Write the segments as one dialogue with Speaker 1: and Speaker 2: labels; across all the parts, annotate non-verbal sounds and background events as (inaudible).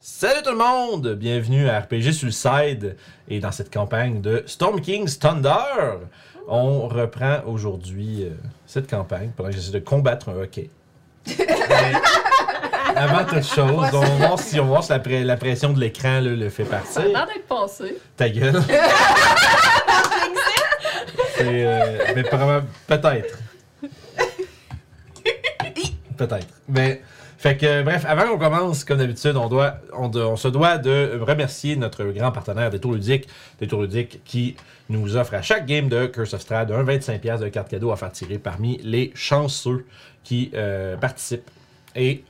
Speaker 1: Salut tout le monde! Bienvenue à RPG Suicide et dans cette campagne de Storm King's Thunder. On reprend aujourd'hui euh, cette campagne pendant que j'essaie de combattre un hockey. Mais avant toute chose, on va voir si, on va voir si la, pré- la pression de l'écran là, le fait
Speaker 2: Ça a
Speaker 1: partir.
Speaker 2: l'air d'être passé.
Speaker 1: Ta gueule! C'est, euh, mais probable- peut-être. peut-être. Mais fait que euh, bref, avant qu'on commence, comme d'habitude, on doit, on, do- on se doit de remercier notre grand partenaire des Tours Ludiques, des Tours Ludiques qui nous offre à chaque game de Curse of Strahd un 25$ de carte cadeau à faire tirer parmi les chanceux qui euh, participent. Et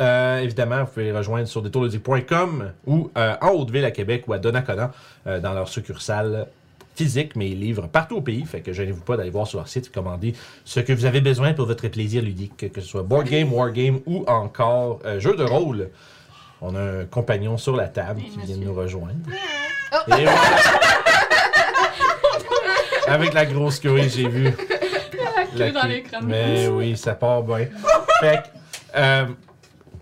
Speaker 1: euh, évidemment, vous pouvez les rejoindre sur détourludique.com ou euh, en Haute-Ville à Québec ou à Donnacona euh, dans leur succursale physique, mais ils livrent partout au pays. Fait que gênez-vous pas d'aller voir sur leur site et commander ce que vous avez besoin pour votre plaisir ludique, que ce soit board game, war game ou encore euh, jeu de rôle. On a un compagnon sur la table qui vient de nous rejoindre. Et voilà. Avec la grosse queue, j'ai vu. La
Speaker 2: dans
Speaker 1: queue.
Speaker 2: l'écran. (laughs)
Speaker 1: Mais oui, ça part bien. Fait que, euh,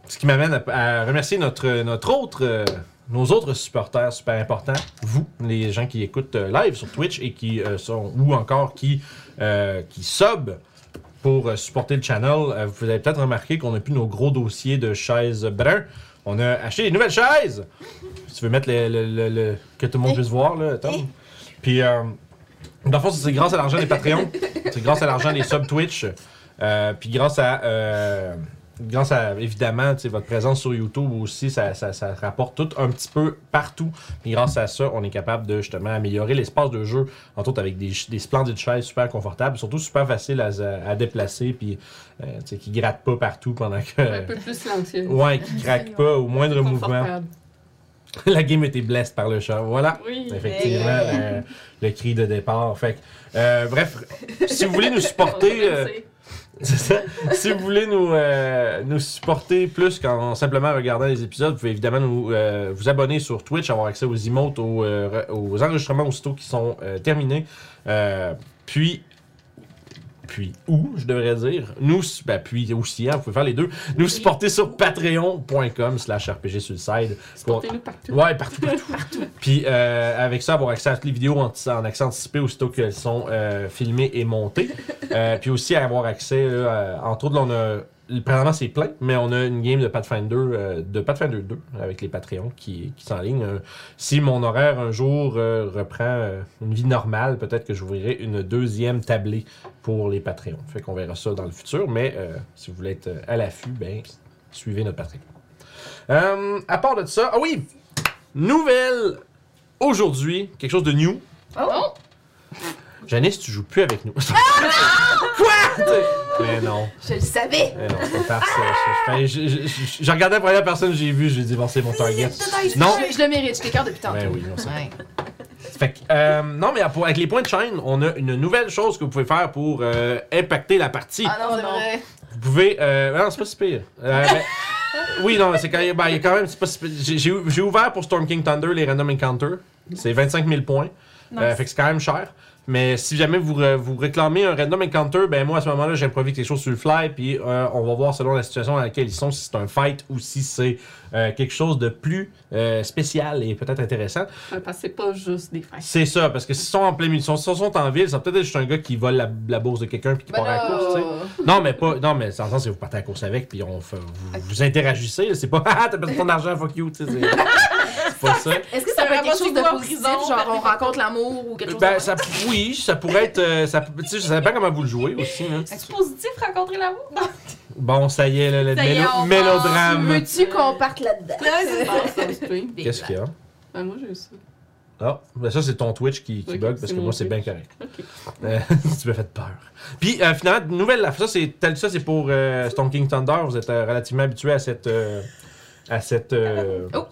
Speaker 1: ce qui m'amène à, à remercier notre, notre autre, euh, nos autres supporters super importants, vous, les gens qui écoutent euh, live sur Twitch et qui euh, sont, ou encore qui, euh, qui sub pour euh, supporter le channel. Euh, vous avez peut-être remarqué qu'on a plus nos gros dossiers de chaises bruns. On a acheté des nouvelles chaises! Si tu veux mettre le, le- le- le- que tout le monde puisse voir, là, Tom. Puis, euh, dans le fond, c'est grâce à l'argent des Patreons, c'est grâce à l'argent des sub Twitch, euh, puis grâce à. euh, Grâce à, évidemment, tu sais, votre présence sur YouTube aussi, ça, ça, ça rapporte tout un petit peu partout. Puis grâce à ça, on est capable de justement améliorer l'espace de jeu, entre autres avec des, ch- des splendides chaises super confortables, surtout super faciles à, à déplacer, puis euh, tu sais, qui grattent pas partout pendant
Speaker 2: Un
Speaker 1: que.
Speaker 2: peu plus silencieux.
Speaker 1: Ouais, qui craquent pas au moindre mouvement.
Speaker 2: Confortable.
Speaker 1: (laughs) La game était blessée par le chat. Voilà.
Speaker 2: Oui.
Speaker 1: Effectivement,
Speaker 3: Yeah.
Speaker 1: le, le cri de départ. Fait que, euh, bref, si vous voulez nous
Speaker 2: (laughs)
Speaker 1: supporter, euh, c'est ça. si vous voulez nous, euh, nous supporter plus qu'en simplement regardant les épisodes, vous pouvez évidemment nous, euh, vous abonner sur Twitch, avoir accès aux emotes, aux, euh, re- aux enregistrements aussitôt qui sont euh, terminés. Euh, puis, puis, ou, je devrais dire, nous, ben, puis aussi, hein, vous pouvez faire les deux, nous supporter sur patreon.com slash RPG Suicide. Pour-
Speaker 2: Portez-nous partout.
Speaker 1: Ouais, partout, partout, partout. Puis euh, avec ça, avoir accès à toutes les vidéos en, en accès anticipé aussitôt qu'elles sont euh, filmées et montées. Euh, puis aussi avoir accès, là, à- entre autres, là, on a, présentement c'est plein, mais on a une game de Pathfinder, euh, de Pathfinder 2 avec les Patreons qui, qui s'enlignent. Euh, si mon horaire un jour euh, reprend euh, une vie normale, peut-être que j'ouvrirai une deuxième tablée pour les Patreons. Fait qu'on verra ça dans le futur, mais euh, si vous voulez être à l'affût, ben, suivez notre Patreon. Euh, à part de ça, ah oui, nouvelle aujourd'hui, quelque chose de new.
Speaker 2: Oh!
Speaker 1: Janice, tu joues plus
Speaker 3: (laughs)
Speaker 1: avec nous.
Speaker 3: Ah,
Speaker 1: Quoi? Mais non,
Speaker 3: Je le savais!
Speaker 1: mais non, c'est pas ça. Je, je- je- je- je regardais la première personne que j'ai vue, j'ai dit bon, c'est mon target. Non.
Speaker 2: Je, je le mérite, je t'écarte depuis tantôt.
Speaker 1: Ben oui, on s'en
Speaker 3: Ouais.
Speaker 1: Fait que, euh, non, mais pour- avec les points de chaîne, on a une nouvelle chose que vous pouvez faire pour euh, impacter la partie.
Speaker 3: Ah non,
Speaker 2: Oh
Speaker 3: c'est
Speaker 2: non.
Speaker 3: vrai.
Speaker 1: Vous pouvez. Euh, non, c'est pas si pire.
Speaker 3: (laughs)
Speaker 1: Euh, ben, oui, non, c'est quand, ben, il y a quand même. c'est pas si pire. J'ai- J'ai j'ai ouvert pour Storm King Thunder les Random Encounters. C'est 25 000 points.
Speaker 2: Non,
Speaker 1: Euh, fait que c'est quand même cher. Mais si jamais vous, re- vous réclamez un random encounter, ben moi à ce moment-là, j'improvise quelque chose sur le fly, puis euh, on va voir selon la situation dans laquelle ils sont, si c'est un fight ou si c'est euh, quelque chose de plus euh, spécial et peut-être intéressant.
Speaker 2: Ouais, Parce que c'est pas juste des fêtes.
Speaker 1: C'est ça, parce que s'ils sont en plein milieu, s'ils sont, s'ils sont en ville, c'est peut-être juste un gars qui vole la, la bourse de quelqu'un puis qui
Speaker 3: Ben
Speaker 1: part à la course, tu sais.
Speaker 3: là.
Speaker 1: Non, mais pas. Non, mais dans le sens que vous partez à la course avec, puis on fait- vous, vous interagissez. là. C'est pas, (laughs) ah, t'as perdu ton argent, fuck you, tu sais. c'est- C'est (laughs) pas ça.
Speaker 3: Est-ce que ça peut être quelque chose de
Speaker 2: Rapport
Speaker 3: positif,
Speaker 2: prison,
Speaker 3: genre on
Speaker 2: rapport-
Speaker 3: rencontre l'amour ou quelque chose
Speaker 1: Ben,
Speaker 3: de-
Speaker 1: ça, oui, ça pourrait être. euh, ça, tu sais, ça dépend comment vous le jouez aussi. hein.
Speaker 4: C'est positif rencontrer l'amour? Non,
Speaker 1: Bon, ça y est, là, le
Speaker 4: Ça y est,
Speaker 1: mélo-
Speaker 4: on part.
Speaker 1: mélodrame.
Speaker 3: Veux-tu qu'on parte là-dedans?
Speaker 4: c'est
Speaker 2: Ah, ça me stream.
Speaker 1: Qu'est-ce qu'il y a?
Speaker 2: Ben, moi, j'ai eu ça.
Speaker 1: Ah, ben ça, c'est ton Twitch qui, qui
Speaker 2: Ok,
Speaker 1: bug parce
Speaker 2: c'est
Speaker 1: que
Speaker 2: mon
Speaker 1: moi, c'est bien
Speaker 2: Twitch.
Speaker 1: correct.
Speaker 2: Ok.
Speaker 1: Euh, (laughs) tu m'as fait peur. Puis, euh, finalement, nouvelle. Ça, c'est tel- ça, c'est pour euh, Storm King Thunder. Vous êtes euh, relativement habitué à cette. euh, à cette. euh,
Speaker 3: Oh.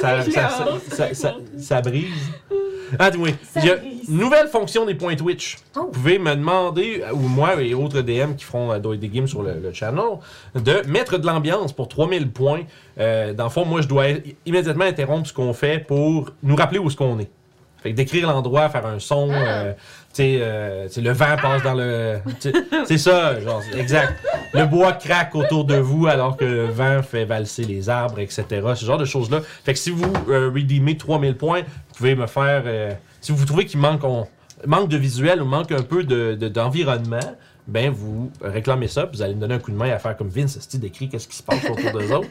Speaker 1: ça, ça, ça, ça- ça- ça brise. (laughs) Ah, oui. Il y a nouvelle fonction des points Twitch.
Speaker 3: Oh.
Speaker 1: Vous pouvez me demander, ou moi et autres DM qui feront euh, d'autres- des games sur le, le channel, de mettre de l'ambiance pour 3000 points. Euh, dans le fond, moi, je dois immédiatement interrompre ce qu'on fait pour nous rappeler où est-ce qu'on est. Fait que décrire l'endroit, faire un son, euh, tu sais, euh, tu sais, le vent passe dans le. tu sais, C'est ça, genre, c'est- exact. Le bois craque autour de vous alors que le vent fait valser les arbres, etc. Ce genre de choses-là. Fait que si vous euh, redeemez 3000 points, vous pouvez me faire. euh, si vous trouvez qu'il manque, on- manque de visuel ou manque un peu de- de- d'environnement, ben vous réclamez ça, puis vous allez me donner un coup de main à faire comme Vince, si décrit qu'est-ce qui se passe autour d'eux autres.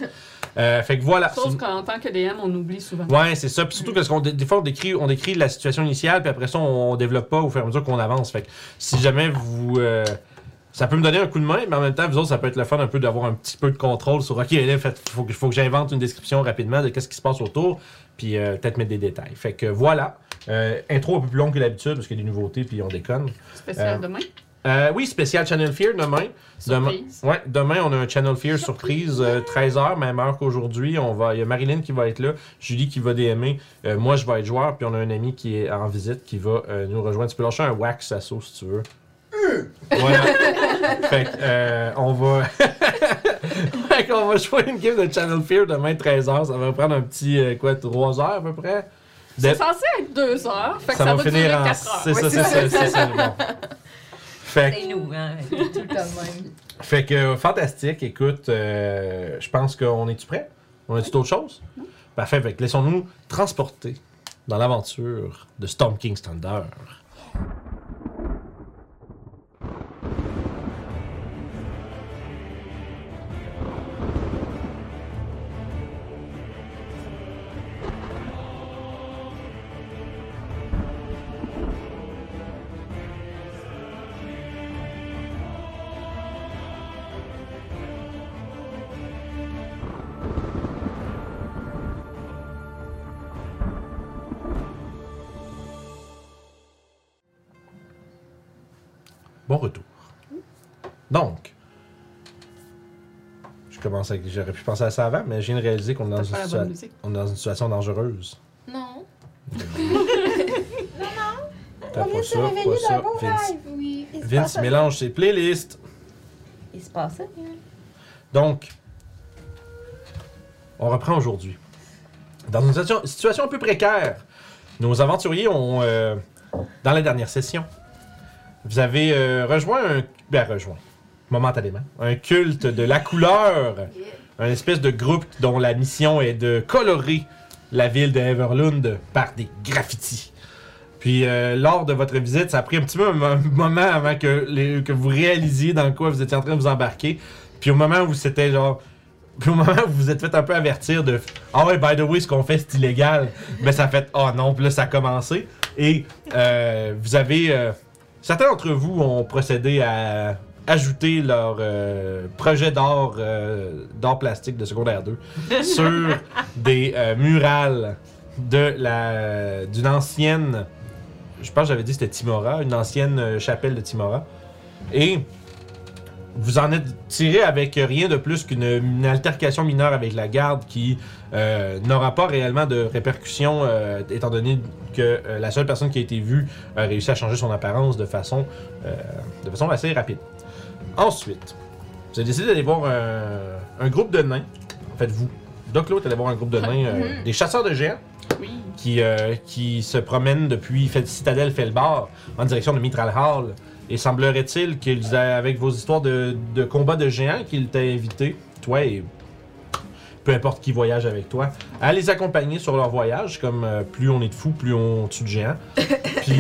Speaker 1: Euh, fait que voilà.
Speaker 2: Sauf
Speaker 1: C'est-
Speaker 2: qu'en tant que DM, on oublie souvent.
Speaker 1: Ouais, c'est ça. Puis surtout parce qu'on dé- des fois on décrit, on décrit la situation initiale, puis après ça on, on développe pas au fur et à mesure qu'on avance. Fait que si jamais vous, euh, ça peut me donner un coup de main, mais en même temps vous autres ça peut être le fun un peu d'avoir un petit peu de contrôle sur. Ok, là, fait, faut que faut que j'invente une description rapidement de qu'est-ce qui se passe autour, puis euh, peut-être mettre des détails. Fait que voilà. Euh, intro un peu plus longue que d'habitude parce qu'il y a des nouveautés puis on déconne.
Speaker 2: Spécial
Speaker 1: Euh,
Speaker 2: demain.
Speaker 1: Euh, oui, spécial Channel Fear demain. Demain,
Speaker 2: Surprise.
Speaker 1: ouais, demain, on a un Channel Fear surprise, 13h, même heure qu'aujourd'hui. On va- Il y a Marilyn qui va être là, Julie qui va DMer, euh, moi je vais être joueur, puis on a un ami qui est en visite qui va euh, nous rejoindre. Tu peux lâcher un wax à sauce si tu veux. Voilà. fait que, euh, on va. (laughs) fait qu'on va jouer une game de Channel Fear demain 13h. Ça va prendre un petit, euh, quoi, 3 heures à peu près?
Speaker 2: C'est
Speaker 1: Dep-
Speaker 2: censé être deux heures, fait que
Speaker 1: ça, va
Speaker 2: durer
Speaker 1: finir en.
Speaker 2: quatre heures.
Speaker 1: C'est ça, c'est ça, c'est ça. le bon. Fait que-
Speaker 5: C'est nous, hein. Tout le temps le même.
Speaker 1: fait que euh, fantastique, écoute, euh, je pense qu'on est-tu prêt? On a-tu d'autres choses? Parfait, fait que laissons-nous transporter dans l'aventure de Storm King's Thunder. Bon retour. Donc, je commence avec. J'aurais pu penser à ça avant, mais je viens de réaliser qu'on est, dans
Speaker 2: T'as
Speaker 1: une
Speaker 2: pas la
Speaker 1: situa-
Speaker 2: bonne musique.
Speaker 1: on est dans une situation dangereuse.
Speaker 4: Non.
Speaker 1: T'as pas ça,
Speaker 3: réveiller
Speaker 1: pas ça. Vince,
Speaker 3: Oui. Il se
Speaker 1: Vince
Speaker 3: passe-
Speaker 1: mélange ses playlists.
Speaker 5: Il se passe rien.
Speaker 1: Donc, on reprend aujourd'hui. Dans une situation, situation un peu précaire, nos aventuriers ont, euh, dans la dernière session, vous avez euh, rejoint un... Ben, rejoint, momentanément, un culte de la couleur, un espèce de groupe dont la mission est de colorer la ville de Everlund par des graffitis. Puis euh, lors de votre visite, ça a pris un petit peu un mo- moment avant que, les- que vous réalisiez dans quoi vous étiez en train de vous embarquer. Puis au moment où c'était genre. (laughs) Puis au moment où vous vous êtes fait un peu avertir de. Ah ouais, by the way, ce qu'on fait, c'est illégal. Mais ça a fait. Oh non, puis là, ça a commencé. Et euh, vous avez. euh, certains d'entre vous ont procédé à ajouter leur euh, projet d'art euh, d'art plastique de secondaire 2 sur des euh, murales de la d'une ancienne je pense que j'avais dit que c'était Timora une ancienne euh, chapelle de Timora et vous en êtes tiré avec rien de plus qu'une une altercation mineure avec la garde qui euh, n'aura pas réellement de répercussions, euh, étant donné que euh, la seule personne qui a été vue a réussi à changer son apparence de façon, euh, de façon assez rapide. Ensuite, vous avez décidé d'aller voir euh, un groupe de nains. En fait, vous, Doc Lowe, est allé voir un groupe de nains, euh, des chasseurs de géants
Speaker 2: Oui.
Speaker 1: qui, euh, qui se promènent depuis Fel- Citadel Felbar en direction de Mitral Hall. Et semblerait-il qu'ils, a- avec vos histoires de, de combats de géants, qu'ils t'aient invité, toi et peu importe qui voyage avec toi, à les accompagner sur leur voyage, comme euh, plus on est de fous, plus on tue de géants. Puis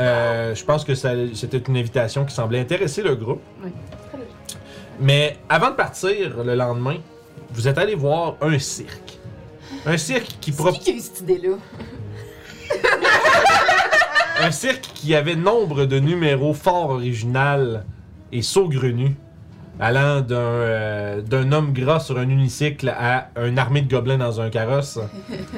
Speaker 1: euh, je pense que ça- c'était une invitation qui semblait intéresser le groupe.
Speaker 2: Oui.
Speaker 1: Mais avant de partir le lendemain, vous êtes allé voir un cirque. Un cirque qui
Speaker 3: C'est
Speaker 1: propose
Speaker 3: qui qui a eu cette idée-là?
Speaker 1: un cirque qui avait nombre de numéros fort original et saugrenus, allant d'un euh, d'un homme gras sur un unicycle à une armée de gobelins dans un carrosse.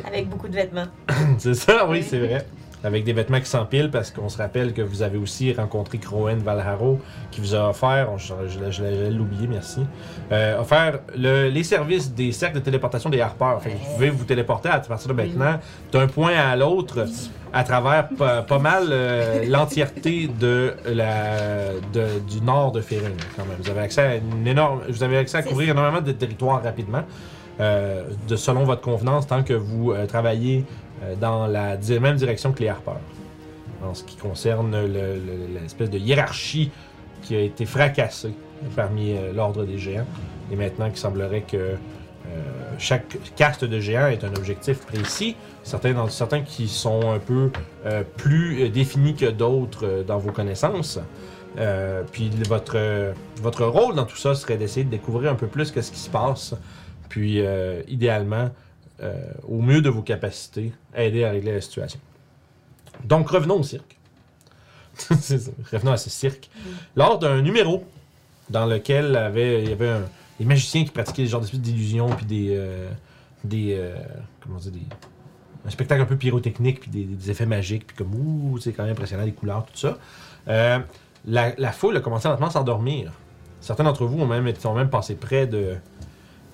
Speaker 5: Avec beaucoup de vêtements.
Speaker 1: (laughs) c'est ça, oui, c'est vrai. Avec des vêtements qui s'empilent, parce qu'on se rappelle que vous avez aussi rencontré Crowen Valharo, qui vous a offert, on- je, je, je- je- je l'ai oublié, merci, euh, offert le- les services des cercles de téléportation des harpeurs. Fait que vous pouvez vous téléporter à partir de maintenant d'un point à l'autre à travers pa- pas mal euh, l'entièreté de la de- du nord de Férin, quand même. Vous avez accès à une énorme, vous avez accès à couvrir énormément de territoires rapidement, euh, de selon votre convenance, tant que vous euh, travaillez euh, dans la di- même direction que les harpeurs. En ce qui concerne le- le- l'espèce de hiérarchie qui a été fracassée parmi euh, l'ordre des géants. Et maintenant, il semblerait que euh, chaque caste de géants est un objectif précis. Certains, dans- certains qui sont un peu euh, plus euh, définis que d'autres euh, dans vos connaissances. Euh, puis votre, euh, votre rôle dans tout ça serait d'essayer de découvrir un peu plus que ce qui se passe. Puis euh, idéalement, euh, au mieux de vos capacités, aider à régler la situation. Donc revenons au cirque. (laughs) C'est ça, revenons à ce cirque. Lors d'un numéro dans lequel avait- il y avait un- des magiciens qui pratiquaient des genres d'espèces d'illusions, puis des. euh, des euh, comment dire des, Un spectacle un peu pyrotechnique, puis des, des effets magiques, puis comme ouh, c'est quand même impressionnant, les couleurs, tout ça. Euh, la, la foule a commencé lentement à s'endormir. Certains d'entre vous ont même, ont même passé près de,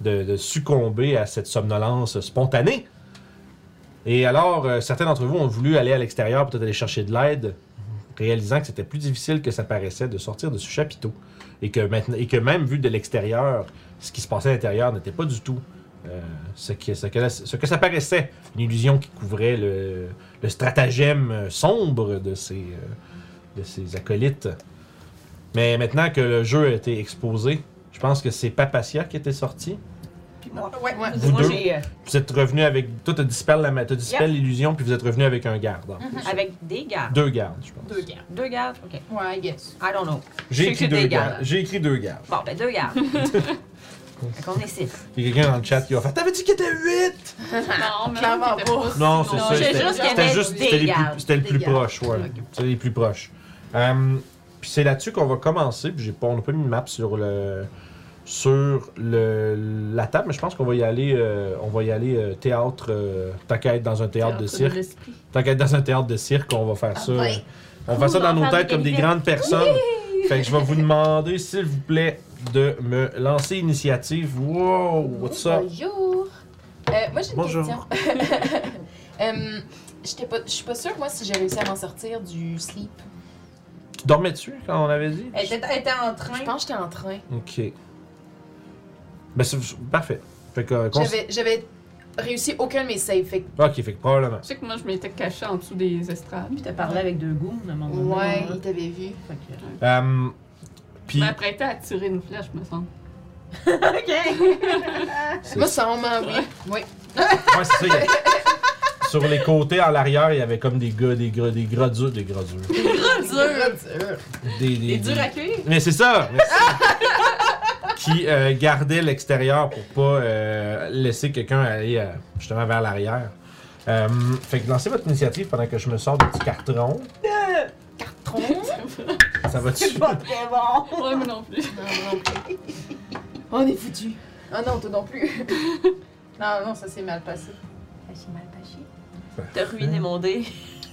Speaker 1: de, de succomber à cette somnolence spontanée. Et alors, euh, certains d'entre vous ont voulu aller à l'extérieur, peut-être aller chercher de l'aide, réalisant que c'était plus difficile que ça paraissait de sortir de ce chapiteau. Et que, maintenant, et que même vu de l'extérieur, ce qui se passait à l'intérieur n'était pas du tout euh, ce, qui- ce que, ce que ça paraissait. Une illusion qui couvrait le, le stratagème euh, sombre de ces, euh, de ces acolytes. Mais maintenant que le jeu a été exposé, je pense que c'est Papacia qui était sorti.
Speaker 4: Ouais, ouais.
Speaker 1: Vous
Speaker 5: Moi,
Speaker 1: deux.
Speaker 5: j'ai. euh,
Speaker 1: Vous êtes revenu avec. Toi, t'as dispellé la ma- t'as dispellé l'illusion, puis vous êtes revenu avec un garde. en plus.
Speaker 5: Avec des gardes.
Speaker 1: Deux gardes, je pense.
Speaker 2: Deux guerres.
Speaker 5: Mm. Deux gardes, ok.
Speaker 4: Ouais, I guess.
Speaker 5: I don't know.
Speaker 1: J'ai
Speaker 5: Je sais
Speaker 1: écrit
Speaker 5: que j'ai
Speaker 1: deux
Speaker 5: des gardes.
Speaker 1: gardes. J'ai écrit deux gardes.
Speaker 5: Bon, ben
Speaker 1: (laughs)
Speaker 5: deux gardes. fait qu'on est six.
Speaker 1: Il y a quelqu'un dans le chat qui a fait T'avais dit qu'il était 8
Speaker 2: Non, mais
Speaker 4: Clairement
Speaker 2: t'étais
Speaker 4: pas.
Speaker 1: Non, c'est
Speaker 2: Non,
Speaker 1: ça.
Speaker 5: j'ai
Speaker 1: c'était-
Speaker 5: juste qu'il y
Speaker 1: C'était
Speaker 5: avait
Speaker 1: juste.
Speaker 5: des
Speaker 1: C'était les
Speaker 5: gardes.
Speaker 1: plus, c'était le
Speaker 4: Des
Speaker 1: plus
Speaker 4: gardes.
Speaker 1: proche, ouais.
Speaker 2: Ok.
Speaker 1: C'était les plus proches. Euh, puis c'est là-dessus qu'on va commencer. Puis j'ai pas, on n'a pas mis une map sur le. Sur le, la table, mais je pense qu'on va y aller, euh, on va y aller euh, théâtre, euh, tant qu'à être dans un théâtre, de cirque.
Speaker 2: l'esprit.
Speaker 1: Tant qu'être dans un théâtre de cirque, on va faire ça.
Speaker 3: ouais.
Speaker 1: euh, On va faire ça
Speaker 5: Cool, on
Speaker 1: dans nos
Speaker 5: va faire
Speaker 1: têtes
Speaker 5: des
Speaker 1: comme des
Speaker 5: calibres.
Speaker 1: grandes personnes. Fait que je vais vous demander, s'il vous plaît, de me lancer initiative. Wow, what's
Speaker 3: Oh
Speaker 1: up?
Speaker 4: Bonjour. Euh, moi, j'ai une
Speaker 1: Bonjour.
Speaker 4: question. (laughs) Euh, j'étais pas- Je suis pas sûre, moi, si j'ai réussi à m'en sortir du sleep.
Speaker 1: Tu dormais dessus quand on avait dit?
Speaker 5: Elle était, elle était en train.
Speaker 4: Je pense que j'étais en train.
Speaker 1: Ok. Ben, c'est parfait. Fait que. euh, cons-
Speaker 4: J'avais- J'avais réussi aucun de mes saves. Fait que
Speaker 1: Ok, fait que probablement.
Speaker 2: Tu sais que moi, je m'étais cachée en dessous des estrades.
Speaker 5: Puis t'as parlé avec deux goûts, à un moment donné.
Speaker 4: Ouais,
Speaker 5: là.
Speaker 4: il t'avait vu.
Speaker 5: Fait que-
Speaker 1: Euh,
Speaker 2: Je
Speaker 1: Puis,
Speaker 2: m'apprêtais à tirer une flèche, me semble.
Speaker 5: Ok.
Speaker 1: C'est-
Speaker 4: Moi, ça, on m'a oui. Oui.
Speaker 1: ouais, c'est ça, il y a- Sur les côtés, en l'arrière, il y avait comme des gars, des gras, des gras durs, des gras durs.
Speaker 4: Dur.
Speaker 1: Des, des,
Speaker 5: T'es dur
Speaker 1: des-
Speaker 5: à cuire.
Speaker 1: Mais c'est ça! merci. qui euh, gardait l'extérieur pour pas euh, laisser quelqu'un aller euh, justement vers l'arrière. Euh, fait que lancez votre initiative pendant que je me sors du petit carton.
Speaker 4: Tron.
Speaker 1: Ça va dessus.
Speaker 5: C'est pas très bon.
Speaker 2: (laughs) Ouais, moi non plus.
Speaker 4: Non, moi non plus. On est foutus. Ah non, toi non (laughs) plus. non, non, ça s'est mal passé.
Speaker 5: J'ai mal paché. T'as ruiné mon dé.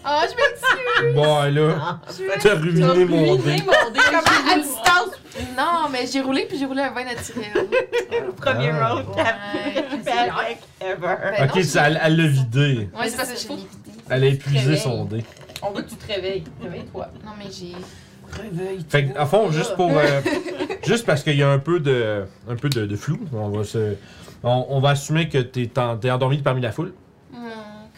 Speaker 4: Ah, je m'excuse.
Speaker 1: Bon, là,
Speaker 5: Ah.
Speaker 1: (laughs) t'as ruiné mon dé.
Speaker 5: Ruiné mon dé.
Speaker 4: Comment à distance? Non, mais j'ai roulé puis j'ai roulé à 20 naturels.
Speaker 5: Le premier
Speaker 1: Ah.
Speaker 5: round
Speaker 4: Ouais.
Speaker 5: perfect ever.
Speaker 4: Ben non,
Speaker 1: ok, ça, elle elle l'a vidé.
Speaker 4: Ouais, c'est parce que
Speaker 3: je
Speaker 4: j'ai.
Speaker 1: Elle a épuisé
Speaker 5: réveille.
Speaker 1: son dé.
Speaker 5: On veut que tu te réveilles. Réveille-toi.
Speaker 4: Non, mais j'ai.
Speaker 5: Réveille.
Speaker 1: Fait que, à fond, juste pour. euh, juste parce qu'il y a un peu de, un peu de, de flou, on va, se, on, on va assumer que t'es en- t'es endormi parmi la foule.
Speaker 4: Hmm,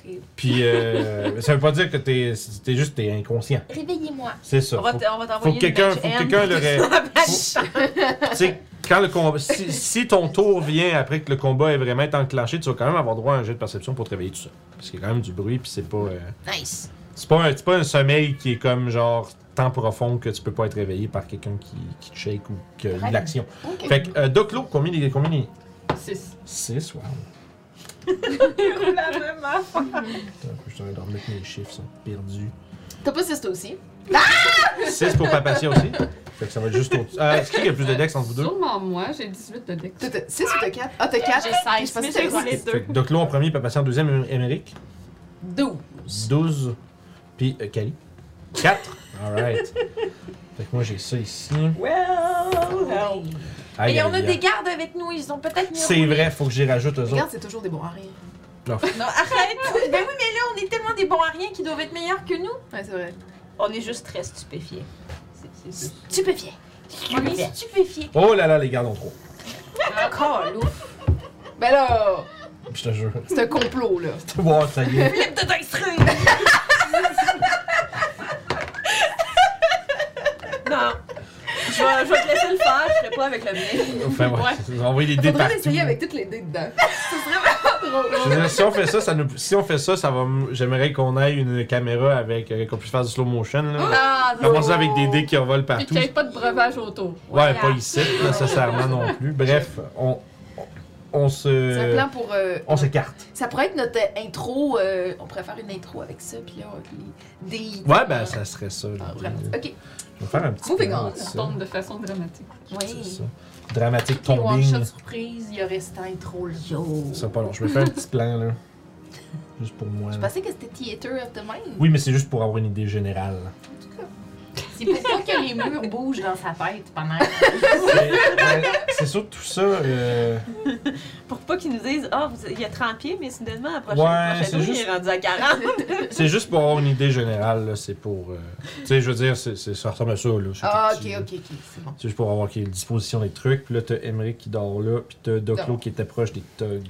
Speaker 4: ok.
Speaker 1: Puis, euh, ça veut pas dire que t'es es juste t'es inconscient.
Speaker 4: Réveillez-moi.
Speaker 1: C'est ça.
Speaker 5: On va
Speaker 1: Faut-
Speaker 5: t- on va
Speaker 1: Faut
Speaker 5: t'envoyer
Speaker 1: que
Speaker 5: une
Speaker 1: quelqu'un
Speaker 5: badge
Speaker 1: faut que
Speaker 5: M.
Speaker 1: quelqu'un le
Speaker 5: (laughs)
Speaker 1: ré- (laughs)
Speaker 5: Badge.
Speaker 1: tu sais, quand le combat. Si, si ton tour vient après que le combat est vraiment été enclenché, tu vas quand même avoir droit à un jet de perception pour te réveiller tout ça. Parce qu'il y a quand même du bruit, puis c'est pas. euh,
Speaker 4: Nice.
Speaker 1: c'est pas, un, c'est pas un sommeil qui est comme genre tant profond que tu peux pas être réveillé par quelqu'un qui, qui te shake ou qui a eu de l'action.
Speaker 4: Ok.
Speaker 1: Fait que, euh, Doclo, combien il combien il
Speaker 2: Six.
Speaker 1: 6, wow.
Speaker 5: La même affaire.
Speaker 1: Attends, je suis en train de remettre mes chiffres, sont perdus.
Speaker 4: T'as pas 6 toi aussi?
Speaker 1: 6 pour Papatia aussi. Fait que ça va être juste au Euh, Est-ce qu'il y a plus de dex entre vous deux?
Speaker 2: Sûrement moi, j'ai 18 de dex.
Speaker 4: 6 ou t'as 4? Ah, t'as 4?
Speaker 5: J'ai
Speaker 4: Je
Speaker 5: 16,
Speaker 4: pensais
Speaker 5: mais
Speaker 4: que
Speaker 5: j'ai
Speaker 4: t'avais
Speaker 5: roulé
Speaker 1: Fait
Speaker 5: deux.
Speaker 1: que Doclo en premier, Papatia en deuxième, Émeric.
Speaker 4: 12.
Speaker 1: 12. Puis euh, Cali. 4. Alright. fait que moi j'ai ça ici.
Speaker 5: Well, help.
Speaker 1: Aïe,
Speaker 5: Et on
Speaker 1: aïe,
Speaker 5: a
Speaker 1: aïe.
Speaker 5: des gardes avec nous, ils ont peut-être mieux
Speaker 1: C'est vrai, faut que j'y rajoute eux autres.
Speaker 4: Regarde, c'est toujours des bons à rien.
Speaker 5: Non, arrête! (laughs) ben oui, mais là, on est tellement des bons à rien qui doivent être meilleurs que nous.
Speaker 4: Ouais, c'est vrai.
Speaker 5: On est juste très stupéfiés. C'est- c'est-
Speaker 4: Tu peux fier.
Speaker 5: On est stupéfiés. Ah, (laughs)
Speaker 1: Oh là là, les gardes ont trop.
Speaker 5: Encore, loup.
Speaker 4: Ben là!
Speaker 1: Je te jure. (laughs)
Speaker 4: C'est un complot, là.
Speaker 1: Bon, ça y est.
Speaker 5: Flip de t'extrait! (laughs) non. Je vais, je vais te laisser le faire, je ferai pas avec le mien.
Speaker 1: Enfin, ouais.
Speaker 2: Ouais.
Speaker 1: On va envoyer les dés
Speaker 4: Faudrait
Speaker 1: partout.
Speaker 4: l'essayer avec toutes les dés dedans.
Speaker 1: Je veux dire, si on fait ça, ça nous... si on fait ça, ça va. m- J'aimerais qu'on aille une caméra avec euh, qu'on puisse faire du slow motion là.
Speaker 3: Ah,
Speaker 1: Comment ça avec des dés qui revolent
Speaker 2: Puis
Speaker 1: partout.
Speaker 2: qu'il n'y ait pas de breuvage autour.
Speaker 1: Ouais,
Speaker 3: Voilà.
Speaker 5: ah,
Speaker 1: pas ici nécessairement non plus. Bref, on, on
Speaker 4: C'est un
Speaker 1: se,
Speaker 4: plan pour. euh,
Speaker 1: on s'écarte.
Speaker 4: Ça pourrait être notre euh, intro. euh, on pourrait faire une intro avec ça, puis là, on- les dés.
Speaker 1: Ouais, ben ça serait ça.
Speaker 4: Ah,
Speaker 1: l'idée.
Speaker 4: vraiment. Ok.
Speaker 1: Je vais faire un petit.
Speaker 4: Moving
Speaker 1: plan
Speaker 4: on,
Speaker 1: de
Speaker 2: Ça
Speaker 1: ça.
Speaker 2: tombe de façon dramatique.
Speaker 1: C'est
Speaker 4: Oui.
Speaker 1: ça. Dramatique
Speaker 4: Et one shot
Speaker 1: tombing.
Speaker 4: surprise, il y aurait cette intro là.
Speaker 1: Ça pas long. Je vais faire un petit plan là, juste pour moi.
Speaker 4: Je
Speaker 1: là.
Speaker 4: pensais que c'était Theater of the Mind.
Speaker 1: Oui, mais c'est juste pour avoir une idée générale. (laughs)
Speaker 5: C'est pour pas que les murs bougent dans sa tête pendant.
Speaker 1: Mais, ben, c'est surtout ça. euh,
Speaker 5: (laughs) Pour pas qu'ils nous disent, ah, vous- il y a 30 pieds, mais soudainement, à prochaine,
Speaker 1: Ouais,
Speaker 5: prochaine
Speaker 1: c'est
Speaker 5: nuit,
Speaker 1: juste-
Speaker 5: il est rendu à 40.
Speaker 1: C'est juste pour avoir une idée générale, là, c'est pour... euh, tu sais, je veux dire, c'est, c'est- ça ressemble à ça, là. c'est
Speaker 4: Ah,
Speaker 1: tout
Speaker 4: ok,
Speaker 1: petit, là.
Speaker 4: ok, ok, c'est bon.
Speaker 1: C'est juste pour avoir quelle disposition des trucs. Puis là, t'as Emmerich qui dort là, puis t'as Doclo qui était proche des thugs.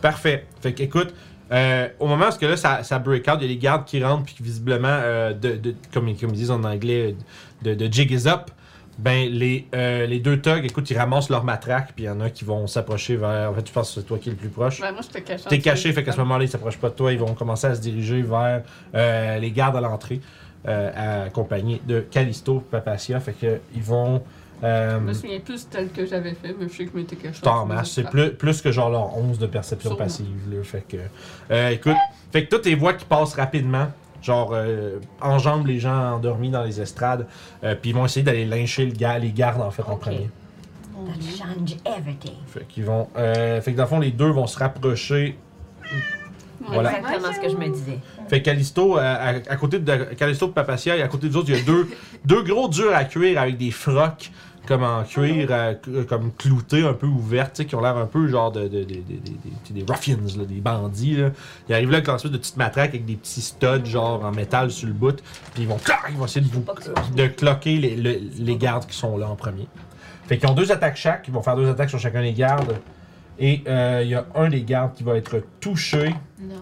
Speaker 1: Parfait. Fait que, écoute, euh, au moment où ce que là, ça, ça break out, il y a les gardes qui rentrent, puis qui, visiblement, euh, de, de- comme, ils- comme ils disent en anglais, euh, de, de jig is up. Ben, les, euh, les deux thugs, écoute, ils ramassent leur matraque, puis il y en a qui vont s'approcher vers. En fait, tu penses que c'est toi qui es le plus proche.
Speaker 2: Ben, moi, je te cache.
Speaker 1: T'es caché, fait qu'à ce moment-là, ils s'approchent pas de toi. Ils vont commencer à se diriger vers euh, les gardes à l'entrée, euh, accompagnés de Callisto, Papacia. Fait que ils vont. euh,
Speaker 2: Je me souviens plus tel que j'avais fait, mais je sais que je m'étais caché.
Speaker 1: je t'en marche. C'est plus, plus que genre leur 11 de perception
Speaker 2: Sûrement.
Speaker 1: passive. là. fait que. euh, écoute, fait que toutes tes voix qui passent rapidement, genre euh, enjambent les gens endormis dans les estrades, euh, puis ils vont essayer d'aller lyncher le gars, les gardes en fait en
Speaker 5: Ok.
Speaker 1: premier.
Speaker 3: That change everything.
Speaker 1: Fait qu'ils vont. euh, fait que dans le fond, les deux vont se rapprocher Voilà.
Speaker 5: Exactement ce que je me disais.
Speaker 1: Fait que Callisto, euh, à, à- à côté de Callisto de Papacia, et à côté des autres, il y a deux, (laughs) deux gros durs à cuire avec des frocs comme en cuir, euh, cl- comme cloutés, un peu ouvertes, tu sais, qui ont l'air un peu genre de, de- de- de- de- de- des, des ruffians, là, des bandits. Là. Ils arrivent là avec leur espèce de petites matraques avec des petits studs genre en métal sur le bout, puis ils vont, clac, ils vont essayer de, vous,
Speaker 5: Pas que ça marche.
Speaker 1: de cloquer les, le- les gardes qui sont là en premier. Fait qu'ils ont deux attaques chaque, ils vont faire deux attaques sur chacun des gardes, et euh, il y a un des gardes qui va être touché
Speaker 4: Non.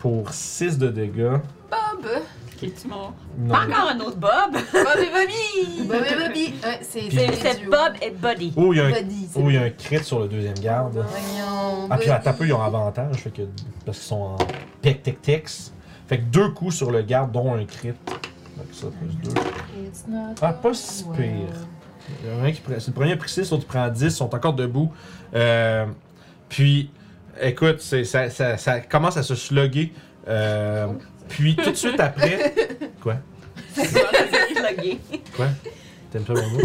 Speaker 1: pour 6 de dégâts.
Speaker 4: Bob!
Speaker 2: Qui est mort?
Speaker 1: Non.
Speaker 5: Pas encore un autre Bob.
Speaker 4: bah, Bob et Bobby! (laughs) Bob et Bobby! Ouais, c'est
Speaker 1: Puis-
Speaker 5: C'est
Speaker 4: les
Speaker 5: c'est
Speaker 4: duos.
Speaker 5: Bob et Buddy.
Speaker 1: Oh, il y a un,
Speaker 4: Buddy, c'est
Speaker 1: oh, il y a un crit sur le deuxième garde.
Speaker 4: Voyons,
Speaker 1: Ah, puis à
Speaker 4: Buddy.
Speaker 1: taper, ils ont avantage fait que, parce qu'ils sont en tech tech tex. Fait que deux coups sur le garde, dont un crit. Donc ça, plus deux.
Speaker 4: It's not
Speaker 1: Ah, pas si
Speaker 4: over.
Speaker 1: pire. Il y en a un qui prend- c'est le premier a pris 6, l'autre prend 10, ils sont encore debout. Euh, puis, écoute, c'est- ça, ça- ça commence à se slugger. Euh, puis tout de suite après. Quoi
Speaker 5: (laughs) C'est ça, c'est plugué.
Speaker 1: Quoi T'aimes ça mon mot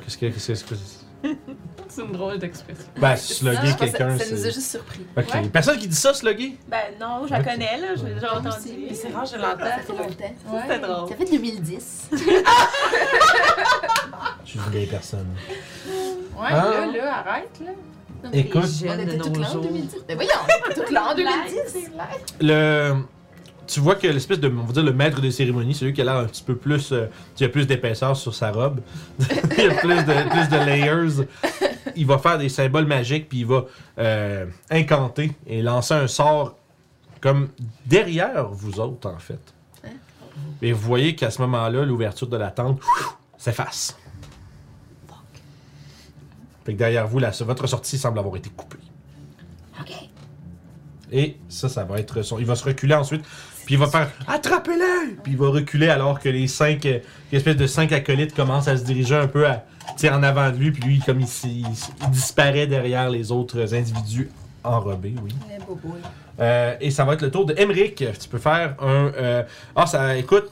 Speaker 1: Qu'est-ce que. Qu'est-ce que.
Speaker 2: C'est une drôle d'expression.
Speaker 1: Ben,
Speaker 4: Non, Ah, je
Speaker 1: slugger
Speaker 4: pense que
Speaker 1: quelqu'un.
Speaker 4: Ça nous a
Speaker 1: c'est-
Speaker 4: juste surpris.
Speaker 1: Ok. Personne qui dit ça, slugger
Speaker 5: Ben non, je la connais, là, j'ai déjà entendu.
Speaker 4: C'est
Speaker 5: rare, je
Speaker 4: Ça fait longtemps.
Speaker 5: C'était drôle.
Speaker 3: Ça fait 2010.
Speaker 1: Je suis une vieille personne.
Speaker 4: Ouais,
Speaker 1: Ah.
Speaker 4: là, là, arrête, là.
Speaker 1: Écoute,
Speaker 5: Les
Speaker 4: On
Speaker 5: jeunes
Speaker 4: était
Speaker 5: de
Speaker 4: toute
Speaker 5: nos
Speaker 4: là en
Speaker 5: jours. (laughs)
Speaker 4: 2010. Mais Ben voyons, on était toute là en 2010.
Speaker 1: le... tu vois que l'espèce de, on va dire, le maître de cérémonie, celui qui a l'air un petit peu plus, euh, qui a plus d'épaisseur sur sa robe, (laughs) il a plus de, plus de layers, il va faire des symboles magiques, puis il va euh, incanter et lancer un sort comme derrière vous autres, en fait. Et vous voyez qu'à ce moment-là, l'ouverture de la tente ouf, s'efface. Fait que derrière vous, la- votre sortie semble avoir été coupée.
Speaker 3: OK.
Speaker 1: Et ça, ça va être son. Il va se reculer ensuite, puis il va faire Attrapez-le Puis il va reculer alors que les cinq, euh, l'espèce de cinq acolytes commencent à se diriger un peu à, tu sais, en avant de lui, puis lui, comme il, s- il s- il disparaît derrière les autres individus enrobés, oui.
Speaker 4: Les bobos.
Speaker 1: Euh, et ça va être le tour de Emric. Tu peux faire un. euh, Ah, ça. Écoute,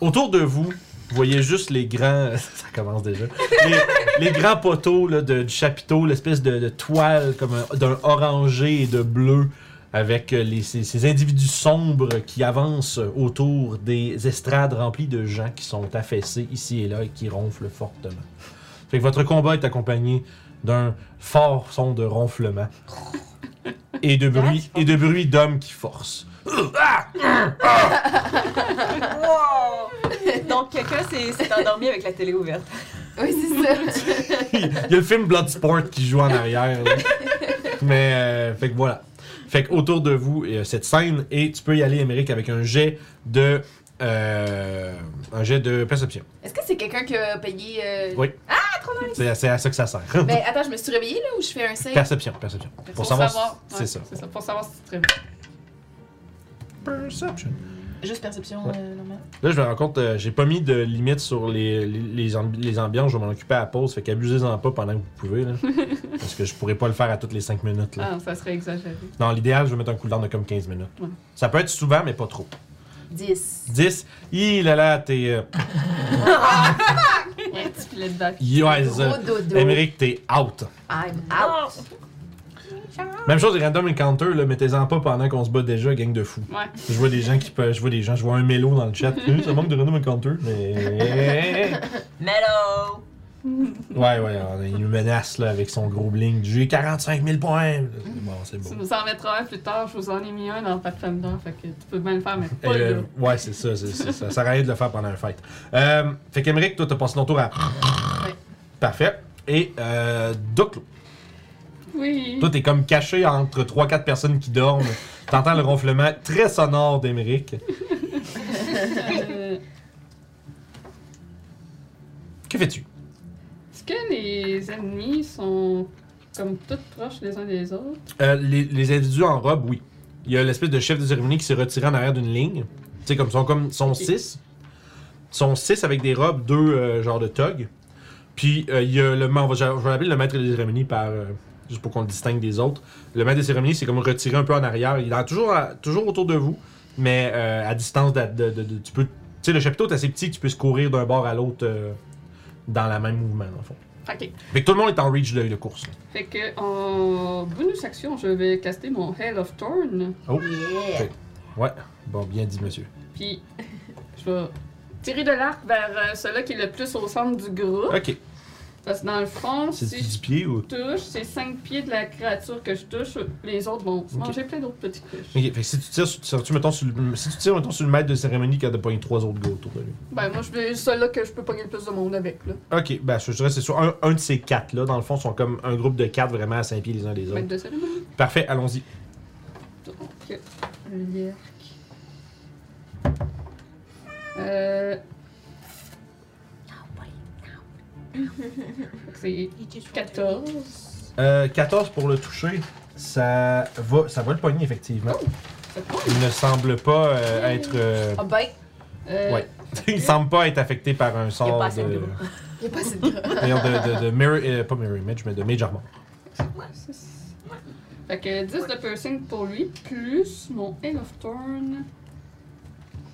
Speaker 1: autour de vous, vous voyez juste les grands. (laughs) ça commence déjà. Les, les grands poteaux là, de- du chapiteau, l'espèce de, de toile comme un- d'un orangé et de bleu. Avec euh, les- ces, ces individus sombres qui avancent autour des estrades remplies de gens qui sont affaissés ici et là et qui ronflent fortement. Fait que votre combat est accompagné d'un fort son de ronflement et de bruit et de bruit d'hommes qui forcent.
Speaker 5: Wow! Donc, quelqu'un s'est s'est endormi avec la télé ouverte.
Speaker 4: Oui, c'est ça.
Speaker 1: (laughs) Il y a le film Bloodsport qui joue en arrière. là. Mais, euh, fait que voilà. Fait que autour de vous, il y a cette scène, et tu peux y aller, Émeric, avec un jet de. euh, un jet de perception.
Speaker 4: Est-ce que c'est quelqu'un qui a payé. euh,
Speaker 1: Oui. C'est à, c'est à ça que ça sert.
Speaker 4: Ben attends, je me suis réveillée là ou je fais un save?
Speaker 1: (laughs) Perception, perception. Pour, savoir. si-
Speaker 2: ouais,
Speaker 1: C'est ça.
Speaker 2: C'est ça, pour savoir si c'est très bien.
Speaker 1: Perception.
Speaker 4: Juste perception
Speaker 1: Ouais.
Speaker 4: euh, normale.
Speaker 1: Là, je me rends compte, euh, j'ai pas mis de limite sur les, les, les ambi- les ambiances, je vais m'en occuper à la pause, fait qu'abusez-en pas pendant que vous pouvez, là. parce que je pourrais pas le faire à toutes les 5 minutes, là.
Speaker 2: Ah, ça serait
Speaker 4: (laughs)
Speaker 2: exagéré.
Speaker 1: Non, l'idéal, je vais mettre un cooldown de comme 15 minutes.
Speaker 2: Ouais.
Speaker 1: Ça peut être souvent, mais pas trop.
Speaker 4: 10.
Speaker 1: 10, il là là, t'es... euh,
Speaker 2: Un petit filet de bac.
Speaker 1: yes, euh,
Speaker 3: Gros dodo.
Speaker 1: Émeric, t'es out.
Speaker 3: I'm out.
Speaker 5: Ah!
Speaker 1: Même chose, les random encounters, là, mettez-en pas pendant qu'on se bat déjà, gang de fous.
Speaker 2: Ouais.
Speaker 1: Je vois des gens qui peuvent, je vois des gens, je vois un mélo dans le (laughs) chat. Hum, ça manque de random encounter, mais... (laughs)
Speaker 5: Mellow!
Speaker 1: Ouais, ouais, on- il nous menace là, avec son gros bling. J'ai 45 000 points. Bon, c'est
Speaker 2: Tu
Speaker 1: bon.
Speaker 2: nous en mettras un plus tard, je vous en ai mis un dans Pat Femme d'or, fait que tu peux bien le faire, mais
Speaker 1: Et,
Speaker 2: pas
Speaker 1: euh,
Speaker 2: là.
Speaker 1: ouais, c'est ça, c'est, c'est ça. Ça sert à rien de le faire pendant un fight. Euh, fait qu'Emeric, toi, t'as passé ton tour à. Parfait. Et euh, Doclo,
Speaker 2: Oui.
Speaker 1: toi, t'es comme caché entre 3-4 personnes qui dorment. T'entends le ronflement très sonore d'Emeric.
Speaker 2: Euh,
Speaker 1: Que fais-tu?
Speaker 2: Est-ce que les ennemis sont comme toutes proches les uns des autres?
Speaker 1: Euh, les, les individus en robe, oui. Il y a l'espèce de chef de cérémonie qui s'est retiré en arrière d'une ligne. Tu sais, comme sont comme sont six. Sont six avec des robes, deux euh, genres de togs. Puis euh, il y a le ma- on va, je vais l'appeler le maître des cérémonies par euh, juste pour qu'on le distingue des autres. Le maître des cérémonies c'est comme retiré un peu en arrière. Il est toujours à- toujours autour de vous, mais euh, à distance de, de- de- de- tu peux. Tu sais, le chapiteau est assez petit, tu peux se courir d'un bord à l'autre euh, dans la même mouvement dans le fond.
Speaker 2: Ok.
Speaker 1: Fait que tout le monde est en reach de, de course. là.
Speaker 2: Fait que en bonus action, je vais caster mon Hell of Thorn,
Speaker 3: Yeah.
Speaker 1: Bon, bien dit monsieur.
Speaker 2: puis je vais tirer de l'arc vers euh, celui qui est le plus au centre du groupe.
Speaker 1: Ok.
Speaker 2: Parce que dans le front,
Speaker 1: C'est
Speaker 2: si
Speaker 1: du
Speaker 2: je
Speaker 1: pied ou
Speaker 2: touche, c'est 5 pieds de la créature que je touche, les autres vont se
Speaker 1: Ok.
Speaker 2: manger plein d'autres petites couches.
Speaker 1: Ok, fait que si tu tires, sur- sur- tu, mettons, sur le, si tu tires mettons, sur le maître de cérémonie qui a de pogner trois autres gars autour de lui.
Speaker 2: Ben moi, je vais celui-là que je peux pogner le plus de monde avec, là.
Speaker 1: Ok, ben je, je dirais que c'est sur un, un de ces quatre-là. Dans le fond, sont comme un groupe de quatre vraiment à cinq pieds les uns des
Speaker 2: Maître
Speaker 1: autres.
Speaker 2: de cérémonie.
Speaker 1: Parfait, allons-y.
Speaker 2: Donc, le Yerk. Euh, Ah c'est 14.
Speaker 1: Euh, 14 pour le toucher, ça va, ça va le pogner effectivement.
Speaker 2: Oh. C'est bon.
Speaker 1: Il ne semble pas euh, être. euh,
Speaker 2: bah.
Speaker 4: Ah ben,
Speaker 2: Euh,
Speaker 1: Ouais. (laughs) il semble pas être affecté par un sort
Speaker 3: pas
Speaker 1: de.
Speaker 3: assez de gros.
Speaker 4: y'a pas assez de gars.
Speaker 1: (laughs) D'ailleurs, de, de, de mirror- euh, pas mirror image, mais de Mage Armor.
Speaker 2: six. Fait que 10 de piercing pour lui, plus mon Hail of Thorn.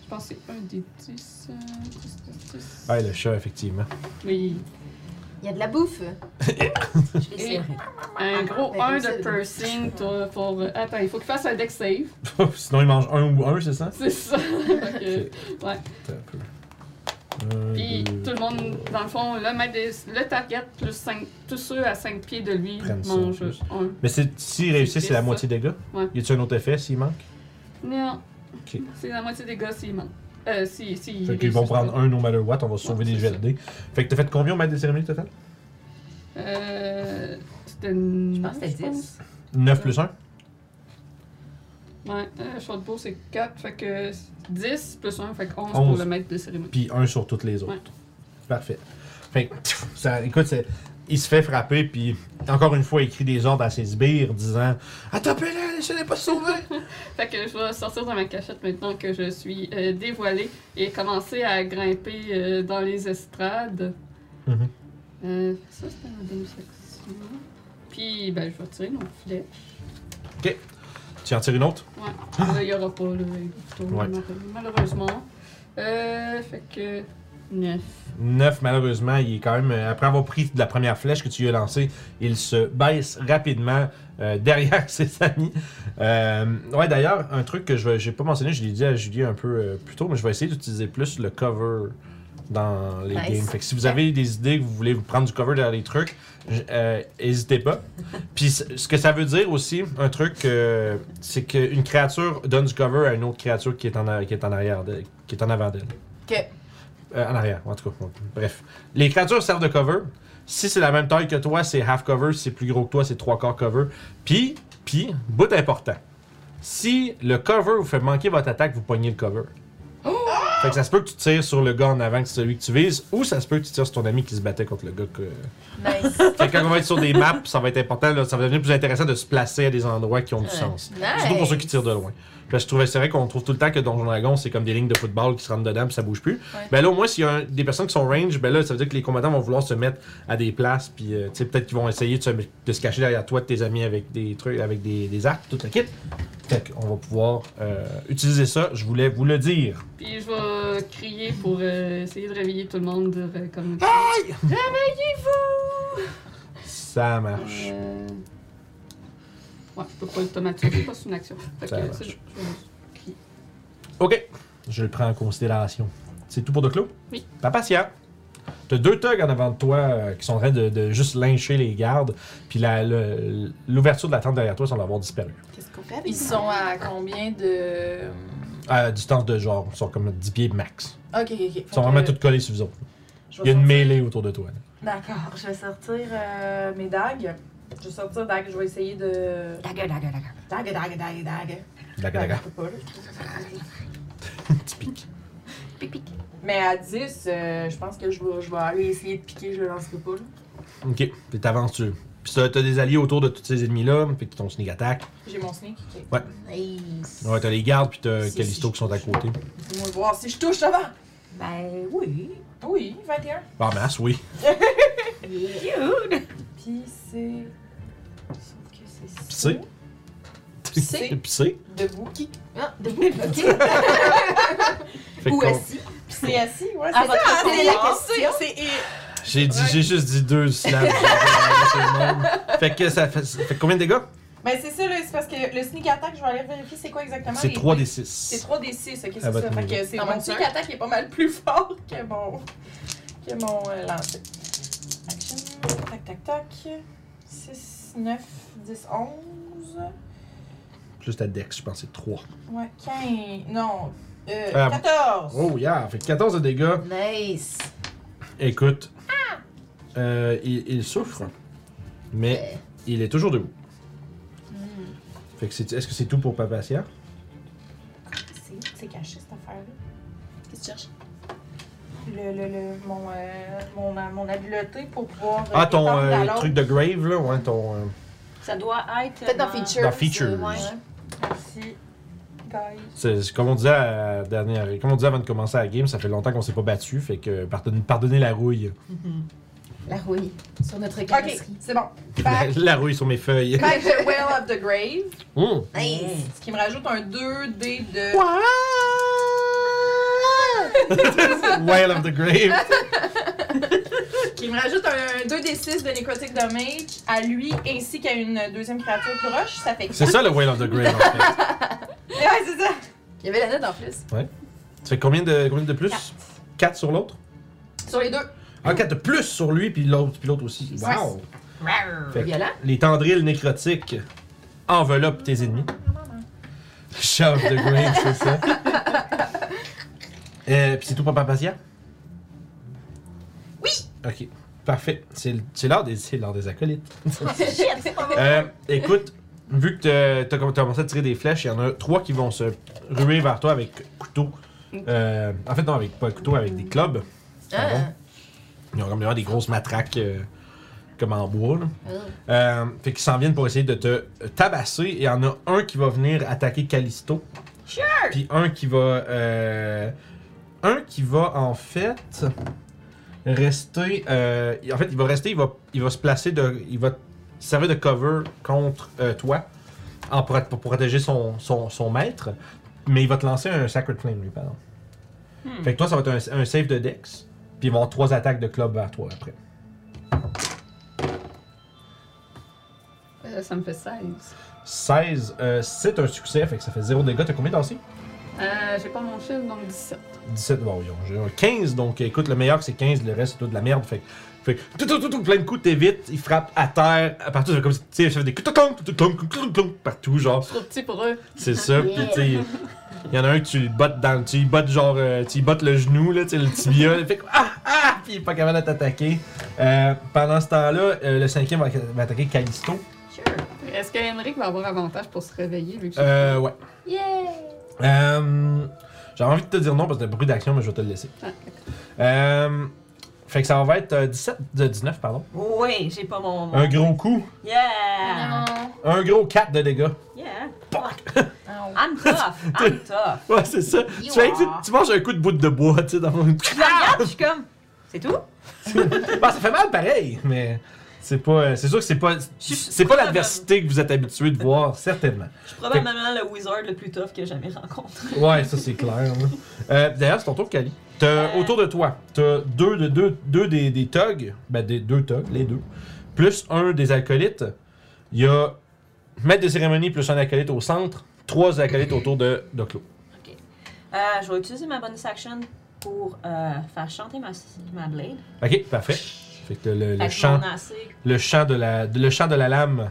Speaker 2: Je pense que c'est 1 des 10. euh, 10, 10, 10.
Speaker 1: Ouais, Ah, le chat, effectivement. (laughs)
Speaker 2: Oui.
Speaker 4: Y'a de la bouffe.
Speaker 3: Je l'ai serré.
Speaker 2: Un gros 1
Speaker 4: Ben, comme ça,
Speaker 2: de
Speaker 4: le-
Speaker 2: piercing toi, pour. euh, Attends, il faut qu'il fasse un deck save. (laughs)
Speaker 1: Sinon, il mange un ou un, c'est ça?
Speaker 2: C'est ça. Fait que-
Speaker 1: Attends un peu. Un,
Speaker 2: Puis
Speaker 1: deux,
Speaker 2: tout le monde, dans le fond, le, maître des- le target plus 5, tous ceux à 5 pieds de lui
Speaker 1: Prennent ça, en
Speaker 2: mangent
Speaker 1: plus.
Speaker 2: un.
Speaker 1: Mais c'est- s'il réussit, c'est la
Speaker 2: ça.
Speaker 1: moitié des gars.
Speaker 2: Ouais.
Speaker 1: Y a-tu un autre effet s'il manque
Speaker 2: Non.
Speaker 1: Ok.
Speaker 2: C'est la moitié des gars s'ils manquent. Euh, si, si.
Speaker 1: Fait qu'ils vont prendre un no matter what, on va se sauver des
Speaker 2: Ouais, c'est
Speaker 1: jets de dés. Fait que t'as fait combien au maître des cérémonies total
Speaker 2: Euh. C'était une.
Speaker 3: Je pense que c'était 10.
Speaker 1: 9 plus 1
Speaker 2: Ouais, euh, Shortbow c'est 4, fait que 10 plus 1, fait que 11, pour
Speaker 1: Onze.
Speaker 2: le maître de cérémonie.
Speaker 1: puis un sur toutes les autres.
Speaker 2: Ouais.
Speaker 1: Parfait. Fait que, pff, ça, écoute, c'est- il se fait frapper, puis encore une fois, il crie des ordres à ses sbires disant Attrapez-le, laissez-les pas se sauver
Speaker 2: (laughs) Fait que je vais sortir de ma cachette maintenant que je suis euh, dévoilée et commencer à grimper euh, dans les estrades.
Speaker 1: Mhm.
Speaker 2: Euh, ça, c'était ma bonne section. Puis, ben, je vais tirer mon filet.
Speaker 1: Tu en tires une autre
Speaker 2: Ouais, là, Ah! il n'y aura pas le plutôt,
Speaker 1: Ouais.
Speaker 2: malheureusement. Euh, fait que. 9.
Speaker 1: 9, malheureusement, il est quand même. euh, Après avoir pris de la première flèche que tu lui as lancée, il se baisse rapidement euh, (laughs) derrière ses amis. Euh, ouais, d'ailleurs, un truc que je vais- j'ai pas mentionné, je l'ai dit à Julie un peu euh, plus tôt, mais je vais essayer d'utiliser plus le cover dans les
Speaker 4: Nice.
Speaker 1: games. Fait que si vous avez des idées que vous voulez vous prendre du cover dans les trucs, n'hésitez pas. Puis ce ce que ça veut dire aussi, un truc, euh, c'est qu'une créature donne du cover à une autre créature qui est en, a- qui est en arrière, d'elle- qui est en avant d'elle.
Speaker 4: Ok.
Speaker 1: Euh, en arrière, en tout cas. bon, Bref. Les créatures servent de cover, Si c'est la même taille que toi, c'est half cover. Si c'est plus gros que toi, c'est trois quarts cover. Puis, puis, bout important. Si le cover vous fait manquer votre attaque, vous pognez le cover. Fait que ça se peut que tu tires sur le gars en avant que c'est celui que tu vises, ou ça se peut que tu tires sur ton ami qui se battait contre le gars que.
Speaker 5: Nice.
Speaker 1: Fait que quand on va être sur des maps, ça va être important, là, ça va devenir plus intéressant de se placer à des endroits qui ont du sens. Surtout pour ceux qui tirent de loin. Parce que je trouvais, c'est vrai qu'on trouve tout le temps que Donjon Dragon, c'est comme des lignes de football qui se rentrent dedans puis ça bouge plus. Ben là, au moins, s'il y a un- des personnes qui sont range, ben là, ça veut dire que les combattants vont vouloir se mettre à des places, puis euh, tu sais, peut-être qu'ils vont essayer de se, de se cacher derrière toi de tes amis avec des trucs, avec des, des arcs, tout le kit. Fait qu'on va pouvoir euh, utiliser ça, je voulais vous le dire.
Speaker 2: Puis je vais crier pour euh, essayer de réveiller tout le monde. dire, euh, comme...
Speaker 1: Ah! Ça marche.
Speaker 2: Euh, Ouais, je peux pas automatiser, parce que c'est une action. Fait
Speaker 1: Ça
Speaker 2: que,
Speaker 1: marche.
Speaker 2: c'est- je- je-
Speaker 1: Ok, je le prends en considération. C'est tout pour Doclo?
Speaker 2: Oui.
Speaker 1: Papatia! T'as deux thugs en avant de toi euh, qui sont en train de, de juste lyncher les gardes, puis la- le- l'ouverture de la tente derrière toi semble avoir disparu.
Speaker 5: Qu'est-ce qu'on fait avec
Speaker 4: Ils sont à combien de.
Speaker 1: À distance de genre, ils sont comme 10 pieds max.
Speaker 4: Ok, ok, ok.
Speaker 1: Ils sont vraiment tous collés sur vous autres. Il y a une mêlée autour de toi. là.
Speaker 4: D'accord, je vais sortir euh, mes dagues. Je vais sortir dagues, je vais essayer de.
Speaker 3: Dagger, dagger, dagger.
Speaker 4: Dague, dague, dague, dague.
Speaker 1: Daga, daga.
Speaker 4: Je peux pas, là.
Speaker 1: Tu piques.
Speaker 3: Pic, pic.
Speaker 4: Mais à 10, euh, je pense que je vais, je vais aller essayer de piquer, je le lancerai pas, là.
Speaker 1: Ok, puis t'avances tu Puis t'as t'as des alliés autour de tous ces ennemis-là, puis ton sneak attack.
Speaker 4: J'ai mon sneak. ok.
Speaker 3: Nice.
Speaker 1: Ouais, t'as les gardes, puis t'as
Speaker 4: Si,
Speaker 1: Callisto
Speaker 4: si,
Speaker 1: qui sont à côté.
Speaker 4: Dis-moi de voir si je touche avant.
Speaker 3: Ben oui.
Speaker 4: Oui, 21.
Speaker 1: Bah, masse, oui.
Speaker 3: Cute.
Speaker 4: Puis c'est. Sauf que c'est ça.
Speaker 1: Pissé.
Speaker 4: Pissé.
Speaker 1: Pissé.
Speaker 4: Debout. Qui?
Speaker 5: (laughs)
Speaker 4: Ah, debout.
Speaker 3: Ok.
Speaker 1: Fait
Speaker 3: Ou
Speaker 1: qu'on-
Speaker 3: assis.
Speaker 4: Puis c'est assis, ouais.
Speaker 3: À
Speaker 5: Ah,
Speaker 4: c'est
Speaker 3: votre
Speaker 4: ça, c'est la
Speaker 3: convenance.
Speaker 4: question.
Speaker 1: J'ai dit, j'ai juste dit deux syllabes. j'ai
Speaker 4: (laughs)
Speaker 1: dit, ah, c'est le monde. fait que ça fait, ça fait combien de dégâts
Speaker 4: Ben c'est ça, là, c'est parce que le sneak attack, je vais aller vérifier c'est quoi exactement.
Speaker 1: C'est Ah, bah,
Speaker 4: les-
Speaker 1: 3 des
Speaker 4: C'est
Speaker 1: 6.
Speaker 4: 3 des 6, ok, c'est
Speaker 1: À
Speaker 4: ça.
Speaker 1: votre
Speaker 4: Fait
Speaker 1: niveau.
Speaker 4: que c'est
Speaker 5: Dans
Speaker 4: mon
Speaker 5: mon
Speaker 4: sneak
Speaker 5: cœur.
Speaker 4: attack est pas mal plus fort que mon. que mon euh, lancer. Action. Tac, tac, tac. 6, 9, 10, 11.
Speaker 1: Plus ta dex, je pense, c'est 3.
Speaker 4: Ouais, 15. Non. Euh,
Speaker 1: Ah,
Speaker 4: 14.
Speaker 1: Oh yeah, fait que 14 de dégâts.
Speaker 3: Nice.
Speaker 1: Écoute, euh, il, il souffre, mais
Speaker 3: Euh,
Speaker 1: il est toujours debout.
Speaker 4: Hmm.
Speaker 1: Fait que c'est, est-ce que c'est tout pour Papacia
Speaker 4: C'est- C'est caché cette affaire-là.
Speaker 5: Qu'est-ce que tu cherches
Speaker 4: Le, le, le, mon, euh, mon, mon habileté pour pouvoir. euh,
Speaker 1: Ah, ton
Speaker 4: étendre la
Speaker 1: euh,
Speaker 4: langue.
Speaker 1: truc de grave, là, ouais, ton. euh,
Speaker 5: Ça doit être. euh,
Speaker 3: Peut-être dans Features.
Speaker 1: Dans Features.
Speaker 3: ouais.
Speaker 4: Merci, guys.
Speaker 1: c'est, c'est comme on disait à la dernière, comme on disait avant de commencer la game, ça fait longtemps qu'on s'est pas battu, fait que pardonne- pardonnez la rouille.
Speaker 3: La rouille. Sur notre
Speaker 4: Ok,
Speaker 3: carrosserie.
Speaker 4: c'est bon.
Speaker 1: La,
Speaker 4: Back,
Speaker 1: (laughs) la rouille sur mes feuilles.
Speaker 4: back to Well of the Grave.
Speaker 1: Hum.
Speaker 3: Nice.
Speaker 4: Ce qui me rajoute un 2D de.
Speaker 1: Whale of the Grave.
Speaker 4: Qui me rajoute un 2D6 de Necrotic Damage à lui ainsi qu'à une deuxième créature proche. Ça fait.
Speaker 1: C'est ça le Whale of the Grave en (laughs) fait.
Speaker 4: Ouais, c'est ça.
Speaker 3: Il y avait la note en plus.
Speaker 1: Tu fais combien de, combien de plus 4 sur l'autre
Speaker 4: Sur les deux.
Speaker 1: Ah, 4 de plus sur lui, puis l'autre puis l'autre aussi. Wow Fait que
Speaker 3: Violent.
Speaker 1: Les tendrils nécrotiques enveloppent tes ennemis. Shove the Grave, (laughs) c'est ça. Euh, puis c'est tout pour Papasia Oui Ok, parfait. C'est c'est l'heure des, c'est l'heure des acolytes. Euh, écoute, vu que tu as commencé à tirer des flèches, il y en a trois qui vont se ruer vers toi avec couteau. Euh, en fait, non, avec pas couteau, avec des clubs. Pardon.
Speaker 3: Ah.
Speaker 1: Ils ont comme vraiment des grosses matraques euh, comme en bois. là.
Speaker 3: Oh.
Speaker 1: Euh, fait qu'ils s'en viennent pour essayer de te tabasser. Et il y en a un qui va venir attaquer Callisto. Puis un qui va. euh, un qui va en fait rester. euh, en fait, il va rester, il va, il va se placer de. Il va servir de cover contre euh, toi en pro- pour protéger son, son, son maître. Mais il va te lancer un Sacred Flame, lui, pardon.
Speaker 2: Hmm.
Speaker 1: Fait que toi, ça va être un, un save de Dex. Puis ils vont avoir trois attaques de club vers toi après.
Speaker 2: Euh, ça me fait 16.
Speaker 1: 16, euh, c'est un succès, fait que ça fait 0 dégâts. T'as combien d'anciens?
Speaker 2: Euh, J'ai pas mon shield, donc 17.
Speaker 1: 17, bon, ils ont- j'ai un 15, donc écoute, le meilleur c'est 15, le reste c'est tout de la merde. Fait que Fait que tout, tout, tout, tout, plein de coups, t'évites, il frappe à terre, à partout, ça fait comme si, tu sais, ça fait des coups, tout, tout, tout, tout, tout, tout, tout, partout, genre.
Speaker 5: Trop petit pour eux.
Speaker 1: C'est ça, pis tu sais, il y en a un que tu le bottes dans le. Tu lui bottes genre. euh, tu lui bottes le genou, là, tu sais, le tibia, là, fait que. Ah! Ah! Pis il est pas capable de t'attaquer. Euh, pendant ce temps-là, euh, le cinquième va, va attaquer Calisto.
Speaker 5: Sure.
Speaker 2: Est-ce que Henrik va avoir avantage pour se réveiller, vu que j'ai-
Speaker 1: Euh, ouais.
Speaker 5: Yay!
Speaker 1: Euh, J'avais envie de te dire non parce que t'as beaucoup d'action, mais je vais te le laisser.
Speaker 2: Ah,
Speaker 1: Euh, fait que ça va être euh, 17, de 19, pardon.
Speaker 5: Oui, j'ai pas mon. mon-
Speaker 1: Un gros coup.
Speaker 5: Yeah!
Speaker 1: Un gros 4 de dégâts.
Speaker 5: Yeah!
Speaker 4: Ah, ouais.
Speaker 5: (laughs) I'm tough! I'm tough!
Speaker 1: (laughs) Ouais, c'est ça. Tu, fais, tu, tu manges un coup de bout de bois, tu sais, dans
Speaker 5: (laughs)
Speaker 1: mon.
Speaker 5: Je la regarde, je suis comme. C'est tout?
Speaker 1: Bon, Bah, ça fait mal pareil, mais c'est pas. euh, C'est sûr que c'est pas.
Speaker 5: Je suis
Speaker 1: C'est pas
Speaker 5: probable-
Speaker 1: l'adversité que vous êtes habitué de voir, certainement.
Speaker 5: Je suis probablement le wizard le plus tough que j'ai jamais rencontré.
Speaker 1: Ouais, ça c'est clair. là. Euh, D'ailleurs, c'est ton tour, Cali. T'as
Speaker 5: Euh.
Speaker 1: autour de toi, t'as deux, de, deux, deux des, des thugs, ben des deux thugs, les deux, plus un des acolytes. Il y a maître de cérémonie plus un acolyte au centre, trois acolytes autour de Doclo.
Speaker 5: Euh, je vais utiliser ma bonus action pour euh, faire chanter ma, ma blade.
Speaker 1: Ok, parfait. Fait que le, le
Speaker 5: Fait que
Speaker 1: chant,
Speaker 5: mon AC,
Speaker 1: le chant de la, de- le chant de la lame.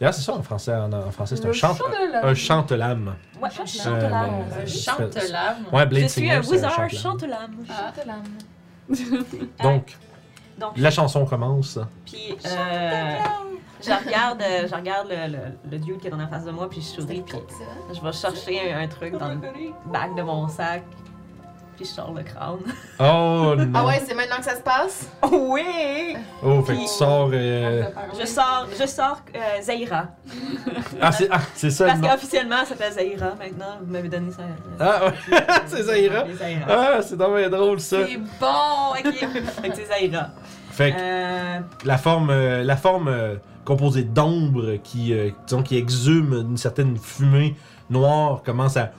Speaker 1: D'ailleurs, c'est ça en français, en, en français, c'est un
Speaker 2: Le
Speaker 1: chant,
Speaker 2: chant de la-
Speaker 1: un chante lame.
Speaker 5: Ouais,
Speaker 4: Un
Speaker 5: chante
Speaker 4: chante
Speaker 5: l'âme.
Speaker 1: Euh,
Speaker 4: Chante l'âme.
Speaker 1: Ouais, Blade
Speaker 5: Je suis
Speaker 1: Singer,
Speaker 5: un
Speaker 1: c'est
Speaker 5: wizard
Speaker 1: chante-lame.
Speaker 5: chante l'âme.
Speaker 4: Chante l'âme.
Speaker 1: Donc,
Speaker 5: Donc,
Speaker 1: la chanson commence.
Speaker 5: puis euh, je regarde, euh, je regarde le, le, le dude qui est dans la face de moi, puis je souris, puis je vais chercher un, un truc dans le bac de mon sac, puis je sors le crâne.
Speaker 1: Oh non!
Speaker 3: Ah ouais, c'est maintenant que ça se passe?
Speaker 5: oui!
Speaker 1: Oh, fait que tu sors. euh,
Speaker 5: Je sors, je sors euh, Zaira.
Speaker 1: Ah, c'est ah, c'est ça
Speaker 5: Parce
Speaker 1: le nom.
Speaker 5: qu'officiellement, elle s'appelle Zaira maintenant. Vous m'avez donné ça.
Speaker 1: Ah, (laughs) ouais. c'est Zaira.
Speaker 5: Les Zaira.
Speaker 1: Ah, c'est dommage drôle ça.
Speaker 5: C'est bon,
Speaker 1: (laughs)
Speaker 5: ok. fait que c'est Zaira.
Speaker 1: Fait que
Speaker 5: Euh,
Speaker 1: la forme, euh, la forme euh, composée d'ombre qui, euh, disons, qui exhume une certaine fumée noire commence à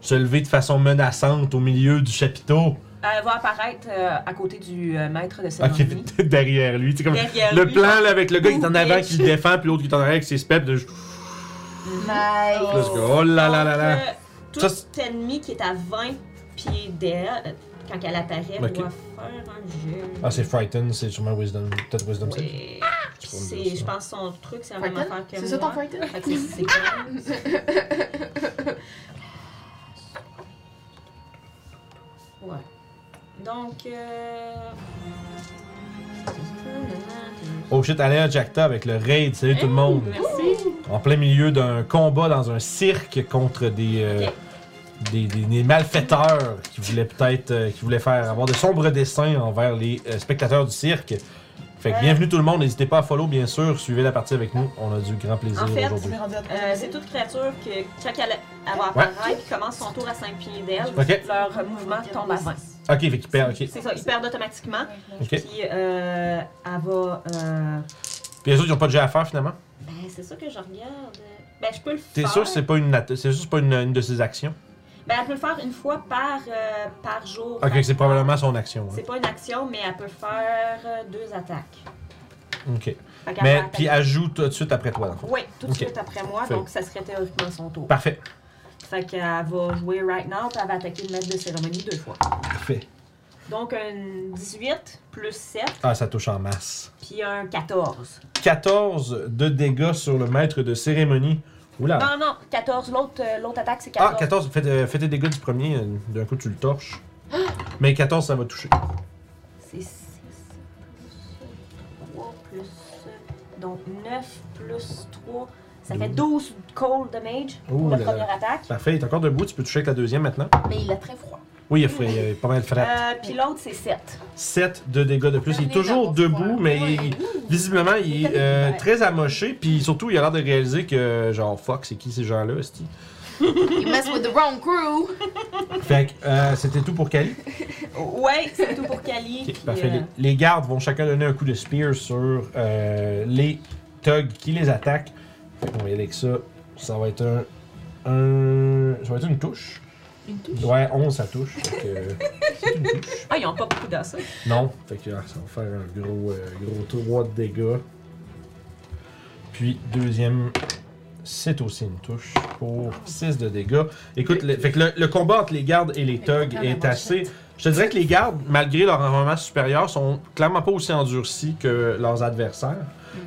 Speaker 1: se lever de façon menaçante au milieu du chapiteau.
Speaker 5: elle va apparaître euh, à côté du euh, maître de
Speaker 1: Ah, qui est
Speaker 5: cérémonie.
Speaker 1: peut-être derrière lui. C'est comme
Speaker 5: Derrière
Speaker 1: le
Speaker 5: lui.
Speaker 1: plan là, avec le gars qui est en
Speaker 5: Ouh,
Speaker 1: avant
Speaker 5: bitch.
Speaker 1: qui le défend, puis l'autre qui est en arrière avec ses speps. De...
Speaker 3: Nice.
Speaker 1: Let's go. Oh là là là là.
Speaker 5: Donc, euh, tout
Speaker 1: Ça,
Speaker 5: ennemi qui est à 20 pieds d'elle, euh, quand elle apparaît,
Speaker 1: Ok.
Speaker 5: doit faire un jeu.
Speaker 1: Ah, c'est Frightened, c'est sûrement Wisdom. Peut-être Wisdom save.
Speaker 5: Ouais.
Speaker 1: Tu peux me dire
Speaker 5: C'est,
Speaker 1: ça.
Speaker 5: je pense son truc, c'est la même
Speaker 3: Frighten?
Speaker 5: affaire que
Speaker 3: C'est ça ton
Speaker 5: moi.
Speaker 3: frighten?
Speaker 5: Fait que c'est- c'est quinze. (laughs) Ouais. Donc, euh...
Speaker 1: Oh shit, allez à Jacta avec le raid. Salut tout le monde.
Speaker 2: Merci.
Speaker 1: En plein milieu d'un combat dans un cirque contre des, euh,
Speaker 5: Ok.
Speaker 1: des, des- des malfaiteurs qui voulaient peut-être euh, qui voulaient faire avoir de sombres dessins envers les euh, spectateurs du cirque. Fait
Speaker 5: Euh.
Speaker 1: que bienvenue tout le monde, n'hésitez pas à follow bien sûr, suivez la partie avec nous, on a du grand plaisir
Speaker 5: En fait,
Speaker 1: aujourd'hui.
Speaker 5: Euh, c'est toute créature que quand elle, elle va
Speaker 1: Ouais.
Speaker 5: apparaître qui commence son tour à 5 pieds d'elle,
Speaker 1: Ok.
Speaker 5: leur mouvement tombe à 20.
Speaker 1: Ok, fait qu'il perd, ok.
Speaker 5: C'est ça, ils perdent automatiquement.
Speaker 1: Ok.
Speaker 5: Puis euh, elle va. euh,
Speaker 1: Puis les autres, ils ont pas de jeu à faire finalement.
Speaker 5: Ben, c'est ça que je regarde. Ben, je peux le faire.
Speaker 1: T'es sûr que c'est pas une atta- c'est juste pas une, une de ses actions?
Speaker 5: Ben, elle peut le faire une fois par, euh, par jour. Fait
Speaker 1: Ok,
Speaker 5: que
Speaker 1: c'est probablement son action. hein.
Speaker 5: C'est pas une action, mais elle peut faire euh, deux attaques.
Speaker 1: Ok.
Speaker 5: Fait qu'elle
Speaker 1: Mais
Speaker 5: va
Speaker 1: puis
Speaker 5: attaquer-
Speaker 1: elle joue tout de suite après toi dans le fond.
Speaker 5: Oui, tout de
Speaker 1: Ok.
Speaker 5: suite après moi,
Speaker 1: Fait-
Speaker 5: donc ça serait théoriquement son tour.
Speaker 1: Parfait.
Speaker 5: Fait qu'elle va jouer right now, puis elle va attaquer le maître de cérémonie deux fois.
Speaker 1: Parfait.
Speaker 5: Donc un 18 plus 7,
Speaker 1: Ah, ça touche en masse.
Speaker 5: puis un 14.
Speaker 1: 14 de dégâts sur le maître de cérémonie. Oula.
Speaker 5: Non, non, 14. L'autre euh, l'autre attaque, c'est
Speaker 1: ah, 14,
Speaker 5: 14.
Speaker 1: fais, euh, fais tes dégâts du premier, euh, d'un coup tu le (gasps) torches. Mais 14, ça va toucher.
Speaker 5: C'est 6 plus 3 plus. Donc 9 plus 3. Ça fait 12 cold damage
Speaker 1: Ouh
Speaker 5: pour la
Speaker 1: là
Speaker 5: première
Speaker 1: là.
Speaker 5: attaque.
Speaker 1: Parfait, il est encore debout, tu peux toucher avec la deuxième maintenant.
Speaker 3: Mais il a très froid.
Speaker 1: Oui, il a, fait- il a pas mal de frappe.
Speaker 5: Euh, puis l'autre, c'est 7.
Speaker 1: 7 de dégâts de plus. Il est toujours debout, mais il- visiblement, il est euh, très amoché. Puis surtout, il a l'air de réaliser que, genre, fuck, c'est qui ces gens-là, hostie?
Speaker 3: You mess with the wrong crew.
Speaker 1: Fait que euh, c'était tout pour Cali.
Speaker 5: Ouais, c'est tout pour Kali.
Speaker 1: Ok,
Speaker 5: puis,
Speaker 1: parfait.
Speaker 5: euh,
Speaker 1: Les, les gardes vont chacun donner un coup de spear sur euh, les thugs qui les attaquent. On va y aller avec ça. Ça va être un. un- ça va être une touche.
Speaker 2: Une touche.
Speaker 1: Ouais, 11 ça touche. Fait que- (laughs) c'est une touche.
Speaker 5: Ah, ils ont pas beaucoup d'assaut.
Speaker 1: Non. Fait que ah, ça va faire un gros, euh, gros 3 de dégâts. Puis deuxième, c'est aussi une touche pour 6 de dégâts. Écoute, le- fait que le, le combat entre les gardes et les thugs est assez Je te dirais que les gardes, malgré leur armement supérieur, sont clairement pas aussi endurcis que leurs adversaires.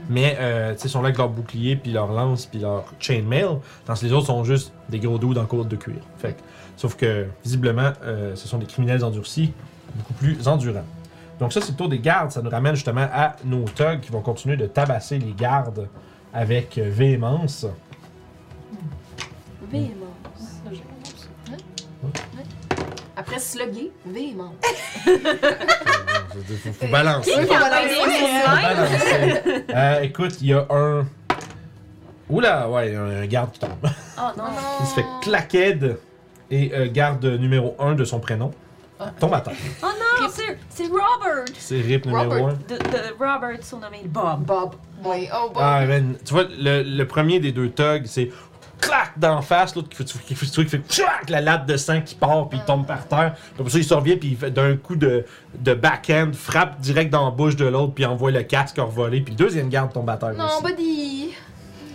Speaker 1: Mais euh, tu sais, ils sont là avec leur bouclier, puis leur lance, puis leur chainmail. Tandis que les autres sont juste des gros doudes en cours de cuir. Fait que- sauf que, visiblement, euh, ce sont des criminels endurcis, beaucoup plus endurants. Donc, ça, c'est le tour des gardes. Ça nous ramène justement à nos thugs qui vont continuer de tabasser les gardes avec euh, véhémence.
Speaker 3: Véhémence. Après slugger, véhémence.
Speaker 1: faut, faut balancer.
Speaker 3: Qui
Speaker 1: Faut
Speaker 3: va balancer ça?
Speaker 1: balancer. Euh, écoute, il y a un. Oula, ouais, il y a un garde qui tombe.
Speaker 5: Ah,
Speaker 3: Oh non.
Speaker 1: Il se fait claquette et euh, garde numéro 1 de son prénom. Tombe à terre.
Speaker 5: Oh non, c'est c'est Robert!
Speaker 1: C'est rip numéro
Speaker 3: Robert.
Speaker 1: 1.
Speaker 5: De, de Robert, surnommé Bob.
Speaker 3: Bob. Oui, oh Bob.
Speaker 1: Ah, man. Tu vois, le, le premier des deux thugs, c'est clac d'en face, l'autre qui fait, qui fait, qui fait clac, la latte de sang qui part, puis il tombe par terre. Comme ça, il se revient, puis il fait d'un coup de, de backhand, frappe direct dans la bouche de l'autre, puis envoie le casque en volée, puis le deuxième garde tombe à terre.
Speaker 3: non,
Speaker 1: aussi.
Speaker 3: Buddy.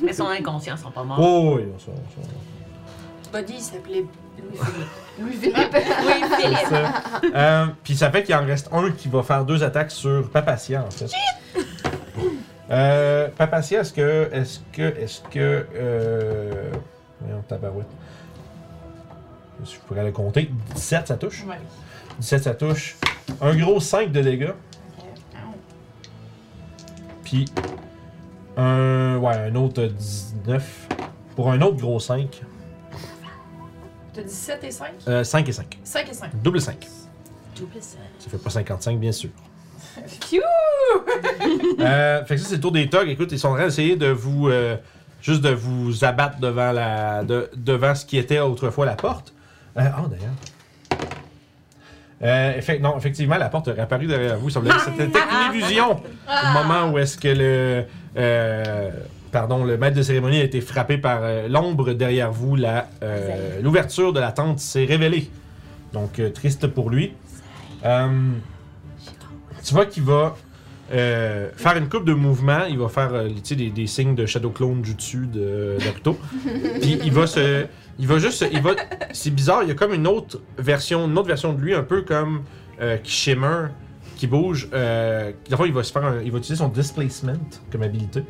Speaker 5: Mais son inconscient, sont pas morts.
Speaker 1: Oh, oui, on s'en- on s'en-
Speaker 3: Buddy, il s'appelait Louis-Philippe.
Speaker 5: Oui, Philippe.
Speaker 1: C'est ça. Euh, Puis ça fait qu'il en reste un qui va faire deux attaques sur Papatia, en fait. Euh, Papatia, est-ce que. Est-ce que. Est-ce que. Euh... Voyons, tabarouette. Si je pourrais le compter. 17, ça touche.
Speaker 4: Ouais.
Speaker 1: 17, ça touche. Un gros 5 de dégâts. Puis. Un. Ouais, un autre 19. Pour un autre gros 5.
Speaker 4: T'as 17 et 5?
Speaker 1: Euh, 5 et 5.
Speaker 4: 5 et 5.
Speaker 1: Double 5.
Speaker 3: Double ça.
Speaker 1: Ça fait pas 55, bien sûr.
Speaker 4: (laughs) Phew!
Speaker 1: Euh, fait que ça, c'est le tour des thugs. Écoute, ils sont en train d'essayer de vous. euh, juste de vous abattre devant la. de- devant ce qui était autrefois la porte. Euh, oh, d'ailleurs. Euh, effe- non, effectivement, la porte est apparue derrière vous. Il semblait que c'était une illusion
Speaker 3: Ah.
Speaker 1: au moment où est-ce que le. euh, pardon, le maître de cérémonie a été frappé par euh, l'ombre derrière vous. La, euh, l'ouverture de la tente s'est révélée. Donc, euh, triste pour lui. Euh, tu vois qu'il va euh, faire une coupe de mouvements. Il va faire euh, tu sais, des, des signes de Shadow Clone Jutsu de Naruto. Puis il va se. Il va juste. Il va. C'est bizarre, il y a comme une autre version, une autre version de lui, un peu comme euh, qui shimmer, qui bouge. Euh, dans le fond, il va se faire un- il va utiliser son displacement comme habilité.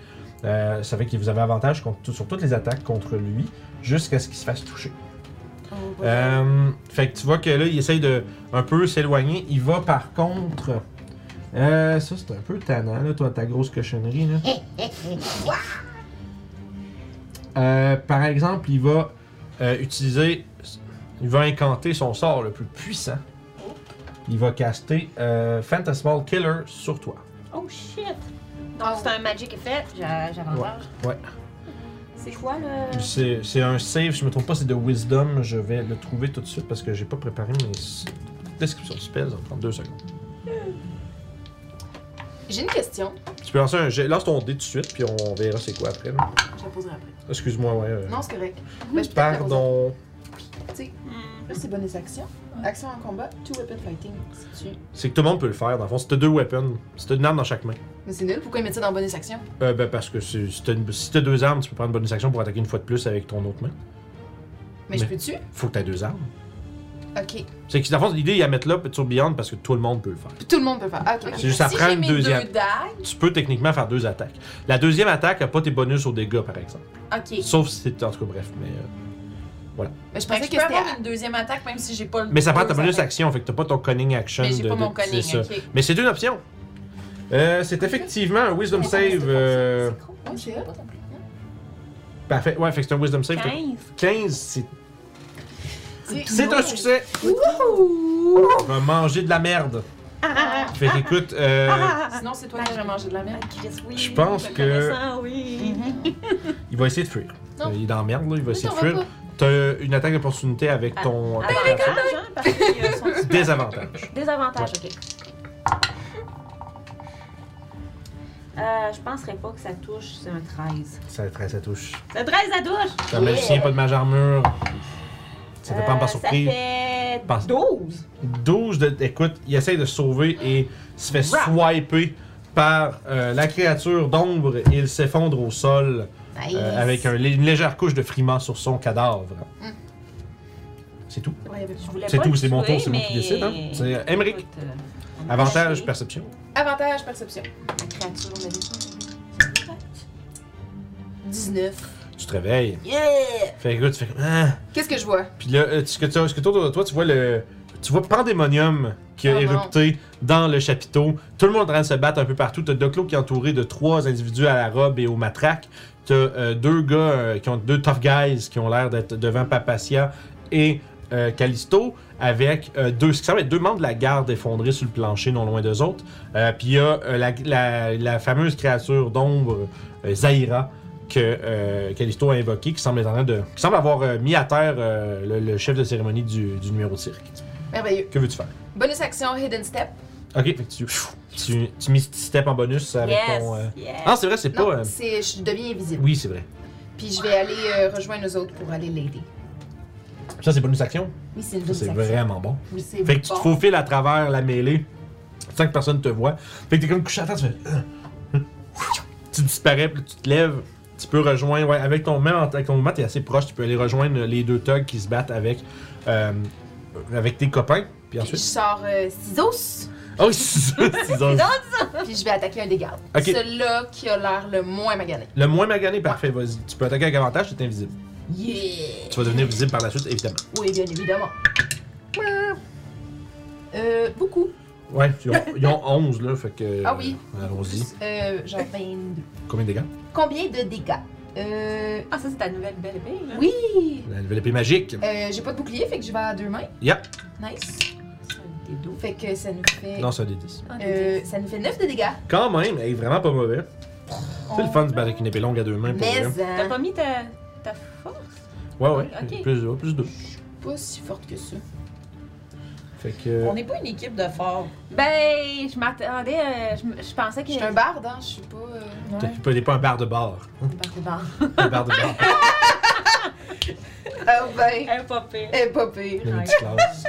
Speaker 1: Euh, ça fait qu'il vous avez avantage contre tout- sur toutes les attaques contre lui jusqu'à ce qu'il se fasse toucher. Euh, fait que tu vois que là, il essaye de un peu s'éloigner. Il va par contre. Euh, ça, c'est un peu tannant, là, toi, ta grosse cochonnerie. Là. Euh, par exemple, il va euh, utiliser. Il va incanter son sort le plus puissant. Il va caster euh, Phantasmal Killer sur toi.
Speaker 5: Oh shit! Donc
Speaker 3: Ah
Speaker 5: c'est un magic effect, j'a- j'avantage.
Speaker 1: Ouais.
Speaker 5: C'est quoi le.
Speaker 1: C'est c'est un save, je me trompe pas, c'est de Wisdom. Je vais le trouver tout de suite parce que j'ai pas préparé mes s- descriptions de spells. Ça va prendre deux secondes.
Speaker 3: J'ai une question.
Speaker 1: Tu peux lancer un jet. Lance ton dé tout de suite, puis on verra c'est quoi après. là.
Speaker 3: Je la poserai après.
Speaker 1: Excuse-moi, ouais. euh,
Speaker 3: Non, c'est correct. Ben, je peux peut-être la poser
Speaker 1: Pardon.
Speaker 4: Là, c'est bonnes actions. Action en combat, two weapon fighting.
Speaker 3: après. Tu-
Speaker 1: C'est que tout le monde peut le faire, dans le fond. Si t'as deux weapons, si t'as une arme dans chaque main.
Speaker 3: Mais c'est nul, pourquoi ils mettent ça dans bonus action?
Speaker 1: Euh, ben, parce que c'est- si t'as une- si t'as deux armes, tu peux prendre une bonus action pour attaquer une fois de plus avec ton autre main.
Speaker 3: Mais je
Speaker 1: Mais-
Speaker 3: peux-tu?
Speaker 1: Faut que t'aies deux armes.
Speaker 3: Ok.
Speaker 1: C'est que, dans le fond, l'idée, il y a mettre là, sur Beyond, parce que tout le monde peut le faire.
Speaker 3: Tout le monde peut faire. Ah, ok.
Speaker 1: C'est juste à
Speaker 4: si
Speaker 1: prendre
Speaker 4: j'ai
Speaker 1: une
Speaker 4: mes
Speaker 1: deuxième.
Speaker 4: deux dagues,
Speaker 1: Tu peux techniquement faire deux attaques. La deuxième attaque a pas tes bonus aux dégâts, par exemple.
Speaker 4: ok.
Speaker 1: Sauf si c'est. En tout cas, bref. Mais, euh,
Speaker 3: Mais je
Speaker 4: Fait que
Speaker 3: pensais
Speaker 4: je
Speaker 3: que
Speaker 4: peux
Speaker 3: c'était.
Speaker 4: avoir une deuxième attaque même si j'ai pas le.
Speaker 1: mais ça prend
Speaker 4: deux
Speaker 1: ta bonus
Speaker 4: attaques.
Speaker 1: action, fait que t'as pas ton cunning action.
Speaker 4: Mais j'ai
Speaker 1: de-
Speaker 4: pas mon
Speaker 1: de- c'est
Speaker 4: cunning,
Speaker 1: ça.
Speaker 4: ok.
Speaker 1: Mais c'est une option. Euh, c'est effectivement un wisdom save. euh,
Speaker 3: Ouais, c'est hot.
Speaker 1: Parfait. Ouais, fait que c'est un wisdom save.
Speaker 5: 15?
Speaker 1: 15, c'est
Speaker 3: C'est-
Speaker 1: C'est un succès! On va manger de la merde!
Speaker 3: Ah,
Speaker 1: Fait qu'écoute, euh,
Speaker 4: Sinon, c'est toi qui vas manger de la merde.
Speaker 5: Ah, Chris, oui.
Speaker 1: Je pense
Speaker 5: le
Speaker 1: que-
Speaker 5: connaissant, oui.
Speaker 3: Mhm.
Speaker 1: il va essayer de fuir.
Speaker 3: Non.
Speaker 1: Euh, Il est dans la merde, là, il va essayer
Speaker 3: t'en
Speaker 1: de
Speaker 3: vas
Speaker 1: fuir.
Speaker 3: pas.
Speaker 1: T'as une attaque d'opportunité avec ton
Speaker 5: Avantage, hein, parce qu'ils euh, sont
Speaker 1: (laughs)
Speaker 5: super-
Speaker 1: désavantage.
Speaker 5: Désavantage, ok. Euh, je penserais pas que ça touche, c'est un 13.
Speaker 1: Ça, très- ça touche.
Speaker 5: C'est un 13, ça touche!
Speaker 1: T'as un magicien, pas de mage armure. Ça te prend
Speaker 5: Euh,
Speaker 1: par surprise.
Speaker 5: Ça fait
Speaker 1: Pense-
Speaker 5: 12.
Speaker 1: 12 de. Écoute, il essaie de se sauver et se fait
Speaker 5: Rap.
Speaker 1: swiper par euh, la créature d'ombre et il s'effondre au sol.
Speaker 3: Nice.
Speaker 1: Euh, avec un lé- une légère couche de frima sur son cadavre. C'est tout.
Speaker 5: Je voulais
Speaker 1: C'est
Speaker 5: pas
Speaker 1: tout,
Speaker 5: le
Speaker 1: c'est mon
Speaker 5: tuer,
Speaker 1: tour, c'est moi qui
Speaker 5: mais-
Speaker 1: décide, hein. C'est, euh, Emmerich.
Speaker 5: Écoute, euh, on a
Speaker 1: Avantage,
Speaker 5: essayé.
Speaker 1: perception.
Speaker 3: Avantage, perception.
Speaker 5: La créature, on a dit ça.
Speaker 3: 19.
Speaker 1: Tu te réveilles.
Speaker 5: Yeah!
Speaker 1: Fait que là, tu fais comme, Ah!
Speaker 3: Qu'est-ce que je vois?
Speaker 1: Puis là, euh, ce que tu as, ce que t'as autour de toi, tu vois le. Tu vois Pandémonium qui a
Speaker 3: Oh non.
Speaker 1: érupté dans le chapiteau. Tout le monde est en train de se battre un peu partout. T'as Doclo qui est entouré de trois individus à la robe et au matraque. T'as euh, deux gars euh, qui ont deux tough guys qui ont l'air d'être devant Papacia et euh, Callisto avec euh, deux, ce qui semble être deux membres de la garde effondrés sur le plancher non loin d'eux autres. Euh, Puis il y a euh, la, la- la fameuse créature d'ombre, euh, Zaira, que euh, Callisto a invoqué, qui semble être en train de. qui semble avoir euh, mis à terre euh, le, le chef de cérémonie du, du numéro de cirque.
Speaker 3: Merveilleux.
Speaker 1: Que veux-tu faire?
Speaker 3: Bonus action, Hidden Step.
Speaker 1: Ok, fait que tu. Tu, tu mis step en bonus avec
Speaker 5: Yes!
Speaker 1: ton. euh,
Speaker 5: yes.
Speaker 1: Non, c'est vrai, c'est
Speaker 3: Non,
Speaker 1: pas. euh,
Speaker 3: c'est, je deviens invisible.
Speaker 1: Oui, c'est vrai.
Speaker 3: Puis je vais aller euh, rejoindre nos autres pour aller l'aider.
Speaker 1: Ça, c'est bonus action.
Speaker 3: Oui, c'est une
Speaker 1: Ça,
Speaker 3: bonus
Speaker 1: c'est
Speaker 3: action.
Speaker 1: vraiment bon.
Speaker 3: Oui, c'est
Speaker 1: Fait que tu
Speaker 3: bon.
Speaker 1: te faufiles à travers la mêlée sans que personne te voit. Fait que t'es comme couché à terre, tu fais- euh, Tu disparais, puis tu te lèves. Tu peux rejoindre. Ouais, avec ton main, avec ton mouvement, t'es assez proche. Tu peux aller rejoindre les deux thugs qui se battent avec, euh, avec tes copains. Puis
Speaker 3: Puis je
Speaker 1: ensuite.
Speaker 3: (laughs) sors euh, ciseaux,
Speaker 1: Oh, ciseaux, ciseaux.
Speaker 3: puis je vais attaquer un des gardes.
Speaker 1: Ok.
Speaker 3: Celui-là qui a l'air le moins magané.
Speaker 1: Le moins magané, parfait, vas-y. Tu peux attaquer avec avantage, t'es invisible.
Speaker 3: Yeah!
Speaker 1: Tu vas devenir visible par la suite, évidemment.
Speaker 3: Oui, bien évidemment. Euh, beaucoup.
Speaker 1: Ouais, ils ont, ils ont 11, là, fait que.
Speaker 3: Ah oui.
Speaker 1: euh, Allons-y.
Speaker 3: Plus, euh, genre 22.
Speaker 1: Combien de dégâts
Speaker 3: Combien de dégâts? Euh,
Speaker 5: Ah, ça, c'est ta nouvelle belle épée, là.
Speaker 3: oui!
Speaker 1: La nouvelle épée magique.
Speaker 3: Euh, j'ai pas de bouclier, fait que je vais à deux mains.
Speaker 1: Yep.
Speaker 3: Nice.
Speaker 5: Des douze.
Speaker 3: Fait que ça nous fait...
Speaker 1: Non, c'est un des 10.
Speaker 5: Ah, des
Speaker 3: Euh,
Speaker 5: dix.
Speaker 3: ça nous fait 9 de dégâts.
Speaker 1: Quand même, elle est vraiment pas mauvais. C'est le
Speaker 4: On-
Speaker 1: fun de se battre avec une épée longue à deux mains pour
Speaker 3: Mais,
Speaker 1: vrai.
Speaker 5: T'as
Speaker 3: hein,
Speaker 5: pas mis ta, ta force?
Speaker 1: Ouais, ouais.
Speaker 5: Ok.
Speaker 1: Plus, ouais, plus deux.
Speaker 3: pas si forte que ça.
Speaker 1: Fait que. euh,
Speaker 4: On n'est pas une équipe de forts.
Speaker 5: Ben, je m'attendais, euh, je, me- je pensais que...
Speaker 3: Je suis un barde, hein, je suis pas... euh,
Speaker 1: T'as- Tu peux aller pas un bar de bar.
Speaker 3: barde barde.
Speaker 1: Un bar de bar.
Speaker 3: Ah ben,
Speaker 5: Un pas pire.
Speaker 3: elle est pas pire.
Speaker 1: Il y a une petite classe.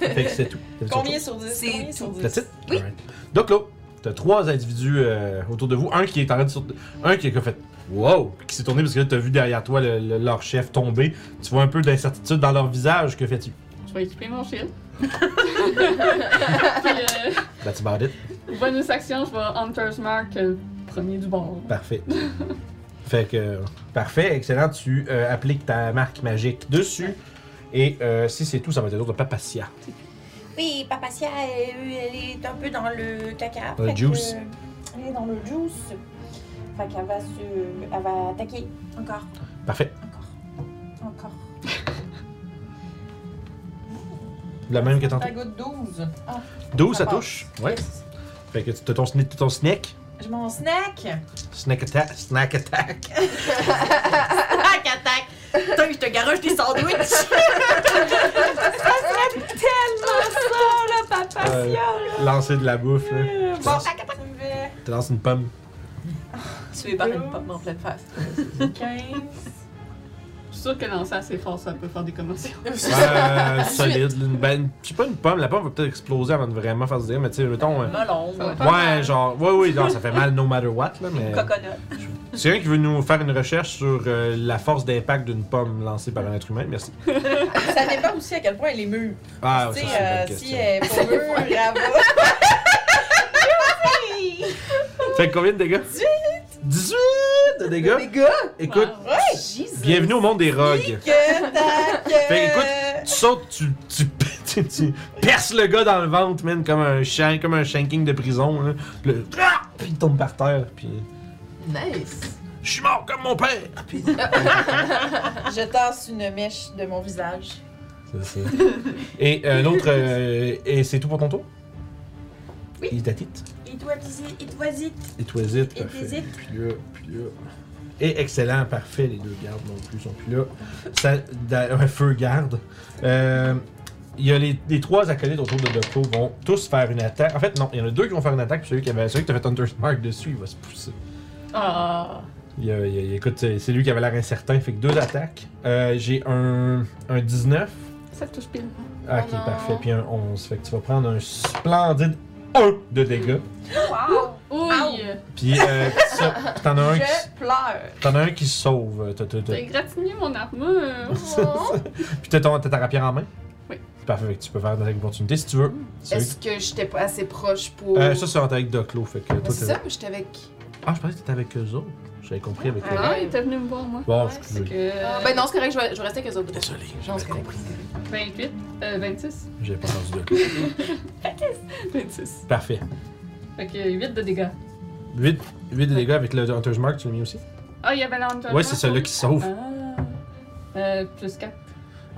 Speaker 1: Fait que c'est tout. C'est
Speaker 4: Combien sur 10
Speaker 3: C'est
Speaker 4: Combien sur
Speaker 3: tout.
Speaker 4: 10
Speaker 1: That's it?
Speaker 3: Oui.
Speaker 1: Alright. Donc là, t'as trois individus euh, autour de vous. Un qui est en train de sur- Un qui a fait Wow! Qui s'est tourné parce que là, t'as vu derrière toi le- le- leur chef tomber. Tu vois un peu d'incertitude dans leur visage. Que fais-tu?
Speaker 2: Je vais équiper mon (laughs) shield. Puis,
Speaker 1: That's about it.
Speaker 2: euh, bonus action, je vais Hunter's Mark, le premier du bord.
Speaker 1: Parfait. fait que. Parfait, excellent. Tu euh, appliques ta marque magique dessus. Et euh, si c'est tout, ça va être le tour de Papacia.
Speaker 4: Oui, Papacia, elle, elle est un peu dans le caca.
Speaker 1: Dans le
Speaker 4: fait que- euh,
Speaker 1: juice.
Speaker 4: elle est dans le
Speaker 5: (laughs)
Speaker 4: juice. Fait qu'elle va se. Elle va attaquer. Encore,
Speaker 1: Parfait.
Speaker 4: encore, encore.
Speaker 1: La même que
Speaker 4: Ta
Speaker 1: tantôt.
Speaker 4: goutte 12. Ah,
Speaker 1: 12, ça,
Speaker 4: passe.
Speaker 1: touche. Ouais.
Speaker 4: yes.
Speaker 1: Fait que t'as ton, sni- t'as ton snack.
Speaker 4: Je m'en snack.
Speaker 1: Snack attack. Snack attack.
Speaker 5: Tac, tac! Putain, je te garoche des sandwichs! ça serait tellement ça, là, papa!
Speaker 1: Euh, lancer de la bouffe. là.
Speaker 4: Bon,
Speaker 1: Bon.
Speaker 4: ça me fait
Speaker 1: Tu lances une pomme.
Speaker 5: Tu es par une pomme en pleine face.
Speaker 4: 15.
Speaker 2: Je suis sûre que lancer assez fort, ça peut faire des commotions.
Speaker 1: Euh, solide. là, une- Ben, je sais pas, une pomme. La pomme va peut-être exploser avant de vraiment faire se dire, mais tu sais, mettons. euh,
Speaker 5: Melon,
Speaker 2: Ça va
Speaker 5: ouais.
Speaker 2: pas
Speaker 1: Ouais,
Speaker 2: mal.
Speaker 1: genre, ouais, oui, non, ça fait mal no matter what, là, mais.
Speaker 5: euh, Coconut.
Speaker 1: C'est quelqu'un qui veut nous faire une recherche sur euh, la force d'impact d'une pomme lancée par un être humain, merci.
Speaker 4: (laughs) Ça dépend aussi à quel point elle est mûre.
Speaker 1: Ah,
Speaker 4: tu
Speaker 1: ça,
Speaker 4: sais,
Speaker 1: c'est une
Speaker 4: euh,
Speaker 1: bonne
Speaker 4: si
Speaker 1: question.
Speaker 4: elle est (laughs) pas mûre, elle va. euh,
Speaker 1: Fait que combien de dégâts 18 18 de dégâts
Speaker 3: Les gars,
Speaker 1: Écoute,
Speaker 4: Ah.
Speaker 2: Wow.
Speaker 3: Jesus.
Speaker 1: bienvenue au monde des rogues.
Speaker 4: Que tac.
Speaker 1: Fait Tu sautes, tu, tu, tu, tu perces le gars dans le ventre, man, comme un chien, comme un shanking de prison. Là. Le, Ah! puis il tombe par terre, puis.
Speaker 3: Nice.
Speaker 1: Je suis mort comme mon père! Puis-
Speaker 4: Je tasse une mèche de mon visage.
Speaker 1: C'est ça. Et euh, l'autre, euh, et c'est tout pour ton tour?
Speaker 4: Oui.
Speaker 1: Il t'attite.
Speaker 4: It was it, it was it.
Speaker 1: Et toi, hésite.
Speaker 4: Et
Speaker 1: parfait.
Speaker 4: t'hésites.
Speaker 1: Puis là, puis là. Et excellent, parfait, les deux gardes non plus sont plus là. Ça, da- ouais, feu garde. Euh, il y a les, les trois acolytes autour de Doco vont tous faire une attaque. En fait, non, il y en a deux qui vont faire une attaque, puis celui qui, avait, celui qui t'a fait Hunter's Mark dessus, il va se pousser.
Speaker 2: Ah,
Speaker 1: Il y a- il y a- il- écoute, c'est c'est lui qui avait l'air incertain, fait que deux attaques. Euh, J'ai un, un 19.
Speaker 2: ça touche pile.
Speaker 1: Ah,
Speaker 3: Oh
Speaker 1: ok,
Speaker 3: non.
Speaker 1: parfait, puis un 11. Fait que tu vas prendre un splendide 1 de dégâts.
Speaker 4: Wow.
Speaker 2: Oui!
Speaker 1: Puis euh, ça, t'en as un qui.
Speaker 4: Je pleure.
Speaker 1: T'en as un qui se sauve. euh, T'as- t'as- t'as-
Speaker 2: T'as gratigné mon armure!
Speaker 1: Puis t'as, ton, t'as ta rapière en main. Parfait, fait que tu peux faire une attaque d'opportunité si tu veux. Celui-
Speaker 3: (laughs) Mm. Est-ce que j'étais pas assez proche pour.
Speaker 1: Euh, ça, c'est en attaque de clos, fait que toi,
Speaker 3: Mais c'est
Speaker 1: t'es-
Speaker 3: ça, moi j'étais avec.
Speaker 1: Ah, je pensais que t'étais avec eux autres. J'avais compris avec
Speaker 2: Ah,
Speaker 1: eux.
Speaker 2: non, il était venu me voir, moi.
Speaker 1: Bon,
Speaker 3: ouais,
Speaker 1: excusez.
Speaker 2: Fait que.
Speaker 3: Ben non, c'est correct, je vais, je vais rester avec les autres.
Speaker 1: Désolé,
Speaker 3: Non,
Speaker 1: j'avais
Speaker 3: c'est correct.
Speaker 1: compris.
Speaker 2: 28, euh, 26.
Speaker 1: J'avais pas entendu de clos.
Speaker 2: 26.
Speaker 1: (laughs) Parfait.
Speaker 2: Fait que 8 de dégâts.
Speaker 1: 8, de dégâts avec le Hunter's Mark, tu l'as mis aussi
Speaker 2: Ah, il y avait l'Hunter.
Speaker 1: Ouais, c'est celui qui sauve.
Speaker 2: Ah. Euh, plus 4.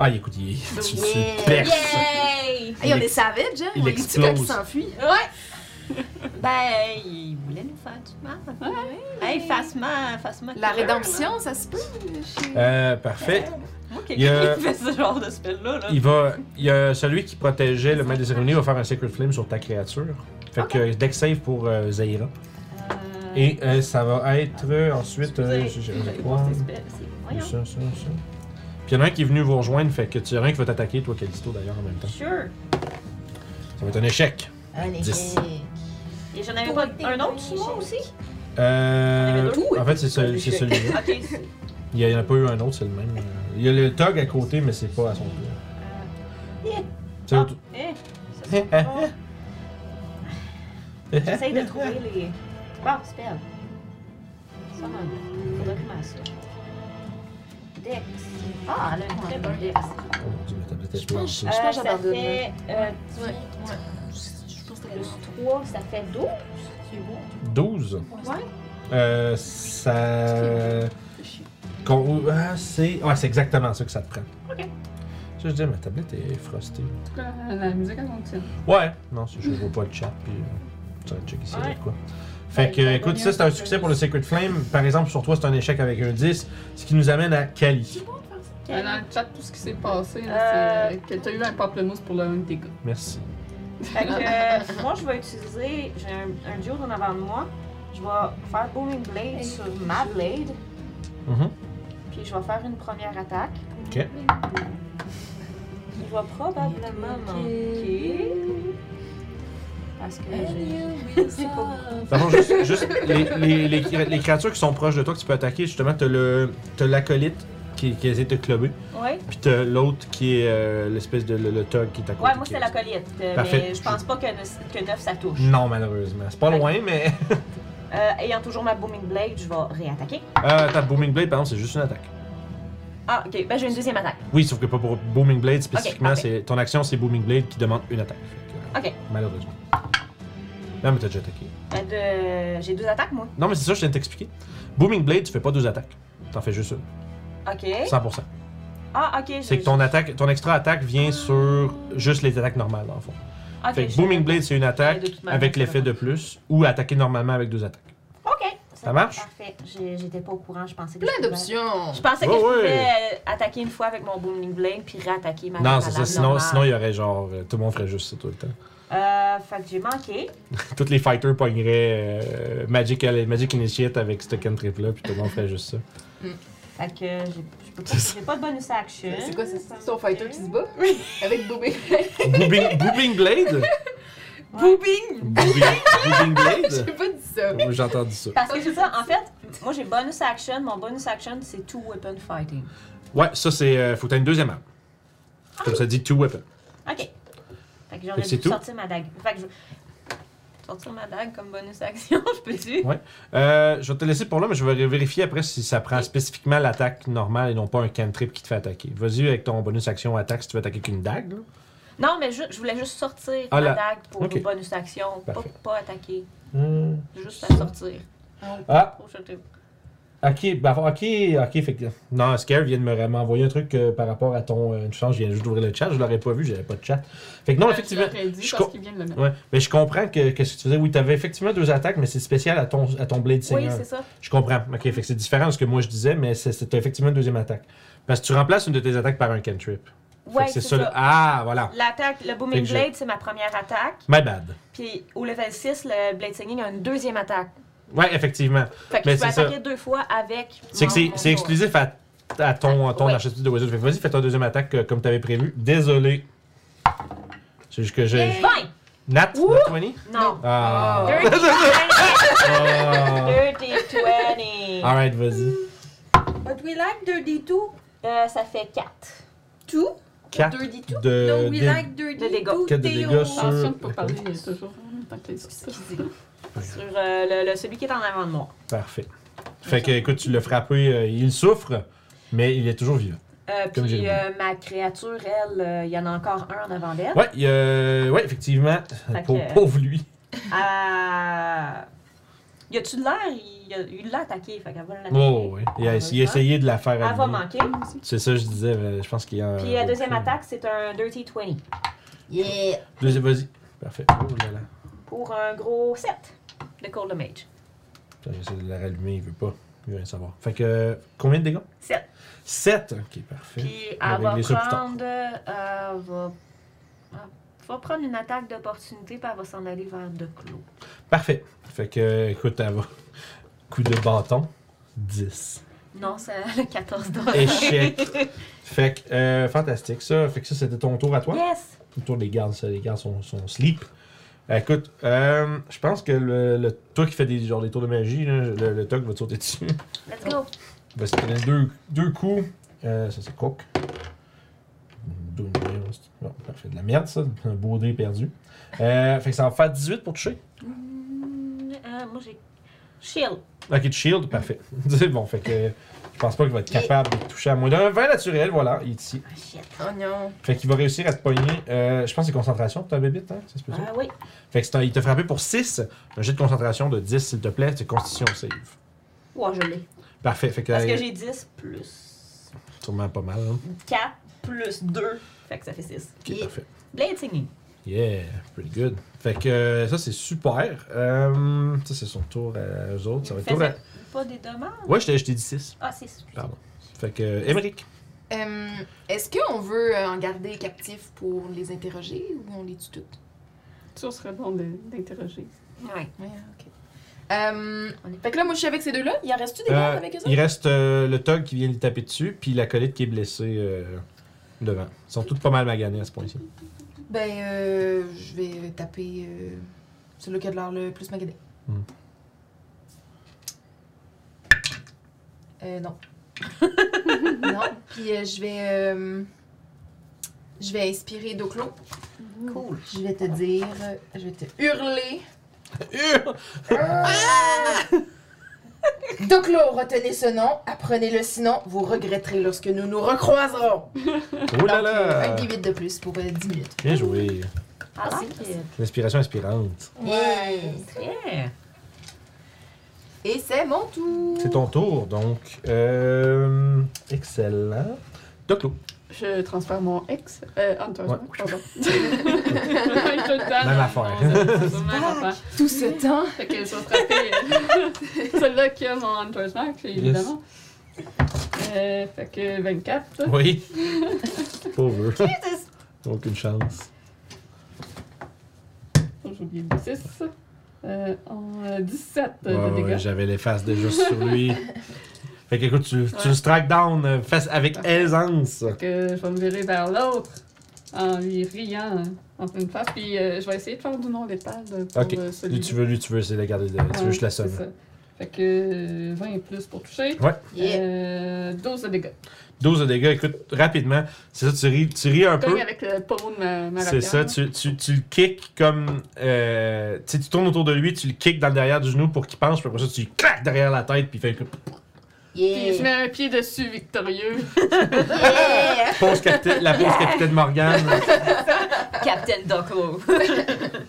Speaker 1: Ah, écoute, il, (laughs) tu, tu
Speaker 3: Yeah.
Speaker 1: perces.
Speaker 5: Yay!
Speaker 3: Hey, on
Speaker 1: Il
Speaker 3: est savage, hein?
Speaker 1: il
Speaker 3: on les tue quand
Speaker 1: explose.
Speaker 3: ils s'enfuient.
Speaker 5: Ben, il voulait nous faire du mal. Hey, fasse-moi, fasse-moi.
Speaker 3: La
Speaker 5: killer.
Speaker 3: rédemption, ça se peut? chez-
Speaker 1: Euh, parfait.
Speaker 5: Moi,
Speaker 1: Il y a-
Speaker 5: quelqu'un qui fait ce genre de spell-là. Là.
Speaker 1: Il va. Il y a celui qui protégeait le maître des cérémonies va faire un Sacred Flame sur ta créature. Fait que deck save pour euh, Zaira.
Speaker 5: Euh,
Speaker 1: Et euh, ça va être euh, ensuite. euh,
Speaker 5: excusez,
Speaker 1: je- je-
Speaker 5: j'avais
Speaker 1: je-
Speaker 5: pas ces spells, c'est-
Speaker 1: Ça,
Speaker 5: Voyons.
Speaker 1: ça, ça. Puis il y en a un qui est venu vous rejoindre, fait que tu y en a un qui va t'attaquer, toi, Calisto, d'ailleurs, en même temps.
Speaker 5: Sure.
Speaker 1: Ça va être un échec.
Speaker 5: Allez.
Speaker 1: Dix.
Speaker 5: Et j'en avais pas un autre sur moi aussi? Il y en
Speaker 1: Euh,
Speaker 5: avait deux.
Speaker 1: en fait, c'est celui- c'est celui-là.
Speaker 5: (laughs) Ok. c'est-
Speaker 1: Il n'y en a pas eu un autre, c'est le même. Il y a le Tog à côté, mais c'est pas à son tour. (laughs) C'est
Speaker 5: Ah,
Speaker 1: au-
Speaker 5: eh, ça,
Speaker 1: Eh,
Speaker 5: c'est-
Speaker 1: eh,
Speaker 5: oh,
Speaker 1: eh.
Speaker 5: J'essaye de trouver les. Ah, Wow, spell. Summon. Faudrait que je m'assure. Dex. Ah, elle a un très bon Dex.
Speaker 1: (laughs) Oh mon Dieu, ma tablette est
Speaker 3: Je pense-
Speaker 1: plantée.
Speaker 3: pense
Speaker 5: Euh,
Speaker 3: que
Speaker 5: ça
Speaker 3: j'abandonne, hein.
Speaker 5: fait euh,
Speaker 3: Ouais. Je pense que
Speaker 5: plus 3, ça fait 12. C'est bon.
Speaker 1: 12.
Speaker 5: Ouais.
Speaker 1: Euh, ça. Con- Ah, c'est. Ouais, c'est exactement ça que ça te prend. Ça, je dis, ma tablette est frostée.
Speaker 2: La, la musique, elle fonctionne.
Speaker 1: Ouais. Non, c'est- je vois pas le chat, puis euh, ça va checker s'il y a
Speaker 5: Ouais.
Speaker 1: de quoi. Fait que,
Speaker 5: Ouais,
Speaker 1: écoute,
Speaker 5: t'as
Speaker 1: ça c'est un
Speaker 5: bien
Speaker 1: succès pour le Sacred Flame. Par exemple, sur toi, c'est un échec avec un 10, ce qui nous amène à Kali.
Speaker 2: Euh, Dans le chat, tout ce qui s'est passé, là, c'est que t'as eu un pamplemousse pour le 1 dégât.
Speaker 1: Merci.
Speaker 5: Fait que
Speaker 3: (laughs)
Speaker 5: euh, moi, je vais utiliser. J'ai un, un duo en avant de moi. Je vais faire Booming Blade sur ma blade.
Speaker 1: Mhm.
Speaker 5: Puis je vais faire une première attaque.
Speaker 1: Ok.
Speaker 5: Il va probablement manquer. Parce que j'ai.
Speaker 1: Par
Speaker 5: (laughs)
Speaker 1: contre, juste, juste les, les, les- les créatures qui sont proches de toi que tu peux attaquer, justement, t'as le- t'as l'acolyte qui, qui essaie de te clubber,
Speaker 5: Ouais.
Speaker 1: puis t'as l'autre qui est euh, l'espèce de le, le tog qui est à côté.
Speaker 5: Ouais, moi
Speaker 1: qui
Speaker 5: c'est
Speaker 1: est-
Speaker 5: la colliette.
Speaker 1: Parfait.
Speaker 5: Mais je pense pas que, ne- que 9 ça touche.
Speaker 1: Non, malheureusement. C'est pas loin, mais. (laughs)
Speaker 5: Euh, ayant toujours ma Booming Blade, je vais réattaquer.
Speaker 1: Euh, ta Booming Blade, par exemple, c'est juste une attaque.
Speaker 5: Ah, ok. Ben j'ai une deuxième attaque.
Speaker 1: Oui, sauf que pas pour Booming Blade spécifiquement,
Speaker 5: parfait.
Speaker 1: c'est ton action, c'est Booming Blade qui demande une attaque. Fait que, euh,
Speaker 5: Ok.
Speaker 1: Malheureusement. Non, mais t'as déjà attaqué.
Speaker 5: Euh, de- J'ai deux attaques, moi.
Speaker 1: Non, mais c'est ça, je viens de t'expliquer. Booming Blade, tu fais pas deux attaques. T'en fais juste une.
Speaker 5: Ok.
Speaker 1: 100%.
Speaker 5: Ah, ok.
Speaker 1: C'est que ton attaque, ton extra attaque vient sur juste les attaques normales, dans le fond. fait que Booming Blade, c'est une attaque
Speaker 5: de toute manière,
Speaker 1: avec
Speaker 5: c'est
Speaker 1: l'effet de
Speaker 5: normal.
Speaker 1: plus, ou attaquer normalement avec deux attaques.
Speaker 5: Ok.
Speaker 1: Ça marche?
Speaker 5: Parfait. J'ai- J'étais pas au courant, je pensais que. je
Speaker 3: Plein
Speaker 5: pouvais-
Speaker 3: d'options.
Speaker 5: Je pensais que
Speaker 1: Ouais,
Speaker 5: je pouvais
Speaker 1: ouais.
Speaker 5: euh, attaquer une fois avec mon Booming Blade puis réattaquer ma
Speaker 1: non,
Speaker 5: ma
Speaker 1: c'est ça.
Speaker 5: lame
Speaker 1: Sinon,
Speaker 5: normale.
Speaker 1: sinon, il y aurait genre. euh, Tout le monde ferait juste ça tout le temps. (laughs)
Speaker 5: Euh, fait que j'ai manqué.
Speaker 1: Tous les fighters pogneraient euh, Magic, Magic Initiate avec ce cantrip-là, puis tout le monde ferait juste ça.
Speaker 5: Fait que euh, j'ai je peux pas- j'ai pas de bonus action.
Speaker 3: C'est quoi, c'est c'est son fighter qui se bat? Avec Boobé.
Speaker 1: (laughs) Boobing, boobing Blade?
Speaker 3: Boobing!
Speaker 1: Boobing, boobing Blade?
Speaker 3: (laughs) J'ai pas dit ça.
Speaker 1: Oui, j'ai entendu ça.
Speaker 5: Parce que c'est ça, en fait, moi j'ai bonus action. Mon bonus action, c'est two weapon fighting.
Speaker 1: Ouais, ça c'est. euh, faut que t'aies une deuxième arme. Comme ça dit, two weapons.
Speaker 5: Ok. Fait que
Speaker 1: Fait
Speaker 5: j'aurais
Speaker 1: que c'est
Speaker 5: dû
Speaker 1: tout?
Speaker 5: sortir ma dague. Fait que je. Sortir ma dague comme bonus action, (laughs) je peux-tu?
Speaker 1: Ouais. Euh, je vais te laisser pour là, mais je vais vérifier après si ça prend spécifiquement l'attaque normale et non pas un cantrip qui te fait attaquer. Vas-y avec ton bonus action attaque si tu veux attaquer qu'une dague. là.
Speaker 5: Non, mais ju- je voulais juste sortir
Speaker 1: Ah,
Speaker 5: ma
Speaker 1: là.
Speaker 5: dague pour
Speaker 1: Ok.
Speaker 5: le bonus action, pas,
Speaker 1: Parfait.
Speaker 5: pas attaquer.
Speaker 1: Hmm.
Speaker 5: Juste
Speaker 1: Ça.
Speaker 5: la sortir.
Speaker 1: Ah,
Speaker 5: Oh, je te-
Speaker 1: ok, bah, ok, ok. Fait que... Non, Scare vient de me m'envoyer un truc euh, par rapport à ton. euh, une chance, je viens juste d'ouvrir le chat, je l'aurais pas vu, j'avais pas de chat. Fait que non,
Speaker 2: Euh,
Speaker 1: effectivement.
Speaker 2: Je l'aurais dit
Speaker 1: je
Speaker 2: parce
Speaker 1: co-
Speaker 2: qu'il vient de le mettre.
Speaker 1: Ouais, mais je comprends que, que ce que tu faisais. Oui, t'avais effectivement deux attaques, mais c'est spécial à ton, à ton Blade
Speaker 5: Oui,
Speaker 1: Seigneur.
Speaker 5: c'est ça.
Speaker 1: je comprends. Ok, fait que c'est différent de ce que moi je disais, mais c'est- c'était effectivement une deuxième attaque. Parce que tu remplaces une de tes attaques par un cantrip. Fait
Speaker 5: Ouais,
Speaker 1: que
Speaker 5: c'est
Speaker 1: c'est ça.
Speaker 5: ça.
Speaker 1: le- Ah, voilà.
Speaker 5: L'attaque, le
Speaker 1: Fait
Speaker 5: Booming
Speaker 1: que je-
Speaker 5: Blade, c'est ma première attaque.
Speaker 1: My bad.
Speaker 5: Puis au level 6, le Blade Singing a une deuxième attaque.
Speaker 1: Ouais, effectivement.
Speaker 5: Fait que
Speaker 1: Mais
Speaker 5: je peux
Speaker 1: c'est ça.
Speaker 5: attaquer deux fois avec.
Speaker 1: C'est que
Speaker 5: mon-
Speaker 1: c'est
Speaker 5: mon
Speaker 1: c'est
Speaker 5: tour.
Speaker 1: exclusif à, à ton, à ton
Speaker 5: Ouais.
Speaker 1: archétype de Wizard. Fait que vas-y, fais ta deuxième attaque euh, comme t'avais prévu. Désolé. C'est juste que j'ai.
Speaker 5: 20!
Speaker 1: Nat, nat 20? (laughs)
Speaker 5: Non.
Speaker 1: Ah.
Speaker 5: Oh. Dirty 20!
Speaker 1: Ah.
Speaker 5: Dirty 20!
Speaker 1: Alright, vas-y.
Speaker 4: But we like the D2.
Speaker 5: Euh, ça fait 4.
Speaker 4: Tout?
Speaker 1: 4
Speaker 6: 2 D2.
Speaker 1: de
Speaker 6: No,
Speaker 1: dé-
Speaker 6: we like 2
Speaker 5: de dégâts.
Speaker 6: D2.
Speaker 1: Euh, Quatre de dégâts sur-
Speaker 2: Attention de pas parler il y a toujours. Tant qu'il y a ça.
Speaker 5: Sur euh, le, le- celui qui est en avant de moi.
Speaker 1: Parfait. Fait que, écoute, tu l'as frappé, euh, il souffre, mais il est toujours vivant.
Speaker 5: Euh,
Speaker 1: Comme j'ai
Speaker 5: puis
Speaker 1: dit.
Speaker 5: euh, ma créature, elle, euh, il y en a encore un en avant d'elle.
Speaker 1: Ouais, il, euh, ouais effectivement.
Speaker 5: Fait
Speaker 1: Pau-
Speaker 5: que-
Speaker 1: Pauvre lui.
Speaker 5: Euh, Y a-tu de l'air? Il a- il l'a attaqué, fait qu'elle va l'attaquer.
Speaker 1: Oh, ouais. Il a,
Speaker 5: Elle va
Speaker 1: il a
Speaker 5: le faire.
Speaker 1: essayé de la faire
Speaker 5: Elle va
Speaker 1: aligner.
Speaker 5: manquer.
Speaker 1: C'est ça, je disais, mais je pense qu'il y a. un-
Speaker 5: Puis la deuxième attaque, c'est un Dirty 20
Speaker 6: Yeah.
Speaker 1: Deuxième, vas-y. Parfait. Oh là là.
Speaker 5: pour un gros 7 de Cold Mage.
Speaker 1: Putain, J'essaie de la rallumer, il veut pas. Il veut rien savoir. Fait que, euh, combien de dégâts
Speaker 5: Sept.
Speaker 1: 7. Ok, parfait.
Speaker 5: Puis elle
Speaker 1: On va
Speaker 5: va
Speaker 1: régler ça plus tard.
Speaker 5: prendre. euh, elle va, elle va prendre une attaque d'opportunité, puis elle va s'en aller vers De Clos.
Speaker 1: Parfait. Fait que, euh, écoute, elle va. Coup de bâton. 10.
Speaker 5: Non, c'est (laughs) le 14 d'or.
Speaker 1: Échec. Fait que, euh, fantastique ça. Fait que ça, c'était ton tour à toi.
Speaker 5: yes!
Speaker 1: Le tour des gardes, ça, les gardes sont, sont sleep. Écoute, euh, je pense que le, le- toi qui fais des, genre, des tours de magie, là, le, le toc va te sauter dessus.
Speaker 5: Let's go!
Speaker 1: Il va se donner Ben, deux, deux coups. Euh, ça, c'est cook. Deux numéros, c'est- Bon, parfait. De la merde, ça. Un beau dé perdu. Euh, fait que ça va faire 18 pour toucher.
Speaker 5: Mm, euh, moi j'ai. Shield.
Speaker 1: Ok, de shield, parfait. (laughs) C'est bon, fait que je pense pas qu'il va être capable de toucher à moins d'un 20 naturel, voilà, il est ici.
Speaker 5: Ah, shit.
Speaker 6: Oh non.
Speaker 1: Fait qu'il va réussir à te pogner. euh, je pense que c'est concentration pour ta bébite, hein? Ça se peut ça?
Speaker 5: Ah oui.
Speaker 1: Fait que c'est un- il t'a frappé pour 6. Un jet de concentration de 10, s'il te plaît. C'est constitution save.
Speaker 5: Ouais, je l'ai.
Speaker 1: Parfait. Fait que,
Speaker 5: Parce que
Speaker 1: euh,
Speaker 5: j'ai 10 plus
Speaker 1: sûrement pas mal. hein.
Speaker 5: 4 plus 2. Fait que ça fait 6.
Speaker 1: Ok, parfait.
Speaker 5: Blade Singing.
Speaker 1: Yeah, pretty good. Fait que euh, ça, c'est super. Euh, ça, c'est son tour à eux autres. Ça va être tour à...
Speaker 5: Pas des dommages.
Speaker 1: Ouais, je t'ai je t'ai dit 6.
Speaker 5: Ah, 6.
Speaker 1: Pardon. Fait que, euh, Émeric.
Speaker 3: Euh, Est-ce qu'on veut euh, en garder captifs pour les interroger ou on les tue toutes?
Speaker 2: Ça serait bon de- d'interroger.
Speaker 1: Ah.
Speaker 5: Ouais.
Speaker 3: Ouais, ok. Euh, fait que là, moi, je suis avec ces deux-là. Il en reste-tu des
Speaker 1: Euh,
Speaker 3: gardes avec eux autres?
Speaker 1: il reste euh, le Tog qui vient lui taper dessus, puis la colite qui est blessée euh, devant. Ils sont toutes pas mal maganées à ce point-ci.
Speaker 3: Ben, euh, je vais taper euh, celui qui a de l'air le plus magané.
Speaker 1: Hmm.
Speaker 3: Euh, non. (laughs) non. Puis euh, je vais. euh, je vais inspirer Doclo.
Speaker 5: Cool.
Speaker 3: Je vais te dire. Je vais te hurler. Doclo, retenez ce nom, apprenez-le sinon, vous regretterez lorsque nous nous recroiserons.
Speaker 1: Oh là
Speaker 3: Donc, euh,
Speaker 1: là!
Speaker 3: Un D8 de plus pour euh, 10 minutes.
Speaker 1: Bien joué.
Speaker 5: Ah,
Speaker 3: Merci,
Speaker 1: L'inspiration inspirante.
Speaker 3: Ouais.
Speaker 5: Yeah.
Speaker 3: Et c'est mon tour.
Speaker 1: C'est ton tour, donc. Euh, excellent.
Speaker 3: (laughs)
Speaker 1: Doclo.
Speaker 2: Je transfère mon ex. Euh, Hunter,
Speaker 1: Ouais.
Speaker 2: pardon. (laughs) Je suis tout le temps
Speaker 1: Même
Speaker 2: dans-
Speaker 1: affaire.
Speaker 2: dans- dans- dans- Même affaire.
Speaker 3: Tout ce temps.
Speaker 2: Fait que je vais frapper euh, (laughs) celui-là qui a mon Hunter's Mark, évidemment. Euh, fait que 24.
Speaker 1: Oui. Pauvre.
Speaker 5: Jesus.
Speaker 1: Aucune chance.
Speaker 2: Oh, J'ai oublié le 6. Euh, en, euh, 17 de
Speaker 1: Ouais, ouais,
Speaker 2: dégâts.
Speaker 1: J'avais les faces déjà sur
Speaker 2: (laughs)
Speaker 1: lui. Fait que écoute, tu, tu le strike down euh, face avec aisance.
Speaker 2: Fait que je vais me virer vers l'autre en lui riant euh, en pleine face. Puis euh, je vais essayer de faire du non-létal euh, pour
Speaker 1: Ok.
Speaker 2: euh,
Speaker 1: Lui,
Speaker 2: celui-là.
Speaker 1: tu veux, lui, tu veux essayer de la garder. de- tu veux
Speaker 2: Ouais,
Speaker 1: juste la
Speaker 2: c'est
Speaker 1: seule.
Speaker 2: ça. Fait que euh, 20 et plus pour toucher.
Speaker 6: Yeah.
Speaker 2: Euh, 12 de dégâts.
Speaker 1: 12 de dégâts, écoute, rapidement. C'est ça, tu ris, tu ris un peu.
Speaker 2: Cogne avec le pommeau de ma,
Speaker 1: Hum.
Speaker 2: ma
Speaker 1: C'est
Speaker 2: rapière.
Speaker 1: ça, tu, tu, tu le kicks comme. euh, tu sais, tu tournes autour de lui, tu le kicks dans le derrière du genou pour qu'il penche, puis après ça, tu lui claques derrière la tête, puis il fait que.
Speaker 2: Puis je
Speaker 6: Yeah.
Speaker 2: mets un pied dessus, victorieux. (laughs)
Speaker 6: Yeah.
Speaker 1: Pause capitaine- la pause capitaine Morgane.
Speaker 5: (laughs) Captain Doclo.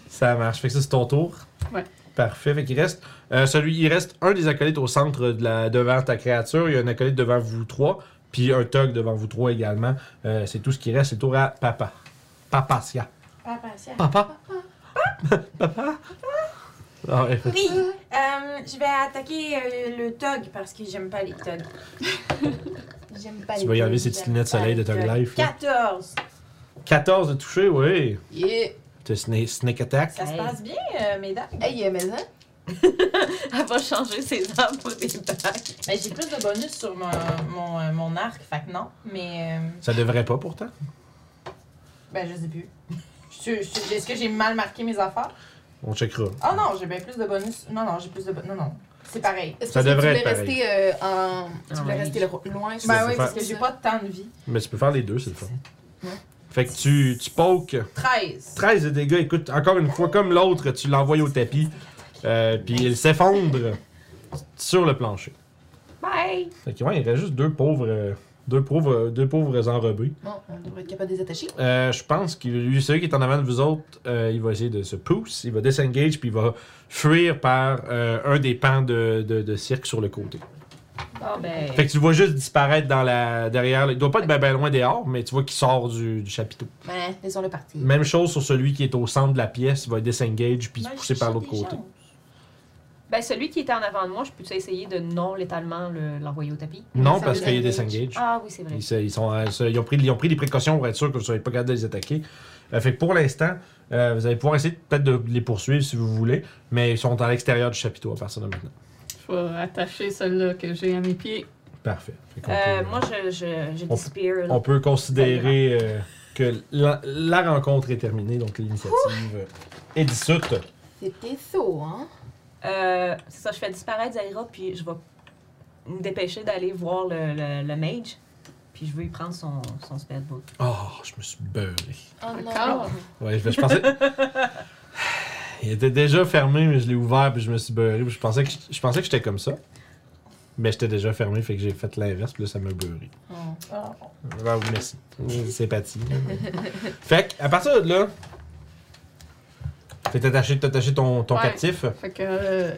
Speaker 1: Ça marche. Fait que ça, c'est ton tour.
Speaker 2: Ouais.
Speaker 1: Parfait. Fait qu'il reste, euh, celui, il reste un des acolytes au centre de la, devant ta créature. Il y a un acolyte devant vous trois. Puis un tog devant vous trois également. Euh, c'est tout ce qui reste. C'est le tour à Papa. Papacia.
Speaker 4: Pas patient.
Speaker 1: Papa. Papa. Ah ouais.
Speaker 4: Oui, euh, je vais attaquer euh, le Tog parce que j'aime pas les Tog.
Speaker 6: J'aime pas
Speaker 1: Tu vas y enlever ces petites lunettes soleil de Tog Life. là.
Speaker 4: 14.
Speaker 1: 14 de toucher, oui.
Speaker 3: Yeah.
Speaker 1: Tu sneak, sneak attack.
Speaker 4: Ça se
Speaker 5: Hey.
Speaker 4: passe bien, euh, mesdames.
Speaker 3: Hey, euh, mais hein?
Speaker 5: (laughs) Elle va changer ses armes pour des bagues.
Speaker 4: Ben, j'ai plus de bonus sur mon, mon, euh, mon arc, fait que non. Mais, euh,
Speaker 1: Ça devrait pas pourtant.
Speaker 4: ben, je sais plus. (laughs) Je- je- Est-ce que j'ai mal marqué mes affaires?
Speaker 1: On checkera.
Speaker 4: Oh non, j'ai bien plus de bonus. Non, non, j'ai plus de bonus. Non, non. C'est pareil. Hum,
Speaker 3: Est-ce
Speaker 1: Ça
Speaker 3: que tu
Speaker 1: devrait
Speaker 3: voulais
Speaker 1: être pareil.
Speaker 3: rester euh, en. Tu voulais
Speaker 5: Ouais.
Speaker 3: rester lo- loin.
Speaker 1: Ben
Speaker 4: Ben
Speaker 1: oui,
Speaker 4: oui,
Speaker 1: faire- parce
Speaker 4: parce que j'ai pas de temps de vie.
Speaker 1: Mais tu peux faire les deux, c'est le fun.
Speaker 3: Ouais.
Speaker 1: Fait que tu, tu pokes
Speaker 4: 13.
Speaker 1: 13 de dégâts. Écoute, encore une fois, comme l'autre, tu l'envoies au tapis. euh, Puis il s'effondre sur le plancher.
Speaker 4: Bye!
Speaker 1: Fait que, ouais, il reste juste deux pauvres, euh, deux pauvres, deux pauvres enrobés.
Speaker 3: Bon, on devrait être capable de les attacher.
Speaker 1: Euh, je pense que lui, celui qui est en avant de vous autres, euh, il va essayer de se pousse, il va disengage, puis il va fuir par euh, un des pans de, de, de cirque sur le côté.
Speaker 5: Bon, ben.
Speaker 1: Fait que tu le vois juste disparaître dans la, derrière. le- Il doit pas être bien loin dehors, mais tu vois qu'il sort du, du chapiteau.
Speaker 3: Ouais, laissons-le partir.
Speaker 1: Même chose sur celui qui est au centre de la pièce, il va disengage, puis se
Speaker 4: Ben,
Speaker 1: pousser par l'autre
Speaker 4: j'ai des
Speaker 1: côté.
Speaker 4: chances.
Speaker 5: Ben, celui qui était en avant de moi, je peux-tu essayer de non-létalement le- l'envoyer au tapis?
Speaker 1: Non,
Speaker 3: Ça
Speaker 1: parce qu'il y a
Speaker 3: disengage.
Speaker 1: disengage.
Speaker 5: Ah oui, c'est vrai.
Speaker 1: Ils, se- ils sont, euh, se- ils ont pris, ils ont pris des précautions pour être sûr que vous ne soyez pas capable de les attaquer. Euh, fait que pour l'instant, euh, vous allez pouvoir essayer de- peut-être de les poursuivre si vous voulez, mais ils sont à l'extérieur du chapiteau à partir de maintenant.
Speaker 2: Je vais attacher celle-là que j'ai à mes pieds.
Speaker 1: Parfait. Fait qu'on
Speaker 5: Euh,
Speaker 1: peut,
Speaker 5: moi, je, je, je
Speaker 1: On-
Speaker 5: disappear, là.
Speaker 1: on peut considérer euh, que la, la rencontre est terminée, donc l'initiative euh, est dissoute.
Speaker 3: C'était saut, hein?
Speaker 5: Euh, c'est ça, je fais disparaître Zaira, puis je vais me dépêcher d'aller voir le, le, le mage. Puis je veux y prendre son, son spellbook.
Speaker 1: Oh, je me suis beurré.
Speaker 3: Oh
Speaker 2: Encore?
Speaker 1: Ouais, je, je pensais. Il était déjà fermé, mais je l'ai ouvert, puis je me suis beurré. puis Je pensais que, je pensais que j'étais comme ça. Mais j'étais déjà fermé, fait que j'ai fait l'inverse, puis là, ça m'a beurré.
Speaker 3: Oh.
Speaker 4: Ah,
Speaker 1: Ben, vous merci. C'est pâti. fait que, à partir de là, t'es attaché, t'as attaché ton, ton
Speaker 2: Ouais.
Speaker 1: captif.
Speaker 2: Fait que. euh,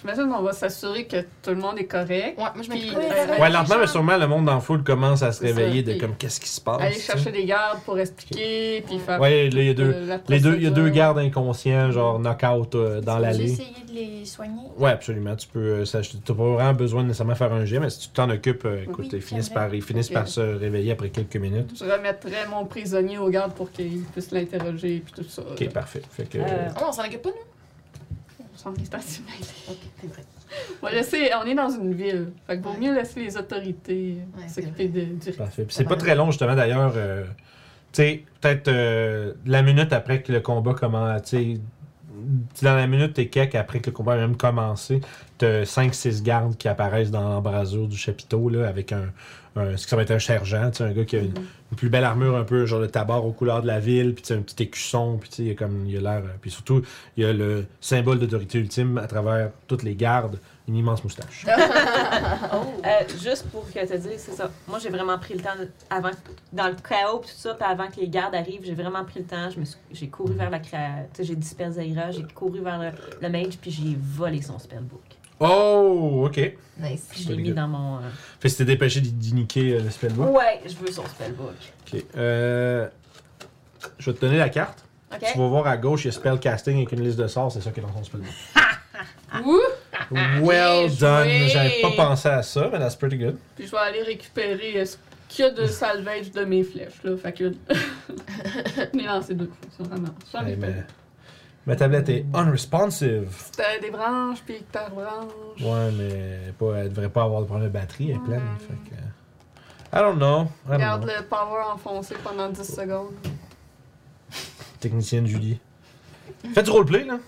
Speaker 2: J'imagine qu'on va s'assurer que tout le monde est correct.
Speaker 3: Ouais, moi je
Speaker 2: Puis,
Speaker 3: m'occupe.
Speaker 2: euh,
Speaker 1: Ouais, lentement, mais sûrement, le monde en foule commence à se
Speaker 2: C'est ça,
Speaker 1: réveiller de
Speaker 2: puis
Speaker 1: comme qu'est-ce qui se passe.
Speaker 2: aller
Speaker 1: tu
Speaker 2: chercher des gardes pour expliquer, puis
Speaker 1: sais.
Speaker 2: faire.
Speaker 1: Ah, Ouais, là, il y a deux.
Speaker 2: euh, la
Speaker 1: Les deux, il y a
Speaker 2: procédure.
Speaker 1: deux gardes inconscients, genre knock-out euh, dans
Speaker 6: J'ai
Speaker 1: l'allée.
Speaker 6: essayé de les soigner.
Speaker 1: Ouais, absolument. Tu peux. euh, ça- T'as pas vraiment besoin de nécessairement faire un jet, mais si tu t'en occupes, euh, écoute,
Speaker 6: Oui,
Speaker 1: ils finissent,
Speaker 6: c'est
Speaker 1: par, ils finissent
Speaker 2: Ok.
Speaker 1: par se réveiller après quelques minutes.
Speaker 2: Je remettrai mon prisonnier aux gardes pour qu'ils puissent l'interroger, puis tout ça.
Speaker 1: Ok, parfait. Fait que.
Speaker 5: Euh,
Speaker 3: Ah, on s'en occupe pas, nous?
Speaker 2: On s'en est assez mêlés.
Speaker 3: Ok, c'est vrai.
Speaker 2: On, va laisser- on est dans une ville. Fait que vaut
Speaker 3: Ouais.
Speaker 2: mieux laisser les autorités euh,
Speaker 3: Ouais, c'est
Speaker 2: s'occuper de- du reste.
Speaker 1: Parfait. Puis c'est pas très long, justement, d'ailleurs. euh, tu sais, peut-être euh, la minute après que le combat commence. Tu sais, dans la minute et quelques après que le combat a même commencé, t'as 5-6 gardes qui apparaissent dans l'embrasure du chapiteau, là, avec un. un- ce que ça va être un sergent, tu sais, un gars qui a une, une plus belle armure, un peu genre le tabard aux couleurs de la ville, puis tu sais, un petit écusson, puis tu sais, il y a comme. Il y a l'air. euh, Puis surtout, il y a le symbole d'autorité ultime à travers toutes les gardes, une immense moustache.
Speaker 5: Euh, juste pour que te dire, c'est ça. Moi, j'ai vraiment pris le temps, de- avant, dans le chaos pis tout ça, puis avant que les gardes arrivent, j'ai vraiment pris le temps. Je me suis- J'ai couru vers la créa... Tu sais, j'ai dispersé Zaira, j'ai couru vers le, le mage, puis j'ai volé son spellbook.
Speaker 1: Oh, ok.
Speaker 3: Nice.
Speaker 5: Puis je
Speaker 1: Very
Speaker 5: l'ai mis
Speaker 1: good.
Speaker 5: dans mon... euh,
Speaker 1: Fait que c'était dépêché d'y- d'y niquer euh, le spellbook.
Speaker 5: Ouais, je veux son spellbook.
Speaker 1: Ok. Euh, je vais te donner la carte.
Speaker 5: OK?
Speaker 1: Tu vas voir à gauche, il y a Spellcasting avec une liste de sorts. C'est ça qui est dans son (laughs) spellbook. Ah.
Speaker 2: Ouh!
Speaker 1: well done.
Speaker 2: joué.
Speaker 1: J'avais pas pensé à ça, mais that's pretty good.
Speaker 2: Puis je vais aller récupérer euh, ce qu'il y a de salvage de mes flèches, là. Fait que. Je l'ai lancé deux fois, c'est vraiment. j'en ai
Speaker 1: Hey,
Speaker 2: pas.
Speaker 1: mais- Ma tablette est unresponsive.
Speaker 2: C'était euh, des branches, puis par branche.
Speaker 1: Ouais, mais pas, elle devrait pas avoir de problème de batterie. Elle est pleine. Fait que... euh, I don't know. I don't
Speaker 2: Garde
Speaker 1: know.
Speaker 2: le power enfoncé pendant 10 secondes.
Speaker 1: Technicienne Julie. Faites du roleplay, (laughs) là.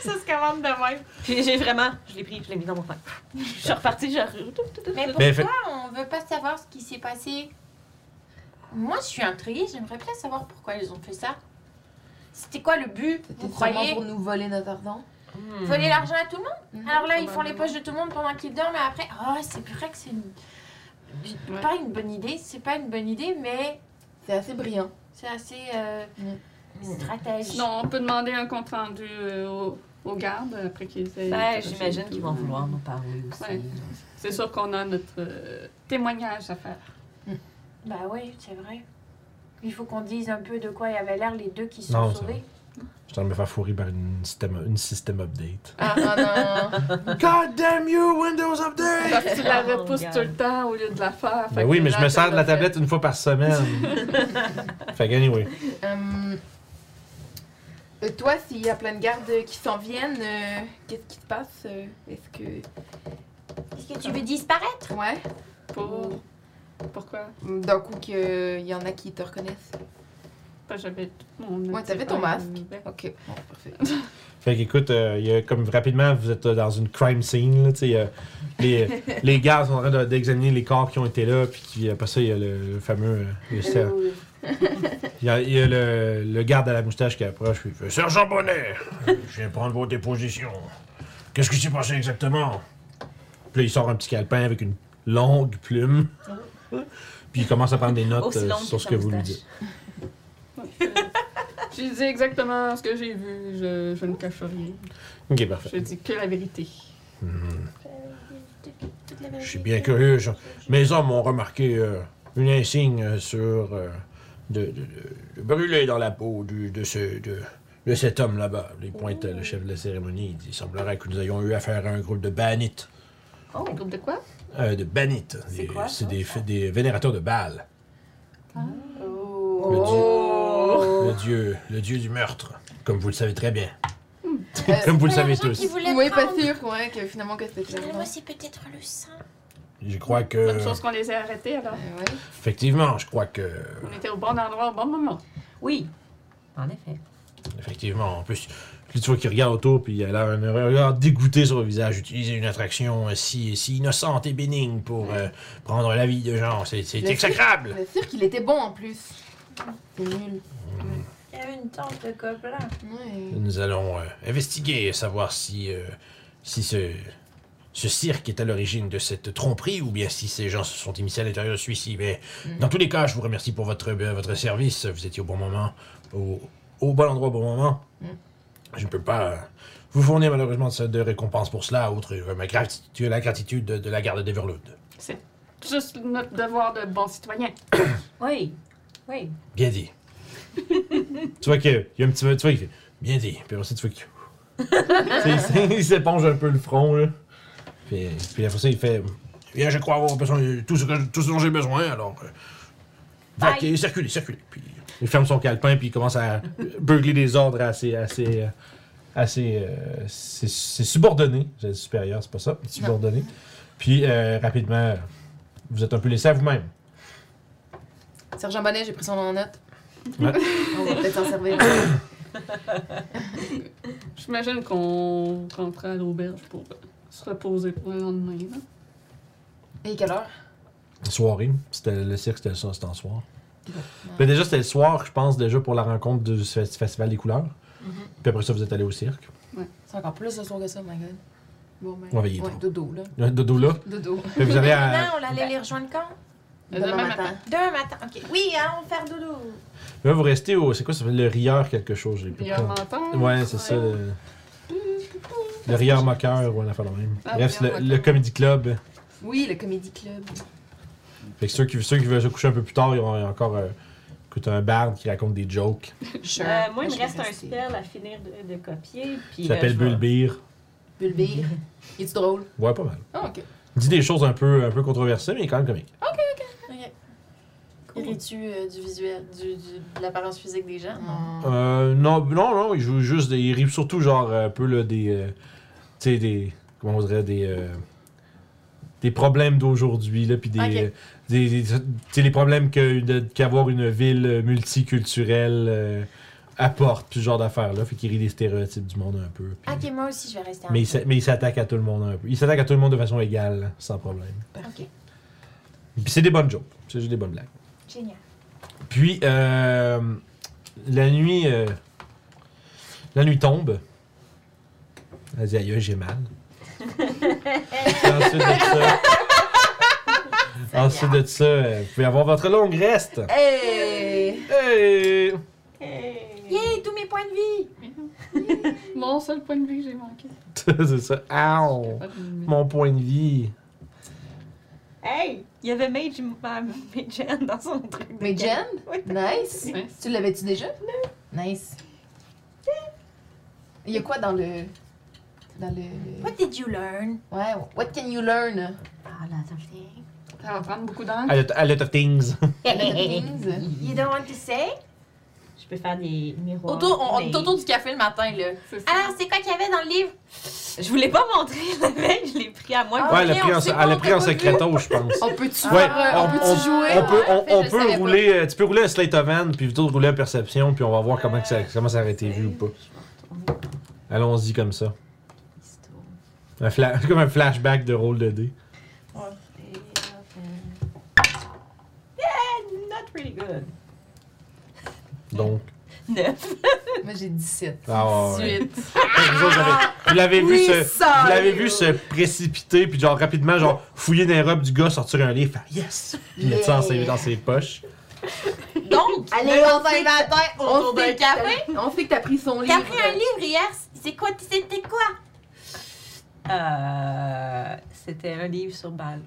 Speaker 4: Ça se commande de même.
Speaker 5: Puis j'ai vraiment... Je l'ai pris, je l'ai mis dans mon sac. Je suis repartie, je...
Speaker 6: Mais
Speaker 1: Mais
Speaker 6: pourquoi on veut pas savoir ce qui s'est passé Moi, je suis intriguée. J'aimerais bien savoir pourquoi ils ont fait ça. C'était quoi le but Vous
Speaker 3: C'était sûrement
Speaker 6: croyez
Speaker 3: pour nous voler notre argent.
Speaker 5: Hmm.
Speaker 6: Voler l'argent à tout le monde
Speaker 3: Mhm.
Speaker 6: Alors là, ils font les poches de tout le monde pendant qu'ils dorment et après. Oh, c'est vrai que c'est une-
Speaker 2: Ouais.
Speaker 6: pas une bonne idée. C'est pas une bonne idée, mais
Speaker 3: C'est assez brillant.
Speaker 6: c'est assez euh,
Speaker 3: Mhm.
Speaker 6: stratège.
Speaker 2: Sinon, on peut demander un compte rendu euh, aux, aux gardes après qu'ils aient.
Speaker 5: Ben,
Speaker 2: interrogé
Speaker 5: j'imagine
Speaker 2: et
Speaker 5: qu'ils
Speaker 2: tout.
Speaker 6: hein.
Speaker 5: vont vouloir nous parler aussi. euh.
Speaker 2: Ouais. C'est sûr qu'on a notre euh, témoignage à faire.
Speaker 6: Bah oui, c'est vrai. Il faut qu'on dise un peu de quoi il y avait l'air les deux qui sont
Speaker 1: Non, ça
Speaker 6: sauvés.
Speaker 1: Je suis en train de me faire fourrer par une système, une système update.
Speaker 3: Ah, ah, (laughs) non.
Speaker 1: (laughs) God damn you, Windows Update!
Speaker 2: Parce que tu la
Speaker 5: Oh,
Speaker 2: repousses
Speaker 5: God.
Speaker 2: tout le temps au lieu de la faire. Fait
Speaker 1: Ben
Speaker 2: que
Speaker 1: oui, mais je
Speaker 2: là,
Speaker 1: me sers de la
Speaker 2: t'as fait.
Speaker 1: tablette une fois par
Speaker 5: (laughs)
Speaker 1: semaine. fait que anyway.
Speaker 3: Hum, euh, toi, s'il y a plein de gardes qui s'en viennent, euh, qu'est-ce qui se passe? euh, Est-ce que.
Speaker 6: Est-ce que tu veux disparaître
Speaker 3: Ouais.
Speaker 2: Pour... Pourquoi?
Speaker 3: euh, D'un coup, qu'il y en a qui te reconnaissent.
Speaker 2: parce que j'avais tout mon.
Speaker 3: Ouais, t'avais ton
Speaker 2: ouvert.
Speaker 3: masque. Ok, bon, parfait.
Speaker 1: Fait qu'écoute, euh, il y a comme rapidement, vous êtes euh, dans une crime scene. Là, tu sais, il y a
Speaker 5: (laughs)
Speaker 1: les, les gars sont en train de- d'examiner les corps qui ont été là. Puis qui, après ça, il y a le, le fameux. euh, le ser- il y a, il y a le, le garde à la moustache qui approche. Puis il fait Sergent Bonnet, euh, je viens prendre vos dépositions. Qu'est-ce qui s'est passé exactement Puis là, il sort un petit calepin avec une longue plume. Puis il commence à prendre des notes
Speaker 5: Oh. Aussi
Speaker 1: euh,
Speaker 5: longue
Speaker 1: sur
Speaker 5: que
Speaker 1: ce que
Speaker 5: sa
Speaker 1: vous lui
Speaker 5: moustache.
Speaker 1: dites.
Speaker 2: (laughs) J'ai dit exactement ce que j'ai vu. Je, je ne cache rien.
Speaker 1: Ok, parfait.
Speaker 2: Je dis que la vérité.
Speaker 1: Mhm.
Speaker 6: Toute la
Speaker 1: Je
Speaker 6: vérité.
Speaker 1: suis bien curieux. je- Mes hommes ont remarqué euh, une insigne euh, sur euh, de, de- de- de brûler dans la peau du- de, ce, de, de cet homme là-bas. Il pointe euh, le chef de la cérémonie. Il dit, il semblerait que nous ayons eu affaire à un groupe de bannites.
Speaker 5: Oh,
Speaker 2: Un groupe de quoi
Speaker 1: Euh, de bannites.
Speaker 4: C'est
Speaker 1: Des-
Speaker 4: quoi,
Speaker 1: C'est
Speaker 4: ça?
Speaker 1: des, f- des vénérateurs de Baal.
Speaker 4: Oh.
Speaker 1: Le dieu,
Speaker 2: Oh
Speaker 1: le dieu, le dieu du meurtre. Comme vous le savez très bien.
Speaker 3: Euh,
Speaker 1: (laughs) Comme vous le
Speaker 6: Pour les
Speaker 1: savez
Speaker 6: gens qui
Speaker 1: tous.
Speaker 6: voulaient
Speaker 3: Oui, pas
Speaker 6: prendre.
Speaker 3: sûr, ouais, que finalement que c'était clair.
Speaker 6: Moi, c'est peut-être le sang.
Speaker 1: Je crois que...
Speaker 2: Bonne chose qu'on les ait arrêtés alors.
Speaker 3: Euh, ouais.
Speaker 1: Effectivement, je crois que...
Speaker 2: On était au bon endroit au bon moment.
Speaker 5: oui. En effet.
Speaker 1: Effectivement, en plus, puis tu vois qu'il regarde autour, puis il a l'air un regard dégoûté sur le visage. Utiliser une attraction euh, si, si innocente et bénigne pour euh, prendre la vie de gens, c'est c'est
Speaker 3: Le-
Speaker 1: exécrable!
Speaker 3: Mais sûr qu'il était bon en plus. C'est nul.
Speaker 4: Il y avait une tente de gobelins.
Speaker 3: Ouais.
Speaker 1: Nous allons euh, investiguer et savoir si, euh, si ce, ce cirque est à l'origine de cette tromperie ou bien si ces gens se sont initiés à l'intérieur de celui-ci. Mais
Speaker 3: Mhm.
Speaker 1: dans tous les cas, je vous remercie pour votre, euh, votre service. Vous étiez au bon moment, au, au bon endroit au bon moment.
Speaker 3: Mhm.
Speaker 1: Je ne peux pas euh, vous fournir malheureusement de, de récompense pour cela, outre euh, ma gratitude, la gratitude de, de la garde d'Everlood.
Speaker 2: Juste notre devoir de bon citoyen.
Speaker 5: Oui. Oui.
Speaker 1: Bien dit. tu vois qu'il y a un petit peu, tu vois qu'il fait bien dit. Puis après ça, tu vois qu'il. Tu sais, (laughs) il s'éponge un peu le front, là. Puis, puis après ça, il fait. Bien, je crois avoir besoin de tout ce, que, tout ce dont j'ai besoin, alors. euh,
Speaker 5: Bye.
Speaker 1: vaquez, circulez, circulez. Puis il ferme son calepin, puis il commence à beugler des ordres à ses. à ses, euh, à ses, euh, ses- ses subordonnés. J'ai dit supérieur, c'est pas ça, subordonnés. Puis euh, rapidement, vous êtes un peu laissé à vous-même.
Speaker 3: Sergent Bonnet, j'ai pris son nom en note.
Speaker 1: Ouais.
Speaker 3: On va peut-être s'en (laughs) servir.
Speaker 2: J'imagine qu'on rentrait à l'auberge pour euh, se reposer pour le lendemain. là.
Speaker 3: Et quelle heure?
Speaker 1: soirée. C'était le cirque, c'était ça, c'était en soir. Mais déjà, c'était le soir, je pense, déjà pour la rencontre du fes- Festival des couleurs. Puis après ça, vous êtes allé au cirque.
Speaker 3: C'est encore plus de soir que ça, my god. Bon, ben.
Speaker 1: Ouais, ben, il est tôt.
Speaker 3: dodo, là.
Speaker 1: Le dodo là.
Speaker 3: Dodo.
Speaker 1: Puis vous avez
Speaker 6: (laughs)
Speaker 1: à...
Speaker 6: Maintenant, on allait les rejoindre quand
Speaker 2: Le
Speaker 3: Demain
Speaker 2: demain
Speaker 3: matin.
Speaker 6: Demain matin. Ok. Oui, allons faire dodo.
Speaker 1: Là, vous restez au. C'est quoi ça s'appelle Le rieur quelque chose, j'ai plus
Speaker 2: Il y a
Speaker 1: le
Speaker 2: un
Speaker 1: temps.
Speaker 2: menton.
Speaker 1: Ouais, c'est ça. Le, le rieur moqueur, ou on a fait le même. Bref,
Speaker 2: Ah, rieur
Speaker 1: c'est le, le
Speaker 2: moqueur.
Speaker 1: comedy club.
Speaker 3: Oui, le comédie club.
Speaker 1: Fait que ceux qui, ceux qui veulent se coucher un peu plus tard, ils ont encore euh, écoute, un barde qui raconte des jokes.
Speaker 3: Sure.
Speaker 5: Euh, moi, il me
Speaker 3: je vais
Speaker 5: reste un
Speaker 3: rester.
Speaker 5: spell à finir de, de copier.
Speaker 1: Qui
Speaker 5: Puis, euh,
Speaker 1: s'appelle
Speaker 5: je vais-
Speaker 1: Bulbir.
Speaker 3: Bulbir. Il est drôle.
Speaker 1: Ouais, pas mal.
Speaker 3: Ah, ok.
Speaker 1: Dit des choses un peu, un peu controversées, mais quand même comique.
Speaker 6: Ok. Ris-tu euh, du visuel, du, du- de l'apparence physique des gens?
Speaker 3: Non.
Speaker 1: Euh, non, non, non, il joue juste des. Il rit surtout, genre, un peu, là, des. euh, tu sais, des. Comment on dirait, des. euh, des problèmes d'aujourd'hui, là, puis des.
Speaker 6: Ok.
Speaker 1: euh, des, des- tu sais, les problèmes que- de- qu'avoir une ville euh, multiculturelle euh, apporte, puis ce genre d'affaires, là. Fait qu'il rit des stéréotypes du monde un peu. puis-
Speaker 6: Ok, moi aussi, je vais rester en
Speaker 1: Mais il s'a- mais il s'attaque à tout le monde un peu. Il s'attaque à tout le monde de façon égale, là, sans problème.
Speaker 6: Ok.
Speaker 1: Puis c'est des bonnes jokes. C'est juste des bonnes blagues.
Speaker 6: Génial.
Speaker 1: Puis, euh, la nuit. euh, la nuit tombe. Elle dit Aïe, j'ai
Speaker 3: (laughs)
Speaker 1: mal. Puis ensuite de ça. ensuite de ça, euh, vous pouvez avoir votre longue reste.
Speaker 3: Hey!
Speaker 1: Hey! (laughs)
Speaker 6: Yay, tous mes points de vie!
Speaker 2: Mon seul point de vue que j'ai manqué.
Speaker 1: C'est ça. Ow! Mon point de vie.
Speaker 5: Hey! Il y avait Mage, ma- Majen dans son truc. de
Speaker 3: Mais Jen?
Speaker 5: Oui.
Speaker 3: Nice.
Speaker 2: Ouais.
Speaker 3: Tu l'avais-tu déjà? Nice. Il y a quoi dans le. Dans le.
Speaker 6: What did you learn?
Speaker 3: Ouais, what can you learn?
Speaker 6: Ah, là, t'as (laughs) fait.
Speaker 2: Ça va prendre beaucoup d'encre.
Speaker 1: A lot, a lot of things.
Speaker 3: A lot of things.
Speaker 6: You don't want to say?
Speaker 5: Je peux faire des miroirs.
Speaker 6: Autour, on- on-
Speaker 5: mais-
Speaker 6: est autour du café le matin, là.
Speaker 2: C'est ça.
Speaker 6: Alors, c'est quoi qu'il y avait dans le livre?
Speaker 5: Je voulais pas montrer le mec, je l'ai pris à moi.
Speaker 6: Ah,
Speaker 1: Ouais, elle a
Speaker 6: ok,
Speaker 1: pris
Speaker 6: on
Speaker 1: en,
Speaker 6: sait pas,
Speaker 1: elle a
Speaker 6: on
Speaker 1: pris
Speaker 6: t'a
Speaker 1: en
Speaker 6: pas
Speaker 1: secreto, je pense.
Speaker 3: On peut-tu
Speaker 1: Ouais,
Speaker 3: faire- Ah, euh, on,
Speaker 1: on-
Speaker 3: peut-tu
Speaker 1: on-
Speaker 3: jouer?
Speaker 1: On peut, on,
Speaker 3: Ah,
Speaker 1: on
Speaker 3: je
Speaker 1: peut
Speaker 3: savais pas.
Speaker 1: rouler, euh, tu peux rouler un slate of hand, puis plutôt de rouler un perception, puis on va voir comment, que ça, comment ça aurait été vu ou pas. Allons-y comme ça. Un fla- (laughs) comme un flashback de rôle de dés.
Speaker 5: Yeah, not really good.
Speaker 1: Donc,
Speaker 5: Neuf.
Speaker 3: Moi, j'ai 17.
Speaker 1: ah ouais, ouais.
Speaker 2: 18.
Speaker 1: (laughs) Vous, autres, vous avez- vous l'avez vu,
Speaker 3: Oui,
Speaker 1: se-
Speaker 3: ça,
Speaker 1: vous l'avez
Speaker 3: oui.
Speaker 1: vu se précipiter, puis genre rapidement, genre fouiller dans les robes du gars, sortir un livre, faire yes! Puis mettre ça dans ses, dans ses poches.
Speaker 6: Donc,
Speaker 3: Allez, on fait-
Speaker 6: matin autour
Speaker 3: on
Speaker 6: d'un
Speaker 3: sait
Speaker 6: café.
Speaker 3: que t'as- On sait que t'as pris son
Speaker 6: T'as
Speaker 3: livre.
Speaker 6: pris un livre hier, c'est quoi, c'était quoi?
Speaker 5: Euh, C'était un livre sur balle.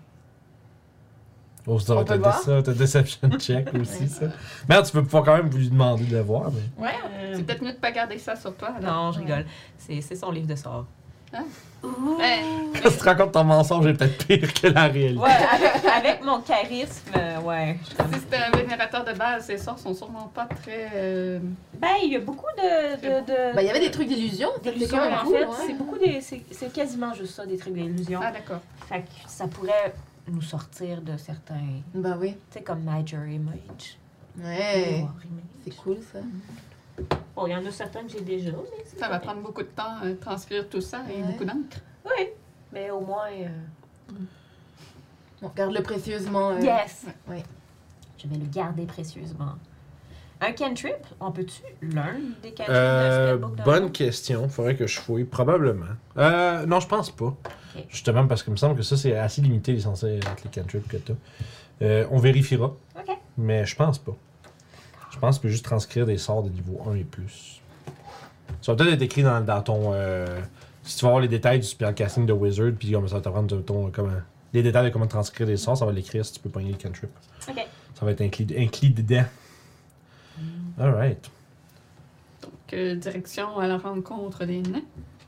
Speaker 1: Oh, ça
Speaker 4: On
Speaker 1: va
Speaker 4: peut
Speaker 1: t'as
Speaker 4: voir?
Speaker 1: ça, t'as
Speaker 4: (laughs)
Speaker 1: deception check aussi, ça. Mais alors, tu peux pouvoir quand même lui demander de le voir, mais.
Speaker 4: Ouais.
Speaker 5: Euh,
Speaker 2: C'est peut-être mieux de pas garder ça sur toi. alors.
Speaker 5: Non, je rigole. C'est c'est son livre de sort. Ah.
Speaker 2: Ouais.
Speaker 1: (laughs) Quand tu te rends compte ton mensonge est peut-être pire que la réalité.
Speaker 5: Ouais, avec, avec mon charisme, euh, ouais. je suis comme-
Speaker 2: Si c'était un vénérateur de base, ses sorts sont sûrement pas très. euh,
Speaker 5: Ben, il y a beaucoup de. de, de-
Speaker 3: Ben, il y avait des trucs d'illusion.
Speaker 5: d'illusions,
Speaker 3: c'était quand même
Speaker 5: en
Speaker 3: cool,
Speaker 5: fait.
Speaker 3: ouais.
Speaker 5: C'est beaucoup des. c'est- C'est quasiment juste ça, des trucs d'illusion.
Speaker 2: Ah, d'accord.
Speaker 5: Fait que ça pourrait nous sortir de certains.
Speaker 3: Ben oui.
Speaker 5: Tu sais, comme Major Image. Euh,
Speaker 3: Ouais.
Speaker 5: Mirror Image.
Speaker 3: C'est cool, ça.
Speaker 5: Bon, il y en a certains que j'ai déjà, mais c'est
Speaker 2: Ça va
Speaker 5: correct.
Speaker 2: prendre beaucoup de temps à transcrire tout ça et
Speaker 3: Ouais.
Speaker 2: beaucoup d'encre.
Speaker 5: Oui. Mais au moins. euh,
Speaker 3: On garde-le précieusement. euh,
Speaker 5: Yes!
Speaker 3: Oui.
Speaker 5: Je vais le garder précieusement. Un cantrip, on peut-tu l'un des cantrips de
Speaker 1: Euh,
Speaker 5: Spellbook de
Speaker 1: bonne
Speaker 5: Rome?
Speaker 1: question. Faudrait que je fouille. Probablement. Euh, non, je pense pas. Justement, parce que me semble que ça, c'est assez limité, censé avec les cantrips que t'as. Euh, on vérifiera.
Speaker 5: Ok.
Speaker 1: Mais je pense pas. Je pense que tu peux juste transcrire des sorts de niveau 1 et plus. Ça va peut-être être écrit dans, dans ton. euh, si tu vas voir les détails du spellcasting de Wizard, puis comme ça va t'apprendre de ton. Comment, les détails de comment transcrire des sorts, ça va l'écrire si tu peux pogner le cantrip.
Speaker 5: Ok.
Speaker 1: Ça va être inclus, inclus dedans.
Speaker 5: Mm.
Speaker 1: Alright.
Speaker 2: Donc, euh, direction à la rencontre des nains.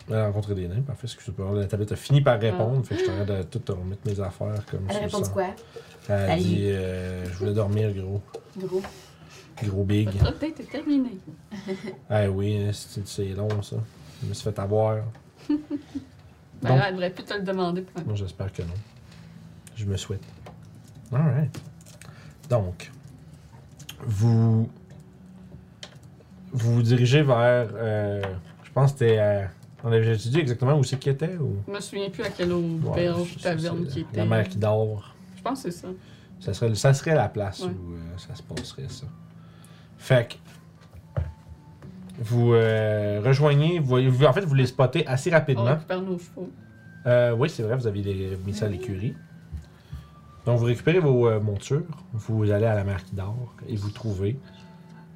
Speaker 1: Elle a rencontré des nains, parfait, excuse-moi. La tablette a fini par répondre, fait que je suis en train de tout te remettre mes affaires comme
Speaker 3: Ah. Elle
Speaker 1: sur
Speaker 3: répond
Speaker 1: ça.
Speaker 3: quoi?
Speaker 1: Elle a
Speaker 5: Allez.
Speaker 1: dit euh, Je voulais dormir, gros.
Speaker 3: Gros.
Speaker 1: Gros big.
Speaker 2: Votre update est terminée.
Speaker 1: Ah oui, hein, c'est c'est long ça. Je me suis fait avoir.
Speaker 2: Ben
Speaker 1: Donc-
Speaker 2: là, elle devrait plus te le demander. pour un-
Speaker 1: Moi, j'espère que non. Je me souhaite. Alright. Donc, vous. Vous vous dirigez vers. euh, je pense que c'était. euh, on avait étudié exactement où c'est qu'il était ou.
Speaker 2: Je me souviens plus à quelle
Speaker 1: Ouais,
Speaker 2: auberge,
Speaker 1: c'est- c'est-
Speaker 2: taverne
Speaker 1: c'est
Speaker 2: qui
Speaker 1: La
Speaker 2: était.
Speaker 1: mer qui dort.
Speaker 2: Je pense que c'est ça.
Speaker 1: Ça serait, ça serait la place
Speaker 2: Ouais.
Speaker 1: où euh, ça se passerait, ça. Fait que. Vous euh, rejoignez, vous, voyez- vous- en fait, vous les spottez assez
Speaker 2: On
Speaker 1: rapidement.
Speaker 2: récupère nos chevaux.
Speaker 1: Euh, oui, c'est vrai, vous avez les- mis ça à l'écurie. Donc, vous récupérez vos euh, montures, vous allez à la mer qui dort et vous trouvez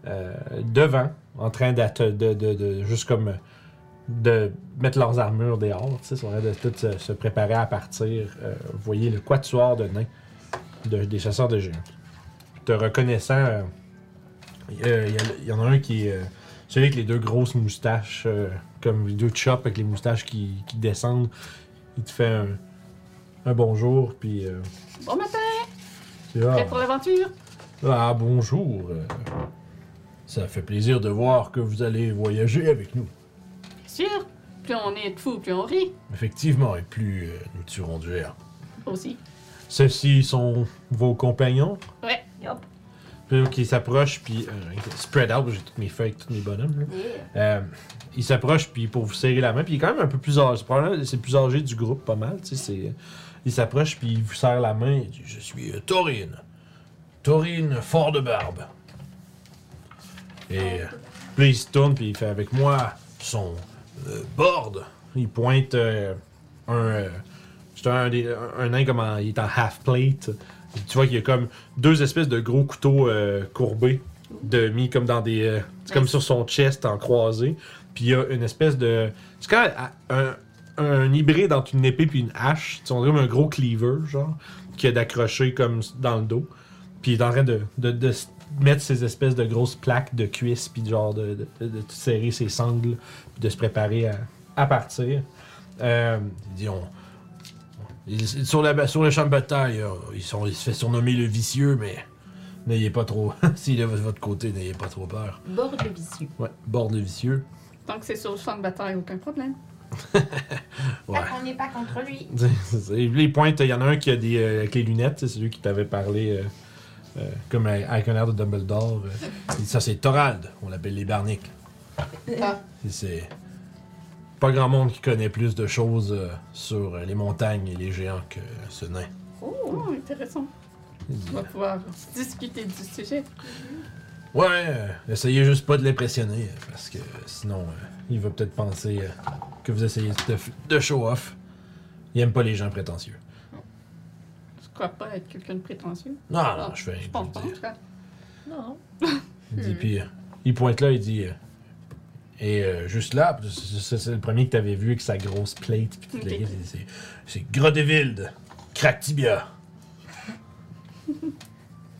Speaker 1: euh, devant, en train d'atte- de, de, de- juste comme euh, de mettre leurs armures dehors, tu sais, ils sont en train de tout se, se préparer à partir. euh, vous voyez le quatuor de nains de- des chasseurs de géants. Te reconnaissant, euh, il y, a- il y en a un qui est euh, celui avec les deux grosses moustaches, euh, comme les deux chops avec les moustaches qui, qui descendent. Il te fait un, un bonjour, puis euh,
Speaker 2: Bon matin,
Speaker 1: tu vois,
Speaker 2: prêt pour l'aventure?
Speaker 1: ah, bonjour. euh, ça fait plaisir de voir que vous allez voyager avec nous.
Speaker 2: Bien sûr. Plus on est de fous, plus on rit.
Speaker 1: Effectivement, et plus euh, nous tuerons du air.
Speaker 2: Aussi.
Speaker 1: Ceux-ci sont vos compagnons.
Speaker 2: Ouais.
Speaker 5: Yup.
Speaker 1: Puis qui s'approchent, puis euh, spread out, j'ai toutes mes feuilles, tous mes bonhommes. là. Euh, il s'approche puis pour vous serrer la main, puis il est quand même un peu plus âgé. Probablement, c'est le plus âgé du groupe, pas mal. Tu sais, c'est- euh, il s'approche puis il vous serre la main. Il dit Je suis euh, Taurine. Taurine fort de barbe. Et euh, puis il se tourne puis il fait avec moi son euh, board. Il pointe euh, un. euh, c'est un, des- un- un nain comme en- il est en half plate. Puis tu vois qu'il y a comme deux espèces de gros couteaux euh, courbés, de mis comme dans des. euh, c'est comme sur son chest en croisé. Puis il y a une espèce de. C'est quand un, un hybride entre une épée puis une hache. C'est comme un gros cleaver, genre, qui a d'accrocher comme dans le dos. Puis il est en train de, de- de s- mettre ces espèces de grosses plaques de cuisses, puis genre de, de, de- de serrer ses sangles, puis de se préparer à, à partir. Euh, il dit on- il- Sur, la, ba- sur le champ de bataille, euh, ils sont, il se fait surnommer le vicieux, mais N'ayez pas trop. (laughs) S'il est de votre côté, n'ayez pas trop peur.
Speaker 5: Borde vicieux.
Speaker 1: Ouais, borde vicieux.
Speaker 2: Tant que c'est sur le champ de bataille, aucun problème.
Speaker 1: Ouais.
Speaker 6: Tant qu'on n'est pas contre lui.
Speaker 1: C'est- c'est- Les pointes, il y en a un qui a des, euh, avec les lunettes, c'est celui qui t'avait parlé euh, euh, comme un- avec un air de Dumbledore. euh. Et ça, c'est Torald, on l'appelle les Barniques.
Speaker 6: Ah.
Speaker 1: Et C'est pas grand monde qui connaît plus de choses euh, sur euh, les montagnes et les géants que ce nain.
Speaker 2: Oh, intéressant. On va pouvoir discuter du sujet.
Speaker 1: Ouais, euh, essayez juste pas de l'impressionner, euh, parce que euh, sinon, euh, il va peut-être penser euh, que vous essayez de, f- de show-off. Il aime pas les gens prétentieux.
Speaker 2: Je crois pas être quelqu'un de prétentieux.
Speaker 1: Non, non, Ah, je fais rien.
Speaker 2: Ah, Je
Speaker 1: pour
Speaker 2: pense pas, en
Speaker 1: dire.
Speaker 2: tout cas.
Speaker 5: Non.
Speaker 1: Il dit, puis euh, il pointe là, il dit. euh, et euh, juste là, puis c'est c'est- c'est le premier que t'avais vu avec sa grosse plate, puis toute la
Speaker 2: Ok.
Speaker 1: guise, il dit, c'est- c'est Grodevild, crack tibia.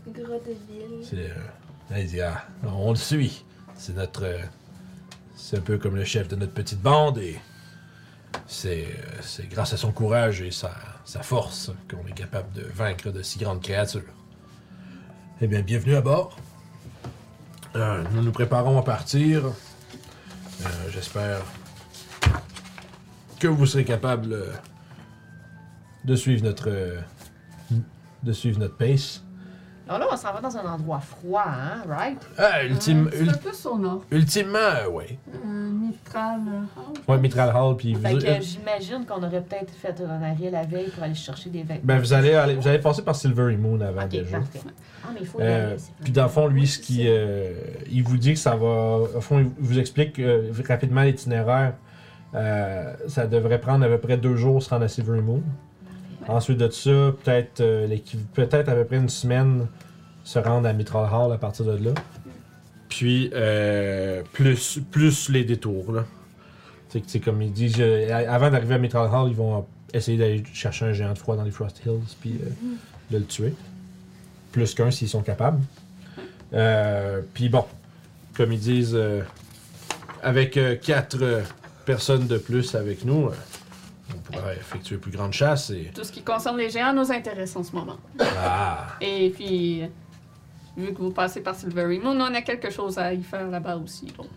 Speaker 3: Gros de ville.
Speaker 1: C'est, euh, là, il dit, ah, on le suit. C'est notre. euh, c'est un peu comme le chef de notre petite bande et. C'est, euh, c'est grâce à son courage et sa, sa force qu'on est capable de vaincre de si grandes créatures. Eh bien, bienvenue à bord. Euh, nous nous préparons à partir. Euh, j'espère que vous serez capable euh, de suivre notre euh, de suivre notre pace.
Speaker 5: Alors là, on s'en va dans un endroit froid, hein, right?
Speaker 1: Ah, ultime,
Speaker 2: Euh,
Speaker 1: ul-
Speaker 2: C'est un peu sonore.
Speaker 1: Ultimement, euh, ouais.
Speaker 2: Euh, Mitral. euh, ah,
Speaker 1: Ouais, Mitral Hall, puis vous,
Speaker 5: Fait
Speaker 1: euh,
Speaker 5: que j'imagine qu'on aurait peut-être fait un arrière la veille pour aller chercher des vêtements.
Speaker 1: ben, vous, allez aller- vous allez passer par Silvery Moon avant
Speaker 5: Ok,
Speaker 1: déjà.
Speaker 5: parfait. Ah, mais il faut y
Speaker 1: Euh,
Speaker 5: aller, c'est
Speaker 1: puis
Speaker 5: vrai.
Speaker 1: dans le fond, lui, ce qui, euh, il vous dit que ça va, au fond, il vous explique euh, rapidement l'itinéraire. Euh, ça devrait prendre à peu près deux jours se rendre à Silvery Moon. Ensuite de ça, peut-être euh, l'équi- peut-être à peu près une semaine se rendre à Mitral Hall à partir de là. Puis euh, plus plus les détours là. C'est que c'est comme ils disent, euh, a- avant d'arriver à Mitral Hall, ils vont essayer d'aller chercher un géant de froid dans les Frost Hills puis euh,
Speaker 5: Mm.
Speaker 1: de le tuer. Plus qu'un s'ils sont capables. Euh, puis bon, comme ils disent, euh, avec euh, quatre euh, personnes de plus avec nous, euh, on pourra effectuer plus grande chasse et
Speaker 2: Tout ce qui concerne les géants nous intéresse en ce moment.
Speaker 1: Ah,
Speaker 2: Et puis, euh, vu que vous passez par Silvery Moon, on a quelque chose à y faire là-bas aussi. Donc,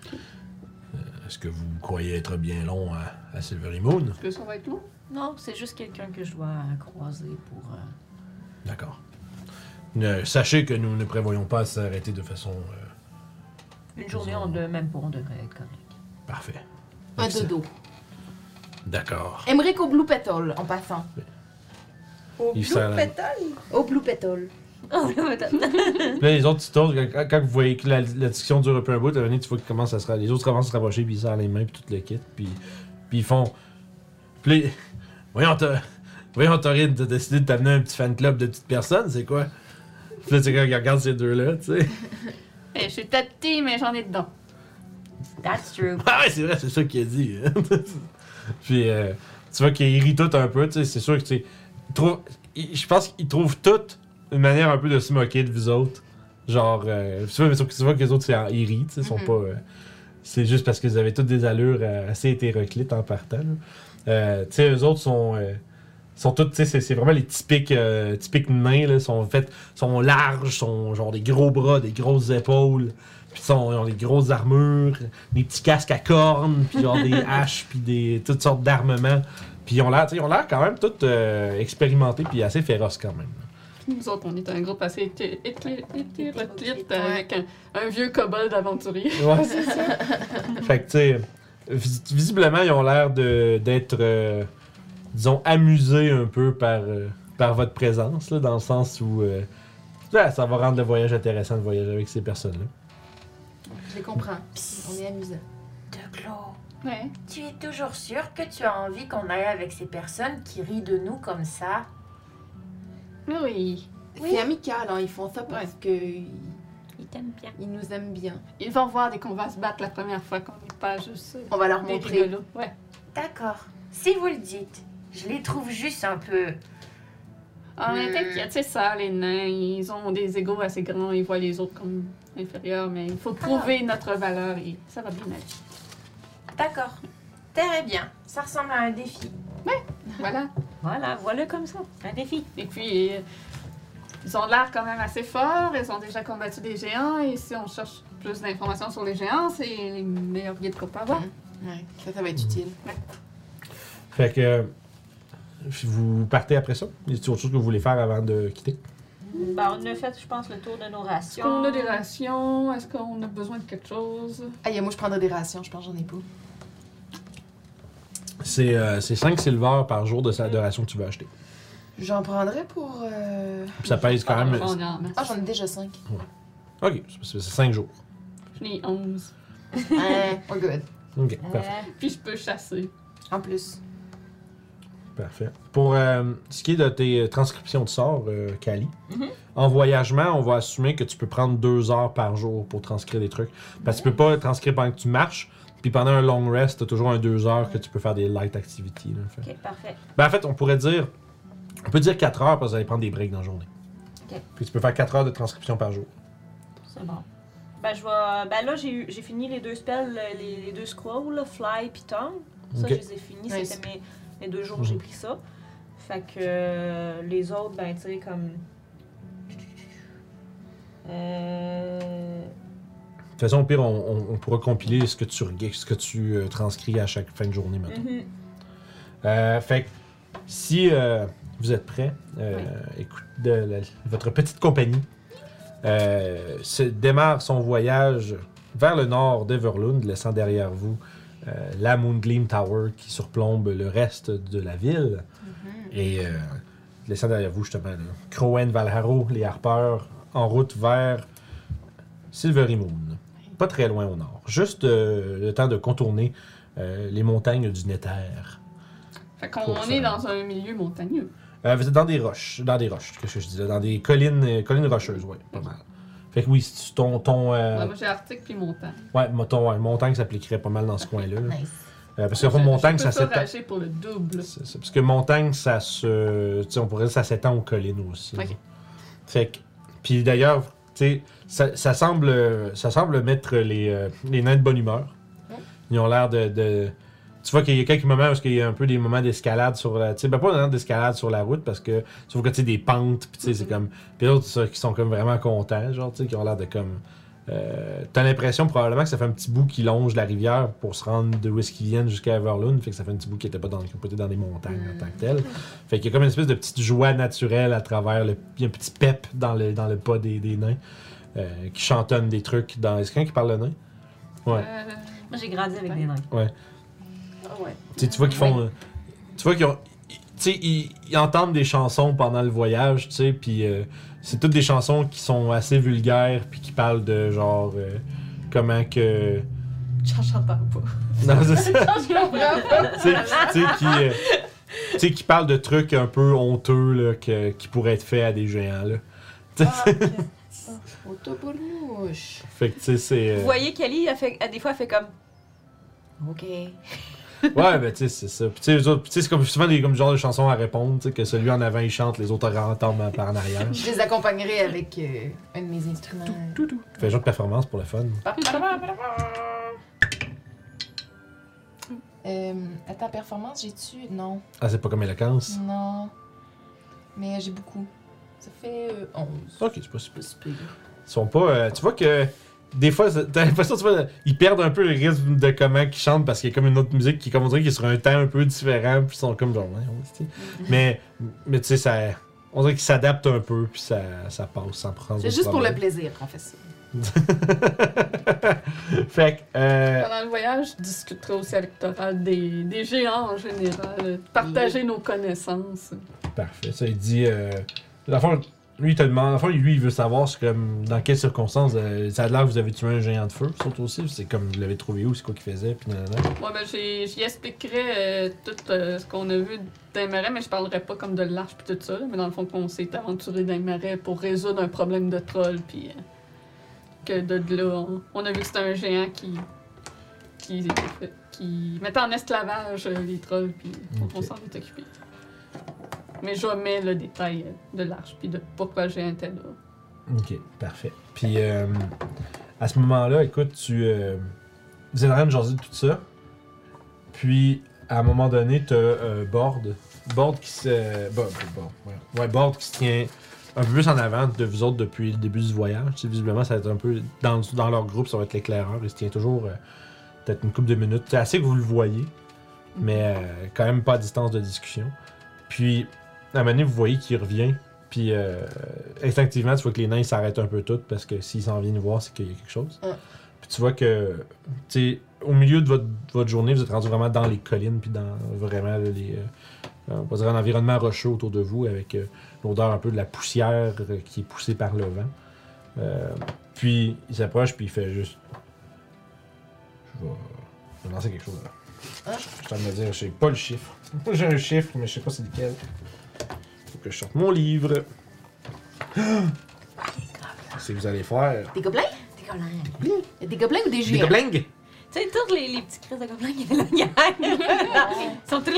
Speaker 1: est-ce que vous croyez être bien long à, à Silvery Moon?
Speaker 2: est-ce que ça va être long?
Speaker 5: Non, c'est juste quelqu'un que je dois euh, croiser pour. euh,
Speaker 1: D'accord. Ne- sachez que nous ne prévoyons pas s'arrêter de façon euh,
Speaker 5: une journée, on de même pas, on devrait (laughs) être correct.
Speaker 1: parfaite.
Speaker 3: Un
Speaker 1: Excellent.
Speaker 3: dodo.
Speaker 1: D'accord.
Speaker 3: Aimerait qu'au Blue Petal, en passant.
Speaker 4: Au
Speaker 1: Il
Speaker 4: Blue
Speaker 1: sert la-
Speaker 4: Petal.
Speaker 3: Au Blue Petal.
Speaker 5: Oh, là, attends.
Speaker 1: Là, les autres, ils tournent. Quand, quand vous voyez que la, la discussion dure un peu un bout, à un moment donné, tu vois qu'ils commencent à se ra- Les autres commencent à se rapprocher, puis ils serrent les mains, puis tout le kit. Puis, puis ils font. Puis les- (laughs) Voyons, t'as- Voyons, Taurine, t'as décidé de t'amener un petit fan club de petites personnes, c'est quoi? Puis là, tu sais, quand ils regardent ces deux-là, tu sais.
Speaker 2: Eh, je suis tâtée, mais j'en ai dedans.
Speaker 5: That's true.
Speaker 1: (laughs) Ah ouais, c'est vrai, c'est ça qu'il a dit. (laughs) hein. Puis, euh, tu vois qu'il rit tout un peu, tu sais, c'est sûr que, tu sais, il trouve- il- je pense qu'il trouve toutes une manière un peu de se moquer de vous autres. Genre, euh, tu vois, mais sauf que tu vois que les autres, c'est en- ils rient, tu sais, sont
Speaker 2: Mhm.
Speaker 1: pas... euh, c'est juste parce que vous avez toutes des allures euh, assez hétéroclites en partant, là. Euh, tu sais, eux autres sont... euh, sont toutes, tu sais, c'est- c'est vraiment les typiques, euh, typiques nains, là, sont faits, sont larges, sont genre des gros bras, des grosses épaules, puis sont, ils ont des grosses armures, des petits casques à cornes, puis genre des haches, puis des toutes sortes d'armements. Puis ils ont l'air, tu sais, ils ont l'air quand même tous euh, expérimentés, puis assez féroces quand même.
Speaker 2: Nous autres, on est un groupe assez hété- hété- hétéroclite
Speaker 3: Ouais.
Speaker 2: avec un, un vieux kobold aventurier. (laughs)
Speaker 1: Ouais, c'est ça. (laughs) fait que, tu sais, vis- visiblement, ils ont l'air de- d'être, euh, disons, amusés un peu par, euh, par votre présence, là, dans le sens où euh, là, ça va rendre le voyage intéressant de voyager avec ces personnes-là.
Speaker 3: Je les comprends. On est amusant.
Speaker 6: De Clos,
Speaker 2: Ouais.
Speaker 6: tu es toujours sûr que tu as envie qu'on aille avec ces personnes qui rient de nous comme ça
Speaker 2: Oui.
Speaker 6: Oui.
Speaker 3: C'est amical, hein. Ils font ça parce que
Speaker 5: Il t'aime bien.
Speaker 3: ils nous aiment bien.
Speaker 2: Ils vont voir dès qu'on va se battre la première fois qu'on n'est pas juste euh,
Speaker 3: On va leur
Speaker 2: des
Speaker 3: montrer.
Speaker 2: rigolos. Ouais.
Speaker 6: D'accord. Si vous le dites, je les trouve juste un peu.
Speaker 2: Ah, mais
Speaker 6: Hmm.
Speaker 2: t'inquiète, c'est ça, les nains. Ils ont des égaux assez grands. Ils voient les autres comme inférieurs, mais il faut prouver notre valeur et ça va bien aller.
Speaker 6: D'accord. Très bien. Ça ressemble à un défi.
Speaker 2: Voilà.
Speaker 5: Voilà, voilà comme ça. Un défi.
Speaker 2: Et puis, euh, Ils ont l'air quand même assez forts, ils ont déjà combattu des géants, et si on cherche plus d'informations sur les géants, c'est les meilleurs guides qu'on peut avoir.
Speaker 3: Ouais, ça, ça va être utile.
Speaker 1: Fait que. euh, Vous partez après ça? Y a-t-il autre chose que vous voulez faire avant de quitter?
Speaker 5: Ben, on a fait, je pense, le tour de nos
Speaker 2: Est-ce
Speaker 5: rations.
Speaker 2: qu'on a des rations? Est-ce qu'on a besoin de quelque chose?
Speaker 3: Ah, yeah, moi, je prendrais des rations, je pense que j'en ai pas.
Speaker 1: C'est 5 silver par jour de, sa, de ration que tu veux acheter.
Speaker 3: J'en prendrais pour. euh,
Speaker 1: Puis ça pèse quand même.
Speaker 2: On est en masse.
Speaker 3: Ah, j'en ai déjà 5.
Speaker 1: Ok, c'est 5 jours.
Speaker 2: J'en ai 11.
Speaker 3: We're Oh, good.
Speaker 1: Ok,
Speaker 5: Euh,
Speaker 1: parfait.
Speaker 2: Puis je peux chasser.
Speaker 3: En plus.
Speaker 1: parfait. Pour euh, ce qui est de tes transcriptions de sorts, euh, Kali,
Speaker 5: Mm-hmm.
Speaker 4: Mhm.
Speaker 1: en voyagement, on va assumer que tu peux prendre 2 heures par jour pour transcrire des trucs. Parce que tu peux pas transcrire pendant que tu marches. Puis pendant un long rest, t'as toujours un 2 heures que tu peux faire des light activities. là. Fait-
Speaker 5: ok, parfait.
Speaker 1: Ben, en fait, on pourrait dire. On peut dire 4 heures parce que vous allez prendre des breaks dans la journée.
Speaker 5: Ok.
Speaker 1: Puis tu peux faire 4 heures de transcription par jour.
Speaker 5: C'est bon. Ben, je vais. Ben, là, j'ai eu- j'ai fini les deux spells, euh, les, les deux scrolls, là, Fly puis Tongue. Ça,
Speaker 1: Ok.
Speaker 5: je les ai finis.
Speaker 3: Nice.
Speaker 5: C'était mes, mes deux jours où j'ai
Speaker 1: Mhm.
Speaker 5: pris ça. Fait que euh, les autres, ben, tu sais, comme. Euh,
Speaker 1: De toute façon, au pire, on, on- on pourra compiler ce que tu, reg- ce que tu euh, transcris à chaque fin de journée maintenant.
Speaker 5: mhm.
Speaker 1: Euh, fait que si euh, vous êtes prêts, euh, écoute, de la- votre petite compagnie euh, se- démarre son voyage vers le nord d'Everlund, laissant derrière vous euh, la Moongleam Tower qui surplombe le reste de la ville. Et euh, laissant derrière vous justement là, Crowen, Valharo, les Harpeurs, en route vers Silvery Moon. Pas très loin au nord. Juste euh, le temps de contourner euh, les montagnes du Nether.
Speaker 2: Fait qu'on
Speaker 1: Pour
Speaker 2: on
Speaker 1: ça.
Speaker 2: est dans un milieu montagneux.
Speaker 1: Euh, vous êtes dans des roches, dans des roches, qu'est-ce que je disais, dans des collines, euh, collines rocheuses, ouais, pas mal. Fait que oui, si tu- ton, ton, euh,
Speaker 2: Ouais, moi, j'ai Arctique puis montagne.
Speaker 1: ouais, mon- ton ouais, montagne s'appliquerait pas mal dans ce coin-là. là.
Speaker 6: Nice.
Speaker 1: Euh, parce que pour montagne, ça s'étend.
Speaker 2: s'étend. pour le double.
Speaker 1: c'est ça. Parce que montagne, ça se, tu sais, on pourrait dire ça s'étend aux collines aussi.
Speaker 2: Ok.
Speaker 1: là. Fait que, puis d'ailleurs, tu sais, ça, ça semble, euh, ça semble mettre les, euh, les nains de bonne humeur.
Speaker 3: Ouais.
Speaker 1: Ils ont l'air de, de- tu vois qu'il y a quelques moments où il y a un peu des moments d'escalade sur la, tu sais, ben pas vraiment d'escalade sur la route parce que tu vois que tu sais, des pentes, puis tu sais, c'est comme, puis d'autres ça, qui sont comme vraiment contents, genre, tu sais, qui ont l'air de comme. Euh, T'as l'impression probablement que ça fait un petit bout qui longe la rivière pour se rendre de Whisky-Vienne jusqu'à Everlund, fait que ça fait un petit bout qui était pas dans, qui était dans les montagnes en tant que tel. Fait qu'il y a comme une espèce de petite joie naturelle à travers le. Il y a un petit pep dans le, dans le pas des, des nains euh, qui chantonne des trucs dans. Est-ce qu'il y en a qui parle le nain? Ouais.
Speaker 2: Euh,
Speaker 5: Moi, j'ai grandi avec des nains.
Speaker 4: Ah ouais.
Speaker 1: Tu sais, tu vois qu'ils font. euh, Tu vois qu'ils ont. ils- Tu sais, ils, ils entendent des chansons pendant le voyage, tu sais, puis euh, c'est toutes des chansons qui sont assez vulgaires, puis qui parlent de genre. euh, comment que.
Speaker 4: J'en parle pas.
Speaker 1: Non, c'est ça.
Speaker 4: (laughs) Je comprends pas.
Speaker 1: Tu sais, tu sais, qui. euh, tu sais, qui parlent de trucs un peu honteux, là, que- qui pourraient être faits à des géants, là.
Speaker 4: Ah, ok.
Speaker 1: (laughs)
Speaker 3: Autoborouche.
Speaker 1: Fait que, tu sais, c'est. euh,
Speaker 5: Vous voyez, Kelly, elle fait, elle, des fois, elle fait comme. OK.
Speaker 1: Ouais, ben, tu sais, c'est ça. Puis, tu sais, eux autres- puis, tu sais, c'est comme souvent des comme, genre de chansons à répondre, tu sais, que celui en avant, il chante, les autres entendent par en arrière.
Speaker 3: Je les accompagnerai avec euh, un de mes instruments.
Speaker 1: Fait genre de performance pour le fun.
Speaker 3: Euh, à ta performance, j'ai-tu. Non.
Speaker 1: Ah, c'est pas comme éloquence.
Speaker 3: Non. Mais j'ai beaucoup. Ça fait euh, 11.
Speaker 1: Mm. Ok, c'est pas si pire. Ils sont pas. euh, tu vois que. Des fois, ça- t'as l'impression, tu vois, ils perdent un peu le rythme de comment ils chantent parce qu'il y a comme une autre musique qui, comme on dirait, qui est sur un temps un peu différent, puis ils sont comme genre. Ouais, ouais, tu sais. mais, mais tu sais, ça. On dirait qu'ils s'adaptent un peu, puis ça, ça passe sans prendre.
Speaker 3: C'est
Speaker 1: de
Speaker 3: juste pour le
Speaker 1: problème.
Speaker 3: plaisir qu'on fait ça.
Speaker 1: fait que. euh,
Speaker 2: Pendant le voyage, je discuterai aussi avec Toral des, des géants en général. Partager nos connaissances.
Speaker 1: Parfait. Ça, il dit. Euh, dans le fond, lui, il te demande. dans le fond, lui, il veut savoir c'est comme, dans quelles circonstances. euh, ça a l'air que vous avez tué un géant de feu, surtout aussi. C'est comme vous l'avez trouvé où, c'est quoi qu'il faisait, puis nanana.
Speaker 2: Moi, ben, j'ai- j'y expliquerai euh, tout euh, ce qu'on a vu d'un marais, mais je parlerai pas comme de l'arche puis tout ça. là, mais dans le fond, qu'on s'est aventuré d'un marais pour résoudre un problème de troll, puis euh, que de, de là, on, on a vu que c'était un géant qui, qui, qui mettait en esclavage euh, les trolls, puis on- on
Speaker 1: Ok.
Speaker 2: s'en est occupé. Mais j'omets le détail euh, de l'arche, puis de pourquoi le géant était là.
Speaker 1: Ok, parfait. Puis euh, à ce moment-là, écoute, tu. euh, vous êtes en train de jaser de tout ça. Puis à un moment euh, donné, t'as euh, Borde. Borde qui se. Bo- Bo- Borde, ouais. Ouais, Borde qui se tient. un peu plus en avant de vous autres depuis le début du voyage. Tu sais, visiblement, ça va être un peu. Dans, dans leur groupe, ça va être l'éclaireur. Il se tient toujours euh, peut-être une couple de minutes. C'est assez que vous le voyez, mais euh, quand même pas à distance de discussion. Puis, à un moment donné, vous voyez qu'il revient. Puis, euh, instinctivement, tu vois que les nains ils s'arrêtent un peu toutes parce que s'ils s'en viennent voir, c'est qu'il y a quelque chose.
Speaker 2: Ouais.
Speaker 1: Puis, tu vois que, tu sais, au milieu de votre, votre journée, vous êtes rendu vraiment dans les collines, puis dans vraiment les. euh, on va dire un environnement rocheux autour de vous avec. euh, l'odeur un peu de la poussière euh, qui est poussée par le vent. Euh, puis il s'approche, puis il fait juste. Je vais, je vais lancer quelque chose là. Je suis en train de me dire, je sais pas le chiffre. (laughs) J'ai un chiffre, mais je sais pas c'est lequel. Faut que je sorte mon livre. Si vous allez faire.
Speaker 6: Des gobelins? Des gobelins. Y a Des gobelins ou des
Speaker 1: Des
Speaker 6: géants?
Speaker 1: gobelins!
Speaker 5: Tu sais, tous les, les petits cris de gobelins qui étaient là, gang. Ils sont très.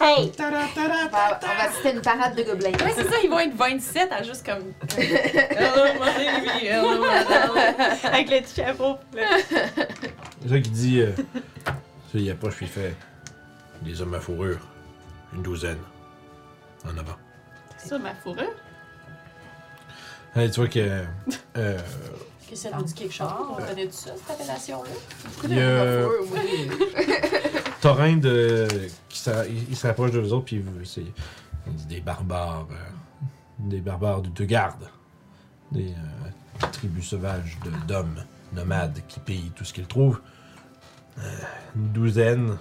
Speaker 5: Hey!
Speaker 3: On va, on va assister à une parade de gobelins.
Speaker 4: Ouais, c'est ça, ils vont être 27 à juste comme. Hello, my baby, hello,
Speaker 5: (laughs) Avec le petit chapeau.
Speaker 1: C'est ça qui dit. Euh, (laughs) tu sais, il approche, puis il fait. Des hommes à fourrure. Une douzaine. En avant.
Speaker 2: C'est ça ma fourrure?
Speaker 1: Allez, tu vois que. euh,
Speaker 4: Que ça nous dit quelque chose. On connaît tout ça, cette appellation-là.
Speaker 1: il y a- (laughs) Torrent de. Qui s'a- il il se rapproche de vous autres, puis vous- c'est il dit des barbares. euh, des barbares de, de garde. Des euh, tribus sauvages de- d'hommes nomades qui pillent tout ce qu'ils trouvent. Euh, une douzaine.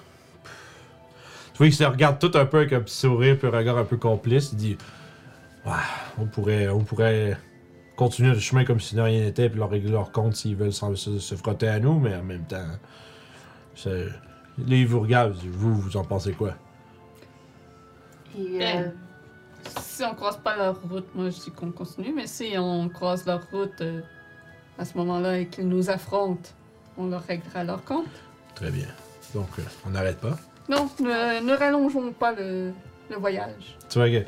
Speaker 1: Tu vois, ils se regardent tout un peu avec un petit sourire, puis un regard un peu complice. Il dit Ouais, on pourrait, on pourrait continuer le chemin comme si de rien n'était, puis leur régler leur compte s'ils veulent s'en- se, se frotter à nous, mais en même temps. c'est- les vous regardent, ils disent, vous, vous en pensez quoi?
Speaker 3: Puis, euh,
Speaker 2: Ben, Si on croise pas leur route, moi je dis qu'on continue, mais si on croise leur route euh, à ce moment-là et qu'ils nous affrontent, on leur réglera leur compte.
Speaker 1: Très bien. Donc, euh, on n'arrête pas.
Speaker 2: Non, ne, ne rallongeons pas le, le voyage.
Speaker 1: Tu vois que.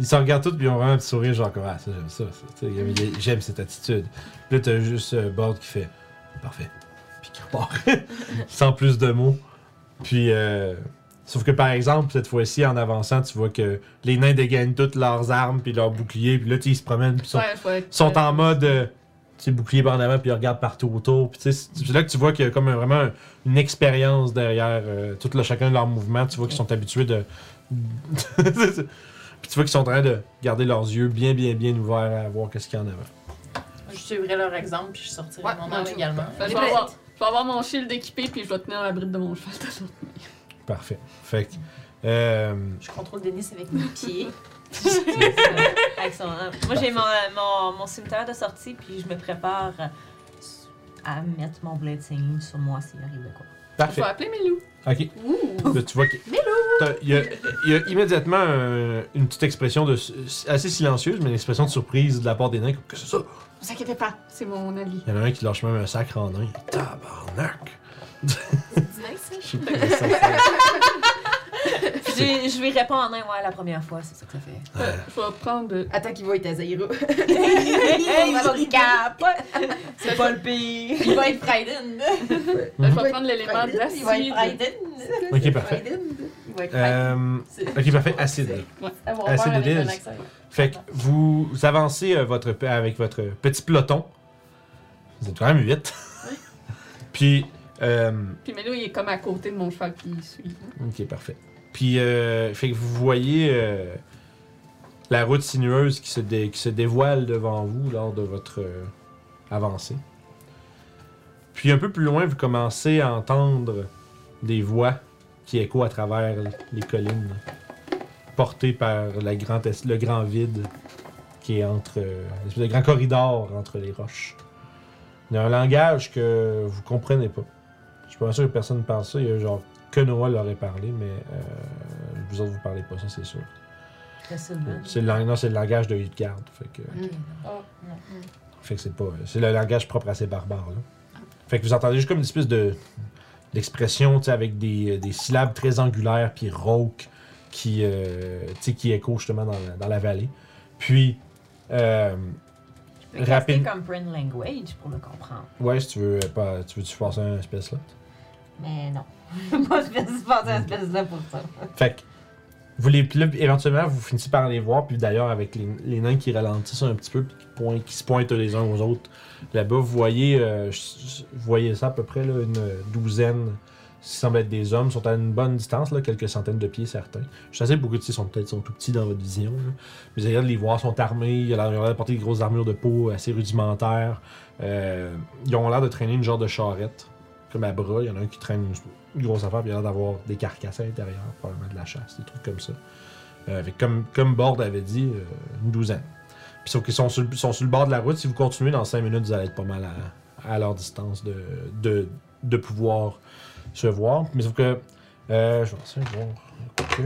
Speaker 1: Ils se regardent tous, puis ils ont vraiment un petit sourire, genre, comme, ah, ça, j'aime ça. ça. Tu sais, il y a- J'aime cette attitude. Puis là, t'as juste euh, Bard qui fait, parfait. Puis qui repart. (laughs) Sans plus de mots. Puis, euh, sauf que par exemple, cette fois-ci, en avançant, tu vois que les nains dégainent toutes leurs armes, puis leurs boucliers, puis là, tu sais, ils se promènent, puis ils sont
Speaker 2: Ouais, faut être,
Speaker 1: sont
Speaker 2: euh,
Speaker 1: en mode euh, tu sais, bouclier par en avant puis ils regardent partout autour puis tu sais, c'est c'est là que tu vois qu'il y a comme un- vraiment un- une expérience derrière euh, tout le chacun de leurs mouvements tu vois qu'ils sont habitués de (laughs) puis tu vois qu'ils sont en train de garder leurs yeux bien bien bien ouverts à voir qu'est-ce qu'il y en a
Speaker 4: Je suivrai leur exemple, puis je sortirai
Speaker 3: Ouais,
Speaker 4: mon
Speaker 3: moi,
Speaker 4: arme
Speaker 3: je-
Speaker 4: également.
Speaker 2: Fait que je, vais avoir, je vais avoir mon shield équipé puis je vais tenir la bride de mon cheval. tout le temps.
Speaker 1: parfait fait que euh,
Speaker 4: Je contrôle Denis avec mes pieds.
Speaker 5: Avec son- euh, Moi, j'ai mon, mon, mon cimetière de sortie, puis je me prépare à mettre mon blessing sur moi s'il arrive de quoi.
Speaker 2: Je
Speaker 1: parfait
Speaker 2: vais appeler mes loups.
Speaker 1: ok Là, tu vois qu'il T'as- il y, a- il y a immédiatement un- une petite expression de assez silencieuse mais une expression de surprise de la part des nains comme, que c'est ça
Speaker 2: Ne vous inquiétez pas, c'est mon avis.
Speaker 1: il y en a un qui lâche même un sacre en nain tabarnak
Speaker 3: Disney, ça?
Speaker 1: Je sais pas comment ça fait.
Speaker 5: Puis j'ai- je lui réponds en un, ouais, la première fois, c'est ça que ça fait.
Speaker 1: Ouais.
Speaker 2: Je vais prendre.
Speaker 1: Mhm.
Speaker 2: euh,
Speaker 3: (laughs) Attends qu'il va être à Zaira.
Speaker 5: Hey,
Speaker 3: On va
Speaker 5: ils ont capote! C'est pas le pire!
Speaker 4: Il va être Frightened.
Speaker 2: Je
Speaker 3: va
Speaker 2: vais
Speaker 3: être
Speaker 2: prendre l'élément
Speaker 3: frightened,
Speaker 4: Il va être
Speaker 2: d'acide.
Speaker 4: Frightened.
Speaker 1: Ok, parfait.
Speaker 4: Il va être Frightened.
Speaker 1: Euh,
Speaker 4: C'est-
Speaker 1: ok, parfait. Acide.
Speaker 4: Avoir
Speaker 1: acide
Speaker 4: peur avec
Speaker 1: de
Speaker 4: mon
Speaker 1: Dennis.
Speaker 4: accent.
Speaker 1: Fait que vous avancez euh, votre, pe- avec votre petit peloton. Vous êtes quand même vite. Puis, euh,
Speaker 2: Puis mes loups, il est comme à côté de mon cheval qui suit.
Speaker 1: ok, parfait. Puis, euh, fait que vous voyez euh, la route sinueuse qui se, dé- qui se dévoile devant vous lors de votre euh, avancée. Puis, un peu plus loin, vous commencez à entendre des voix qui écho à travers les collines, portées par la grand es- le grand vide qui est entre. euh, l'espèce de grand corridor entre les roches. Il y a un langage que vous comprenez pas. Je suis pas sûr que personne parle ça. Il y a genre que Noah leur ait parlé, mais euh, vous autres, vous parlez pas ça, c'est sûr.
Speaker 5: Facilement.
Speaker 1: C'est le, lang- non, c'est le langage de Utgard. Fait que,
Speaker 4: Oh, non.
Speaker 1: fait que c'est pas. C'est le langage propre à ces barbares, là. Fait que vous entendez juste comme une espèce de. d'expression, tu sais, avec des, euh, des syllabes très angulaires, puis rauques, qui, euh, tu sais, qui écho justement dans la, dans la vallée. Puis. euh,
Speaker 5: Je vais rester
Speaker 1: Rapide.
Speaker 5: comme print language pour le comprendre.
Speaker 1: ouais, si tu veux euh, pas. Tu veux-tu passer un espèce là?
Speaker 5: (laughs) Mais non. Moi, je vais se passer à espèce là pour ça.
Speaker 1: Fait que Vous les, là, éventuellement, vous finissez par les voir, puis d'ailleurs, avec les, les nains qui ralentissent un petit peu, puis qui, pointent- qui se pointent les uns aux autres, là-bas, vous voyez, euh, je- vous voyez ça à peu près, là, une douzaine, qui semblent être des hommes, sont à une bonne distance, là, quelques centaines de pieds certains. Je sais beaucoup de sont peut-être sont tout petits dans votre vision, là. mais vous avez l'air de les voir, sont armés, ils ont l'air ils ont l'air de porter des grosses armures de peau assez rudimentaires. Euh, ils ont l'air de traîner une genre de charrette, comme à bras, il y en a un qui traîne une une grosse affaire, puis il a l'air d'avoir des carcasses à l'intérieur, probablement de la chasse, des trucs comme ça. Euh, avec, comme, comme Bord avait dit, euh, une douzaine. Puis sauf qu'ils sont sur, le- sont sur le bord de la route, si vous continuez dans 5 minutes, vous allez être pas mal à, à leur distance de, de, de pouvoir se voir. Mais sauf que. euh, je vais essayer de voir. Ok.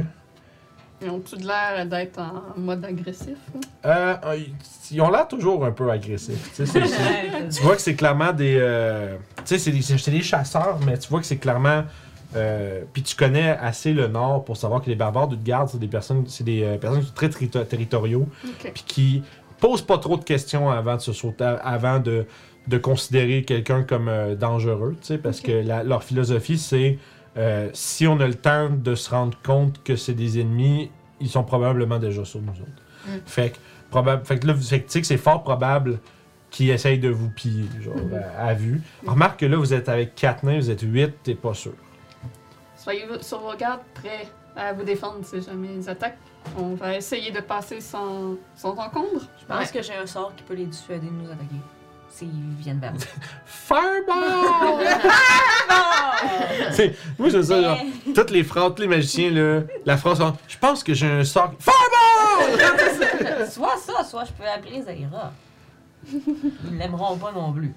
Speaker 2: Ils ont-tu de l'air d'être en mode agressif? hein? là?
Speaker 1: Euh, euh, ils ont l'air toujours un peu agressifs. tu sais, c'est-
Speaker 5: (laughs)
Speaker 1: c'est- tu vois que c'est clairement des. euh, tu sais, c'est des, c'est- c'est des chasseurs, mais tu vois que c'est clairement. euh, Puis tu connais assez le Nord pour savoir que les barbares de garde, c'est des personnes, c'est des euh, personnes qui sont très territo- territoriaux,
Speaker 2: Ok.
Speaker 1: puis qui posent pas trop de questions avant de se sauter, avant de, de considérer quelqu'un comme euh, dangereux, tu sais, parce que la- leur philosophie c'est euh, si on a le temps de se rendre compte que c'est des ennemis, ils sont probablement déjà sur nous autres.
Speaker 3: Mm.
Speaker 1: Fait que, probable, fait que là, vous- fait que, tu sais que c'est fort probable qui essaye de vous piller, genre, à, à vue. Remarque que là, vous êtes avec 4 nains, vous êtes 8, t'es pas sûr.
Speaker 2: Soyez sur vos gardes, prêts à vous défendre si jamais ils attaquent. On va essayer de passer sans, sans encombre.
Speaker 5: Je pense que j'ai un sort qui peut les dissuader de nous attaquer. S'ils viennent vers nous.
Speaker 1: Fireball! (laughs)
Speaker 5: (laughs)
Speaker 1: C'est- Moi, je ça, genre, toutes les phrases, tous les magiciens, là, la phrase, genre, je pense que j'ai un sort. Fireball!
Speaker 5: soit ça, soit je peux appeler Zaira. Ils l'aimeront pas non plus.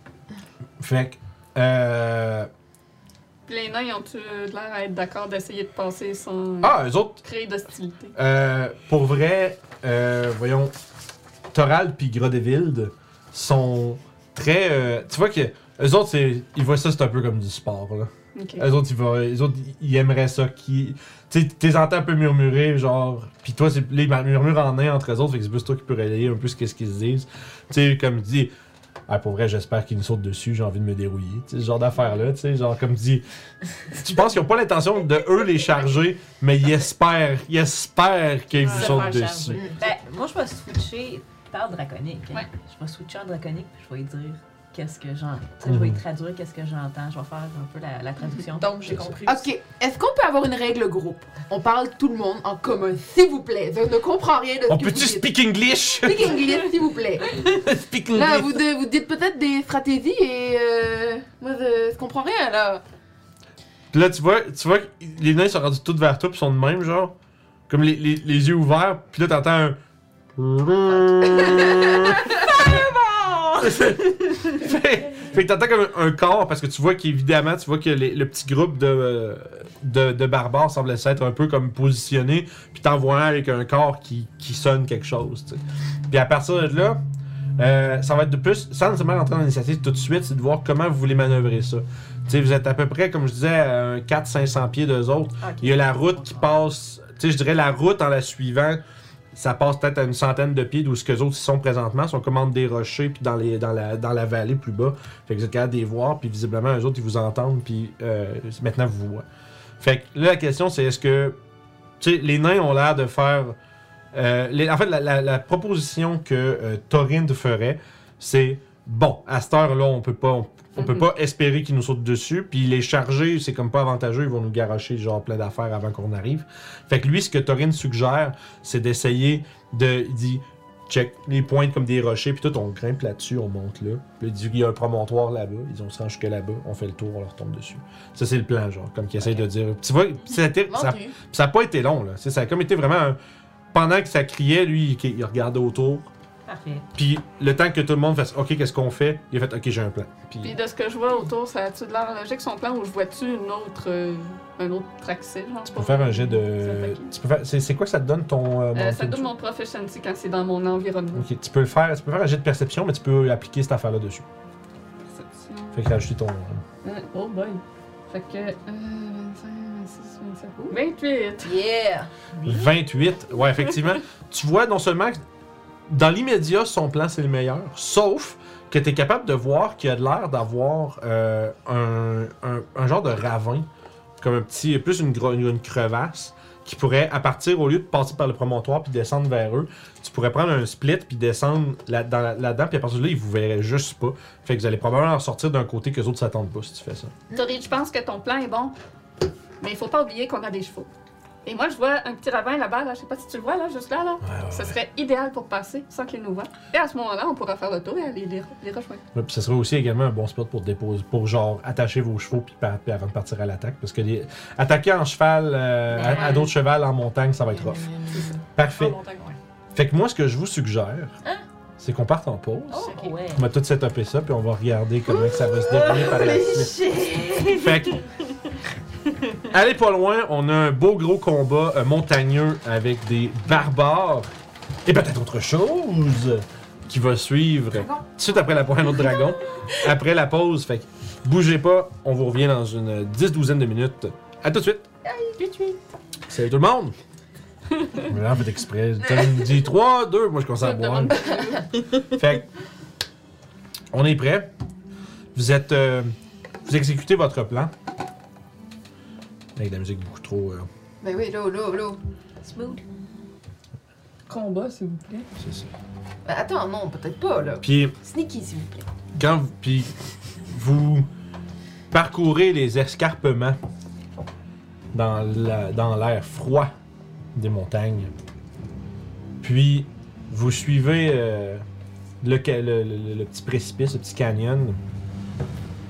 Speaker 1: Fait que, euh,
Speaker 2: Puis les nains, ils ont-tu l'air à être d'accord d'essayer de passer sans
Speaker 1: Ah, eux autres,
Speaker 2: créer d'hostilité?
Speaker 1: Euh, pour vrai, euh, voyons, Toral puis Grodeville sont très. euh, tu vois que les autres, c'est, ils voient ça, c'est un peu comme du sport. Là.
Speaker 2: Ok.
Speaker 1: Eux autres, ils, voient- eux autres, ils aimeraient ça. Qui, tu sais, t'es entends un peu murmurer, genre. Puis toi, c'est, les murmures en un entre eux autres, fait que c'est plus toi qui peux relayer un peu ce qu'est-ce qu'ils se disent. Tu sais, comme dit. Ah, pour vrai, j'espère qu'ils nous sautent dessus, j'ai envie de me dérouiller. Tu sais, ce genre d'affaire-là, tu sais, genre comme dit. Tu penses qu'ils n'ont pas l'intention de eux les charger, mais ils espèrent, ils espèrent qu'ils vous
Speaker 5: Se
Speaker 1: sautent
Speaker 5: faire
Speaker 1: dessus.
Speaker 5: charger. Ben, moi, je vais switcher par draconique. hein.
Speaker 2: Ouais.
Speaker 5: Je vais switcher en draconique, puis je vais lui dire qu'est-ce que j'entends. Je vais lui
Speaker 1: Mhm.
Speaker 5: traduire qu'est-ce que j'entends. Je vais faire un peu la, la traduction.
Speaker 3: Donc, j'ai compris.
Speaker 5: aussi.
Speaker 3: Ok, est-ce qu'on peut avoir une règle groupe? On parle tout le monde en commun, s'il vous plaît. Je ne comprends rien de ce
Speaker 1: On
Speaker 3: que vous
Speaker 1: peut-tu
Speaker 3: dites.
Speaker 1: speak English? (laughs)
Speaker 3: Speak English, s'il vous plaît.
Speaker 1: speak
Speaker 3: Là,
Speaker 1: English.
Speaker 3: vous, deux, vous dites peut-être des stratégies et euh, moi, je, je comprends rien, là.
Speaker 1: Puis là, tu vois, tu vois que les nains sont rendus tous vers toi, puis sont de même, genre. Comme les, les, les yeux ouverts, puis là, t'entends un. fait, (laughs) fait que t'entends comme un, un corps, parce que tu vois qu'évidemment, tu vois que les- le petit groupe de, euh, de, de barbares semblait s'être un peu comme positionné, puis t'en vois un avec un corps qui, qui sonne quelque chose, tu sais. Puis à partir de là, euh, ça va être de plus, sans nécessairement rentrer dans l'initiative tout de suite, c'est de voir comment vous voulez manœuvrer ça. Tu sais, vous êtes à peu près, comme je disais, à 400-500 pieds d'eux autres.
Speaker 5: Ah, Ok.
Speaker 1: Il y a la route qui passe, tu sais, je dirais la route en la suivant, ça passe peut-être à une centaine de pieds d'où ce que les autres ils sont présentement. Ils sont comme entre des rochers, puis dans, les, dans, la, dans la vallée plus bas. Fait que vous êtes capable de les voir, puis visiblement, eux autres, ils vous entendent, puis euh, maintenant, vous vous voient. Fait que là, la question, c'est est-ce que. Tu sais, les nains ont l'air de faire. euh, les- en fait, la, la- la proposition que euh, Thorinde ferait, c'est bon, à cette heure-là, on peut pas. On, on peut
Speaker 2: Mhm.
Speaker 1: pas espérer qu'ils nous sautent dessus, puis les charger, c'est comme pas avantageux, ils vont nous garocher genre plein d'affaires avant qu'on arrive. Fait que lui, ce que Thorine suggère, c'est d'essayer de. Il dit, check, les pointes comme des rochers, puis tout, on grimpe là-dessus, on monte là. Puis il dit qu'il y a un promontoire là-bas, ils ont se rend jusque là-bas, on fait le tour, on leur tombe dessus. Ça, c'est le plan, genre, comme qu'il essaye de dire. Tu vois, c'était- ça
Speaker 3: Vendu.
Speaker 1: ça n'a pas été long, là. C'est- Ça a comme été vraiment. un- Pendant que ça criait, lui, il il regardait autour.
Speaker 5: Parfait.
Speaker 1: Puis le temps que tout le monde fasse OK, qu'est-ce qu'on fait Il a fait OK, j'ai un plan. Puis
Speaker 2: Puis de ce que je vois autour, ça a-tu de l'air logique son plan ou je vois-tu une autre, euh, un autre accès? Genre,
Speaker 1: tu peux faire un jet de. Tu peux faire... c'est, c'est quoi que ça te donne ton. euh,
Speaker 2: Euh, ça
Speaker 1: mon-
Speaker 2: donne mon proficiency quand c'est dans mon environnement.
Speaker 1: Ok, tu peux le faire. Tu peux faire un jet de perception, mais tu peux appliquer cette affaire-là dessus.
Speaker 2: Perception.
Speaker 1: Fait que rajouter ton.
Speaker 2: Euh, oh boy. Fait que. Euh, 25, 26, 27. 28!
Speaker 6: Yeah!
Speaker 1: 28. Ouais, effectivement. tu vois non seulement que dans l'immédiat, son plan, c'est le meilleur, sauf que tu es capable de voir qu'il a de l'air d'avoir euh, un, un- un genre de ravin, comme un petit, plus une, gro- une, une crevasse, qui pourrait, à partir, au lieu de passer par le promontoire puis descendre vers eux, tu pourrais prendre un split puis descendre là- dans- là- là-dedans, puis à partir de là, ils vous verraient juste pas. Fait que vous allez probablement sortir d'un côté que les autres s'attendent pas si tu fais ça.
Speaker 2: Tori, je pense que ton plan est bon, mais il faut pas oublier qu'on a des chevaux. Et moi, je vois un petit ravin là-bas, là. je sais pas si tu le vois, là, juste là, là. Ce serait idéal pour passer sans qu'ils nous voient. Et à ce moment-là, on pourra faire le tour et aller les, re- les rejoindre.
Speaker 1: Ouais, puis ça serait aussi également un bon spot pour déposer, pour genre attacher vos chevaux puis, pa- puis avant de partir à l'attaque. Parce que les- attaquer en cheval, euh, à, à d'autres chevals en montagne, ça va être rough. Parfait. Fait que moi, ce que je vous suggère, c'est qu'on parte en pause.
Speaker 5: Oh, ouais.
Speaker 1: On va tout setupé ça, puis on va regarder comment que ça va se dérouler par la suite. Fait que, allez pas loin, on a un beau gros combat euh, montagneux avec des barbares et peut-être autre chose qui va suivre tout de suite après la (laughs) pause, un autre dragon, après la pause. Fait que, bougez pas, on vous revient dans une dix douzaine de minutes. À tout de suite. Salut tout le monde. Mais là, en fait exprès. Tu me dis 3, 2, moi je commence à boire. (laughs) Fait que, on est prêt. Vous êtes. euh, vous exécutez votre plan. Avec de la musique beaucoup trop. euh,
Speaker 3: Ben oui, l'eau, l'eau, l'eau.
Speaker 5: Smooth.
Speaker 2: Combat, s'il vous plaît.
Speaker 1: c'est ça.
Speaker 3: Ben attends, non, peut-être pas, là.
Speaker 1: Puis,
Speaker 3: Sneaky, s'il vous plaît.
Speaker 1: quand vous, puis vous parcourez les escarpements dans la- dans l'air froid des montagnes, puis vous suivez euh, le, ca- le- le- le petit précipice, le petit canyon,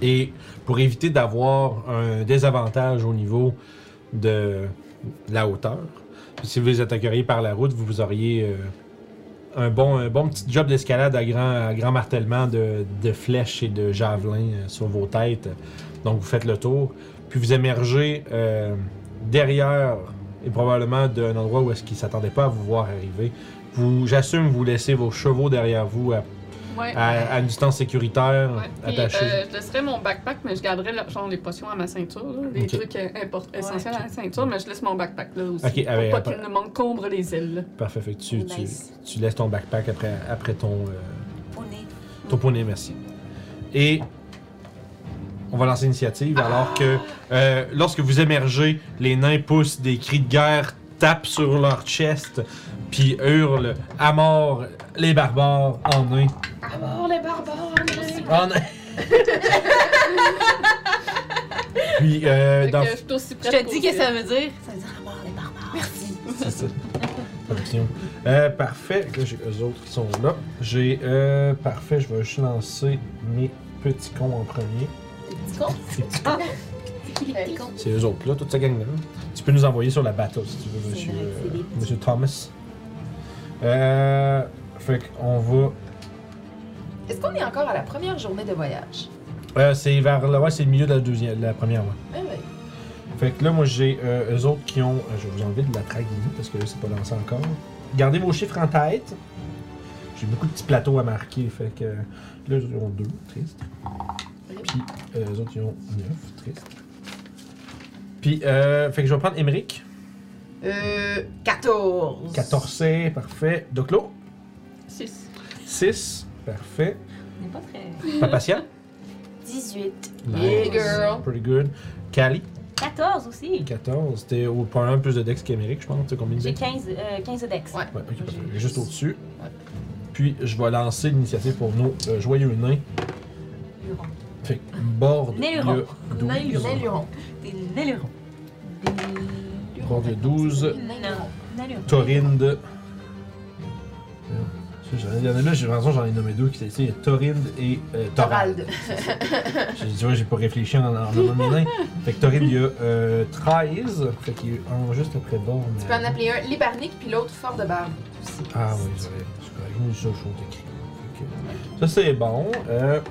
Speaker 1: et pour éviter d'avoir un désavantage au niveau de la hauteur, si vous les attaqueriez par la route, vous auriez euh, un bon, un bon petit job d'escalade à grand, à grand martèlement de, de flèches et de javelins euh, sur vos têtes. Donc vous faites le tour, puis vous émergez euh, derrière et probablement d'un endroit où est-ce qu'ils ne s'attendaient pas à vous voir arriver. Vous, j'assume, vous laissez vos chevaux derrière vous à,
Speaker 2: Ouais.
Speaker 1: à- à une distance sécuritaire,
Speaker 2: Ouais. Puis,
Speaker 1: attachés.
Speaker 2: euh, je laisserai mon backpack, mais je garderai le- genre les potions à ma ceinture, là, les
Speaker 1: Ok.
Speaker 2: trucs euh, import- essentiels à la ceinture, mais je laisse mon backpack là aussi.
Speaker 1: Ok,
Speaker 2: pour
Speaker 1: avec-
Speaker 2: pas qu'il ne m'encombre les ailes. là.
Speaker 1: Parfait, fait que tu, tu-
Speaker 6: Nice.
Speaker 1: tu laisses ton backpack après, après ton, euh,
Speaker 5: Poney.
Speaker 1: ton poney, merci. Et on va lancer l'initiative alors que euh, lorsque vous émergez, les nains poussent des cris de guerre, tapent sur leur chest, puis hurlent à mort les barbares en nains.
Speaker 6: À mort les barbares!
Speaker 1: En nains! (laughs) puis euh,
Speaker 2: Fait que
Speaker 1: dans...
Speaker 2: je suis aussi
Speaker 6: Je
Speaker 2: prête
Speaker 6: te dis
Speaker 2: qu'au-
Speaker 6: que ça veut dire.
Speaker 1: C'est ça. Option. Euh, parfait. Là, j'ai eux autres qui sont là. J'ai. euh, parfait, je vais juste lancer mes petits cons en premier. Les petits cons. Ah! C'est eux autres là, toute cette gang-là. Tu peux nous envoyer sur la battle si tu veux, monsieur,
Speaker 5: vrai, c'est
Speaker 1: euh,
Speaker 5: des petits.
Speaker 1: monsieur Thomas. Euh, fait qu'on va.
Speaker 3: Est-ce qu'on est encore à la première journée de voyage?
Speaker 1: Euh, c'est vers là, ouais, c'est le milieu de la, deuxième, de la première, Ah ouais.
Speaker 3: Ben oui.
Speaker 1: Fait que là, moi, j'ai euh, eux autres qui ont. euh, je vais vous enlever de la trague parce que là, c'est pas lancé encore. Gardez vos chiffres en tête. J'ai beaucoup de petits plateaux à marquer. Fait que euh, là, eux autres, ils ont 2, triste. Puis euh, eux autres, ils ont 9, triste. Puis, euh, fait que je vais prendre Emmerich.
Speaker 3: Euh. 14.
Speaker 1: 14, c'est parfait. Doclo,
Speaker 2: Six.
Speaker 1: 6, parfait.
Speaker 5: On n'est pas très.
Speaker 1: Papatia,
Speaker 6: 18.
Speaker 1: Nice. (laughs)
Speaker 3: girl.
Speaker 1: Pretty good. Cali,
Speaker 5: 14 aussi.
Speaker 1: 14. C'était au point plus de dex qu'Emmerich, je pense. Tu sais combien de
Speaker 5: J'ai
Speaker 1: dex
Speaker 5: 15, euh, 15 de dex.
Speaker 3: Ouais.
Speaker 1: Ouais, ok, parfait.
Speaker 3: J'ai
Speaker 1: Juste
Speaker 3: dix.
Speaker 1: au-dessus.
Speaker 3: Ouais.
Speaker 1: Puis je vais lancer l'initiative pour nos euh, joyeux nains.
Speaker 5: Luron.
Speaker 1: Fait que Bord de
Speaker 5: Néluron.
Speaker 1: 12.
Speaker 3: Néluron.
Speaker 5: T'es Néluron.
Speaker 1: Bord de 12.
Speaker 5: Non. Néluron.
Speaker 1: Torinde. Euh, J'en ai- Il y en a là, j'ai raison, j'en ai nommé deux qui étaient ici. Il y a Torinde et euh, Torald.
Speaker 3: Torald.
Speaker 1: J'ai dit, ouais, j'ai pas réfléchi en en nommant mes nains. Fait que Torinde, il y a euh, 13. Fait qu'il est en juste après bord.
Speaker 3: Tu peux en appeler un Libarnik puis l'autre Fort de Barbe. aussi.
Speaker 1: Ah oui, c'est vrai. Je connais ça, je suis écrit. Fait que- Ça, c'est bon. Euh,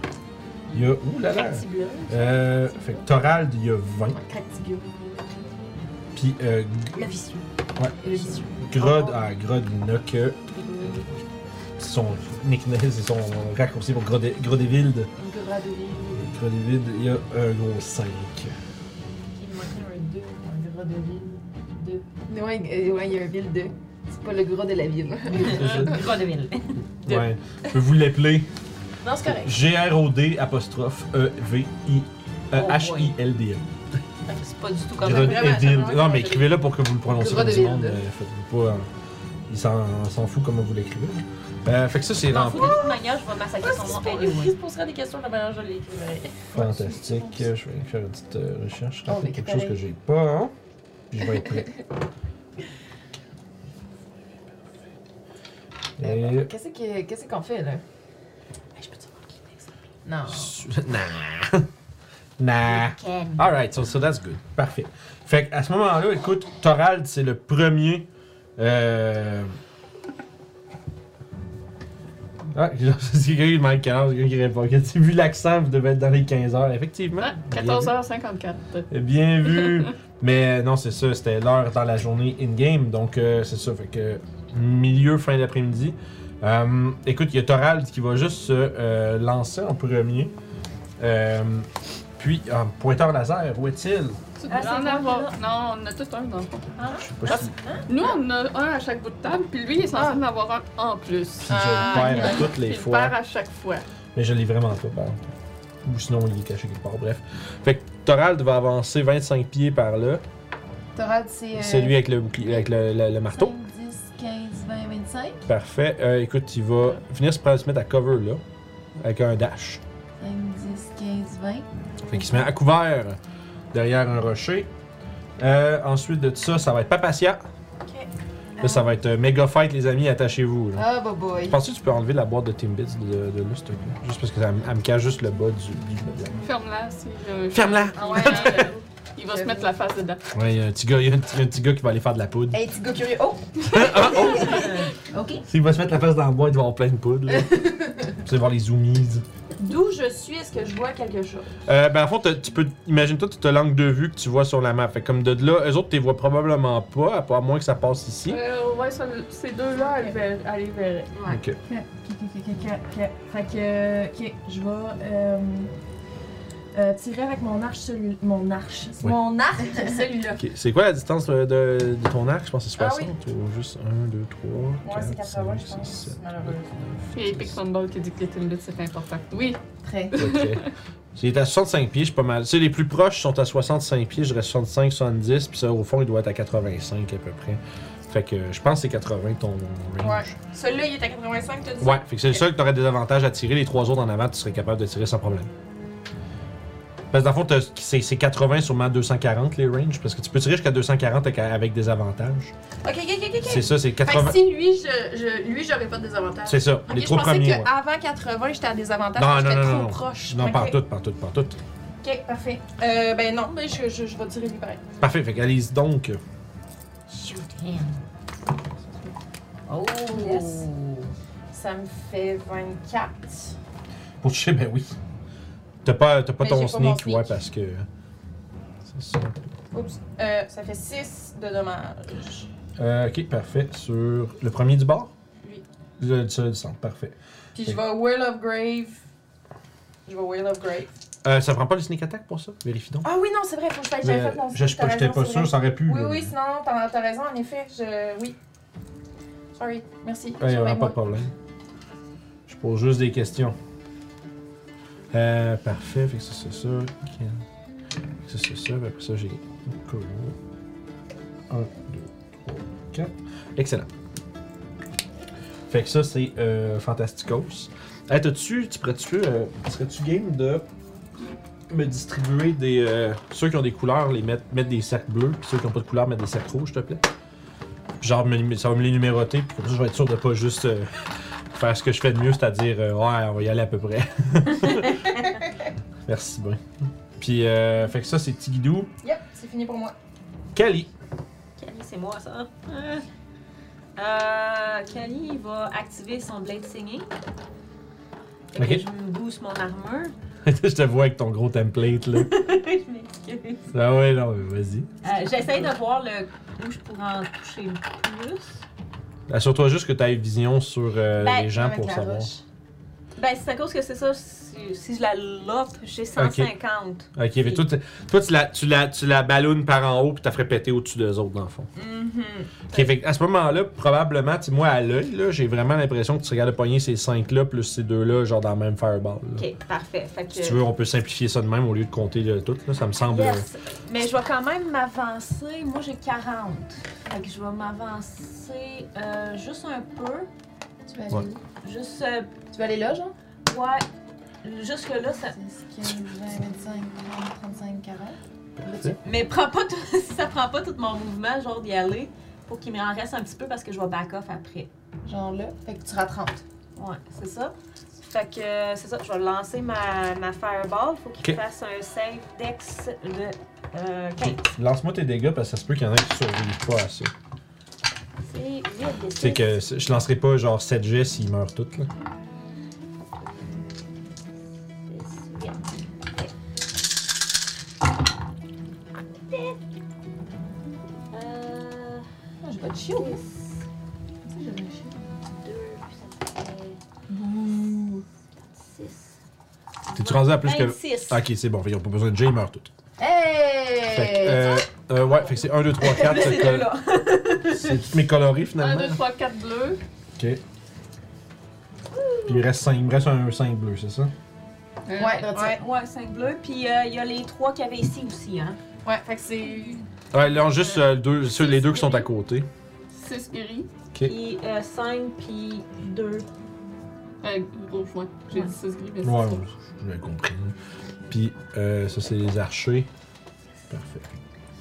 Speaker 1: Il y a. Ouh là là!
Speaker 5: Cractibula.
Speaker 1: Euh, fait que Torald, il y a 20.
Speaker 3: Cractibio.
Speaker 1: Puis euh,
Speaker 5: Le vicieux.
Speaker 3: Et le visu.
Speaker 1: Grod, ah, Grod, il n'a que. Son nickname, c'est son raccourci pour Grode- Grodevild.
Speaker 3: Une cobra de vie.
Speaker 1: Grodevild, il y a un gros 5.
Speaker 4: Il manque un 2, un gras de ville.
Speaker 3: Ouais, euh, ouais, il y a un ville de. C'est pas le gros de la ville.
Speaker 5: Gros de ville.
Speaker 1: ouais. Je peux vous l'appeler
Speaker 3: Non, c'est correct.
Speaker 1: E G-R-O-D apostrophe E-V-I.
Speaker 5: Oh boy.
Speaker 1: E. H-I-L-D-E.
Speaker 5: Fait que C'est pas du tout comme
Speaker 1: Grod
Speaker 4: vraiment, ça
Speaker 1: Edil.
Speaker 4: me
Speaker 1: Non, mais
Speaker 4: rappelle.
Speaker 1: écrivez-le pour que vous le prononciez
Speaker 3: Grod
Speaker 1: comme du
Speaker 3: Edil.
Speaker 1: monde. euh, Faites-vous pas. euh, Il s'en s'en fout comment vous l'écrivez. Euh, fait que ça, c'est
Speaker 5: Je m'en
Speaker 1: rempli.
Speaker 5: fous de toute manière, je vais
Speaker 3: Ah,
Speaker 5: massacrer son nom anyway.
Speaker 4: Il se poserait des questions de la manière dont je l'écrirais.
Speaker 1: Fantastique. Euh, Je vais aller faire une petite euh, recherche. Je
Speaker 3: On
Speaker 1: rappelle
Speaker 3: est
Speaker 1: quelque chose que
Speaker 3: pareil.
Speaker 1: j'ai pas, hein? Puis je vais être
Speaker 3: (laughs)
Speaker 1: prêt.
Speaker 3: Euh,
Speaker 1: Et.
Speaker 3: Qu'est-ce que- qu'est-ce qu'on fait, là?
Speaker 5: Je peux te savoir qui est ça?
Speaker 3: Non.
Speaker 1: (laughs) Nah. Nah.
Speaker 5: Ken.
Speaker 1: Alright, so, so that's good. Parfait. Fait que à ce moment-là, écoute, Thorald, c'est le premier. Euh... Ah, c'est quelqu'un qui demande quelle heure, c'est quelqu'un qui répond. Que tu as vu l'accent, vous devez être dans les 15 heures, effectivement.
Speaker 2: Ah,
Speaker 1: Bien
Speaker 2: 14h54.
Speaker 1: vu. Bien vu. Mais non, c'est ça, c'était l'heure dans la journée in-game, donc euh, c'est ça, fait que milieu, fin d'après-midi. Euh, écoute, il y a Thorald qui va juste se euh, lancer en premier. Euh, puis, un pointeur laser, où est-il?
Speaker 2: Tu
Speaker 5: Ah,
Speaker 2: devrais
Speaker 5: c'est
Speaker 2: en
Speaker 5: moi qui
Speaker 2: avoir.
Speaker 5: l'ai.
Speaker 2: Non, on en a tout un dans le fond.
Speaker 1: Je sais pas si
Speaker 2: Nous, on en a un à chaque bout de table, puis lui, il est censé en avoir un en plus.
Speaker 1: si je le perds Ah. à toutes les
Speaker 2: Ah. Il
Speaker 1: fois.
Speaker 2: perd à chaque fois.
Speaker 1: Mais je l'ai vraiment pas, par exemple. Ou sinon, il est caché quelque part. Bref. Fait que Thorald va avancer 25 pieds par là.
Speaker 3: Thorald, c'est. euh,
Speaker 1: C'est lui avec le, bouclier- avec le, le- le marteau.
Speaker 3: 5, 10, 15, 20, 25.
Speaker 1: Parfait. Euh, écoute, il va venir se, prendre, se mettre à cover là. Avec un dash.
Speaker 3: 5, 10, 15, 20.
Speaker 1: Fait qu'il se met à couvert derrière un rocher. Euh, ensuite de ça, ça va être Papacia. Là, ça va être euh, méga fight, les amis. Attachez-vous. là.
Speaker 3: Ah, bah boy.
Speaker 1: Penses-tu que tu peux enlever la boîte de Timbits de, de là, s'il te plaît? Juste parce que ça, me- elle me cache juste le bas du. du-
Speaker 2: Ferme-la si je.
Speaker 1: Ferme-la!
Speaker 3: (laughs)
Speaker 2: Ah ouais,
Speaker 3: hein?
Speaker 2: il va se mettre la face dedans.
Speaker 1: Ouais, il y a un petit gars, il y a un petit- un petit gars qui va aller faire de la poudre.
Speaker 3: Hey, petit gars curieux. Oh!
Speaker 6: Ok.
Speaker 1: S'il va se mettre la face dans le bois, il va avoir plein de poudre. là. Puis (laughs) tu vas voir les zoomies.
Speaker 4: D'où je suis, est-ce que je vois quelque chose?
Speaker 1: Euh, ben, en fond, t'as- tu peux. Imagine-toi, tu as l'angle de vue que tu vois sur la map. Fait que comme de là, eux autres, tu les vois probablement pas, à part moins que ça passe ici.
Speaker 2: Euh, ouais, ça- ces deux-là, elle, ver- elle les verrait.
Speaker 1: Ok.
Speaker 7: Ok, ok, ok, ok, ok. Fait que, euh, ok, je vais euh, euh, tirer avec mon arche celui Mon arche.
Speaker 1: Oui.
Speaker 7: Mon arc, celui-là.
Speaker 1: Ok. C'est quoi la distance euh, de, de ton arc Je pense que c'est
Speaker 4: Ah
Speaker 1: 60. Ou juste 1, 2, 3.
Speaker 4: Moi, c'est 80,
Speaker 1: 4,
Speaker 4: je
Speaker 1: 5, 6,
Speaker 4: pense,
Speaker 1: 7.
Speaker 4: malheureusement.
Speaker 2: Il y a Epic Fumble qui dit que les Timbits, c'est important. Oui,
Speaker 3: Prêt.
Speaker 1: Ok. C'est à 65 pieds, je suis pas mal. Tu sais, les plus proches sont à 65 pieds, je reste 65, 70, puis ça, au fond, il doit être à 85 à peu près. Fait que euh, je pense que c'est 80 ton range.
Speaker 4: Ouais. Celui-là, il est à 85, t'as dit?
Speaker 1: Ouais, fait que c'est le seul que t'aurais des avantages à tirer. Les trois autres en avant, tu serais capable de tirer sans problème. Parce que dans le fond, t'as- c'est c'est 80, sûrement 240 les ranges, parce que tu peux tirer jusqu'à 240 avec, avec des avantages.
Speaker 4: Ok, ok, ok, ok.
Speaker 1: C'est ça, c'est
Speaker 4: Fait
Speaker 1: 80.
Speaker 4: que si lui, je, je, lui, j'aurais pas de désavantage.
Speaker 1: C'est ça,
Speaker 4: Ok,
Speaker 1: les
Speaker 4: je
Speaker 1: trois
Speaker 4: pensais
Speaker 1: premiers. ouais.
Speaker 4: qu'avant 80, j'étais à désavantage
Speaker 1: Non,
Speaker 4: parce que
Speaker 1: non,
Speaker 4: j'étais
Speaker 1: non,
Speaker 4: trop
Speaker 1: non, non.
Speaker 4: proche.
Speaker 1: Non,
Speaker 4: Ok.
Speaker 1: partout, partout, partout.
Speaker 4: Ok, parfait. Euh, ben non, mais je, je, je vais tirer lui pareil.
Speaker 1: Parfait, fait qu'allez donc.
Speaker 5: Shoot him. Oh.
Speaker 4: Yes. Ça me fait 24.
Speaker 1: Pour toucher, ben oui. T'as pas, t'as pas
Speaker 4: Mais
Speaker 1: ton
Speaker 4: Ben, j'ai pas mon
Speaker 1: sneak, ouais,
Speaker 4: sneak.
Speaker 1: parce que. C'est ça.
Speaker 4: Oups. Euh, ça fait 6 de dommages.
Speaker 1: Euh, ok, parfait. Sur le premier du bord
Speaker 4: Oui.
Speaker 1: Le, celui du centre, parfait.
Speaker 4: Puis je vais Will of Grave. Je vais Will of Grave.
Speaker 1: Euh, ça prend pas le sneak attack pour ça Vérifie donc.
Speaker 4: Ah oui, non, c'est vrai, faut que je fasse.
Speaker 1: Mais
Speaker 4: J'avais fait mon
Speaker 1: je
Speaker 4: sneak, t'as
Speaker 1: j'étais
Speaker 4: raison,
Speaker 1: pas
Speaker 4: c'est
Speaker 1: sûr, euh.
Speaker 4: vrai.
Speaker 1: ça aurait pu.
Speaker 4: Oui,
Speaker 1: là.
Speaker 4: oui, sinon, t'as t'as raison, en effet. Je... Oui. Sorry, merci.
Speaker 1: Ouais, Ben, y aura
Speaker 4: Surveille-moi.
Speaker 1: pas de problème. Je pose juste des questions. Euh, parfait, fait que ça c'est ça. Ok. Ça c'est ça, puis après ça j'ai. 1, 2, 3, 4. Excellent. Fait que ça c'est euh, Fantasticos. Hey, t'as-tu, tu pourrais-tu, euh, serais-tu game de me distribuer des. euh, ceux qui ont des couleurs, les mettre, mettre des cercles bleus, puis ceux qui n'ont pas de couleurs, mettre des cercles rouges, s'il te plaît? Genre, me- ça va me les numéroter, puis comme ça, je vais être sûr de pas juste euh, (laughs) faire ce que je fais de mieux, c'est-à-dire, euh, ouais, on va y aller à peu près. (laughs) Merci, bien. Puis, euh, fait que ça, c'est Tigidou.
Speaker 4: Yep, c'est fini pour moi.
Speaker 1: Kali. (laughs)
Speaker 5: Kali, c'est moi ça. Euh, Euh, Kali il va activer son blade singing. Fait
Speaker 1: Ok.
Speaker 5: que je me booste mon armure. (laughs)
Speaker 1: je te vois avec ton gros template, là. (laughs)
Speaker 5: je m'excuse.
Speaker 1: ah ouais, non, mais vas-y.
Speaker 5: Euh, J'essaie de voir le où je pourrais en toucher plus.
Speaker 1: Assure-toi juste que tu aies vision sur euh,
Speaker 5: Ben,
Speaker 1: les gens
Speaker 3: Avec
Speaker 1: pour
Speaker 3: la
Speaker 1: savoir.
Speaker 3: roche.
Speaker 5: Ben, c'est à cause que c'est ça, si, si je la lope, j'ai 150.
Speaker 1: Ok, mais toi, t'es- toi, tu, la, tu, la, tu la ballonnes par en haut, puis t'as ferais péter au-dessus d'eux autres, dans le fond.
Speaker 5: Mhm.
Speaker 1: Ok, fait que à ce moment-là, probablement, tu sais, moi, à l'œil, là, j'ai vraiment l'impression que tu regardes pogner ces cinq-là, plus ces deux-là, genre dans le même fireball. là.
Speaker 5: Ok, parfait. Fait que,
Speaker 1: Si tu veux, on peut simplifier ça de même au lieu de compter le tout, là, ça me semble.
Speaker 5: Yes. Mais je vais quand même m'avancer. Moi, j'ai 40. Fait que je vais m'avancer euh, juste un peu.
Speaker 3: Tu vas aller,
Speaker 1: Ouais.
Speaker 3: où?
Speaker 5: Juste, euh,
Speaker 3: tu vas aller là, genre?
Speaker 5: ouais. Jusque-là, ça.
Speaker 3: 10, 15, 20, 25, 30, 35, 40.
Speaker 1: Parfait.
Speaker 5: Mais prends pas tout... (laughs) si ça prend pas tout mon mouvement, genre d'y aller, pour qu'il m'en reste un petit peu parce que je vais back off après.
Speaker 3: Genre là. Fait que tu seras à 30.
Speaker 5: Ouais, c'est ça. Fait que euh, c'est ça, je vais lancer ma, ma fireball. Faut qu'il
Speaker 1: Ok.
Speaker 5: fasse un save dex de euh, 15.
Speaker 1: Lance-moi tes dégâts, parce que ça se peut qu'il y en ait qui survivent pas à ça.
Speaker 5: C'est 8 des
Speaker 1: C'est que c- je lancerai pas genre 7 jets s'ils meurent tous, là.
Speaker 5: Euh,
Speaker 3: Ah, J'ai pas de chiot. Tu sais, j'avais un chiot. Bouh.
Speaker 1: T'es-tu rendu à plus que.
Speaker 5: 26. (laughs)
Speaker 1: Ok, c'est bon, fait qu'ils ont pas besoin de jets, ils meurent tous. Fait que,
Speaker 3: Hey!
Speaker 1: euh, euh, ouais, fait que c'est 1, 2,
Speaker 5: (laughs)
Speaker 1: 3, 4.
Speaker 5: Ces deux-là.
Speaker 1: euh, C'est tous mes coloris
Speaker 2: 1,
Speaker 1: finalement.
Speaker 2: 2, 3, 4 bleus.
Speaker 1: Ok. Puis il reste 5, il me reste un 5 bleu, c'est ça?
Speaker 2: Euh,
Speaker 3: Ouais, retire.
Speaker 5: Ouais, ouais, 5 bleus. Puis euh, il y a les trois qu'il y avait ici aussi, hein.
Speaker 3: Ouais, fait que c'est.
Speaker 1: Ouais, là, on a juste euh, deux, ceux, les deux qui sont à côté.
Speaker 2: 6 gris.
Speaker 1: Ok.
Speaker 5: Puis 5, puis 2.
Speaker 2: Euh, rouge, ouais. J'ai
Speaker 5: Ouais.
Speaker 2: dit 6 gris, mais
Speaker 1: Ouais, ouais,
Speaker 2: c'est
Speaker 1: je l'ai compris. Puis euh, ça, c'est les archers. Parfait.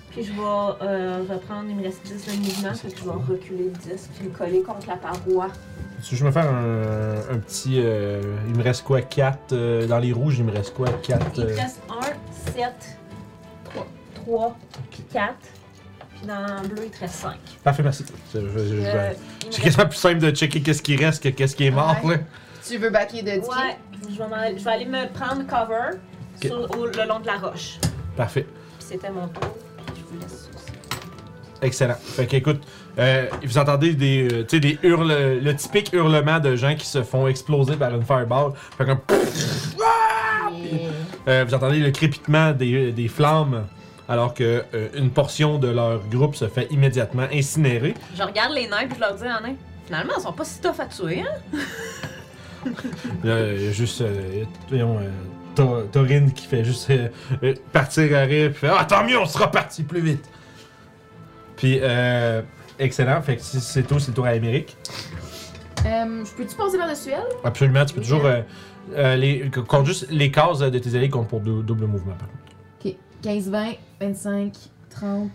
Speaker 5: Puis je vais euh, reprendre, il me reste 10 de mouvement, fait que je vais reculer 10, puis me coller contre la paroi.
Speaker 1: Si je me faire un, un petit. euh, il me reste quoi 4 Dans les rouges, il me reste quoi euh, 4
Speaker 5: Il me reste 1, 7, 3, 4. Puis dans le bleu, il te reste Euh, 5.
Speaker 1: Parfait, merci. C'est je- je- je- c'est quasiment plus simple de checker qu'est-ce qui reste que qu'est-ce qui est mort,
Speaker 3: Ouais.
Speaker 1: là.
Speaker 3: Tu veux backer de 10
Speaker 5: Ouais, je vais, m'en- je vais aller me prendre cover
Speaker 1: Ok.
Speaker 5: sur- au- le long de la roche.
Speaker 1: Parfait.
Speaker 5: Puis c'était mon tour, puis je vous laisse sur ça.
Speaker 1: Excellent. Fait que, écoute, euh, vous entendez des, euh, tu sais, des hurles, le typique hurlement de gens qui se font exploser par une fireball. Fait qu'un pfff, ah! Puis, euh, vous entendez le crépitement des, euh, des flammes, alors que euh, une portion de leur groupe se fait immédiatement incinérer.
Speaker 5: Je regarde les nains, puis je leur dis en nain, finalement, ils sont pas si tough à tuer, hein.
Speaker 1: Là, il y a juste, euh, voyons, euh, To- Torin qui fait juste euh, euh, partir à rire, puis fait Ah, tant mieux, on sera parti plus vite! Puis, euh, excellent. Fait que si c'est tout, c'est le tour à Amérique.
Speaker 3: Euh, je peux-tu passer par-dessus elle?
Speaker 1: Absolument, tu peux
Speaker 3: Oui,
Speaker 1: toujours. euh, euh, les, que- compte juste les cases euh, de tes alliés comptent pour dou- double mouvement, par contre.
Speaker 3: Ok. 15, 20, 25, 30.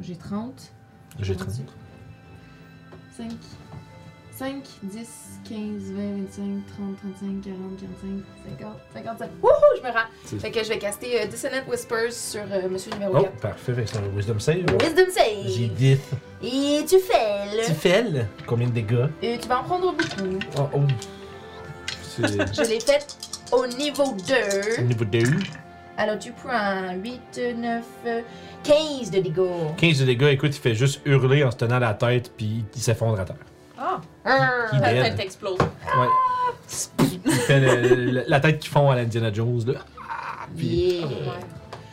Speaker 3: J'ai 30.
Speaker 1: J'ai
Speaker 5: Ah,
Speaker 3: Mon
Speaker 1: 30.
Speaker 3: Dieu. 5. 5, 10, 15, 20, 25, 30, 35, 40, 45, 50, 55. Wouhou, je me
Speaker 1: C'est-
Speaker 3: rends! Fait que je vais caster euh, Dissonant Whispers sur euh, Monsieur numéro
Speaker 1: Oh,
Speaker 3: 4.
Speaker 1: parfait, fait que c'est un Wisdom Save.
Speaker 3: Wisdom
Speaker 1: J'ai
Speaker 3: save!
Speaker 1: 10.
Speaker 3: Et tu fais
Speaker 1: Tu
Speaker 3: le...
Speaker 1: fais le- Combien de dégâts
Speaker 3: Et tu vas en prendre beaucoup.
Speaker 1: Oh, oh.
Speaker 5: (laughs)
Speaker 1: C'est
Speaker 3: Je l'ai faite au niveau 2.
Speaker 1: niveau 2.
Speaker 3: Alors tu prends 8, 9, euh, 15 de dégâts.
Speaker 1: 15 de dégâts, écoute, il fait juste hurler en se tenant la tête, puis il s'effondre à terre.
Speaker 5: Ah,
Speaker 3: Arr!
Speaker 1: Il
Speaker 5: ta
Speaker 1: dead.
Speaker 5: tête explose.
Speaker 1: Ouais. Il fait le- le- la tête qui fond à l'Indiana Jones, là.
Speaker 5: Ah,
Speaker 3: Yeah!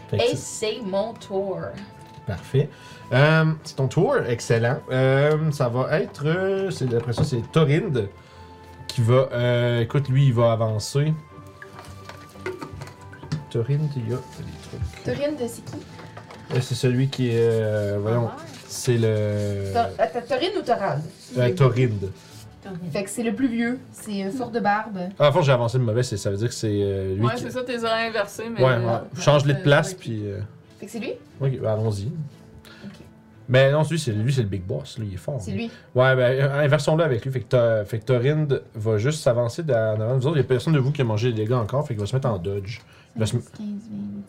Speaker 1: Fait que
Speaker 3: Et
Speaker 1: c'est
Speaker 3: c'est mon tour.
Speaker 1: parfait. Euh, c'est ton tour, excellent. Euh, ça va être. euh, c'est- Après ça, c'est Torinde qui va. euh, écoute, lui, il va avancer. Torinde, il y a des trucs.
Speaker 3: Taurine de c'est qui?
Speaker 1: Euh, C'est celui qui est. euh, voyons. C'est le.
Speaker 3: Ah, Tor- attends, Taurine ou Torald?
Speaker 1: Euh, Torinde.
Speaker 3: Fait que c'est le plus vieux. C'est euh, fort de barbe.
Speaker 1: Ah, en fait, j'ai avancé le mauvais, c'est- ça veut dire que c'est euh, lui
Speaker 2: Ouais,
Speaker 1: qui.
Speaker 2: c'est ça, tes oreilles inversées, mais.
Speaker 1: ouais,
Speaker 2: euh,
Speaker 1: ouais. Change-les de
Speaker 2: euh,
Speaker 1: place,
Speaker 2: ouais.
Speaker 1: puis. euh,
Speaker 3: Fait que c'est lui?
Speaker 1: Ok, bah, allons-y. Mais non, celui, c'est lui, c'est le big boss, lui, il est fort.
Speaker 3: C'est lui.
Speaker 1: Ouais, ben, euh, inversons-le avec lui. Fait que, t'as- fait que Torinde va juste s'avancer d'en- en avant de vous autres. Il n'y a personne de vous qui a mangé des dégâts encore. Fait qu'il va se mettre en dodge. Il va se,
Speaker 3: 15, 20,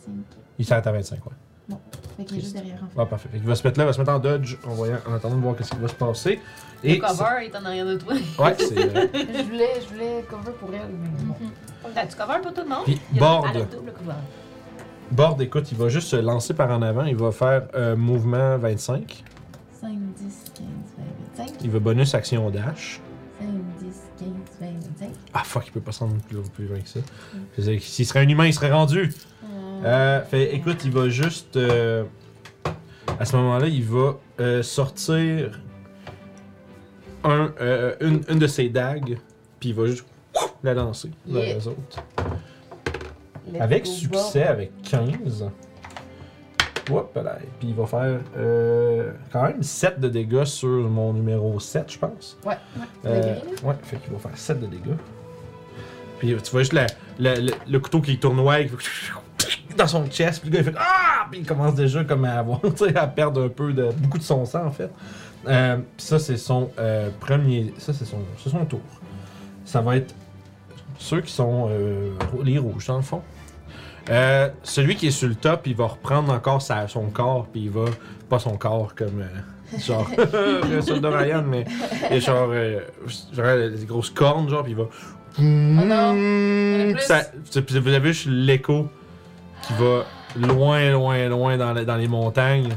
Speaker 3: 25.
Speaker 1: il s'arrête à 25, ouais.
Speaker 3: Fait qu'il est juste derrière en fait.
Speaker 1: Ah, parfait. Fait qu'il va se mettre là, il va se mettre en dodge en, voyant, en attendant de voir ce qui va se passer.
Speaker 5: Le cover est en arrière de toi.
Speaker 1: c'est- Ouais, c'est.
Speaker 5: (laughs)
Speaker 1: euh,
Speaker 3: je voulais, je voulais cover pour elle, mais bon.
Speaker 5: T'as-tu cover pour tout le monde?
Speaker 1: Puis
Speaker 5: Il y a
Speaker 1: Borde.
Speaker 5: le double cover.
Speaker 1: Bord, écoute, il va juste se lancer par en avant. Il va faire euh, mouvement 25.
Speaker 3: 5, 10, 15, 20, 25.
Speaker 1: Il va bonus action dash.
Speaker 3: 5, 10, 15, 20, 25.
Speaker 1: Ah fuck, il peut pas se rendre plus, plus loin que ça. Je veux dire, S'il serait un humain, il serait rendu. Euh, fait, écoute, il va juste. euh, à ce moment-là, il va euh, sortir un, euh, une, une de ses dagues, puis il va juste la lancer vers
Speaker 3: Yeah.
Speaker 1: les autres. Avec succès, avec 15. Hop là. Puis il va faire euh, quand même 7 de dégâts sur mon numéro 7, je pense.
Speaker 3: Ouais,
Speaker 1: Euh,
Speaker 3: Le
Speaker 1: ouais, fait qu'il va faire 7 de dégâts. Puis tu vois juste la- la- le, le couteau qui tournoie qui fait dans son chest. Puis le gars, il fait Ah Puis il commence déjà comme à avoir, (laughs) tu sais, à perdre un peu de. beaucoup de son sang, en fait. Euh, puis ça, c'est son euh, premier. Ça, c'est son, c'est son tour. Ça va être ceux qui sont euh, rou- les rouges, dans le fond. Euh, celui qui est sur le top, il va reprendre encore sa- son corps, puis il va. Pas son corps comme. euh, genre. (laughs) le soldat Ryan, mais. Il y a genre. euh, genre des grosses cornes, genre, puis il va.
Speaker 3: Oh non, il y en a plus.
Speaker 1: Ça- c'est- puis vous avez juste l'écho qui va loin, loin, loin dans, la- dans les montagnes.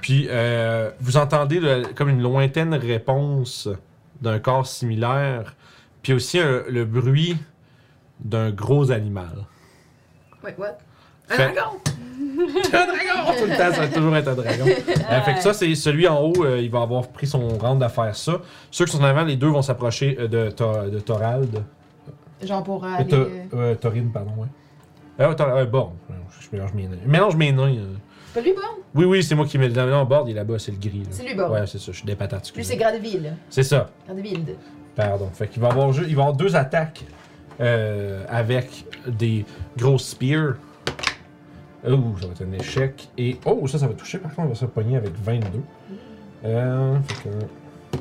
Speaker 1: Puis euh, vous entendez le- comme une lointaine réponse d'un corps similaire, puis aussi un- le bruit d'un gros animal.
Speaker 3: Wait, what?
Speaker 1: Fait- (laughs) un dragon! Tout le temps, ça va toujours être un dragon. Euh, fait que ça, c'est celui en haut, euh, il va avoir pris son round à faire ça. Ceux qui sont en avant, les deux vont s'approcher euh, de, Thor- de Thorald.
Speaker 3: Genre pour
Speaker 1: Euh,
Speaker 3: aller.
Speaker 1: Thor-
Speaker 3: euh,
Speaker 1: euh, Thorin, pardon, ouais. Euh, Thor- euh, Born. Je mélange mes noms. Je mélange mes noms. euh.
Speaker 3: C'est pas lui, bon?
Speaker 1: Oui, oui, c'est moi qui mets le nom. Born, il est là-bas, c'est le gris. là.
Speaker 3: C'est lui, bon.
Speaker 1: Ouais, c'est ça, je suis des patates.
Speaker 3: Lui,
Speaker 1: excusez.
Speaker 3: c'est Gradeville.
Speaker 1: C'est ça,
Speaker 3: Gradeville.
Speaker 1: pardon. Fait qu'il va avoir, ju- il va avoir deux attaques euh, avec des gros spears. Oh, ça va être un échec. Et oh, ça, ça va toucher. Par contre, on va se pogner avec 22. Euh, fait que...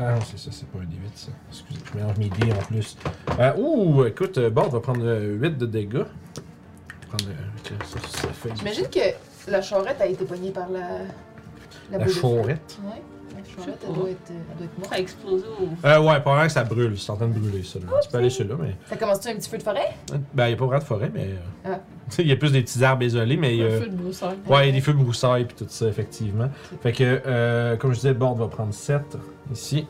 Speaker 1: Ah non, c'est ça, c'est pas un D8, ça. Excusez, je mélange mes dés en plus. Euh, ouh, écoute, euh, bon, on va prendre euh, 8 de dégâts. On va Prendre, euh, ça, ça, ça fait
Speaker 3: J'imagine que la charrette a été poignée par la.
Speaker 1: la
Speaker 3: boule de feu.
Speaker 1: chaurette.
Speaker 3: Ouais, la charrette,
Speaker 5: Je
Speaker 3: elle
Speaker 5: sais
Speaker 3: doit être, elle doit être morte.
Speaker 5: Ça a explosé au
Speaker 1: Euh, ouais, probablement que ça brûle. Ah, C'est en train de brûler, ça. Là. Tu peux aller sur là, mais.
Speaker 3: Ça commence-tu un petit feu de forêt?
Speaker 1: Ben, il n'y a pas vraiment de forêt, mais. euh,
Speaker 3: Ah.
Speaker 1: tu sais, (laughs) Il y a plus des petits arbres isolés, mais.
Speaker 2: Un
Speaker 1: euh,
Speaker 2: feu de broussaille.
Speaker 1: Ouais, il y a des feux de broussailles puis tout ça, effectivement. Fait que, euh, comme je disais, Bord va prendre 7 ici.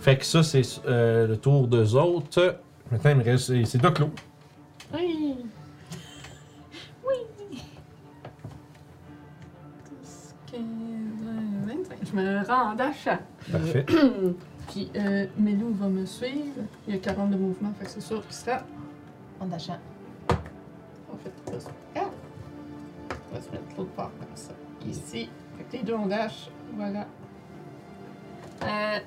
Speaker 1: Fait que ça, c'est euh, le tour d'eux autres. Maintenant, il me reste. C'est c'est Doclo.
Speaker 2: Oui. Oui. 25. Je me rends à chat.
Speaker 1: Parfait.
Speaker 2: Puis euh, Melou va me suivre. Il y a 40 de mouvement, fait que c'est sûr qu'il sera.
Speaker 3: En tâchant.
Speaker 2: En fait, on va se Ah! On va se mettre l'autre part comme ça. Ici. Fait que les deux on dash. Voilà. Euh,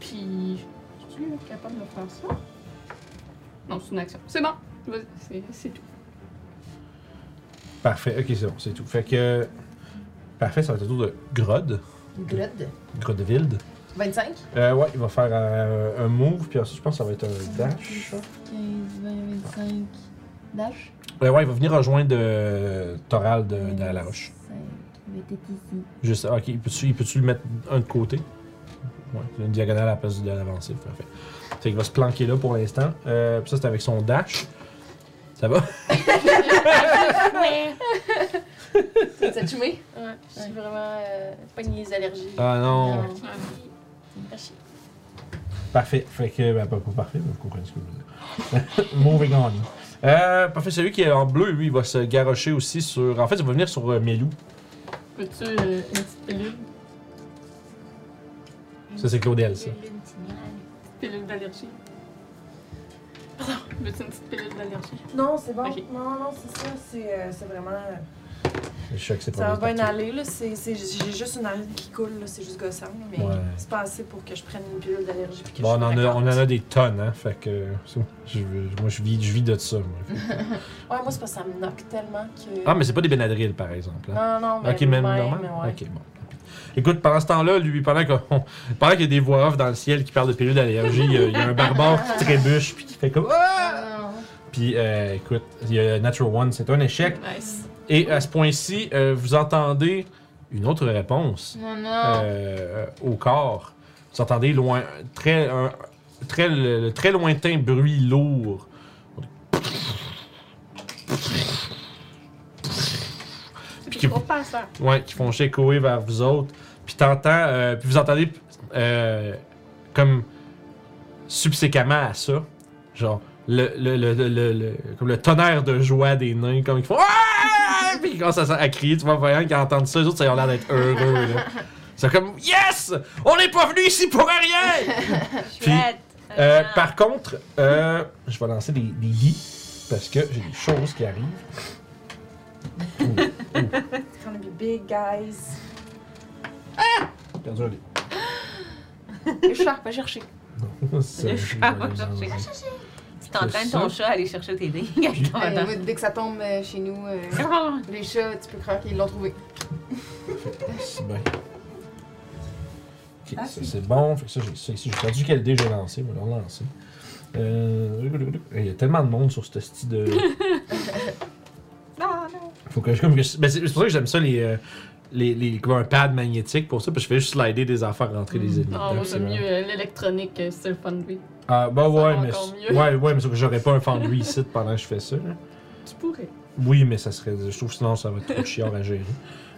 Speaker 2: puis. Je suis capable de faire ça. Non, c'est une action. C'est bon. Vas-y, c'est- C'est tout.
Speaker 1: Parfait. Ok, c'est bon, c'est tout. Fait que. Parfait, ça va être le tour de Grod.
Speaker 3: Grud.
Speaker 1: Grodeville.
Speaker 3: 25.
Speaker 1: Euh, ouais, il va faire euh, un move, puis ensuite, je pense que ça va être un dash.
Speaker 3: 15, 20, 25. Dash.
Speaker 1: Ouais, ouais, il va venir rejoindre euh, Thoral de, de la roche.
Speaker 3: Il va être ici.
Speaker 1: Juste, ah, ok, il peut-tu il peut-tu le mettre un de côté? Ouais, c'est une diagonale à la place de l'avancée, parfait. Fait qu'il va se planquer là pour l'instant. Euh, puis ça, c'est avec son dash. Ça va?
Speaker 6: T'as chumé? Ouais. Je suis vraiment euh, pognée des allergies.
Speaker 1: Ah non!
Speaker 6: Non. Merci.
Speaker 1: Parfait. Fait que, ben, pas, pas parfait, mais vous comprenez ce que je veux dire. (laughs) Moving on. Euh, parfait, celui qui est en bleu, lui, il va se garrocher aussi sur. En fait, il va venir sur euh, Melou.
Speaker 2: Peux-tu euh, une petite pilule?
Speaker 1: Ça, c'est Claudel, ça.
Speaker 2: Pilule d'allergie. Pardon. Veux-tu une petite pilule d'allergie?
Speaker 4: Non, c'est bon.
Speaker 2: Ok.
Speaker 4: Non, non, non, c'est ça. C'est euh, c'est vraiment. euh,
Speaker 1: Je suis sûr que c'est pas
Speaker 4: Ça va
Speaker 1: bien
Speaker 4: bien
Speaker 1: parti.
Speaker 4: aller, là. C'est- c'est- J'ai juste une aride qui coule, là. C'est juste gossant, là, mais
Speaker 1: Ouais.
Speaker 4: c'est pas assez pour que je prenne une pilule d'allergie. puis que
Speaker 1: Bon,
Speaker 4: je
Speaker 1: on en, a,
Speaker 4: me
Speaker 1: on en a
Speaker 4: raconte.
Speaker 1: des tonnes, hein. Fait que. euh, je- moi, je vis, je vis de ça. moi.
Speaker 4: Ouais, moi, c'est parce que ça me knock tellement que.
Speaker 1: Ah, mais c'est pas des Benadryl, par exemple. hein.
Speaker 4: Non, non, mais.
Speaker 1: Ok, même
Speaker 4: ouais,
Speaker 1: normal?
Speaker 4: mais ouais.
Speaker 1: Ok, bon. Écoute, pendant ce temps-là, lui, pendant qu'on- pendant qu'il y a des voix off dans le ciel qui parlent de pilules d'allergie, il y a- il y, a un barbare qui trébuche puis qui fait comme Ah! Puis euh, écoute, il y a Natural One, c'est un échec.
Speaker 2: Nice.
Speaker 1: Et à ce point-ci, euh, vous entendez une autre réponse
Speaker 3: Non, non.
Speaker 1: euh, au corps. Vous entendez loin, très, un- très, le, le très lointain bruit lourd. Puis qui-
Speaker 2: Au passeur.
Speaker 1: Ouais, qui font écoer vers vous autres. Puis t'entends, euh, puis vous entendez euh, comme subséquemment à ça, genre, le, le, le, le, le- le- comme le tonnerre de joie des nains, comme ils font Ah! Puis ils commencent à, à crier, tu vois, voyant qu'ils entendent ça, les autres, ça a l'air d'être heureux. là. C'est comme Yes! On n'est pas venu ici pour rien! Puis,
Speaker 5: Chouette!
Speaker 1: Euh,
Speaker 5: Ah.
Speaker 1: par contre, euh, je vais lancer des, des hi parce que j'ai des choses qui arrivent.
Speaker 4: It's gonna be big, guys.
Speaker 1: J'ai perdu
Speaker 2: (gasps)
Speaker 1: un dé.
Speaker 4: Le char, pas chercher.
Speaker 1: Non, (laughs) ça,
Speaker 5: Le
Speaker 1: je-
Speaker 5: chat va chercher. Tu t'entraînes ton chat à aller chercher tes dés. (laughs) Ton
Speaker 4: Eh
Speaker 3: Hey,
Speaker 5: bâton.
Speaker 3: écoute, dès que ça tombe euh, chez nous, euh, les chats, tu peux croire qu'ils l'ont trouvé.
Speaker 1: C'est bien.
Speaker 2: Ah,
Speaker 1: Ok, ça c'est bon. Fait que ça, j'ai ça ici. J'ai perdu quel dé j'ai lancé. Je vais le relancer. Euh, Il y a tellement de monde sur ce style
Speaker 2: (laughs)
Speaker 1: de.
Speaker 4: Non, non.
Speaker 1: Faut que je- comme que je- ben, c'est c'est pour ça que j'aime ça les. euh, les, les, comme un pad magnétique pour ça, parce que je fais juste slider des affaires, rentrer des ennemis.
Speaker 2: Ah,
Speaker 1: dedans,
Speaker 2: moi,
Speaker 1: c'est
Speaker 2: j'aime
Speaker 1: vraiment-
Speaker 2: mieux euh, l'électronique, euh, c'est le fun de lui.
Speaker 1: Ah, bah
Speaker 2: va
Speaker 1: ouais, mais.
Speaker 2: encore
Speaker 1: c'est-
Speaker 2: mieux.
Speaker 1: Ouais, ouais, mais c'est que j'aurais pas un fan de lui ici pendant que je fais ça. là.
Speaker 2: Tu pourrais.
Speaker 1: Oui, mais ça serait. Je trouve que sinon ça va être trop chiant à gérer.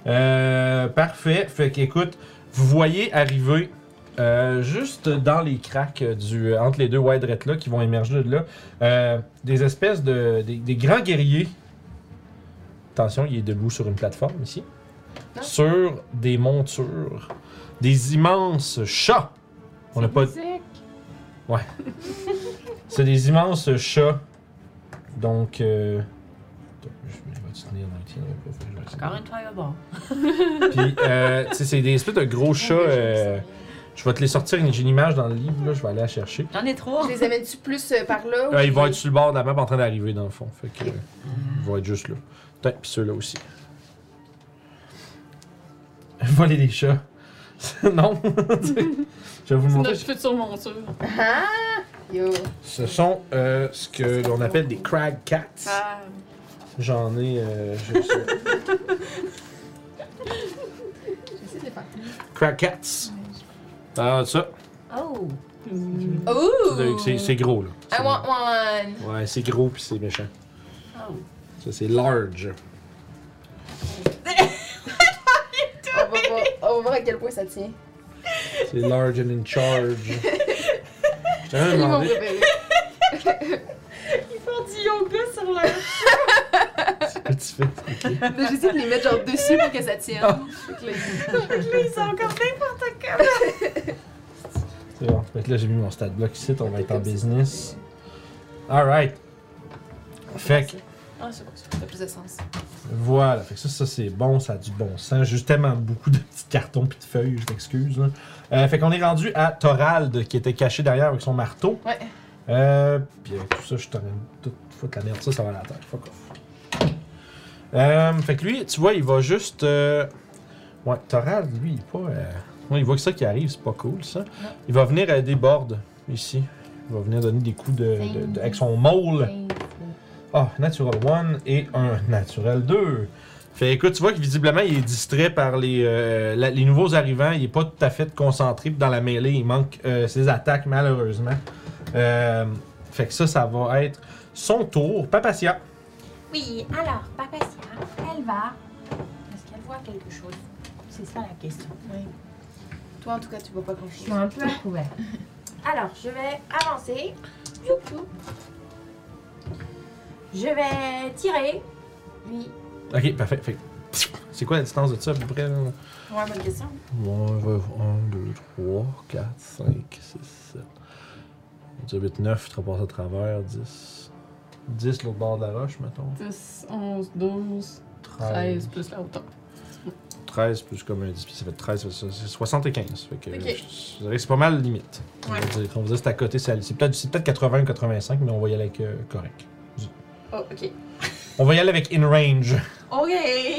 Speaker 1: Euh, parfait. Fait qu'écoute, vous voyez arriver euh, juste dans les cracks du entre les deux wide Rats là qui vont émerger de là euh, des espèces de des, des grands guerriers. Attention, il est debout sur une plateforme ici.
Speaker 3: Ah.
Speaker 1: Sur des montures, des immenses chats. On n'a pas. Ouais. C'est des immenses chats. Donc. Euh... attends, Je vais te tenir dans le tien, là, pour faire- je vais essayer.
Speaker 5: Encore une fireball.
Speaker 1: Puis, euh, tu sais, c'est des espèces de gros chats. euh, je vais te les sortir, une- j'ai une image dans le livre, là, je vais aller la chercher.
Speaker 5: J'en ai trois.
Speaker 3: Je les amène-tu plus euh, par là? ou
Speaker 1: Euh, ils
Speaker 3: je-
Speaker 1: vont être sur le bord de la map en train d'arriver, dans le fond. Fait que, euh, ils vont être juste là. Peut-être, puis ceux-là aussi. (laughs) Voler des chats. (laughs) non! (laughs) tu sais, je vais vous le
Speaker 2: C'est
Speaker 1: montrer.
Speaker 2: notre future monture.
Speaker 3: Yo.
Speaker 1: Ce sont euh, ce que l'on appelle des crag cats.
Speaker 2: Ah,
Speaker 1: J'en ai. euh, j'ai ça.
Speaker 3: (laughs) J'essaie de les faire.
Speaker 1: Crag cats. Ah, ça.
Speaker 5: Oh!
Speaker 2: hum,
Speaker 3: Ouh!
Speaker 1: C'est c'est gros, là.
Speaker 3: I want one!
Speaker 1: Ouais, c'est gros puis c'est méchant.
Speaker 5: Oh!
Speaker 1: Ça, c'est large.
Speaker 3: On va, voir, on va voir à quel point ça tient.
Speaker 1: C'est large and in charge.
Speaker 3: (laughs)
Speaker 1: Je t'avais
Speaker 3: Ils
Speaker 1: (laughs)
Speaker 3: vont
Speaker 1: demandé.
Speaker 3: préféré.
Speaker 4: Pour du yoga sur leur
Speaker 1: C'est quoi tu fais?
Speaker 3: Mais J'essaie de les mettre genre dessus pour que ça tienne.
Speaker 4: Ah.
Speaker 3: Fait que là,
Speaker 4: ils sont encore
Speaker 1: C'est bon. Fait que là, j'ai mis mon stat block ici. On va être en business. Alright. Fait que
Speaker 4: Ah, c'est bon, c'est
Speaker 3: Ça fait plus de sens.
Speaker 1: Voilà, fait que ça, ça c'est bon, ça a du bon sens. Juste tellement beaucoup de petits cartons puis de feuilles, je m'excuse. là. Euh, fait qu'on est rendu à Thorald qui était caché derrière avec son marteau.
Speaker 3: Ouais.
Speaker 1: Euh, puis avec tout ça, je t'en toute foutre la merde, ça, ça va à la terre. Fuck off. Euh, fait que lui, tu vois, il va juste. euh, Ouais, Thorald, lui, il est pas. euh, ouais, il voit que ça qui arrive, c'est pas cool ça. Il va venir à des bords ici. Il va venir donner des coups de, de- de- avec son maul. Ah, Natural 1 et un Naturel 2. Fait écoute, tu vois que visiblement, il est distrait par les, euh, la- les nouveaux arrivants. Il est pas tout à fait concentré. Puis dans la mêlée, il manque euh, ses attaques, malheureusement. Euh, fait que ça, ça va être son tour. Papatia.
Speaker 6: Oui, alors, Papacia, elle va. Est-ce qu'elle voit quelque chose C'est ça la question.
Speaker 3: Toi, en tout cas, tu vois pas grand
Speaker 7: Je
Speaker 3: chose.
Speaker 7: suis un peu à couvert.
Speaker 6: Alors, je vais avancer. Youhou. Je vais tirer. Oui.
Speaker 1: Ok, parfait. Fait que- C'est quoi la distance de ça à peu près? là?
Speaker 4: Ouais, bonne question.
Speaker 1: 1, 2, 3, 4, 5, 6, 7, 8, 9, tu repasses à travers, 10. 10 l'autre bord de la roche, mettons.
Speaker 2: 10, 11, 12,
Speaker 1: Ah,
Speaker 2: 13 plus la hauteur.
Speaker 1: 13 plus comme un 10, puis ça fait 13, ça fait- c'est 75. Fait que
Speaker 2: Ok.
Speaker 1: je- je dirais que c'est pas mal limite. On va dire, on va dire que c'est à côté, c'est c'est peut-être c'est peut-être 80 ou 85, mais on va y aller avec euh, correct.
Speaker 4: Oh, ok.
Speaker 1: On va y aller avec in range.
Speaker 4: Ok!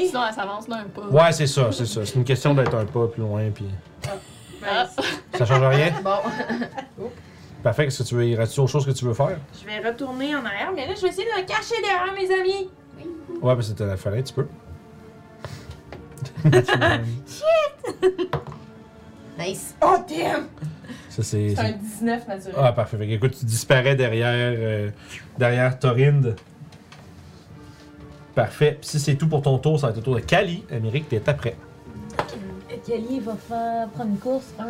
Speaker 2: Sinon, elle s'avance d'un pas.
Speaker 1: Ouais, c'est ça, c'est ça. C'est une question d'être un pas plus loin, puis
Speaker 2: Ah,
Speaker 1: ça change rien.
Speaker 3: Bon,
Speaker 1: Parfait, qu'est-ce que tu veux, y autre chose que tu veux faire?
Speaker 4: Je vais retourner en arrière, mais là, je vais essayer de me cacher derrière mes amis.
Speaker 1: Ouais, parce que c'était la fenêtre, tu peux.
Speaker 3: nice.
Speaker 4: Oh, damn!
Speaker 1: ça, c'est.
Speaker 4: C'est un
Speaker 1: c'est-
Speaker 4: 19 naturel.
Speaker 1: Ah, parfait. Fait que, écoute, tu disparais derrière, euh, derrière Torinde. Parfait. Puis si c'est tout pour ton tour, ça va être le tour de Kali. Amérique, t'es après.
Speaker 5: Kelly va faire, prendre une course. 1,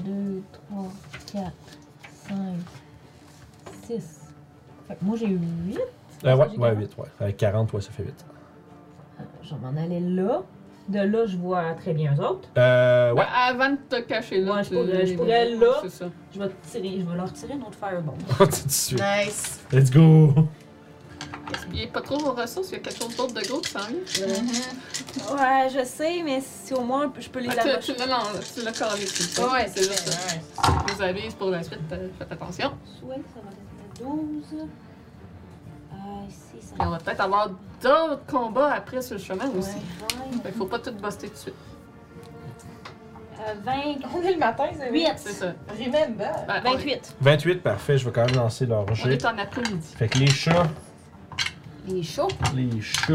Speaker 5: 2, 3, 4, 5, 6. Fait que moi, j'ai 8.
Speaker 1: Euh, ouais, ouais, 8, ouais. Avec 40, ouais, ça fait 8.
Speaker 5: Je vais m'en aller là. De là, je vois très bien eux autres.
Speaker 1: Euh,
Speaker 2: Ouais,
Speaker 1: ouais. (laughs)
Speaker 2: avant de te cacher là,
Speaker 5: Ouais, je
Speaker 2: tu-
Speaker 5: pourrais- je pourrais là.
Speaker 2: C'est ça.
Speaker 5: Je vais, tirer, je vais leur tirer une autre firebomb.
Speaker 1: On dit tout de suite.
Speaker 3: Nice.
Speaker 1: Let's go!
Speaker 2: Il est pas trop vos ressources, il y a quelque chose d'autre de gros qui s'en vient.
Speaker 5: Ouais, je sais, mais si au moins je peux les
Speaker 2: Ah,
Speaker 5: lâcher.
Speaker 2: tu- tu l'as lancé- tu l'as collé, tu le sais.
Speaker 6: Ouais, c'est
Speaker 2: juste
Speaker 6: ça.
Speaker 2: ça. Je vous avise pour la suite, euh, faites attention.
Speaker 5: Ouais, ça va être 12. Ah, ici, ça
Speaker 2: Puis on va peut-être avoir d'autres combats après sur le chemin aussi.
Speaker 5: va
Speaker 2: Fait qu'il faut pas tout buster tout de suite.
Speaker 5: être 20.
Speaker 4: On est le matin, c'est
Speaker 5: Euh,
Speaker 4: vrai.
Speaker 5: 28.
Speaker 2: C'est ça.
Speaker 4: Remember.
Speaker 2: Ben, on-
Speaker 5: 28.
Speaker 1: 28, parfait, je vais quand même lancer leur
Speaker 2: On
Speaker 1: jet.
Speaker 2: est en après-midi.
Speaker 1: Fait que les chats,
Speaker 6: Il est chaud.
Speaker 1: les chats,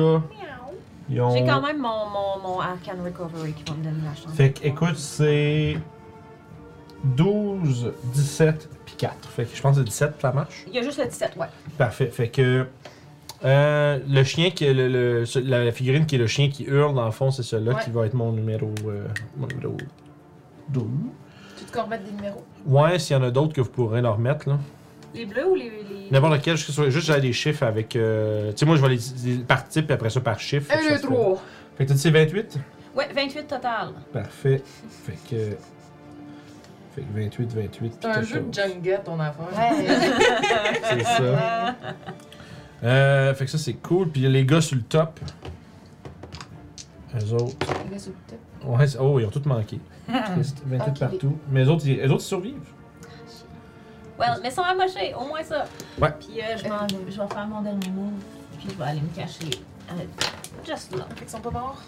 Speaker 1: ils ont.
Speaker 5: J'ai quand même mon, mon, mon Arcane Recovery qui va me donner la chance.
Speaker 1: Fait que, écoute, c'est 12, 17, puis 4. Fait que je pense que c'est 17, ça marche.
Speaker 5: Il y a juste le 17, ouais.
Speaker 1: Parfait. Fait que euh, le chien qui est le, le- ce- la figurine qui est le chien qui hurle dans le fond, c'est celui-là
Speaker 3: Ouais.
Speaker 1: qui va être mon numéro euh, mon numéro 12.
Speaker 3: Tu te corbettes des numéros.
Speaker 1: Ouais, s'il y en a d'autres que vous pourrez leur mettre là.
Speaker 5: Les bleus ou les. les...
Speaker 1: N'importe lequel, juste sur- juste j'ai des chiffres avec euh, tu sais moi je vais les, les par type puis après ça par chiffre. Fait que ça se fait- Fait que t'as dit c'est 28
Speaker 5: Ouais, 28 total.
Speaker 1: Parfait. Fait que fait que 28 28
Speaker 4: C'est un jeu de Jenga, ton affaire.
Speaker 3: Ouais.
Speaker 1: C'est ça.
Speaker 5: euh,
Speaker 1: Euh, fait que ça c'est cool. Puis les gars sur le top. Eux autres.
Speaker 3: Les gars, c'est tout top.
Speaker 1: Ouais, c'est- oh, ils ont tous
Speaker 6: (laughs)
Speaker 1: manqué. Triste. 28
Speaker 3: Ok.
Speaker 1: partout. Mais les autres, ils, les autres ils survivent.
Speaker 5: Well, mais sans amocher, au moins ça.
Speaker 1: Ouais.
Speaker 5: Puis euh, je, m'en- je vais faire mon dernier move, puis je vais aller me cacher. euh, Just là.
Speaker 4: Fait qu'ils sont pas morts.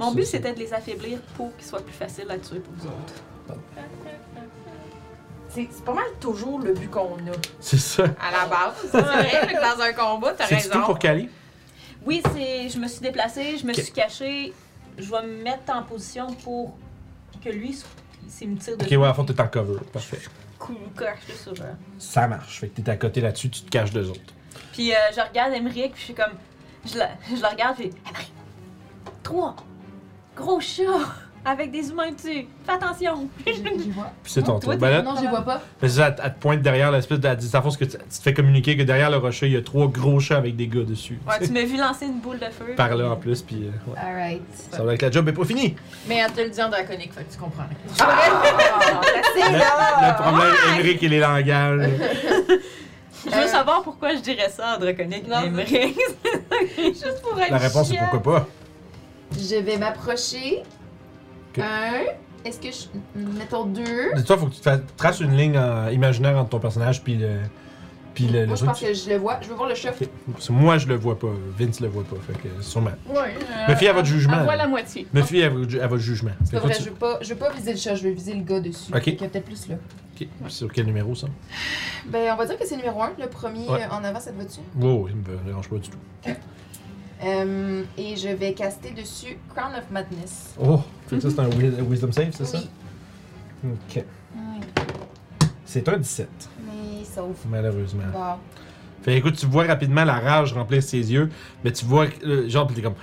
Speaker 5: Mon
Speaker 1: Ça,
Speaker 5: but
Speaker 1: c'est-
Speaker 5: c'était de les affaiblir pour qu'ils soient plus faciles à tuer pour vous autres.
Speaker 4: C'est c'est pas mal toujours le but qu'on a.
Speaker 1: C'est ça.
Speaker 6: À la base, c'est vrai, mais dans un combat, t'as
Speaker 1: C'est tout
Speaker 6: raison.
Speaker 1: pour Cali.
Speaker 4: Ah.
Speaker 5: Oui, c'est. Je me suis déplacée, je me
Speaker 1: Ok.
Speaker 5: suis cachée. Je vais me mettre en position pour que lui, so- s'il me tire de
Speaker 1: Ok, ouais, à fond, t'es en cover. Parfait.
Speaker 5: coup, caché sur. euh.
Speaker 1: Ça marche. Fait que t'es à côté là-dessus, tu te caches deux autres.
Speaker 5: Puis euh, je regarde Emmerich, puis je suis comme. Je la, je la regarde, puis. Emmerich! Trois! Gros chats! Avec des humains dessus! Fais attention!
Speaker 7: J'y vois.
Speaker 1: Puis
Speaker 4: Oh,
Speaker 1: c'est ton tour.
Speaker 5: toi,
Speaker 1: Ben là,
Speaker 3: Non, je les vois pas.
Speaker 1: ben, c'est ça, elle, te- elle te pointe derrière l'espèce de. Elle dit, à fond, ce que tu, tu te fais communiquer que derrière le rocher, il y a trois gros chats avec des gars dessus.
Speaker 5: Ouais, tu m'as vu lancer une boule de feu.
Speaker 1: Par là en plus, puis. euh, ouais.
Speaker 3: Alright.
Speaker 1: Ça va être la job est pas finie.
Speaker 4: Mais elle te le dit en draconique, fait que tu comprends rien.
Speaker 3: Ah!
Speaker 4: (laughs)
Speaker 1: Le, le problème, Emmerich et les langages.
Speaker 5: Je veux savoir pourquoi je dirais ça en draconique.
Speaker 4: Non,
Speaker 5: Emmerich. (laughs)
Speaker 4: Juste pour être
Speaker 1: La réponse, c'est
Speaker 4: chiant.
Speaker 1: pourquoi pas.
Speaker 3: Je vais m'approcher.
Speaker 1: Ok.
Speaker 3: Un. Est-ce que je. Mettons deux.
Speaker 1: Dis-toi, faut que tu te fasses- traces une ligne en- imaginaire entre ton personnage puis le. Puis le, le
Speaker 3: Moi, je
Speaker 1: truc,
Speaker 3: pense que je le vois. Je veux voir le chef.
Speaker 1: Ok. Parce que Moi, je le vois pas. Vince le voit pas. Fait que, sûrement.
Speaker 3: Ouais.
Speaker 1: Me fie à votre jugement.
Speaker 2: On voit Euh, la moitié.
Speaker 1: Me fie à, votre ju- à votre jugement.
Speaker 3: C'est
Speaker 1: Fait
Speaker 3: pas
Speaker 1: que
Speaker 3: vrai,
Speaker 1: tu-
Speaker 3: je veux pas, je veux pas viser le chat, je veux viser le gars dessus.
Speaker 1: Ok.
Speaker 3: Fait qu'il y a peut-être plus là.
Speaker 1: Ok. C'est sur quel numéro ça
Speaker 3: Ben, on va dire que c'est numéro 1, le premier
Speaker 1: Ouais.
Speaker 3: euh, en avant, cette voiture.
Speaker 1: Wow, il me dérange pas du tout.
Speaker 3: Euh, et je vais caster dessus Crown of Madness.
Speaker 1: Oh, fait que ça, c'est un wi- Wisdom Save, c'est ça
Speaker 3: Oui.
Speaker 1: Ok.
Speaker 3: Mhm. Oui,
Speaker 1: C'est un 17,
Speaker 3: mais sauf.
Speaker 1: malheureusement.
Speaker 3: Bah,
Speaker 1: Fait que, écoute, tu vois rapidement la rage remplir ses yeux, mais tu vois, que, euh, genre, pis t'es comme,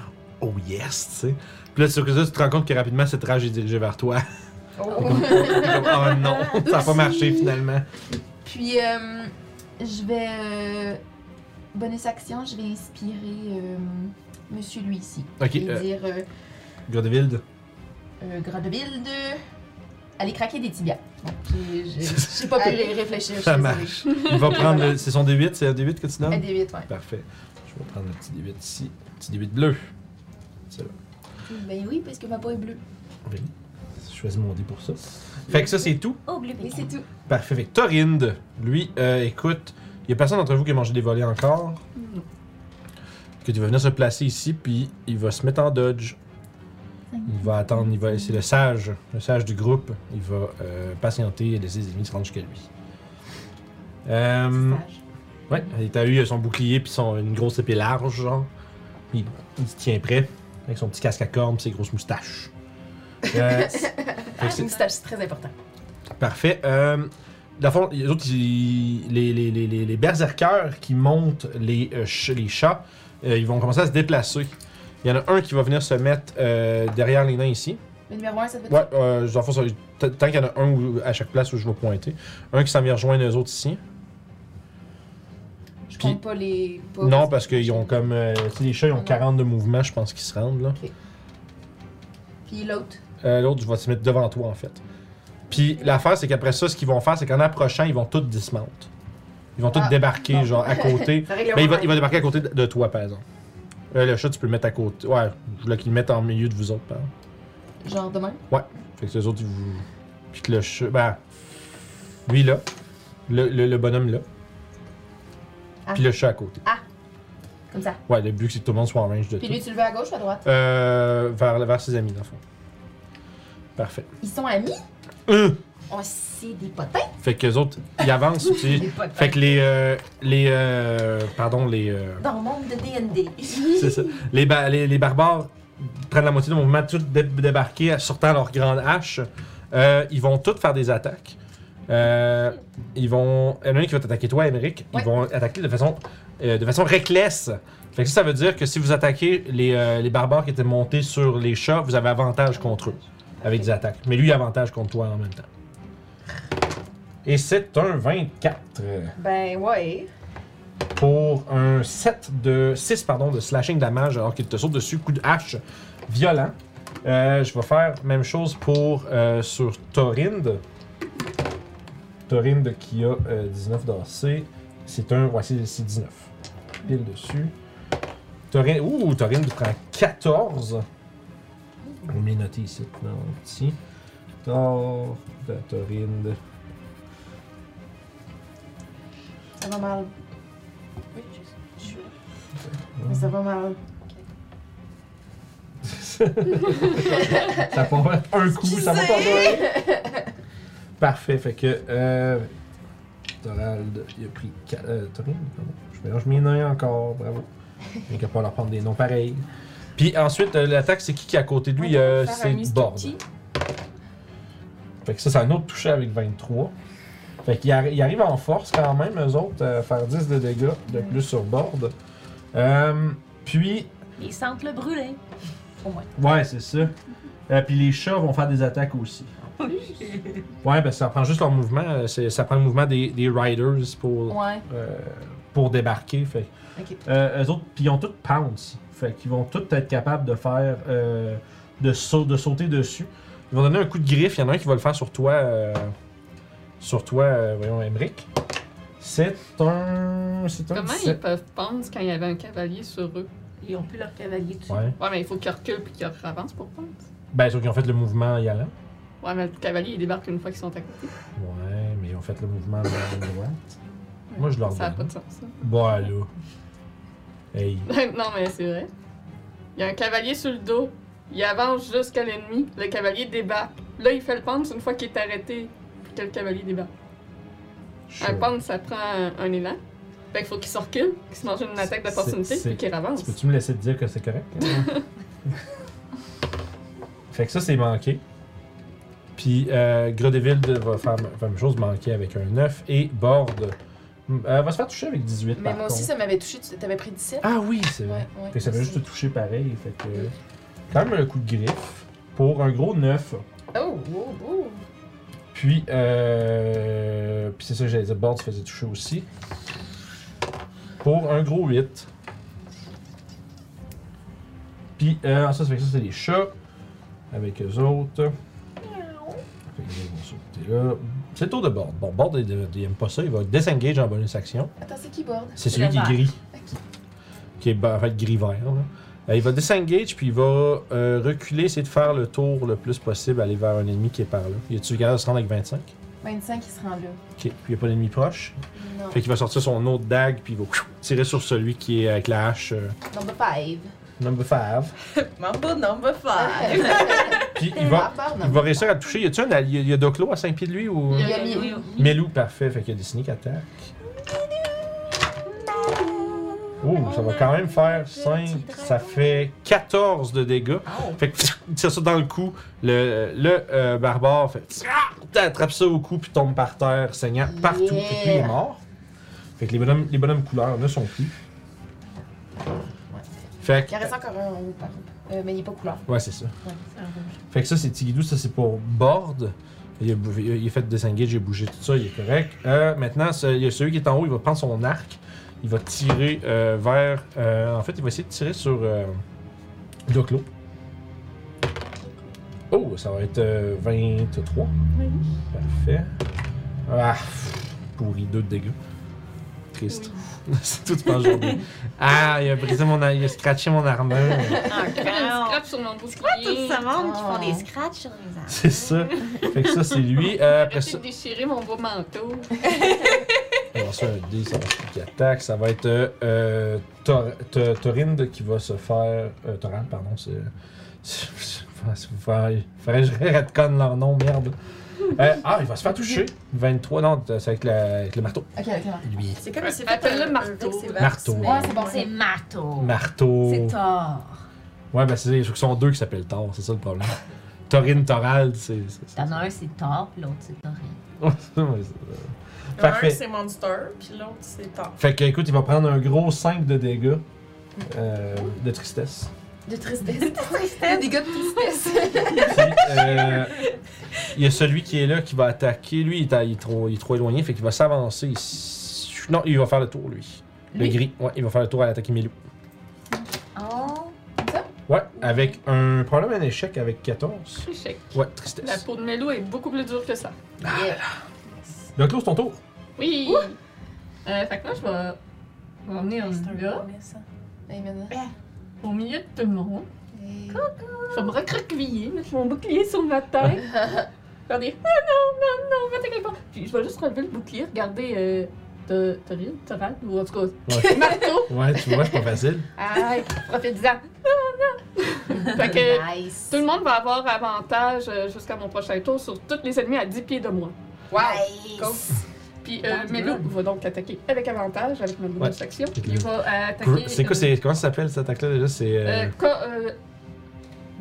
Speaker 1: oh yes, tu sais. Puis là, sur que ça, tu te rends compte que rapidement, cette rage est dirigée vers toi. T'es comme, oh non, ça
Speaker 3: (laughs)
Speaker 1: a pas marché finalement.
Speaker 3: Puis, euh, je vais. euh, bonus action, je vais inspirer euh, monsieur lui ici.
Speaker 1: Ok,
Speaker 3: Et
Speaker 1: euh,
Speaker 3: dire euh,
Speaker 1: Godeville,
Speaker 3: euh, Gradeville de. Allez craquer des tibias. Bon, puis
Speaker 1: (laughs)
Speaker 3: je je sais pas pu
Speaker 6: Allez.
Speaker 3: réfléchir, je suis
Speaker 1: ça
Speaker 3: désolée.
Speaker 1: marche. Il va prendre, le- c'est son D8, c'est un D8 que tu donnes
Speaker 3: Un des 8, ouais.
Speaker 1: Parfait. Je vais prendre le petit D8 ici. Petit D8 bleu. C'est là.
Speaker 3: Ben oui, parce que ma peau est bleue.
Speaker 1: Oui. Je choisis mon dé pour ça. Fait que ça, c'est tout.
Speaker 5: Oh, bleu
Speaker 3: Mais c'est tout.
Speaker 1: Parfait. Fait que Torinde, lui, euh, écoute, il y a personne d'entre vous qui a mangé des volets encore. Que tu vas venir se placer ici, puis il va se mettre en dodge. Il va attendre, il va c'est le sage, le sage du groupe. Il va euh, patienter et laisser ses ennemis se rendre jusqu'à lui. Euh, ouais, il a eu son bouclier puis son une grosse épée large, genre. Il, il se tient prêt avec son petit casque à cornes, pis ses grosses moustaches. Euh, fait que
Speaker 3: C'est
Speaker 1: c'est-
Speaker 3: une moustache, c'est très important.
Speaker 1: Parfait. Euh, dans le fond, les autres, ils- les, les, les, les, les berserkers qui montent les, euh, ch- les chats, euh, ils vont commencer à se déplacer. Il y en a un qui va venir se mettre euh, derrière les nains ici.
Speaker 3: Le numéro 1, ça peut
Speaker 1: Ouais, euh, dans le fond, ça- t- tant qu'il y en a un où- à chaque place où je vais pointer. Un qui s'en vient rejoindre les autres ici.
Speaker 3: Je
Speaker 1: puis-
Speaker 3: compte pas les. pas-
Speaker 1: non, parce qu'ils ont comme. euh, tu sais, les chats, ils ont 40 de mouvements, je pense qu'ils se rendent là.
Speaker 3: Puis l'autre.
Speaker 1: Euh, L'autre, je vais te mettre devant toi, en fait. Puis l'affaire, c'est qu'après ça, ce qu'ils vont faire, c'est qu'en approchant, ils vont tous dismount. Ils vont tous
Speaker 3: Ah,
Speaker 1: débarquer,
Speaker 3: bon. (laughs)
Speaker 1: genre, à côté.
Speaker 3: Ça règle le
Speaker 1: Mais il va,
Speaker 3: problème.
Speaker 1: il va débarquer à côté de- de toi, par exemple. Euh, le chat, tu peux le mettre à côté. Ouais, je voulais qu'il le mette en milieu de vous autres, par exemple.
Speaker 3: Genre demain.
Speaker 1: Fait que les autres, ils vous. Puis que le chat. Ben. Lui, là. Le, le- le bonhomme, là.
Speaker 3: Ah.
Speaker 1: Puis le chat à côté.
Speaker 3: Comme ça.
Speaker 1: Ouais, le but, c'est que tout le monde soit en range de
Speaker 3: Puis
Speaker 1: tout.
Speaker 3: lui, tu le veux à gauche ou à droite
Speaker 1: Euh, vers, vers ses amis, dans le fond. Parfait.
Speaker 3: Ils sont amis
Speaker 1: Euh!
Speaker 3: On Ah, c'est des potins
Speaker 1: Fait que les autres, ils avancent,
Speaker 3: (laughs)
Speaker 1: tu sais. Fait que les. euh, les euh, pardon, les. euh,
Speaker 6: Dans le monde de DND.
Speaker 1: c'est ça. Les, ba- les, les barbares prennent la moitié du mouvement, tous dé- débarquer, sortant leur grande hache. Euh, ils vont tous faire des attaques. Euh, ils vont. Il y en a un qui va t'attaquer toi, Émeric. Ils
Speaker 3: Ouais.
Speaker 1: vont attaquer de façon, euh, de façon reckless. Fait que ça, ça veut dire que si vous attaquez les, euh, les barbares qui étaient montés sur les chats, vous avez avantage contre eux avec des attaques. Mais lui, il a avantage contre toi en même temps. Et c'est un 24
Speaker 7: Ben ouais.
Speaker 1: pour un 7 de 6 pardon de slashing damage alors qu'il te saute dessus coup de hache violent. Euh, je vais faire même chose pour euh, sur Torinde. Torinde qui a euh, 19 d'AC, c'est un ouais, c'est c'est 19. Pile dessus. Torinde ouh, Torinde prend 14. On met noté ici dans le petit Tor de Torinde.
Speaker 3: Ça va mal.
Speaker 6: Oui, je sais. Je suis là.
Speaker 3: Mais ça va mal.
Speaker 1: Ça prend un coup, ça va pas durer. Parfait, fait que. Euh, Donald, il a pris. quatre- Euh, Torin, pardon. Je mélange mes nains encore, bravo. Mais qu'à pas leur prendre des noms pareils. Puis ensuite, euh, l'attaque, c'est qui qui est à côté de lui Euh,
Speaker 6: Faire un
Speaker 1: C'est
Speaker 6: Mr.
Speaker 1: Bord.
Speaker 6: T.
Speaker 1: Fait que ça, c'est un autre touché avec 23. Fait qu'ils arri- ils arrivent en force quand même, eux autres, à faire 10 de dégâts de plus sur Bord. Euh, puis,
Speaker 5: Ils sentent le brûler.
Speaker 1: Ouais, c'est ça. Euh, puis les chats vont faire des attaques aussi. ouais, parce que ça prend juste leur mouvement. euh, c'est- Ça prend le mouvement des, des riders pour,
Speaker 3: Ouais.
Speaker 1: euh, pour débarquer. Fait.
Speaker 3: Ok.
Speaker 1: Euh, eux autres, puis ils ont tous pounce. Fait qu'ils vont tous être capables de faire. euh, de, sau- de sauter dessus. Ils vont donner un coup de griffe. Il y en a un qui va le faire sur toi. euh, sur toi, euh, voyons, Emric. C'est un. C'est un.
Speaker 2: Comment ils
Speaker 1: dix-sept.
Speaker 2: peuvent pendre quand il y avait un cavalier sur eux?
Speaker 5: (laughs) Ils ont plus leur cavalier dessus.
Speaker 1: Ouais.
Speaker 2: Ouais, mais il faut qu'ils reculent puis qu'ils avancent pour pendre.
Speaker 1: Ben, ceux qui ont fait le mouvement y allant.
Speaker 2: Ouais, mais le cavalier, il débarque une fois qu'ils sont à côté.
Speaker 1: Ouais, mais ils ont fait le mouvement de la ligne droite. Moi, je leur
Speaker 2: Ça n'a pas
Speaker 1: donne.
Speaker 2: de sens, ça. (laughs)
Speaker 1: Bah là. Hey.
Speaker 2: non, mais c'est vrai. Il y a un cavalier sur le dos. Il avance jusqu'à l'ennemi. Le cavalier débat. Là, il fait le pendre une fois qu'il est arrêté. Puis que le cavalier débat. Un
Speaker 1: chaud.
Speaker 2: pendre, ça prend un, un élan. Fait qu'il faut qu'il se recule, qu'il se mange une attaque
Speaker 1: C'est-
Speaker 2: d'opportunité,
Speaker 1: c'est-
Speaker 2: puis qu'il avance.
Speaker 1: Tu Peux-tu me laisser te dire que c'est correct? fait que ça, c'est manqué. Puis euh, Gredeville va faire la même chose, manquer avec un 9. Et Bord euh, va se faire toucher avec 18.
Speaker 3: Mais
Speaker 1: par
Speaker 3: moi aussi,
Speaker 1: contre.
Speaker 3: ça m'avait touché. Tu t'avais pris 17.
Speaker 1: Ah oui, c'est vrai.
Speaker 3: Ouais, ouais.
Speaker 1: Fait que ça va
Speaker 3: aussi. Mm.
Speaker 1: juste te toucher pareil. Fait que. Quand même un coup de griffe pour un gros 9.
Speaker 3: Oh, oh, oh.
Speaker 1: Puis, euh, puis c'est ça que j'allais dire, Bard se faisait toucher aussi. Pour un gros 8. Puis, euh, ça, ça fait que ça, c'est les chats. Avec eux autres. Fait que ils vont sauter là. C'est le tour de Bord. Bon, Bord, il, il aime pas ça. Il va disengage en bonus action.
Speaker 3: Attends, c'est qui board
Speaker 1: C'est celui
Speaker 6: Le
Speaker 1: qui est
Speaker 6: vert.
Speaker 1: gris. Qui est ben, en fait gris-vert. là. Euh, Il va disengage, puis il va euh, reculer, essayer de faire le tour le plus possible, aller vers un ennemi qui est par là. Y a-tu le gars de se rendre avec 25?
Speaker 3: 25, il se rend là.
Speaker 1: Ok, puis il n'y a pas d'ennemi proche.
Speaker 3: Non.
Speaker 1: Fait qu'il va sortir son autre dague, puis il va (laughs) tirer sur celui qui est avec la hache euh,
Speaker 3: Number 5.
Speaker 1: number 5.
Speaker 4: Mambo number five.
Speaker 1: Puis il
Speaker 3: Ah,
Speaker 1: va, il va réussir à le toucher. Y a-tu un allié? Y a Doclo à 5 pieds de lui ou.
Speaker 3: (laughs) Il y a mis.
Speaker 1: Melou, parfait. Fait qu'il y a des sneak attack. Oh, ça va quand même faire 5. Ça fait 14 de dégâts. Fait que (laughs) il tire ça dans le cou. Le, le euh, barbare fait. (laughs) Ah! Attrape ça au cou, puis tombe par terre, saignant partout. Fait que lui, il est
Speaker 3: Yeah.
Speaker 1: mort. Fait que les bonhommes, les bonhommes couleurs ne sont plus. Fait
Speaker 4: Il en reste encore un rouge, par contre. Euh, mais il n'est pas couleur.
Speaker 1: que, ouais, c'est ça.
Speaker 4: Ouais,
Speaker 6: c'est un rouge.
Speaker 1: Fait que ça, c'est Tigidou, ça c'est pour board. Il, a bou- il a- il est fait disengage, il a bougé tout ça, il est correct. Euh, maintenant, ce- il y a celui qui est en haut, il va prendre son arc, il va tirer euh, vers. euh, en fait, il va essayer de tirer sur euh, Doclo. Oh, ça va être euh, 23. Parfait. Ah, pff, pourri, deux de dégâts. Triste. (laughs) c'est toute ma
Speaker 6: (laughs)
Speaker 1: journée. Ah, il a brisé mon. a- Il a scratché mon armure.
Speaker 5: Un
Speaker 2: J'ai fait une
Speaker 5: crown.
Speaker 2: scrap sur mon bouclier.
Speaker 5: Tout ce monde qui font
Speaker 4: Oh.
Speaker 5: des scratchs sur les arbres.
Speaker 1: (laughs) C'est ça. Fait que ça, c'est lui. Euh, après
Speaker 2: Arrêtez
Speaker 1: ça. eh,
Speaker 2: de déchirer mon beau manteau.
Speaker 1: On va lancer un dé, ça va être qui attaque. Ça va être euh, euh, Tor- T- Torinde qui va se faire. Euh, Torinde, pardon, c'est. Faudrait faudrait que je retconne leur nom, merde. Euh, ah, il va se faire toucher. 23, non, euh, c'est avec, la- avec le marteau.
Speaker 4: Ok, ok.
Speaker 1: Lui.
Speaker 4: C'est comme si
Speaker 2: Appelle-le marteau.
Speaker 1: Marteau.
Speaker 4: Ouais, c'est bon.
Speaker 6: C'est marteau.
Speaker 1: Marteau.
Speaker 6: C'est tort.
Speaker 1: Ouais, ben c'est ça, ils sont deux qui s'appellent Thor, c'est ça le problème. Torinde, Torald, c'est. c'est- c'est-
Speaker 6: T'en as un, c'est tort, puis l'autre, c'est torride.
Speaker 1: (laughs) Ouais, c'est- euh,
Speaker 4: Un,
Speaker 1: Parfait.
Speaker 4: c'est Monster, puis l'autre, c'est Thor.
Speaker 1: Fait que, écoute, il va prendre un gros 5 de dégâts euh, de tristesse.
Speaker 3: De tristesse. De tristesse. Des gars de tristesse.
Speaker 1: Puis, euh, il y a celui qui est là qui va attaquer. Lui, il est, à- il est trop, il est trop éloigné, fait qu'il va s'avancer. ici. Non, il va faire le tour, lui. Le gris, ouais, il va faire le tour à l'attaquer Milou. (laughs)
Speaker 6: Oh.
Speaker 1: Ouais, avec un problème, un échec avec 14.
Speaker 2: Échec.
Speaker 1: Ouais,
Speaker 2: La
Speaker 1: tristesse.
Speaker 2: peau de Melou est beaucoup plus dure que ça.
Speaker 1: Le close ton tour.
Speaker 2: Oui! Euh, fait que moi, je vais je vais emmener un gars
Speaker 4: Et maintenant.
Speaker 2: au milieu de tout le monde. Je vais me recroqueviller, mettre mon bouclier sur ma (laughs) tête. faire des Ah non, non, non, m'attaquez pas! Puis je vais juste relever le bouclier, regarder. Euh, T'as t'as rien, t'as mal, ou en tout cas, (laughs)
Speaker 1: Ouais.
Speaker 2: marteau!
Speaker 1: Ouais, tu vois, c'est pas facile.
Speaker 2: Aïe,
Speaker 6: (laughs)
Speaker 2: profite-en! Non, non! Fait que
Speaker 6: Nice.
Speaker 2: tout le monde va avoir avantage euh, jusqu'à mon prochain tour sur tous les ennemis à 10 pieds de moi.
Speaker 4: Wow!
Speaker 6: Nice.
Speaker 2: Puis euh, Melou va donc attaquer avec avantage, avec ma bonus action.
Speaker 1: C'est
Speaker 2: Il
Speaker 1: bien.
Speaker 2: va attaquer.
Speaker 1: C'est quoi,
Speaker 2: euh,
Speaker 1: c'est, comment ça s'appelle cette attaque-là déjà C'est.
Speaker 2: Euh,
Speaker 1: Euh...
Speaker 2: co- euh,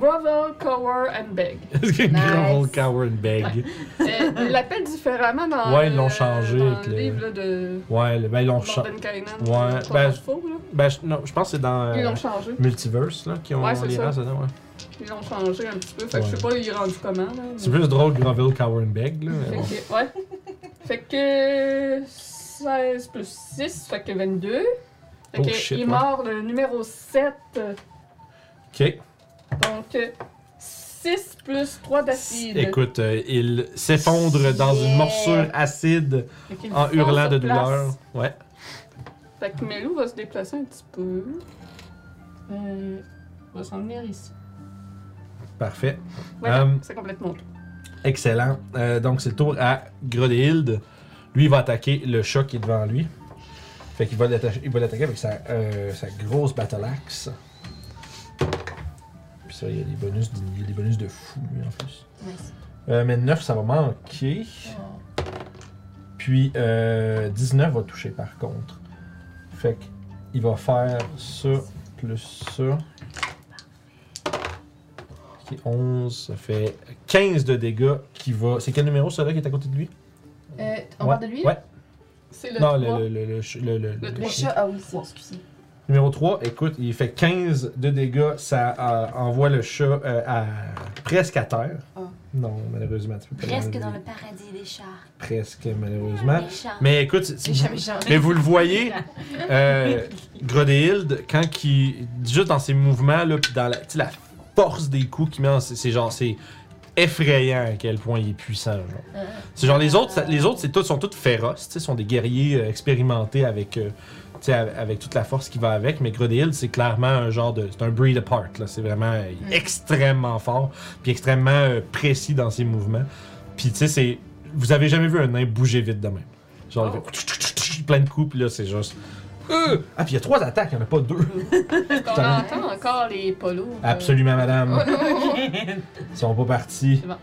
Speaker 2: grovel, cower and beg.
Speaker 1: (laughs) Grovel Coward Bag.
Speaker 2: Euh, ils l'appellent différemment dans
Speaker 1: Ouais, ils l'ont
Speaker 2: euh,
Speaker 1: changé
Speaker 2: dans
Speaker 1: avec
Speaker 2: le
Speaker 1: le-
Speaker 2: livre là, de
Speaker 1: Ouais, le- ben ils l'ont changé.
Speaker 2: Mordenkainen.
Speaker 1: Ouais,
Speaker 2: Trois
Speaker 1: ben,
Speaker 2: chevaux, là.
Speaker 1: Ben, je- non, je pense que c'est dans
Speaker 2: Ils
Speaker 1: euh,
Speaker 2: l'ont changé.
Speaker 1: Multiverse, là, qui ont
Speaker 2: Ouais, c'est
Speaker 1: les
Speaker 2: ça.
Speaker 1: races dedans, ouais.
Speaker 2: Ils l'ont changé un petit peu. Fait que je sais
Speaker 1: Ouais.
Speaker 2: pas, il est rendu comment. Là, mais-
Speaker 1: C'est plus drôle Grovel Coward Bag, là. mais
Speaker 2: (laughs) Fait
Speaker 1: bon.
Speaker 2: que, ouais. fait que 16 plus 6, fait que 22. Fait
Speaker 1: Oh,
Speaker 2: que
Speaker 1: shit,
Speaker 2: il
Speaker 1: ouais.
Speaker 2: mord le numéro 7. euh,
Speaker 1: Ok.
Speaker 2: Donc euh, 6 plus 3 d'acide.
Speaker 1: Écoute, euh, il s'effondre dans une
Speaker 6: Yeah.
Speaker 1: morsure acide
Speaker 2: Fait qu'il
Speaker 1: en
Speaker 2: fonce
Speaker 1: hurlant
Speaker 2: sur
Speaker 1: de
Speaker 2: place.
Speaker 1: douleur. Ouais.
Speaker 2: Fait que Melou va se déplacer un petit peu. Euh, va s'en venir ici.
Speaker 1: Parfait.
Speaker 2: Voilà,
Speaker 1: Hum.
Speaker 2: c'est complètement tout.
Speaker 1: Excellent. Euh, donc, c'est le tour à Grodehilde. Lui, il va attaquer le chat qui est devant lui. Fait qu'il va l'attacher- il va l'attaquer avec sa, euh, sa grosse battle axe. Puis ça, il y a des bonus, d- il y a des bonus de fou, lui, en plus.
Speaker 4: Nice.
Speaker 1: Euh, mais 9, ça va manquer. Puis euh, 19 va toucher par contre. Fait qu'il va faire ça plus ça. Qui est 11, ça fait 15 de dégâts qui va. C'est quel numéro celui-là qui est à côté de lui
Speaker 4: Euh, on
Speaker 1: Ouais,
Speaker 4: parle de lui?
Speaker 1: Ouais.
Speaker 2: C'est le
Speaker 1: non,
Speaker 2: 3.
Speaker 1: le, le, le, le, ch- le, le-
Speaker 2: Le
Speaker 1: le
Speaker 4: Le
Speaker 2: trois.
Speaker 1: chien.
Speaker 4: chat, ah oui, c'est excusez.
Speaker 1: Numéro 3, écoute, il fait 15 de dégâts, ça euh, envoie le chat euh, à, presque à terre.
Speaker 4: Ah.
Speaker 1: Non, malheureusement, tu peux pas
Speaker 6: Presque
Speaker 1: l'enlever.
Speaker 6: dans le paradis des chats.
Speaker 1: Presque, malheureusement.
Speaker 6: Des chats.
Speaker 1: Mais écoute,
Speaker 4: C'est jamais changé.
Speaker 1: Mais vous le
Speaker 4: (laughs)
Speaker 1: voyez, euh, Grodehilde, quand qui juste dans ses mouvements là, puis dans la, tu sais, la force des coups qu'il met, en- c'est c'est genre c'est effrayant à quel point il est puissant.
Speaker 4: Euh.
Speaker 1: genre. C'est genre les autres, ça- les autres, c'est tous sont toutes féroces, tu sais, sont des guerriers euh, expérimentés avec, euh, tu sais, av- avec toute la force qui va avec. Mais Grodehilde, c'est clairement un genre de, c'est un breed apart là. C'est vraiment euh,
Speaker 4: Mm.
Speaker 1: il est extrêmement fort, puis extrêmement euh, précis dans ses mouvements. Puis tu sais, c'est, vous avez jamais vu un nain bouger vite de même. Genre,
Speaker 2: Oh.
Speaker 1: il fait plein de coups, puis là, c'est juste. Euh! Ah, puis il y a trois attaques, il n'y en a pas deux.
Speaker 2: Euh. On
Speaker 1: Putain.
Speaker 2: entend encore les polos. euh,
Speaker 1: Absolument, madame. Ils sont pas partis.
Speaker 2: C'est bon.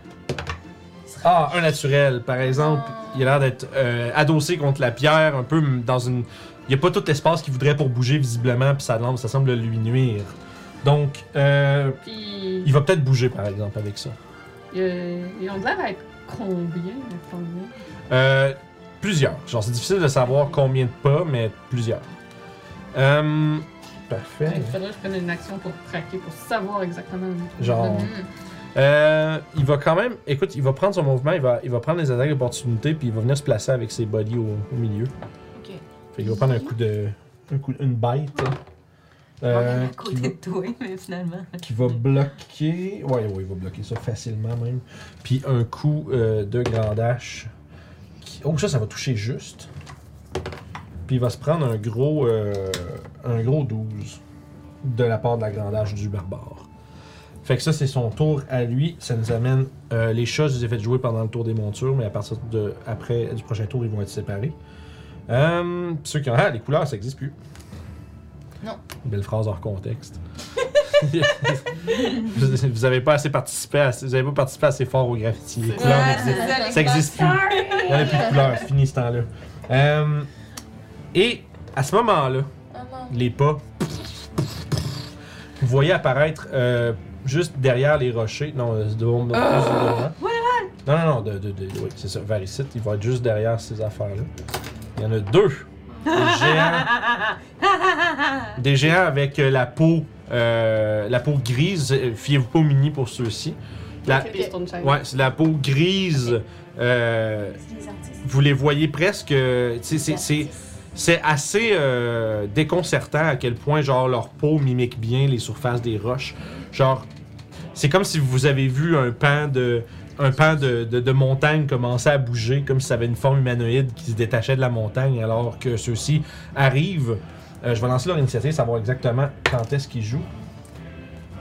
Speaker 1: Ah, un naturel, par exemple. Il a l'air d'être euh, adossé contre la pierre, un peu m- dans une. Il n'y a pas tout l'espace qu'il voudrait pour bouger, visiblement, puis sa lampe, ça semble lui nuire. Donc, euh,
Speaker 2: Puis
Speaker 1: il va peut-être bouger, par exemple, avec ça.
Speaker 2: euh, ils ont l'air à être combien attendez?
Speaker 1: Euh, plusieurs. Genre, c'est difficile de savoir combien de pas, mais plusieurs. Euh, Parfait.
Speaker 2: Il faudrait que je prenne une action pour traquer, pour savoir exactement Mm. où je
Speaker 1: Genre.
Speaker 2: me trouve.
Speaker 1: Euh, il va quand même. Écoute, il va prendre son mouvement, il va, il va prendre les attaques d'opportunité, puis il va venir se placer avec ses body au, au milieu.
Speaker 6: Ok.
Speaker 1: Fait qu'il va prendre un coup de. Un coup, une bite. hein.
Speaker 5: On
Speaker 1: Euh,
Speaker 5: est
Speaker 1: qui,
Speaker 5: à
Speaker 1: va,
Speaker 5: côté de toi, mais finalement.
Speaker 1: qui va bloquer. Ouais, ouais, il va bloquer ça facilement même. Puis un coup euh, de grand hache. qui- Oh, ça, ça va toucher juste. Puis il va se prendre un gros. euh, un gros 12 de la part de la grande hache du barbare. Fait que ça, c'est son tour à lui. Ça nous amène euh, les chats, je les ai fait jouer pendant le tour des montures, mais à partir de après du prochain tour, ils vont être séparés. Euh, pis ceux qui ont ah, les couleurs, ça n'existe plus.
Speaker 6: Non.
Speaker 1: Belle phrase hors contexte. (laughs) vous, vous avez pas assez participé, à, vous avez pas participé assez fort au graffiti. Les couleurs
Speaker 4: Ouais,
Speaker 1: n'existent
Speaker 4: c'est ça, les
Speaker 1: ça existe plus. Il n'y en a plus de couleurs, c'est fini ce temps-là. Euh, et à ce moment-là, les pas, vous voyez apparaître euh, juste derrière les rochers. Non, euh, de, de- de- devant. Non, non, non, de, de- de- oui, c'est ça. Varicite, il va être juste derrière ces affaires-là. Il y en a deux. Des géants, des géants avec euh, la peau, euh, la peau grise. Euh, Fiez-vous pas au mini pour ceux-ci. La,
Speaker 2: Puis je tourne chaque-
Speaker 1: Ouais, c'est la peau grise. euh, vous les voyez presque. euh, tu sais, c'est- C'est c'est assez euh, déconcertant à quel point genre leur peau mimique bien les surfaces des roches. Genre, c'est comme si vous avez vu un pan de un pan de, de- de montagne commencer à bouger, comme si ça avait une forme humanoïde qui se détachait de la montagne, alors que ceux-ci arrivent. Euh, je vais lancer leur initiative, savoir exactement quand est-ce qu'ils jouent.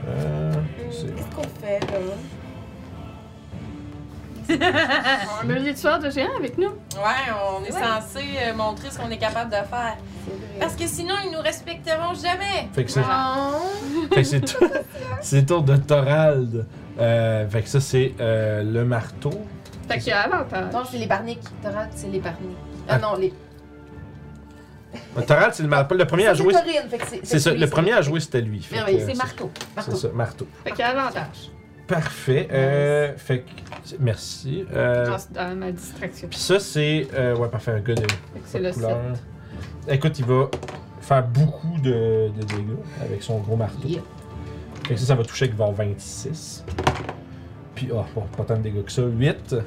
Speaker 1: Euh, c'est-
Speaker 4: Qu'est-ce qu'on fait là?
Speaker 2: On a l'histoire de géant avec nous.
Speaker 4: Ouais, on est censé euh, montrer ce qu'on est capable de faire.
Speaker 6: Parce que sinon, ils nous respecteront jamais.
Speaker 1: Fait que c'est-
Speaker 6: Non.
Speaker 1: Fait que c'est tout. c'est le tour de Thorald. Euh, fait que ça, c'est euh, le marteau.
Speaker 2: Fait qu'il y a avantage.
Speaker 3: Non, c'est les barniques. Torad, c'est les barniques. Ah non, les.
Speaker 1: Euh, Thorald, c'est le marteau. Le premier à jouer.
Speaker 3: C'est Taurine, fait que c'est.
Speaker 1: C'est ça.
Speaker 3: celui-
Speaker 1: Le premier à jouer, c'était lui. Fait que,
Speaker 3: Merveilleux,
Speaker 1: euh,
Speaker 6: C'est Marco.
Speaker 1: C'est ça, marteau.
Speaker 2: Fait qu'il y a avantage.
Speaker 1: Parfait. Euh, Fait que. Merci. Euh,
Speaker 2: Grâce à ma distraction.
Speaker 1: Puis ça, c'est. euh, ouais, parfait, un gars de.
Speaker 2: Fait que
Speaker 1: pas
Speaker 2: c'est
Speaker 1: de
Speaker 2: le 7.
Speaker 1: couleur. Écoute, il va faire beaucoup de, de dégâts avec son gros marteau.
Speaker 2: Yeah.
Speaker 1: Fait que ça, ça va toucher avec vers 26. Puis, oh, bon, pas tant de dégâts que ça. 8. Ça,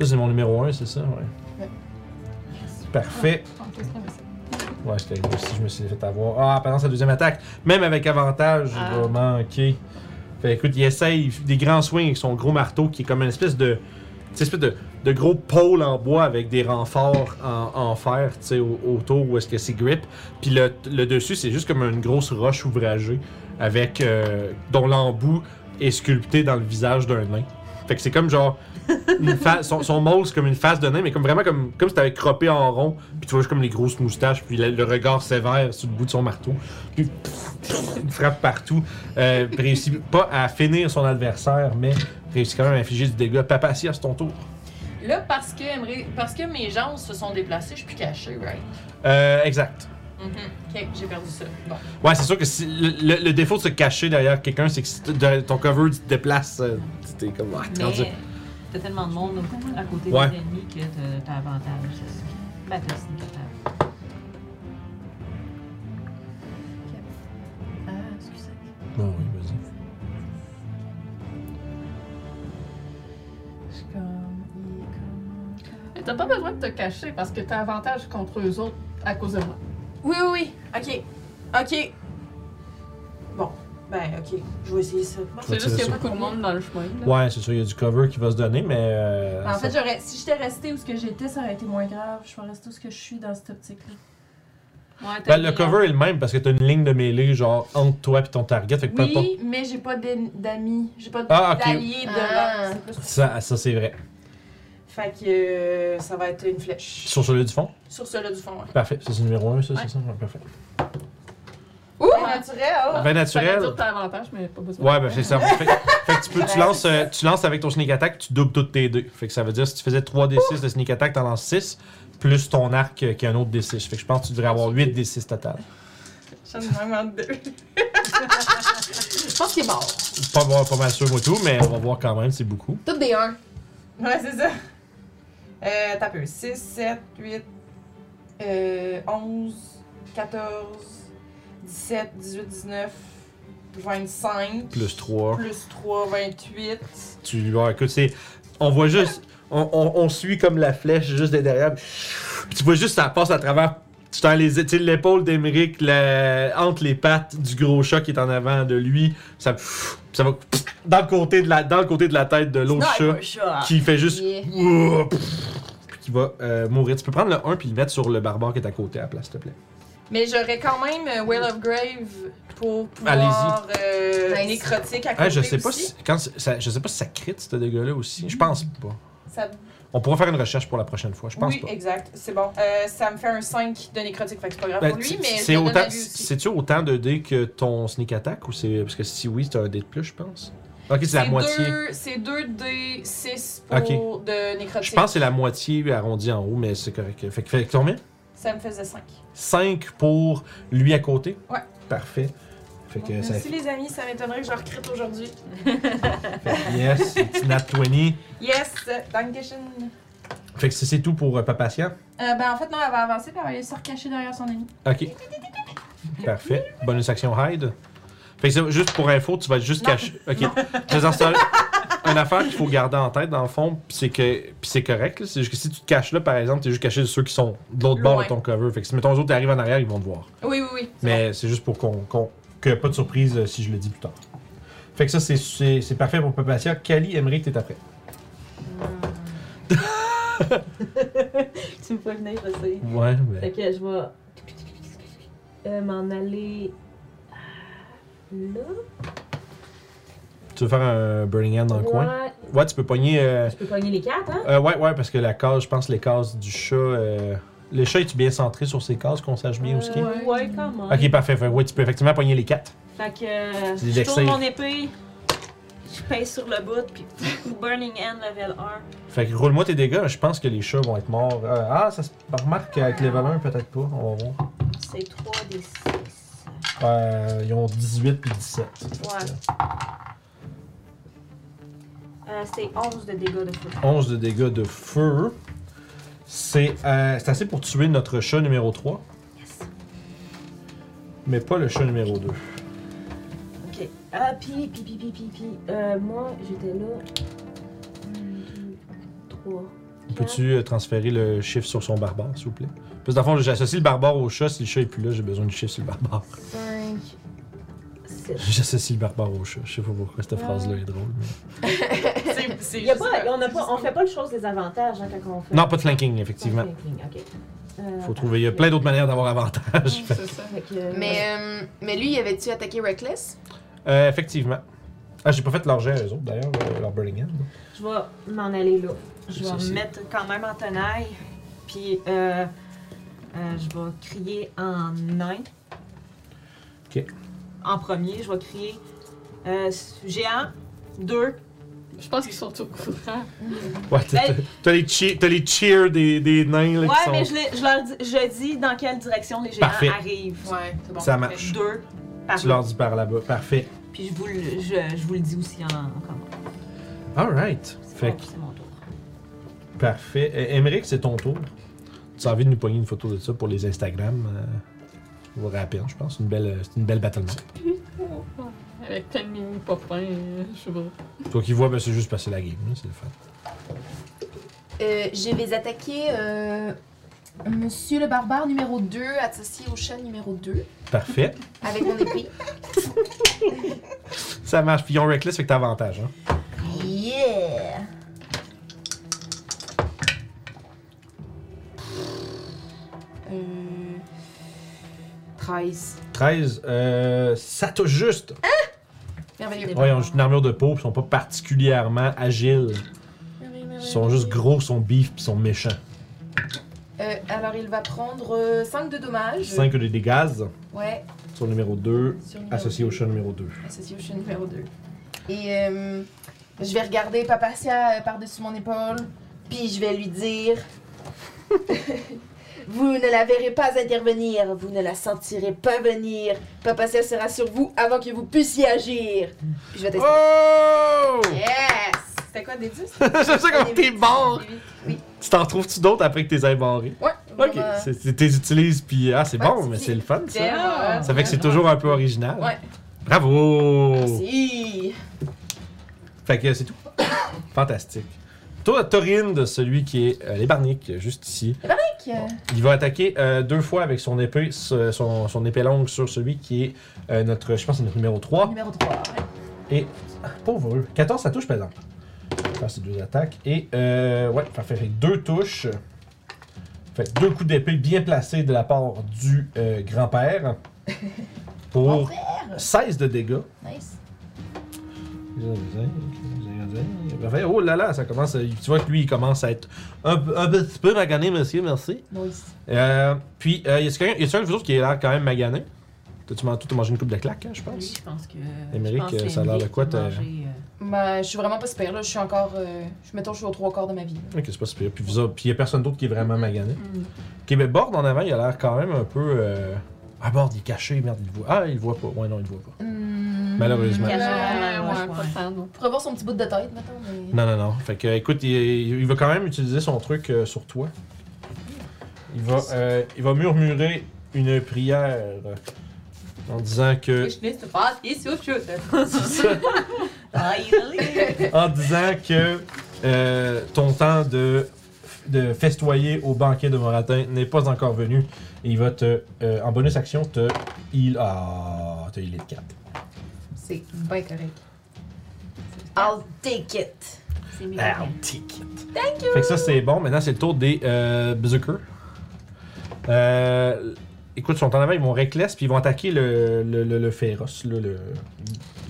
Speaker 1: c'est mon numéro 1, c'est ça, ouais.
Speaker 3: Ouais.
Speaker 1: Parfait.
Speaker 2: Ah,
Speaker 1: Ouais, c'était moi aussi, je me suis fait avoir. Ah, pendant sa deuxième attaque, même avec avantage, il va
Speaker 2: Ah.
Speaker 1: manquer. Fait écoute, il essaye des grands swings avec son gros marteau qui est comme une espèce de. tu sais, espèce de, de gros pôle en bois avec des renforts en, en fer, tu sais, au- autour où est-ce que c'est grip. Puis le, le dessus, c'est juste comme une grosse roche ouvragée avec. euh, dont l'embout est sculpté dans le visage d'un nain. Fait que c'est comme genre. Une fa- son, son mold, c'est comme une face de nain, mais comme vraiment comme, comme si t'avais croppé en rond, puis tu vois juste comme les grosses moustaches, puis le, le regard sévère sur le bout de son marteau, puis il frappe partout. Euh, puis réussit pas à finir son adversaire, mais réussit quand même à infliger du dégât. Papa, si, à ton tour.
Speaker 4: Là, parce que, Emery- parce que mes jambes se sont déplacées, je suis plus cachée, right?
Speaker 1: Euh, exact.
Speaker 4: Mhm. Ok, j'ai perdu ça. Bon.
Speaker 1: Ouais, c'est sûr que si- le, le- le défaut de se cacher derrière quelqu'un, c'est que si t- de- ton cover tu te déplace, euh, tu t'es comme. Ah, t'es rendu-
Speaker 5: Mais t'as tellement de monde à côté
Speaker 1: Ouais.
Speaker 5: des ennemis que t'as- t'as avantage. c'est ça. Ben, t'as aussi une
Speaker 3: Ah, excusez.
Speaker 1: Non, Ah oui, vas-y.
Speaker 7: Je suis comme. il est comme-
Speaker 2: Mais t'as pas besoin de te cacher parce que t'as avantage contre eux autres à cause de moi.
Speaker 4: Oui, oui, oui. Ok. Ok. Bon. Ben, ok. Je vais essayer ça. Bon.
Speaker 1: Ouais,
Speaker 2: C'est juste
Speaker 1: c'est
Speaker 2: qu'il y a
Speaker 1: ça.
Speaker 2: beaucoup de monde dans le chemin. là.
Speaker 1: Ouais, c'est sûr, il y a du cover qui va se donner, mais.
Speaker 4: Ben,
Speaker 1: euh,
Speaker 4: Ah,
Speaker 7: En
Speaker 1: ça-
Speaker 7: fait, j'aurais, si j'étais restée où ce que j'étais, ça aurait été moins grave. Je suis restée où ce que je suis dans cette optique-là.
Speaker 5: Ouais, t'as
Speaker 1: Ben, le
Speaker 5: mis
Speaker 1: cover est le même parce que t'as une ligne de mêlée genre entre toi et ton target. Fait que peu importe-
Speaker 7: Oui, mais j'ai pas d'en- d'amis. J'ai pas de-
Speaker 1: Ah, ok.
Speaker 7: d'alliés
Speaker 3: Ah.
Speaker 7: devant. C'est plus-
Speaker 1: Ça, ça c'est vrai.
Speaker 4: Fait que euh, ça va être une flèche.
Speaker 1: Sur celui du fond.
Speaker 4: Sur cela du fond, ouais.
Speaker 1: Parfait. Ça, c'est numéro 1, ça, c'est ça. Ouais, parfait.
Speaker 4: Ouh! naturel!
Speaker 1: Ben
Speaker 2: Ça veut
Speaker 1: naturel.
Speaker 2: dire que t'as avantage, mais pas besoin.
Speaker 1: Ouais, ben c'est ça. Fait, fait que tu, peux, tu, lances, euh, tu lances avec ton sneak attack, tu doubles toutes tes deux. Fait que ça veut dire si tu faisais 3d6 de sneak attack, t'en lances 6, plus ton arc euh, qui est un autre d6. Fait que je pense que tu devrais avoir 8d6 total.
Speaker 4: J'en ai vraiment deux.
Speaker 3: Je pense qu'il est mort.
Speaker 1: Pas, voir- pas mal sûr, moi tout, mais on va voir quand même, c'est beaucoup.
Speaker 3: Toutes des 1.
Speaker 4: Ouais, c'est ça. Euh, t'as peu. 6, 7, 8, euh, 11, 14, 17, 18, 19, 25.
Speaker 1: Plus 3.
Speaker 4: Plus 3, 28.
Speaker 1: Tu lui vois, écoute, c'est. On voit juste. On, on- on suit comme la flèche juste de derrière. Puis tu vois juste, ça passe à travers. Tu t'en les. Tu sais, l'épaule d'Emeric, la- entre les pattes du gros chat qui est en avant de lui. Ça, puis ça va dans le, côté de la, dans le côté de la tête de l'autre chat
Speaker 4: Ah.
Speaker 1: qui fait juste.
Speaker 3: Yeah.
Speaker 1: Ouah, Puis qui va euh, mourir. Tu peux prendre le 1 puis le mettre sur le barbare qui est à côté à la place, s'il te plaît.
Speaker 4: Mais j'aurais quand même euh, Well of Grave pour pouvoir euh,
Speaker 3: Nice.
Speaker 4: nécrotique à côté
Speaker 1: Ah, je sais pas
Speaker 4: aussi.
Speaker 1: si, quand c'est- ça- je sais pas si ça crit ce dégât-là aussi. Je pense pas.
Speaker 4: Ça...
Speaker 1: On pourra faire une recherche pour la prochaine fois. Je pense
Speaker 4: Oui,
Speaker 1: pas.
Speaker 4: exact. C'est bon. Euh, ça me fait un 5 de nécrotique, fait que c'est pas grave
Speaker 1: Ben,
Speaker 4: pour lui,
Speaker 1: c'est-
Speaker 4: mais je
Speaker 1: c'est
Speaker 4: le donne à
Speaker 1: autant,
Speaker 4: lui aussi.
Speaker 1: c'est-tu autant de dés que ton sneak attack ou c'est parce que si oui, c'est un dé de plus, je pense. Ok, c'est la
Speaker 4: C'est
Speaker 1: moitié.
Speaker 4: deux- C'est 2 d 6 pour
Speaker 1: Ok.
Speaker 4: de nécrotique.
Speaker 1: Je pense que c'est la moitié arrondi en haut, mais c'est correct. Fait que fait que combien
Speaker 4: Ça me faisait 5.
Speaker 1: 5 pour lui à côté.
Speaker 4: Ouais.
Speaker 1: Parfait. Fait que ça
Speaker 4: Merci les amis, ça m'étonnerait que je recrite aujourd'hui.
Speaker 1: fait yes, petit nat 20.
Speaker 4: Yes, euh, Dankeschön.
Speaker 1: Fait que c'est- c'est tout pour euh, Papatien.
Speaker 4: Euh, ben en fait, non, elle va avancer puis elle va aller se recacher derrière son ami.
Speaker 1: Ok. Parfait. Bonus action hide. Fait que c'est- juste pour info, tu vas juste cacher. Ok. (laughs) Mais dans ce temps-là, une affaire qu'il faut garder en tête, dans le fond, pis c'est que pis c'est correct. là. C'est juste que si tu te caches là, par exemple, t'es juste caché de ceux qui sont de l'autre bord de
Speaker 4: Loin.
Speaker 1: ton cover. Fait que si mettons les autres arrivent en arrière, ils vont te voir.
Speaker 4: Oui, oui, oui. c'est
Speaker 1: Mais c'est juste pour qu'on. qu'on- que pas de surprise euh, si je le dis plus tard. Fait que ça, c'est- c'est c'est parfait pour Papatia. Kali, Emery, t'es après.
Speaker 5: Tu me fais venir essayer.
Speaker 1: Ouais,
Speaker 5: Fait
Speaker 1: mais.
Speaker 5: que je vais euh, m'en aller euh, là.
Speaker 1: Tu veux faire un Burning Hand dans le
Speaker 5: Ouais,
Speaker 1: coin? Ouais, tu peux pogner. euh,
Speaker 5: Je peux pogner les quatre, hein?
Speaker 1: Euh, ouais, ouais, parce que la case, je pense les cases du chat. euh, Le chat, est bien centré sur ses cases, qu'on sache bien où ce qu'il est?
Speaker 5: Euh, Ouais, comment?
Speaker 1: Ok, parfait. Fait, ouais, tu peux effectivement pogner les quatre.
Speaker 5: Fait que euh,
Speaker 1: C'est des
Speaker 5: je
Speaker 1: deck save.
Speaker 5: tourne mon épée, je pèse sur le bout, puis (laughs) Burning Hand level 1.
Speaker 1: Fait que roule-moi tes dégâts. Je pense que les chats vont être morts. Euh, ah, ça se remarque avec level 1, peut-être pas. On va voir.
Speaker 5: C'est 3 des 6.
Speaker 1: Euh, ils ont 18 puis 17.
Speaker 5: Ouais. Euh, c'est 11 de dégâts de feu.
Speaker 1: 11 de dégâts de feu. C'est euh, c'est assez pour tuer notre chat numéro 3,
Speaker 5: Yes.
Speaker 1: mais pas le chat numéro 2.
Speaker 5: Ok. Ah, puis, puis, puis, puis, puis, puis. Euh, moi, j'étais là. 3.
Speaker 1: Peux-tu euh, transférer le chiffre sur son barbare, s'il vous plaît? Parce que dans le fond, j'associe le barbare au chat. Si le chat est plus là, j'ai besoin du chiffre sur le barbare. (laughs)
Speaker 5: 5. 7.
Speaker 1: J'associe le barbare au chat. Je sais pas pourquoi cette phrase-là est drôle. mais-
Speaker 4: C'est- c'est
Speaker 5: Y a
Speaker 4: juste-
Speaker 5: pas, on a pas, on fait pas le chose des avantages hein, quand on fait.
Speaker 1: Non, pas de flanking, effectivement.
Speaker 5: Ok. Euh,
Speaker 1: Faut trouver. Il y a plein d'autres manières d'avoir avantage.
Speaker 2: C'est ça.
Speaker 5: fait que-
Speaker 3: Mais, euh, mais lui, il avait-tu attaqué Reckless?
Speaker 1: (laughs) Euh, effectivement. Ah, j'ai pas fait leur jet à eux autres, d'ailleurs, euh, leur Burning Hand.
Speaker 5: Je vais m'en aller là. Je
Speaker 1: Ça,
Speaker 5: vais
Speaker 1: c'est-
Speaker 5: me mettre quand même en tenaille. Puis euh, euh, je vais crier en nain.
Speaker 1: Ok.
Speaker 5: En premier, je vais crier euh, géant. Deux.
Speaker 2: Je pense qu'ils sont au courant.
Speaker 1: Ouais, t'as- t'as- t'as les, cheer- t'as les cheers des, des nains, là,
Speaker 5: Ben- Ouais,
Speaker 1: qui sont...
Speaker 5: mais je, les- je leur dis, je dis dans quelle direction les géants
Speaker 1: Parfait.
Speaker 5: arrivent.
Speaker 4: Ouais, c'est bon.
Speaker 1: Ça marche.
Speaker 5: Deux.
Speaker 1: Tu
Speaker 5: Parfait.
Speaker 1: leur dis par là-bas. Parfait.
Speaker 5: Puis je vous, le, je, je vous le dis aussi en, en commentaire.
Speaker 1: Alright. Fait que,
Speaker 5: C'est mon tour.
Speaker 1: parfait. Euh, Émeric, c'est ton tour. Tu as envie de nous pogner une photo de ça pour les Instagram. Euh, on va rappeler, je pense. Une belle, c'est une belle battle map.
Speaker 2: Avec plein de mini popins, euh, je sais pas.
Speaker 1: Toi qui vois, ben, c'est juste passer la game, là, c'est le fun.
Speaker 3: Euh, je vais attaquer euh, Monsieur le barbare numéro 2, associé au chat numéro 2,
Speaker 1: Parfait.
Speaker 3: avec mon épée.
Speaker 1: Ça marche. Puis ils ont Reckless, fait que t'as avantage. Hein.
Speaker 3: Yeah! (laughs) Euh... 13.
Speaker 1: 13, euh, ça touche juste.
Speaker 3: Merveilleux.
Speaker 1: Ouais, ils ont juste une armure de peau, puis ils sont pas particulièrement agiles. Ils sont juste gros, ils sont beef, puis ils sont méchants.
Speaker 3: Euh, alors, il va prendre 5 de dommages.
Speaker 1: 5 de dégâts
Speaker 3: Ouais.
Speaker 1: sur le numéro 2,
Speaker 3: Sur numéro
Speaker 1: associé au
Speaker 3: deux.
Speaker 1: chat numéro 2.
Speaker 3: Associé au chat numéro 2. Et euh, je vais regarder Papacia euh, par-dessus mon épaule, puis je vais lui dire (laughs) Vous ne la verrez pas intervenir, vous ne la sentirez pas venir. Papacia sera sur vous avant que vous puissiez agir. Puis je vais tester.
Speaker 1: Oh! (laughs)
Speaker 3: Yes!
Speaker 4: C'était quoi des 10?
Speaker 1: J'aime ça comment t'es barré!
Speaker 3: Oui.
Speaker 1: Tu t'en retrouves-tu d'autres après que t'es barré?
Speaker 3: Ouais,
Speaker 1: Ok,
Speaker 4: Euh,
Speaker 6: va-
Speaker 1: c'est- c'est- t'es utilises, puis ah, c'est
Speaker 6: Ouais,
Speaker 1: bon,
Speaker 6: tu
Speaker 1: mais
Speaker 6: dis-
Speaker 1: c'est le fun, ça.
Speaker 6: Ah.
Speaker 1: Ça fait que c'est toujours un peu original.
Speaker 6: Ouais.
Speaker 1: Bravo!
Speaker 4: Merci.
Speaker 1: Fait que c'est tout. (coughs) Fantastique. Toi, Taurine, de celui qui est euh, l'ébarnique, juste ici,
Speaker 3: Fait que, euh,
Speaker 1: il va attaquer euh, deux fois avec son épée, ce- son, son épée longue sur celui qui est euh, notre, je pense, que c'est notre numéro 3.
Speaker 7: Numéro 3.
Speaker 1: Et. ah, Pauvre eux. 14, ça touche, par exemple. Faire ces deux attaques. Et. Euh, ouais, parfait. Fait deux touches. Fait deux coups d'épée bien placés de la part du euh, grand-père. Pour 16 de dégâts.
Speaker 6: Nice.
Speaker 1: Oh là là, ça commence. à- Tu vois que lui, il commence à être un, peu- un petit peu magané, monsieur, merci. Euh, puis, euh, y a-t-il quelqu'un- y a-t-il un de vous autres qui a l'air quand même magané? T'as-tu man- t'as mangé une coupe de claque, hein, je pense?
Speaker 5: Oui, je pense que.
Speaker 1: Émeric,
Speaker 5: je pense que
Speaker 1: ça a l'air de quoi,
Speaker 5: Émeric
Speaker 1: t'as-
Speaker 5: a mangé, euh,
Speaker 7: Ben, je suis vraiment pas super là. Je suis encore. euh, je mettons, je suis aux trois quarts de ma vie. là.
Speaker 1: Ok, c'est pas si pire. Puis il n'y a personne d'autre qui est vraiment magané. Ok, mais Bord en avant, il a l'air quand même un peu. euh, Ah, Bord, il est caché, merde, il le voit. Ah, il le voit pas. Ouais, non, il le voit pas.
Speaker 3: hmm,
Speaker 1: Malheureusement.
Speaker 5: Caché,
Speaker 2: Ouais,
Speaker 5: ouais,
Speaker 2: ouais,
Speaker 5: ouais.
Speaker 2: pas tant, non. (laughs)
Speaker 3: Pour avoir son petit bout de tête, mettons. Mais...
Speaker 1: Non, non, non. Fait que, écoute, il, il va quand même utiliser son truc euh, sur toi. Il va, euh, il va murmurer une prière euh, en disant que.
Speaker 5: Je laisse te faire, et c'est autre chose. Ah, il
Speaker 1: (laughs) en disant que euh, ton temps de, de festoyer au banquet de Moratin n'est pas encore venu. Et il va te. euh, en bonus action, te. Il. Ah, te healer de 4.
Speaker 6: C'est bien correct.
Speaker 5: I'll take it. C'est mes
Speaker 1: Ah, ticket. Thank you. Fait que ça, c'est bon. Maintenant, c'est le tour des euh, Berserkers. Euh, écoute, ils sont en avant, ils vont reckless, puis ils vont attaquer le, le, le, le féroce, là, le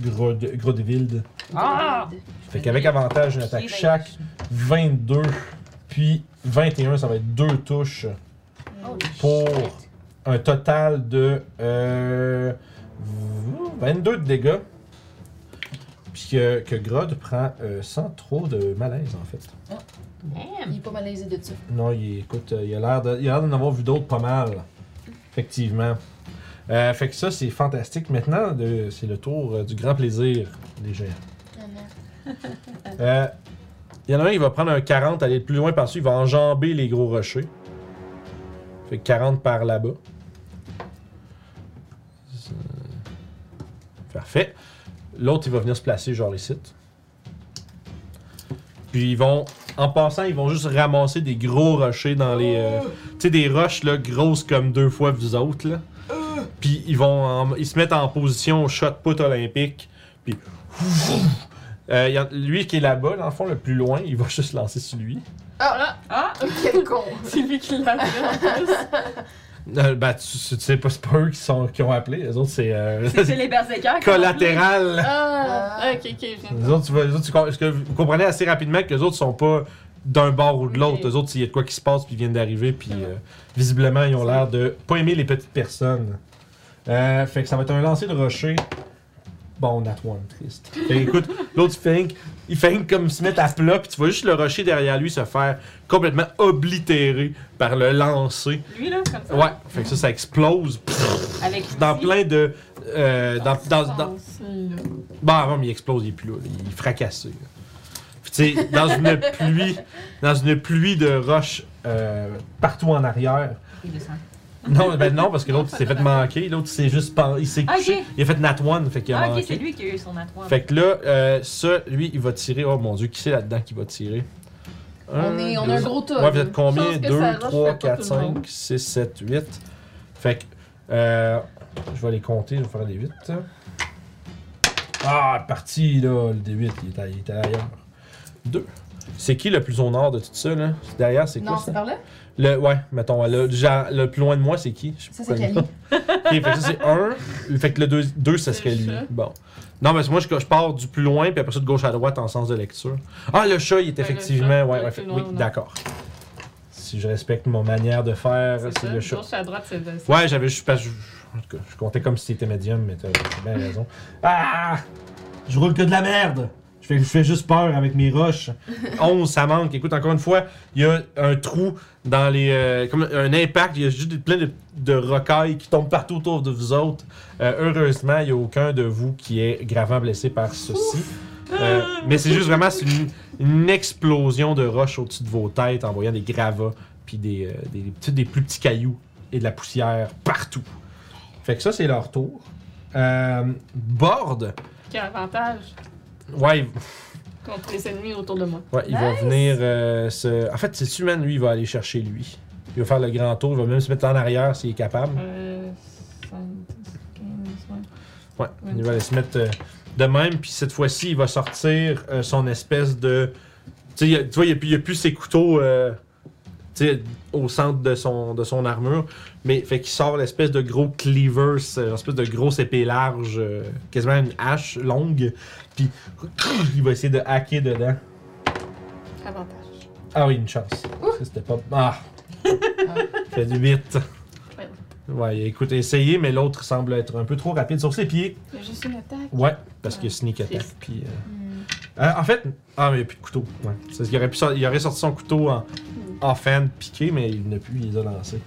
Speaker 1: Grod- Grodeville.
Speaker 5: Ah!
Speaker 1: Fait qu'avec avantage, une attaque chaque, 22, puis 21, ça va être deux touches
Speaker 3: Oh,
Speaker 1: pour un total de euh, 22 de dégâts. Puis que, que Grod prend euh, sans trop de malaise, en fait.
Speaker 3: Il est pas malaisé de ça.
Speaker 1: Non, il, écoute, euh, il a l'air de- il a l'air d'en avoir vu d'autres pas mal. Effectivement. Euh, fait que ça, c'est fantastique. Maintenant, de- c'est le tour euh, du grand plaisir des géants. Euh, Il y en a un qui va prendre un 40, aller plus loin par-dessus. Il va enjamber les gros rochers. Fait que 40 par là-bas. Ça- Parfait. L'autre, il va venir se placer genre ici. Puis ils vont, en passant, ils vont juste ramasser des gros rochers dans les... euh, tu sais, des roches là, grosses comme deux fois vous autres. Là.
Speaker 5: Euh.
Speaker 1: Puis ils vont, en- ils se mettent en position au shot put olympique. Puis... Euh, il y a- lui qui est là-bas, dans le fond, le plus loin, il va juste lancer sur lui.
Speaker 3: Quel con!
Speaker 2: C'est lui qui l'a fait en plus.
Speaker 1: Euh, ben, tu, tu sais pas, c'est pas eux qui, sont, qui ont appelé. Les autres, c'est euh,
Speaker 5: C'est les berserkers.
Speaker 1: (laughs)
Speaker 5: qui
Speaker 1: collatéral.
Speaker 2: Ah, ok, ok, je viens de
Speaker 1: Les autres, tu vas- les autres, tu com- parce que vous comprenez assez rapidement que les autres sont pas d'un bord ou de l'autre.
Speaker 2: Ok.
Speaker 1: Les autres, il y a de quoi qui se passe, puis ils viennent d'arriver, puis euh, visiblement, ils ont l'air de pas aimer les petites personnes. Euh, fait que ça va être un lancer de rocher. Bon, on a trois, triste. Fait que, écoute, l'autre, il feint, il feint comme se mettre à plat, puis tu vois juste le rocher derrière lui se faire complètement oblitérer par le lancer.
Speaker 5: Lui, là, comme ça.
Speaker 1: Ouais, fait que ça, ça explose
Speaker 5: Avec
Speaker 1: dans
Speaker 5: l'outil.
Speaker 1: plein de. euh, dans, dans, dans-
Speaker 2: penser, là.
Speaker 1: bah avant, mais il explose, il est plus là. là. Il est fracassé. là. Puis, tu sais, dans une pluie, dans une pluie de roches euh, partout en arrière.
Speaker 5: Il descend.
Speaker 1: Non, ben non, parce que l'autre il s'est fait manquer. L'autre il s'est juste pen- il s'est
Speaker 5: Ah,
Speaker 1: couché.
Speaker 5: ok.
Speaker 1: Il a fait nat one, fait qu'il a
Speaker 5: Ah, ok, c'est
Speaker 1: manqué.
Speaker 5: lui qui a eu son atouant.
Speaker 1: Fait que là, euh, ça, lui, il va tirer. Oh mon dieu, qui c'est là-dedans qui va tirer
Speaker 3: On, est, on a un
Speaker 1: deux.
Speaker 3: gros tas.
Speaker 1: Hein? Ouais, vous êtes
Speaker 2: Je
Speaker 1: combien
Speaker 2: pense que
Speaker 1: 2,
Speaker 2: ça rush
Speaker 1: 3,
Speaker 2: fait pas
Speaker 1: 4,
Speaker 2: tout le
Speaker 1: 5,
Speaker 2: monde.
Speaker 1: 6, 7, 8. Fait que. euh, je vais les compter, je vais faire les 8. Ah, parti là, le D8, il était, il était ailleurs. 2. C'est qui le plus au nord de tout ça, là Derrière, c'est quoi
Speaker 3: Non,
Speaker 1: ça
Speaker 3: c'est par là?
Speaker 1: le, Ouais, mettons, le, genre, le plus loin de moi, c'est qui Je sais
Speaker 3: Ça,
Speaker 1: pas
Speaker 3: c'est
Speaker 1: le
Speaker 3: Cali.
Speaker 1: nom. (laughs) Ok, fait que ça, c'est 1. Fait que le 2, ça
Speaker 2: C'est
Speaker 1: serait
Speaker 2: le
Speaker 1: lui.
Speaker 2: chat.
Speaker 1: Bon. Non, mais c'est moi, je, je pars du plus loin, puis après ça, de gauche à droite en sens de lecture. Ah, le chat, il est
Speaker 2: Ouais, le
Speaker 1: effectivement.
Speaker 2: chat,
Speaker 1: ouais,
Speaker 2: le
Speaker 1: ouais,
Speaker 2: plus
Speaker 1: fait-
Speaker 2: loin,
Speaker 1: oui,
Speaker 2: non.
Speaker 1: d'accord. Si je respecte mon manière de faire,
Speaker 2: C'est
Speaker 1: c'est
Speaker 2: ça,
Speaker 1: le chat.
Speaker 2: gauche à droite, c'est le
Speaker 1: Ouais, j'avais juste. parce que je- En tout cas, je comptais comme si c'était médium, mais t'as t'as bien raison. Ah Je roule que de la merde je fais, je fais juste peur avec mes roches. 11, ça manque. Écoute, encore une fois, il y a un trou dans les. euh, comme un impact, il y a juste plein de, de rocailles qui tombent partout autour de vous autres. Euh, heureusement, il n'y a aucun de vous qui est gravement blessé par ceci. Euh, mais c'est juste vraiment c'est une, une explosion de roches au-dessus de vos têtes, envoyant des gravats puis des, euh, des, des petits- des plus petits cailloux et de la poussière partout. Fait que ça, c'est leur tour. Euh, Borde,
Speaker 2: Qui a avantage
Speaker 1: ouais,
Speaker 2: contre les ennemis autour de moi.
Speaker 1: Ouais, il va venir euh, se. En fait, c'est Suman, lui, il va aller chercher lui. Il va faire le grand tour, il va même se mettre en arrière s'il est capable.
Speaker 2: Euh, 5, 10, 15, ouais.
Speaker 1: Ouais, il va aller se mettre euh, de même, puis cette fois-ci, il va sortir euh, son espèce de. Tu sais, il y a- tu vois, il n'y a, plus- il y a plus ses couteaux euh, tu sais, au centre de son, de son armure, mais fait qu'il sort l'espèce de gros cleaver, euh, l'espèce de grosse épée large, euh, quasiment une hache longue, puis il va essayer de hacker dedans.
Speaker 2: Avantage.
Speaker 1: Ah oui, une chance. Ça, C'était pas. Ah! Fait du vite.
Speaker 2: Ouais.
Speaker 1: Ouais, écoute, essayez, mais l'autre semble être un peu trop rapide sur ses pieds.
Speaker 2: Il y a juste une attaque.
Speaker 1: Ouais, parce que sneak attack, puis. euh, euh, en fait, ah, mais il n'y a plus de couteau. Ouais. C'est- Il, aurait pu sor- il aurait sorti son couteau en offhand piqué, mais il n'a plus, il les a lancés.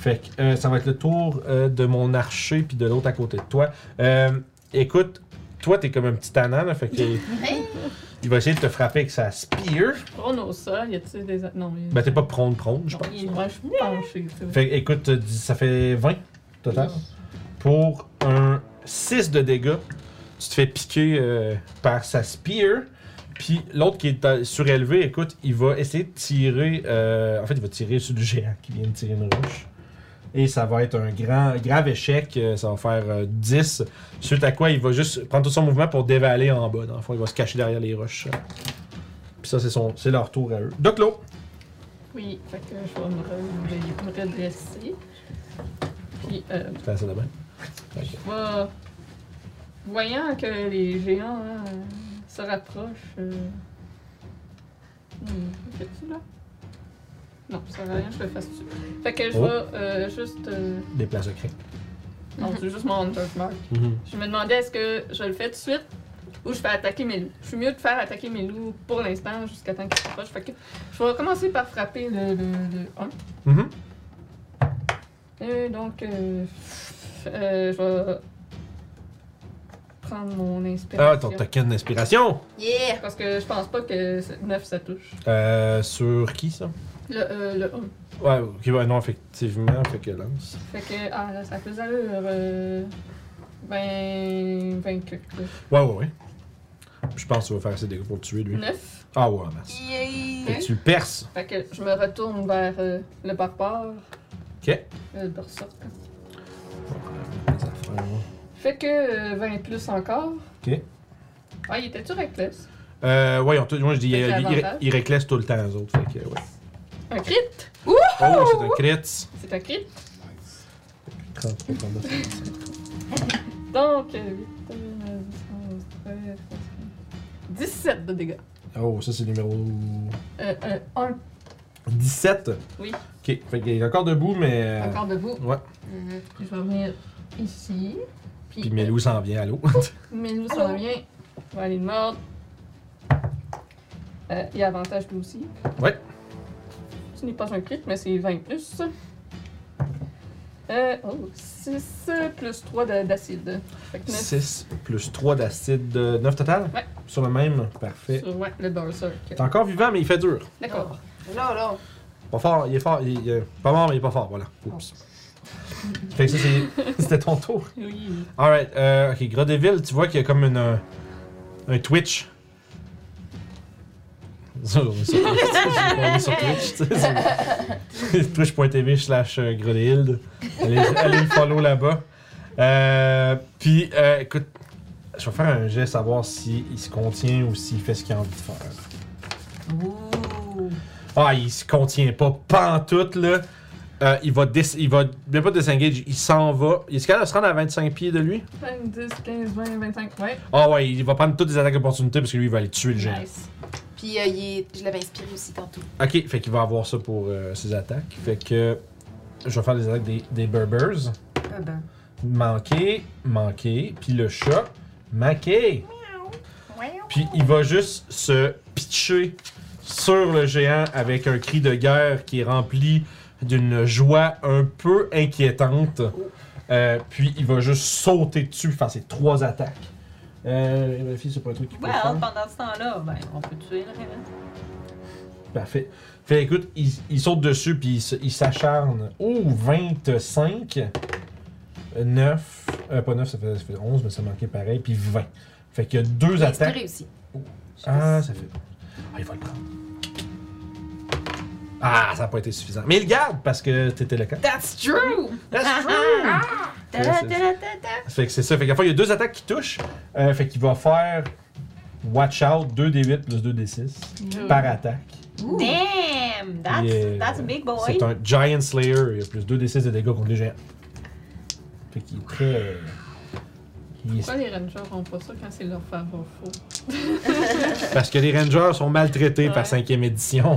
Speaker 1: Fait que euh, ça va être le tour euh, de mon archer, puis de l'autre à côté de toi. Euh, écoute, toi, t'es comme un petit anan, là, fait que. il va essayer de te frapper avec sa spear.
Speaker 2: Prône au sol, y a-t-il des. a- Non, il
Speaker 1: Ben, t'es pas prone-prone, je pense.
Speaker 2: Il est je suis penché, tu vois.
Speaker 1: Fait que, écoute, euh, dix- ça fait 20 total. Pour un 6 de dégâts, tu te fais piquer euh, par sa spear. Puis l'autre qui est euh, surélevé, écoute, il va essayer de tirer. euh, en fait, il va tirer sur le géant qui vient de tirer une roche. Et ça va être un grand, grave échec. euh, Ça va faire euh, 10. Suite à quoi, il va juste prendre tout son mouvement pour dévaler en bas. Dans le fond, il va se cacher derrière les roches. Puis ça, c'est son- c'est leur tour à eux. Doclo!
Speaker 2: Oui, fait que je vais me, re- me redresser. Puis, euh,
Speaker 1: Putain, ça là-bas.
Speaker 2: je vais- Voyant que les géants là, euh, se rapprochent. Euh... hmm, fais-tu, là? Non, ça sert à rien, je le fasse dessus. Fait que je
Speaker 1: Oh.
Speaker 2: vais euh, juste. euh,
Speaker 1: Des plans secrets.
Speaker 2: Non, c'est juste mon Hunter's Mark. Je me demandais est-ce que je le fais tout de suite ou je fais attaquer mes loups. Je suis mieux de faire attaquer mes loups pour l'instant jusqu'à temps qu'ils se rapprochent. Fait que je vais commencer par frapper le, le, 1.
Speaker 1: Mhm.
Speaker 2: Et donc, euh, euh, je vais prendre mon
Speaker 1: Ah,
Speaker 2: inspiration.
Speaker 1: ton token d'inspiration!
Speaker 6: Yeah!
Speaker 2: Parce que je pense pas que c'est- 9 ça touche.
Speaker 1: Euh, sur qui ça?
Speaker 2: Le, euh, le 1.
Speaker 1: Ouais, ok, ouais, non, effectivement, fait que lance.
Speaker 2: Fait que, ah là, ça fait allure. Euh, ben, 20, 20 quelques.
Speaker 1: Ouais, ouais, ouais. Je pense qu'il va faire assez dégâts pour le tuer, lui.
Speaker 2: 9.
Speaker 1: Ah, ouais, masse. Fait que tu le perces.
Speaker 2: Fait que je me retourne vers euh, le barbare.
Speaker 1: Ok.
Speaker 2: Euh, le berserker.
Speaker 1: Les affaires, ouais.
Speaker 2: Fait que euh, 20 plus encore.
Speaker 1: Ok.
Speaker 2: Ah, il était-tu reckless?
Speaker 1: Euh, ouais, on te- moi je dis,
Speaker 2: Fait que
Speaker 1: euh,
Speaker 2: j'ai
Speaker 1: ils
Speaker 2: avantage.
Speaker 1: il réclèsent tout le temps, les autres. Fait que, ouais.
Speaker 2: Un crit!
Speaker 1: Oh, c'est un crit!
Speaker 2: C'est un crit.
Speaker 1: 30, 32, 36.
Speaker 2: Donc, euh, 8, 9, 11, 13, 17 de dégâts.
Speaker 1: Oh, ça c'est numéro
Speaker 2: Euh, euh, un
Speaker 1: 17.
Speaker 2: Oui.
Speaker 1: Ok, fait qu'il est encore debout, mais. euh,
Speaker 2: encore debout.
Speaker 1: Ouais,
Speaker 2: Je vais venir ici. Puis,
Speaker 1: puis Melou s'en vient à
Speaker 2: (laughs)
Speaker 1: l'eau.
Speaker 2: euh, Melou s'en vient. On va aller le mordre. Euh, il y a avantage lui aussi.
Speaker 1: Ouais.
Speaker 2: Ce n'est pas un crit, mais c'est 20 plus. Euh, oh, 6 plus 3 d'acide. Fait que 9
Speaker 1: 6 plus 3 d'acide, 9 total?
Speaker 2: Ouais.
Speaker 1: Sur le même? Parfait.
Speaker 2: sur ouais, le berserk.
Speaker 1: T'es encore vivant, mais il fait dur.
Speaker 2: D'accord.
Speaker 4: Là, là.
Speaker 1: Pas fort, il est fort, il, il est pas mort, mais il est pas fort, voilà. Oups. fait que ça, c'est- (laughs) c'était ton tour.
Speaker 2: Oui.
Speaker 1: Alright, euh, ok, Grodeville, tu vois qu'il y a comme une, euh, un Twitch. (laughs) Ça, on est sur Twitch, tu sais, on est sur Twitch, tu sais, c'est- (laughs) Twitch.tv slash euh, Grodehilde. Allez, allez le follow là-bas. Euh, Puis, euh, écoute, je vais faire un geste à voir s'il se contient ou s'il fait ce qu'il a envie de faire.
Speaker 5: Ouh.
Speaker 1: Ah, il se contient pas pantoute, là. Euh, il va dis- il va même pas disengage, il s'en va. Il est capable de se rendre à 25 pieds de lui.
Speaker 2: 5, 10, 15, 20, 25. Ouais.
Speaker 1: Ah ouais, il va prendre toutes les attaques d'opportunité parce que lui, il va aller tuer le géant.
Speaker 2: Nice.
Speaker 6: Puis euh, il est- je l'avais inspiré aussi tantôt.
Speaker 1: Ok, fait qu'il va avoir ça pour euh, ses attaques. Fait que euh, je vais faire les attaques des, des Berbers. Manquer, manquer, puis le chat, manquer. Puis il va juste se pitcher sur le géant avec un cri de guerre qui est rempli d'une joie un peu inquiétante. Euh, puis il va juste sauter dessus, faire ses trois attaques. Euh, vérifier, c'est pas un truc qui peut
Speaker 5: Ouais,
Speaker 1: faire.
Speaker 5: pendant ce temps-là, ben, on peut tuer le raven.
Speaker 1: Parfait. Fait écoute, il, il saute dessus puis il, se- il s'acharne. Oh, 25, 9, euh, pas 9, ça fait, ça fait 11, mais ça manquait pareil, puis 20. Fait qu'il y a deux
Speaker 6: C'est
Speaker 1: attaques.
Speaker 6: réussi.
Speaker 1: Ah, ça fait. Ah, il va le prendre. Ah, ça n'a pas été suffisant. Mais il le garde parce que t'étais le camp.
Speaker 6: That's true!
Speaker 1: That's true! Ouais, c'est- Fait que c'est ça. Fait qu'à la fois, il y a deux attaques qui touchent. Euh, fait qu'il va faire Watch Out 2d8 plus 2d6 par attaque.
Speaker 5: Damn! That's,
Speaker 1: Yeah.
Speaker 5: that's a big boy.
Speaker 1: C'est un Giant Slayer. Il y a plus 2d6 de dégâts contre les géants. Fait qu'il est très. euh, il est-
Speaker 2: Pourquoi les rangers ont pas ça quand c'est leur faveur faux?
Speaker 1: Parce que les Rangers sont maltraités par 5ème édition.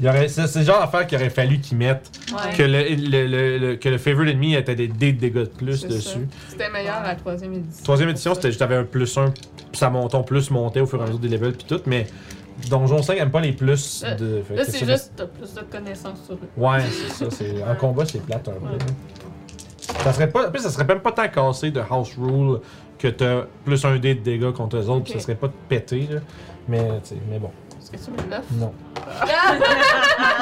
Speaker 1: Il y aurait- C'est c'est le genre d'affaire qu'il aurait fallu qu'ils mettent.
Speaker 2: Ouais.
Speaker 1: Que le, le, le- le- que le favorite ennemi était des dés de dégâts de plus
Speaker 2: C'est ça.
Speaker 1: dessus.
Speaker 2: C'était meilleur à la troisième édition.
Speaker 1: Troisième édition, c'était juste t'avais un plus 1, ça montait, ton plus montait au fur et à mesure des levels puis tout, mais Donjon 5 aime pas les plus
Speaker 2: Là-
Speaker 1: de. fait
Speaker 2: Euh, Là,
Speaker 1: que
Speaker 2: c'est
Speaker 1: ça-
Speaker 2: juste, t'as plus de connaissances sur eux.
Speaker 1: Ouais, c'est ça. c'est- En combat, c'est plate un peu. Ça serait pas. En plus, ça serait même pas tant cassé de house rule que t'as plus un dé de dégâts contre eux autres, puis ça
Speaker 2: Ok.
Speaker 1: serait pas pété, là. Mais, tu sais, mais bon,
Speaker 2: Est-ce que tu me l'offres? (laughs)
Speaker 1: non.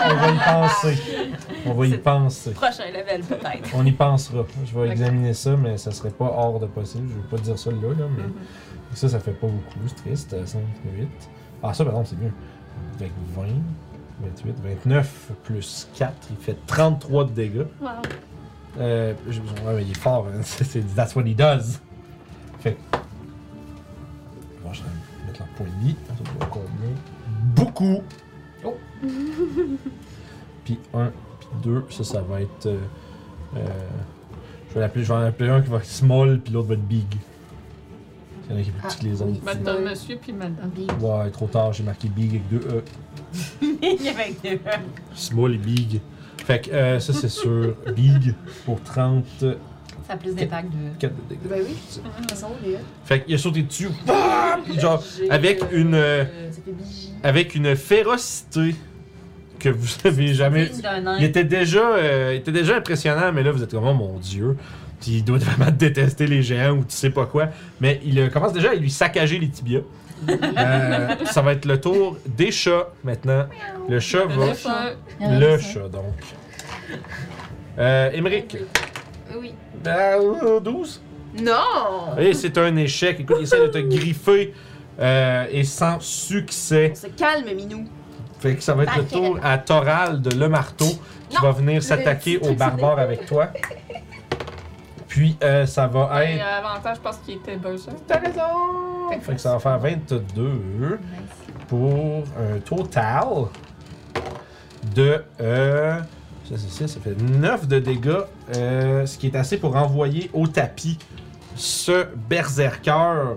Speaker 1: On va y penser. On va y
Speaker 5: C'est-
Speaker 1: penser.
Speaker 5: Prochain level,
Speaker 6: (laughs)
Speaker 5: peut-être.
Speaker 1: On y pensera. Je vais
Speaker 2: Ok.
Speaker 1: examiner ça, mais ça serait pas hors de possible. Je vais pas dire ça là, là,
Speaker 2: Mhm.
Speaker 1: mais ça, ça fait pas beaucoup. C'est triste. 5, 8. Ah, ça, par exemple, c'est mieux. Avec 20, 28, 29 plus 4, il fait 33 de dégâts.
Speaker 2: Wow.
Speaker 1: Euh, je- ouais, mais il est fort, hein. (laughs) C'est- c'est- that's what he does. Fait que- Bon, je vais mettre leur point de vie. Ça doit combien? Beaucoup!
Speaker 6: Oh.
Speaker 1: puis un, puis deux, ça, ça va être. euh, euh, je, vais l'appeler- je vais en appeler un qui va être small, puis l'autre va être big. Il y en a qui est plus petit que les autres.
Speaker 2: Ben, t'as monsieur puis madame.
Speaker 1: Ouais, trop tard, j'ai marqué big avec deux E.
Speaker 5: Il y avait deux.
Speaker 1: Small et big. Fait que euh, ça, c'est sûr. Big pour 30.
Speaker 6: Ça a plus d'impact de.
Speaker 1: 4 de dégâts.
Speaker 7: Ben oui, de toute façon, les gars,
Speaker 1: Fait qu'il a sauté dessus. Bam! Puis genre, Ah, avec une, euh,
Speaker 7: ça fait bijou.
Speaker 1: avec une férocité que vous avez jamais.
Speaker 6: Digne d'un nain.
Speaker 1: Il était déjà, euh, il était déjà impressionnant, mais là vous êtes comme oh mon dieu. Puis il doit vraiment (laughs) détester les géants ou tu sais pas quoi. Mais il euh, commence déjà à lui saccager les tibias. Euh, ça va être le tour des chats maintenant. Le chat va.
Speaker 2: Le chat,
Speaker 1: Le chat donc. Euh, Émeric.
Speaker 6: Oui.
Speaker 1: Euh, 12.
Speaker 3: Non!
Speaker 1: Et c'est un échec. Écoute, il essaie de te griffer euh, et sans succès.
Speaker 3: On se calme, Minou.
Speaker 1: Fait que ça va être le tour à Toral de Le Marteau qui
Speaker 6: Non.
Speaker 1: va venir s'attaquer au barbare avec toi. Puis euh, ça va
Speaker 2: il
Speaker 1: être.
Speaker 2: a avantage parce qu'il était buzzer.
Speaker 1: T'as raison! Fait que ça va faire 22 pour un total de. Euh, ça, c'est ça, ça fait 9 de dégâts, euh, ce qui est assez pour envoyer au tapis ce
Speaker 3: Hein?
Speaker 1: berserker.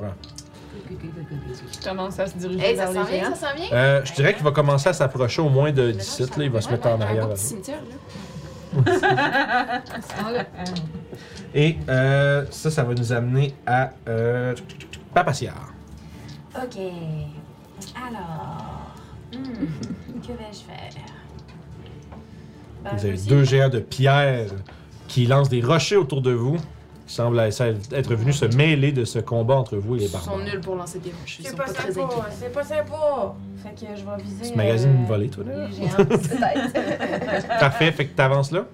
Speaker 5: (laughs)
Speaker 2: Il commence à se diriger
Speaker 6: Hey, ça
Speaker 2: vers
Speaker 6: s'en
Speaker 2: les
Speaker 6: vient,
Speaker 2: géants.
Speaker 6: ça s'en vient?
Speaker 1: Euh, je dirais qu'il va commencer à s'approcher au moins de 17, là, il va se mettre en arrière.
Speaker 3: Un beau petit cimetière, là.
Speaker 1: Et euh, ça, ça va nous amener à euh, Papassiard.
Speaker 6: Ok. Alors. hmm, que vais-je faire? Ben,
Speaker 4: Ah,
Speaker 1: Vous avez
Speaker 6: aussi-
Speaker 1: deux géants de pierre qui lancent des rochers autour de vous. Qui semblent être venus se mêler de ce combat entre vous et les
Speaker 3: Ils sont
Speaker 1: barbares.
Speaker 3: nuls pour lancer des roches. Ils
Speaker 4: C'est
Speaker 3: sont
Speaker 4: pas
Speaker 3: pas très inquiets.
Speaker 4: sympa, c'est pas sympa. Fait que je vais viser.
Speaker 1: Tu magasines une
Speaker 4: euh,
Speaker 1: volée, toi, là?
Speaker 4: (laughs) les géants, peut-être.
Speaker 1: Parfait, fait que t'avances là.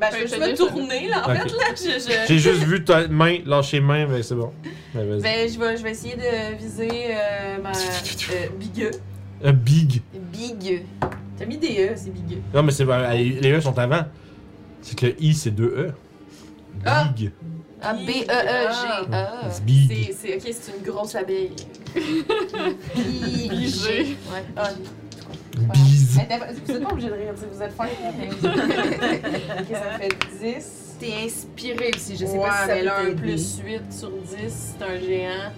Speaker 4: Ben, je vais juste me tourner, là, en
Speaker 1: Ok.
Speaker 4: fait, là. Je, je-
Speaker 1: J'ai juste vu ta main lâcher main, mais c'est bon. Mais vas-y.
Speaker 4: Ben, je vais, je vais essayer de viser euh, ma. Euh, bigue.
Speaker 1: Un big.
Speaker 4: Bigue. T'as mis des E, c'est bigue.
Speaker 1: Non, mais c'est euh, les E sont avant. C'est que le I, c'est deux E.
Speaker 4: Ah! E
Speaker 1: Big.
Speaker 3: Ah, B-E-E-G-A.
Speaker 1: C'est big.
Speaker 4: C'est, c'est, ok, c'est une grosse abeille.
Speaker 2: Obligé.
Speaker 3: Ouais.
Speaker 4: E. Ah,
Speaker 1: Bise.
Speaker 4: Eh, d'abord, Vous êtes pas obligé de rire, tu sais, vous êtes fin. ok, ça fait 10.
Speaker 3: T'es inspiré aussi, je sais
Speaker 4: ouais,
Speaker 3: pas si ça
Speaker 4: mais là,
Speaker 3: peut
Speaker 4: un
Speaker 3: t'aider.
Speaker 4: plus 8 sur 10, c'est un géant.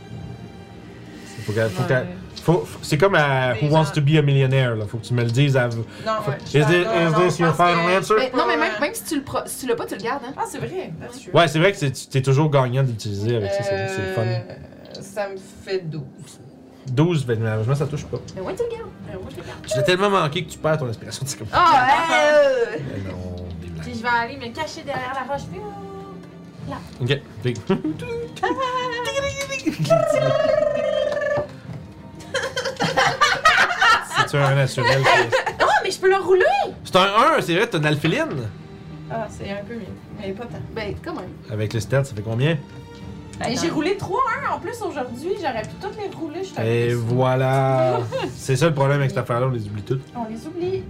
Speaker 1: Faut qu'elle- faut qu'elle-
Speaker 2: Ouais.
Speaker 1: faut- faut- C'est comme à Who
Speaker 4: Des
Speaker 1: Wants
Speaker 4: gens.
Speaker 1: to be a Millionaire, là. Faut que tu me le dises à vous.
Speaker 4: Non, ouais.
Speaker 1: Is this, is this your final answer?
Speaker 3: Mais non, mais même, même si tu le pro- si tu l'as pas, tu le gardes, hein.
Speaker 4: euh, Ah, c'est vrai. that's true.
Speaker 1: Ouais, c'est vrai que c'est- tu- t'es toujours gagnant d'utiliser avec ça, c'est c'est le fun.
Speaker 4: Euh, Ça me fait 12.
Speaker 1: 12, ben, malheureusement, ça touche pas.
Speaker 3: Mais ouais, tu le gardes.
Speaker 4: Euh, moi, je les garde.
Speaker 1: Tu l'as tellement manqué que tu perds ton inspiration. C'est comme.
Speaker 3: Oh, hey!
Speaker 1: Mais non, des blagues.
Speaker 6: Puis je vais aller me cacher derrière la roche.
Speaker 1: Ok, fait que- C'est un naturel.
Speaker 6: Non, mais je peux le rouler.
Speaker 1: C'est un 1, c'est vrai, t'as une alphiline.
Speaker 4: Ah, c'est un peu mieux. Mais pas tant.
Speaker 3: Ben, quand même.
Speaker 1: Avec les stats, ça fait combien?
Speaker 4: Et
Speaker 5: Attends.
Speaker 4: j'ai roulé 3-1 en plus aujourd'hui. J'aurais pu toutes les rouler. Je t'avais
Speaker 1: Et
Speaker 4: dit.
Speaker 1: voilà! C'est ça le problème avec cette affaire-là, on les oublie toutes.
Speaker 4: On les oublie.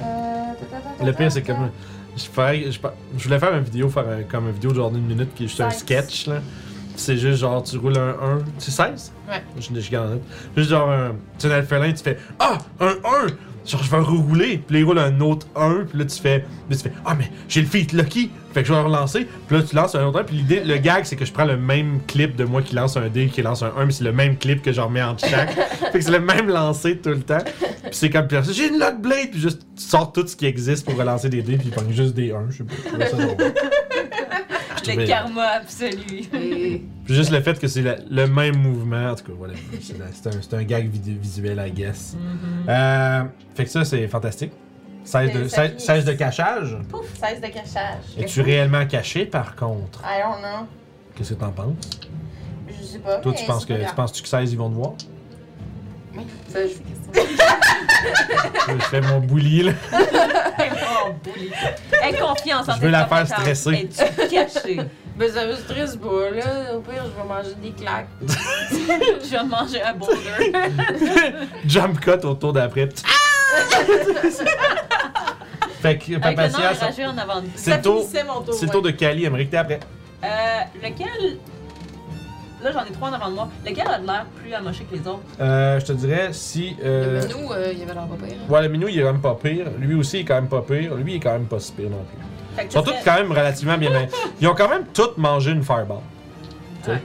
Speaker 4: Euh, ta, ta, ta, ta,
Speaker 1: Le pire, c'est
Speaker 4: ta.
Speaker 1: comme. Je, fais- je, pa- je voulais faire une vidéo, faire un- comme une vidéo de genre d'une minute qui est juste un
Speaker 4: Seize.
Speaker 1: sketch, là. Puis C'est juste genre, tu roules un 1. Tu sais 16?
Speaker 6: Ouais.
Speaker 1: Je l'ai gardé en note. Juste genre, un, tu es un alphelin, tu fais Ah, un 1! Genre, je vais rouler. Puis là, il roule un autre 1. Puis là, tu fais là, tu fais Ah, mais j'ai le feat lucky. Fait que je vais le relancer. Puis là, tu lances un autre 1. Puis l'idée, le gag, c'est que je prends le même clip de moi qui lance un dé, qui lance un 1. Mais c'est le même clip que je remets en chaque. fait que c'est le même lancé tout le temps. Puis c'est comme, puis après ça, j'ai une lock blade, puis juste, tu sors tout ce qui existe pour relancer des dés, puis il pogne juste des 1, je sais pas. je trouvais ça drôle. Je trouvais-
Speaker 5: Le karma absolu.
Speaker 3: Et...
Speaker 1: Puis juste le fait que c'est la- le même mouvement, en tout cas, voilà. C'est la- C'est un, c'est un gag vid- visuel, I guess. Euh, fait que ça, c'est fantastique. 16 de,
Speaker 4: Mais ça
Speaker 1: 16 16 de cachage.
Speaker 4: Pouf, 16 de cachage.
Speaker 1: Es-tu réellement caché, par contre?
Speaker 4: I don't know.
Speaker 1: Qu'est-ce que t'en penses?
Speaker 4: Je sais pas.
Speaker 1: Toi,
Speaker 4: mais
Speaker 1: tu penses
Speaker 4: c'est
Speaker 1: que,
Speaker 4: pas
Speaker 1: tu
Speaker 4: grave.
Speaker 1: penses que 16, ils vont te voir?
Speaker 3: Ça, je sais qu'est-ce
Speaker 1: (laughs)
Speaker 3: que
Speaker 1: Je fais mon bully, là.
Speaker 5: Oh, bully. Aie confiance en
Speaker 1: Je
Speaker 5: tes
Speaker 1: veux la faire
Speaker 5: compétences.
Speaker 1: stresser.
Speaker 5: Es-tu caché?
Speaker 6: Ben, ça me stresse pas, là. Au pire, je vais manger des claques.
Speaker 5: Je vais manger un boulder.
Speaker 1: Jump cut autour d'après. fait que,
Speaker 5: Ah! Avec le
Speaker 1: Papa
Speaker 5: nom
Speaker 1: Sia, ça-
Speaker 5: enragé en avant de
Speaker 1: c'est le tour.
Speaker 4: finissait mon tour.
Speaker 1: C'est le tour
Speaker 4: ouais.
Speaker 1: de Kali, aimerait que t'es après.
Speaker 5: Euh, lequel. Là, j'en ai trois en avant de moi. Lequel a de l'air plus amoché que les autres?
Speaker 1: Euh, je te dirais si. Euh...
Speaker 3: c'est. Nous, euh, il y avait l'air pas pire.
Speaker 1: Ouais, le minou, il est quand même pas pire. Lui aussi, il est quand même pas pire. Lui, il est quand même pas si pire non plus.
Speaker 5: Fait que
Speaker 1: Ils sont
Speaker 5: ce
Speaker 1: tous
Speaker 5: serait-
Speaker 1: quand même relativement bien. mais ils ont quand même tous mangé une fireball.
Speaker 5: Euh,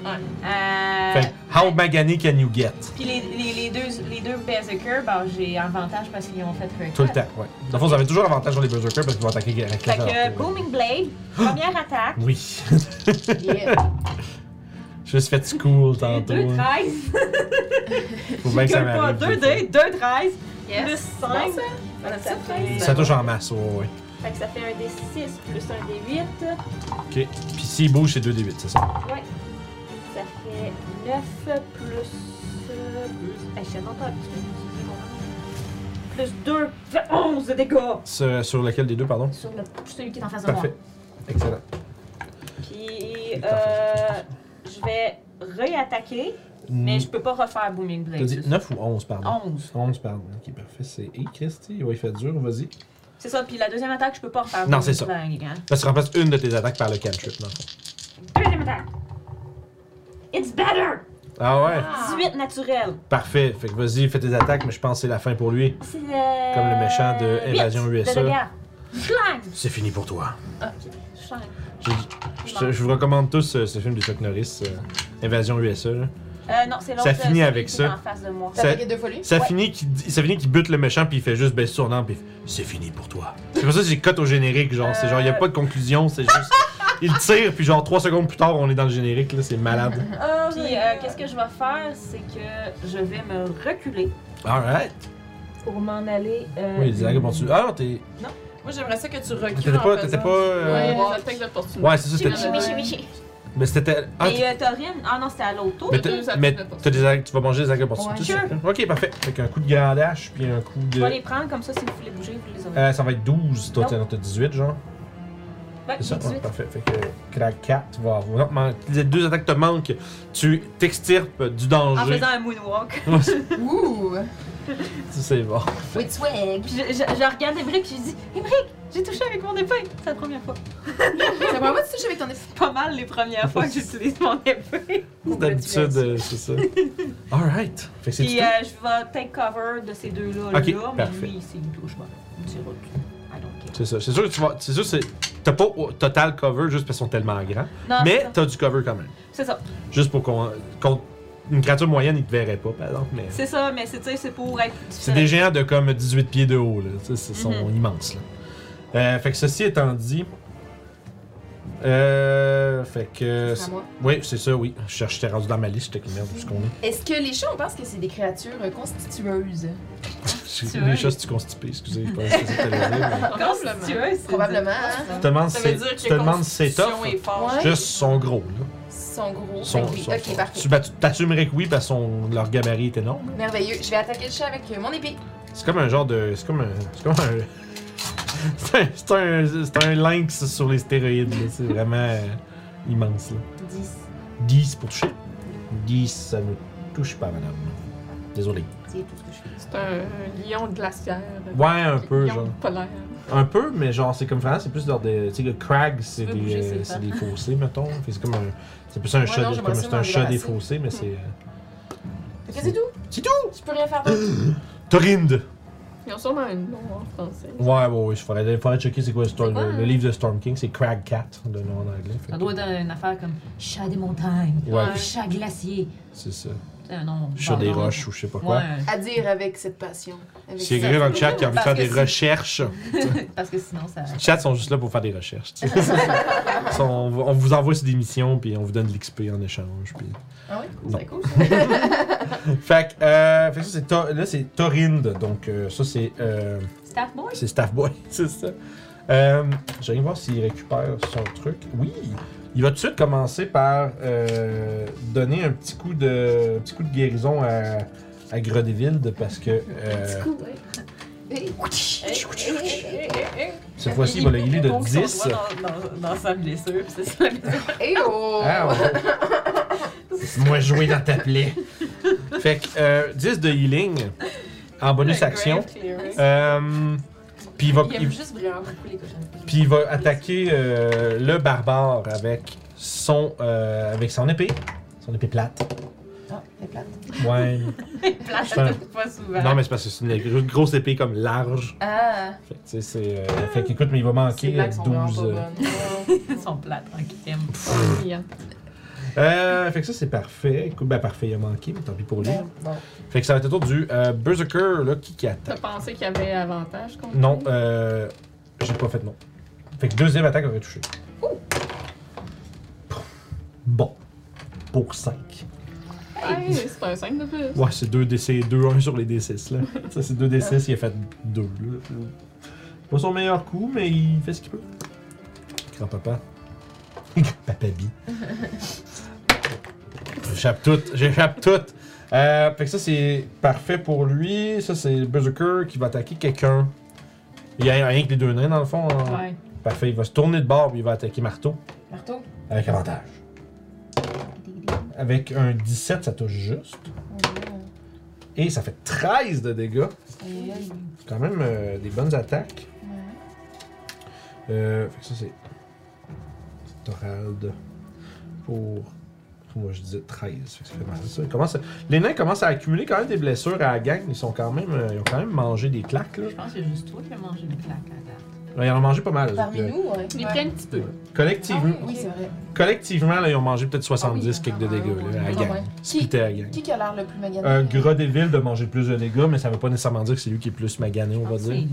Speaker 1: Fait que, how magany can you get?
Speaker 5: Puis les, les, les deux, les deux Berserker, ben, j'ai avantage parce qu'ils ont fait un
Speaker 1: Tout le
Speaker 5: cut.
Speaker 1: temps, ouais. Dans le fond, vous avez toujours avantage sur les berserkers parce qu'ils vont attaquer avec
Speaker 5: Fait
Speaker 1: la
Speaker 5: que euh, Booming Blade, première attaque.
Speaker 1: Oui.
Speaker 3: Yeah.
Speaker 1: (laughs) Je me suis fait cool (gasps) tantôt. hein.
Speaker 5: 2 13.
Speaker 1: Faut bien que
Speaker 5: (laughs)
Speaker 1: ça
Speaker 5: pas.
Speaker 1: m'arrive.
Speaker 5: 2 dés, 2 13. Plus
Speaker 6: Yes.
Speaker 5: 5.
Speaker 4: Bon, ça,
Speaker 5: Ça fait-
Speaker 1: Ça touche en masse, ouais, ouais.
Speaker 5: Fait que ça fait un des 6 plus un des 8.
Speaker 1: Ok. Puis s'il bouge, c'est 2d8, c'est ça?
Speaker 5: Ça fait 9 plus. euh, Hey, je sais même pas habituée. Plus 2, ça fait 11 de dégâts.
Speaker 1: Sur, sur lequel des deux, pardon?
Speaker 5: Sur le, celui qui est en face de moi.
Speaker 1: Parfait. Excellent.
Speaker 5: Puis euh, je vais réattaquer, mais je peux pas refaire Booming
Speaker 1: T'as
Speaker 5: Blade.
Speaker 1: dit 9 ou 11, pardon?
Speaker 5: 11.
Speaker 1: 11, pardon. Ok, parfait. C'est. Hey, Christy, ouais, il fait dur, vas-y.
Speaker 5: C'est ça, puis la deuxième attaque, je peux pas refaire
Speaker 1: Non,
Speaker 5: Booming
Speaker 1: c'est ça.
Speaker 5: Blade, hein.
Speaker 1: Là, tu remplaces une de tes attaques par le cantrip, non?
Speaker 5: Deuxième attaque. It's better!
Speaker 1: Ah ouais?
Speaker 5: 18 naturel.
Speaker 1: Parfait. Fait que vas-y, fais tes attaques, mais je pense que c'est la fin pour lui.
Speaker 5: C'est euh,
Speaker 1: Comme le méchant de
Speaker 5: huit
Speaker 1: Évasion USA.
Speaker 5: De dégâts. Schlang!
Speaker 1: C'est fini pour toi.
Speaker 5: Schlang.
Speaker 1: Je, je te- je vous recommande tous euh, ce film de Chuck Norris, euh, Évasion USA. là.
Speaker 5: Euh, non, c'est l'autre.
Speaker 1: Ça finit
Speaker 5: celui
Speaker 1: avec
Speaker 5: qui
Speaker 1: ça.
Speaker 5: est En face de moi.
Speaker 3: T'as
Speaker 1: Ça-
Speaker 3: attaqué deux fois lui?
Speaker 1: Ça
Speaker 5: Ouais.
Speaker 1: finit qu'il dit- ça finit qu'il bute le méchant, puis il fait juste baisser son arme, puis il fait, c'est fini pour toi. C'est pour ça que j'ai cut au générique, genre. C'est genre, il a pas de conclusion, c'est juste. Il tire, puis genre, 3 secondes plus tard, on est dans le générique, là, c'est malade.
Speaker 5: Puis euh, qu'est-ce que je vais faire, c'est que je vais me reculer
Speaker 1: Alright.
Speaker 5: pour m'en aller. euh,
Speaker 1: Oui, il dit, ah, bon, tu- Ah non, t'es.
Speaker 4: Moi, j'aimerais ça que tu
Speaker 1: T'étais
Speaker 4: recules. en
Speaker 1: pas. T'étais
Speaker 4: faisant-
Speaker 1: pas. euh,
Speaker 2: Ouais,
Speaker 4: Ouais.
Speaker 2: j'attaque l'opportunité.
Speaker 1: Ouais, c'est ça,
Speaker 2: Chimi,
Speaker 1: t'étais.
Speaker 2: chimi, chimi.
Speaker 1: Mais c'était. ah,
Speaker 5: Et euh, Taurine- ah non, c'était à l'autre tour.
Speaker 1: Mais,
Speaker 2: Les
Speaker 1: t'as-
Speaker 2: deux, ça
Speaker 1: mais
Speaker 2: fait pas.
Speaker 1: t'as des ac- tu vas manger des agapes
Speaker 3: Ouais.
Speaker 1: Ok, parfait. Fait qu'un coup de grand dash, puis un coup
Speaker 5: Je
Speaker 1: de.
Speaker 5: vais les prendre comme ça si vous voulez bouger, vous les aurez.
Speaker 1: Euh, ça va être 12, toi
Speaker 5: Non.
Speaker 1: t'as t'as 18, genre.
Speaker 5: Ouais,
Speaker 1: C'est ça, ouais,
Speaker 5: 18.
Speaker 1: parfait. Fait que, que la 4 va avoir. Non, man- les deux attaques te manquent. Tu t'extirpes du
Speaker 5: En
Speaker 1: danger.
Speaker 5: faisant un (laughs) moonwalk.
Speaker 1: (laughs)
Speaker 3: Ouh!
Speaker 1: C'est bon.
Speaker 6: With swag.
Speaker 5: Puis je, je, je regarde Emmerich puis je dis Emmerich, j'ai touché avec mon épée. C'est la première fois.
Speaker 3: Ça va pas de toucher avec ton effet.
Speaker 5: C'est pas mal les premières fois que j'utilise mon épée.
Speaker 1: D'habitude, euh, c'est ça. (laughs) Alright. Fait que c'est
Speaker 5: Puis
Speaker 1: tout.
Speaker 5: euh, je vais take cover de ces deux-là.
Speaker 1: Ok,
Speaker 5: là,
Speaker 1: parfait.
Speaker 5: Mais lui, c'est une touche. Bon, il tirera tout. I don't care.
Speaker 1: C'est ça. C'est sûr que tu vas. C'est sûr que c'est- t'as pas au- total cover juste parce qu'ils sont tellement grands.
Speaker 5: Non,
Speaker 1: mais
Speaker 5: Ah, c'est ça.
Speaker 1: t'as du cover quand même.
Speaker 5: c'est ça.
Speaker 1: Juste pour qu'on. qu'on- une créature moyenne, ils te verraient pas, par exemple. Mais...
Speaker 5: C'est ça, mais c'est tu sais, c'est pour être.
Speaker 1: C'est des géants de comme 18 pieds de haut, là. Tu sais, Ils sont
Speaker 5: Mhm.
Speaker 1: immenses, là. Euh, fait que ceci étant dit. Euh, fait que.
Speaker 3: C'est à moi.
Speaker 1: Oui, c'est ça, oui. Je cherche, j'étais rendu dans ma liste, j'étais comme merde, où est-ce qu'on est.
Speaker 3: Est-ce que les chats, on pense que c'est des créatures euh, constitueuses?
Speaker 1: C'est- Les choses, tu constipé, excusez, je pense que c'était le dire. mais-
Speaker 5: Constitueuse.
Speaker 3: Probablement. hein?
Speaker 1: Tu te demandes
Speaker 4: Ça
Speaker 1: si
Speaker 4: veut
Speaker 1: c'est-
Speaker 4: dire que
Speaker 1: tu te demandes si c'est
Speaker 4: constitution
Speaker 1: tough.
Speaker 4: est fort.
Speaker 3: Ouais.
Speaker 1: Juste sont gros, là.
Speaker 3: Ils sont gros.
Speaker 1: Sont-
Speaker 3: Fait que oui.
Speaker 1: sont-
Speaker 3: ok,
Speaker 1: sont-
Speaker 3: parfait.
Speaker 1: Tu, ben, tu- t'assumerais que oui, parce que son- leur gabarit est énorme.
Speaker 3: Merveilleux. Je vais attaquer le chat avec euh, mon épée.
Speaker 1: C'est comme un genre de. C'est comme un. C'est comme un. (laughs) C'est un, c'est un, c'est un lynx sur les stéroïdes. là. C'est vraiment euh, immense. Là.
Speaker 6: 10.
Speaker 1: 10 pour toucher. 10, ça ne touche pas, madame. Désolé.
Speaker 6: C'est tout ce que je fais.
Speaker 2: C'est un lion glaciaire.
Speaker 1: Ouais, un peu,
Speaker 2: lion
Speaker 1: genre.
Speaker 2: polaire.
Speaker 1: Un peu, mais genre, c'est comme vraiment, c'est plus genre de. Tu sais, le crag, c'est
Speaker 2: Tu peux bouger ses
Speaker 1: des, euh, c'est
Speaker 2: pattes.
Speaker 1: des fossés, mettons. Fait que C'est comme un. C'est plus un chat,
Speaker 4: non,
Speaker 1: des-
Speaker 4: j'aimerais
Speaker 1: comme-
Speaker 4: ça
Speaker 1: c'est
Speaker 4: m'en
Speaker 1: un chat des
Speaker 4: débarrasser.
Speaker 1: fossés, mais c'est. euh,
Speaker 4: Fait que C'est tout.
Speaker 1: C'est tout!
Speaker 4: Je peux rien faire d'autre.
Speaker 1: (gasps) Torinde!
Speaker 2: Ils ont sûrement un nom en français.
Speaker 1: Ouais, ouais, ouais. Il faudrait, faudrait checker c'est quoi, Storm-
Speaker 5: quoi,
Speaker 1: le,
Speaker 5: hein?
Speaker 1: le livre de Storm King, c'est Crag Cat, le nom en anglais. fait
Speaker 5: Ça
Speaker 1: que-
Speaker 5: doit être une affaire comme chat des montagnes,
Speaker 1: Ouais,
Speaker 5: chat glacier. Euh,
Speaker 1: c'est ça.
Speaker 5: C'est un nom.
Speaker 1: Chat des
Speaker 5: bordel.
Speaker 1: roches ou je sais pas quoi.
Speaker 5: Ouais,
Speaker 3: À dire avec cette passion. Avec
Speaker 1: S'il y a
Speaker 3: ça.
Speaker 1: quelqu'un dans le chat qui a envie de faire
Speaker 5: Parce
Speaker 1: des
Speaker 5: que si-
Speaker 1: recherches,
Speaker 5: parce que sinon ça.
Speaker 1: les chats sont juste là pour faire des recherches. tu sais. Ils sont- on vous envoie sur des missions, puis on vous donne de l'XP en échange. Puis...
Speaker 4: Ah oui?
Speaker 1: Non.
Speaker 4: C'est cool.
Speaker 1: (laughs) Fait que, euh, fait que ça, c'est To- là, c'est Torinde. Donc, euh, ça, c'est euh,
Speaker 5: Staff boy.
Speaker 1: c'est Staff Boy. (laughs) c'est ça. Euh, J'arrive voir s'il récupère son truc. Oui! Il va tout de suite commencer par euh, donner un petit coup de, un petit coup de guérison à, à Grodeville parce que euh, cette fois-ci, il va le
Speaker 5: (laughs)
Speaker 1: healer de 10.
Speaker 5: Dans, sa blessure, c'est ça.
Speaker 3: Eh oh!
Speaker 1: Ah, ouais. (laughs) Moi jouer dans ta plaie. Fait que euh, 10 de healing en bonus action. Euh, puis il va,
Speaker 4: Il aime
Speaker 1: il-
Speaker 4: juste vraiment beaucoup les cochons.
Speaker 1: puis il va attaquer euh, le barbare avec son, euh, avec son épée. Son épée plate.
Speaker 4: Ah, (laughs)
Speaker 1: Ouais. C'est un-
Speaker 5: pas souvent.
Speaker 1: Non, mais c'est parce que c'est une gro- grosse épée comme large.
Speaker 4: Ah!
Speaker 1: Fait que, tu sais, c'est. euh, fait qu'écoute, mais il va
Speaker 4: Ces
Speaker 1: manquer euh,
Speaker 4: blagues sont vraiment
Speaker 1: 12. euh,
Speaker 4: pas (laughs) bonnes.
Speaker 5: Ils sont plates, tranquille.
Speaker 2: Lion.
Speaker 1: Euh, fait que ça, c'est parfait. Écoute, ben parfait, il a manqué, mais tant pis pour lui.
Speaker 4: Bon, bon.
Speaker 1: Fait que ça va être le tour du euh, Berserker là, qui, qui
Speaker 2: T'as
Speaker 1: attaque.
Speaker 2: pensé qu'il y avait avantage contre
Speaker 1: Non,
Speaker 2: lui?
Speaker 1: euh, j'ai pas fait non. Fait que deuxième attaque aurait touché. Bon. Pour 5.
Speaker 2: Hey, c'est un 5 de plus.
Speaker 1: Ouais, c'est 2 DC, 2 1 sur les D6 là. Ça c'est 2 D6, il a fait 2 là. Pas son meilleur coup, mais il fait ce qu'il peut. (laughs) Grand-papa. Papabi. J'échappe tout, j'échappe tout. Euh, fait que ça c'est parfait pour lui. Ça c'est Berserker qui va attaquer quelqu'un. Il y a rien que les deux nains dans le fond. hein.
Speaker 5: Ouais.
Speaker 1: Parfait, il va se tourner de bord puis il va attaquer Marteau.
Speaker 4: Marteau?
Speaker 1: Avec avantage. Avec un 17, ça touche juste. Et ça fait 13 de dégâts. C'est quand même euh, des bonnes attaques. Euh, fait que ça, c'est. C'est Torald. Pour. Moi, je disais 13. Fait que ça fait mal, ça. Ils commencent à- Les nains commencent à accumuler quand même des blessures à la gang. Ils, sont quand même, euh, ils ont quand même mangé des claques. Là.
Speaker 5: Je pense que c'est juste toi qui as mangé une claque à date.
Speaker 1: Là, ils en ont mangé pas mal. euh, eux
Speaker 4: Parmi
Speaker 1: autres, là.
Speaker 4: nous,
Speaker 3: euh,
Speaker 4: ouais.
Speaker 2: Il est plein un petit peu.
Speaker 1: Collectivement,
Speaker 3: Oui, c'est vrai.
Speaker 1: collectivement là, ils ont mangé peut-être 70
Speaker 3: Ah oui,
Speaker 1: quelques de dégâts là, à la
Speaker 3: Ah ouais.
Speaker 1: gang. Splitter à la gang.
Speaker 3: Qui Euh, qui a l'air le plus magané?
Speaker 1: Un gros villes de manger plus de dégâts, mais ça veut pas nécessairement dire que c'est lui qui est plus magané,
Speaker 3: Ah,
Speaker 1: on va
Speaker 5: C'est
Speaker 1: dire.
Speaker 5: lui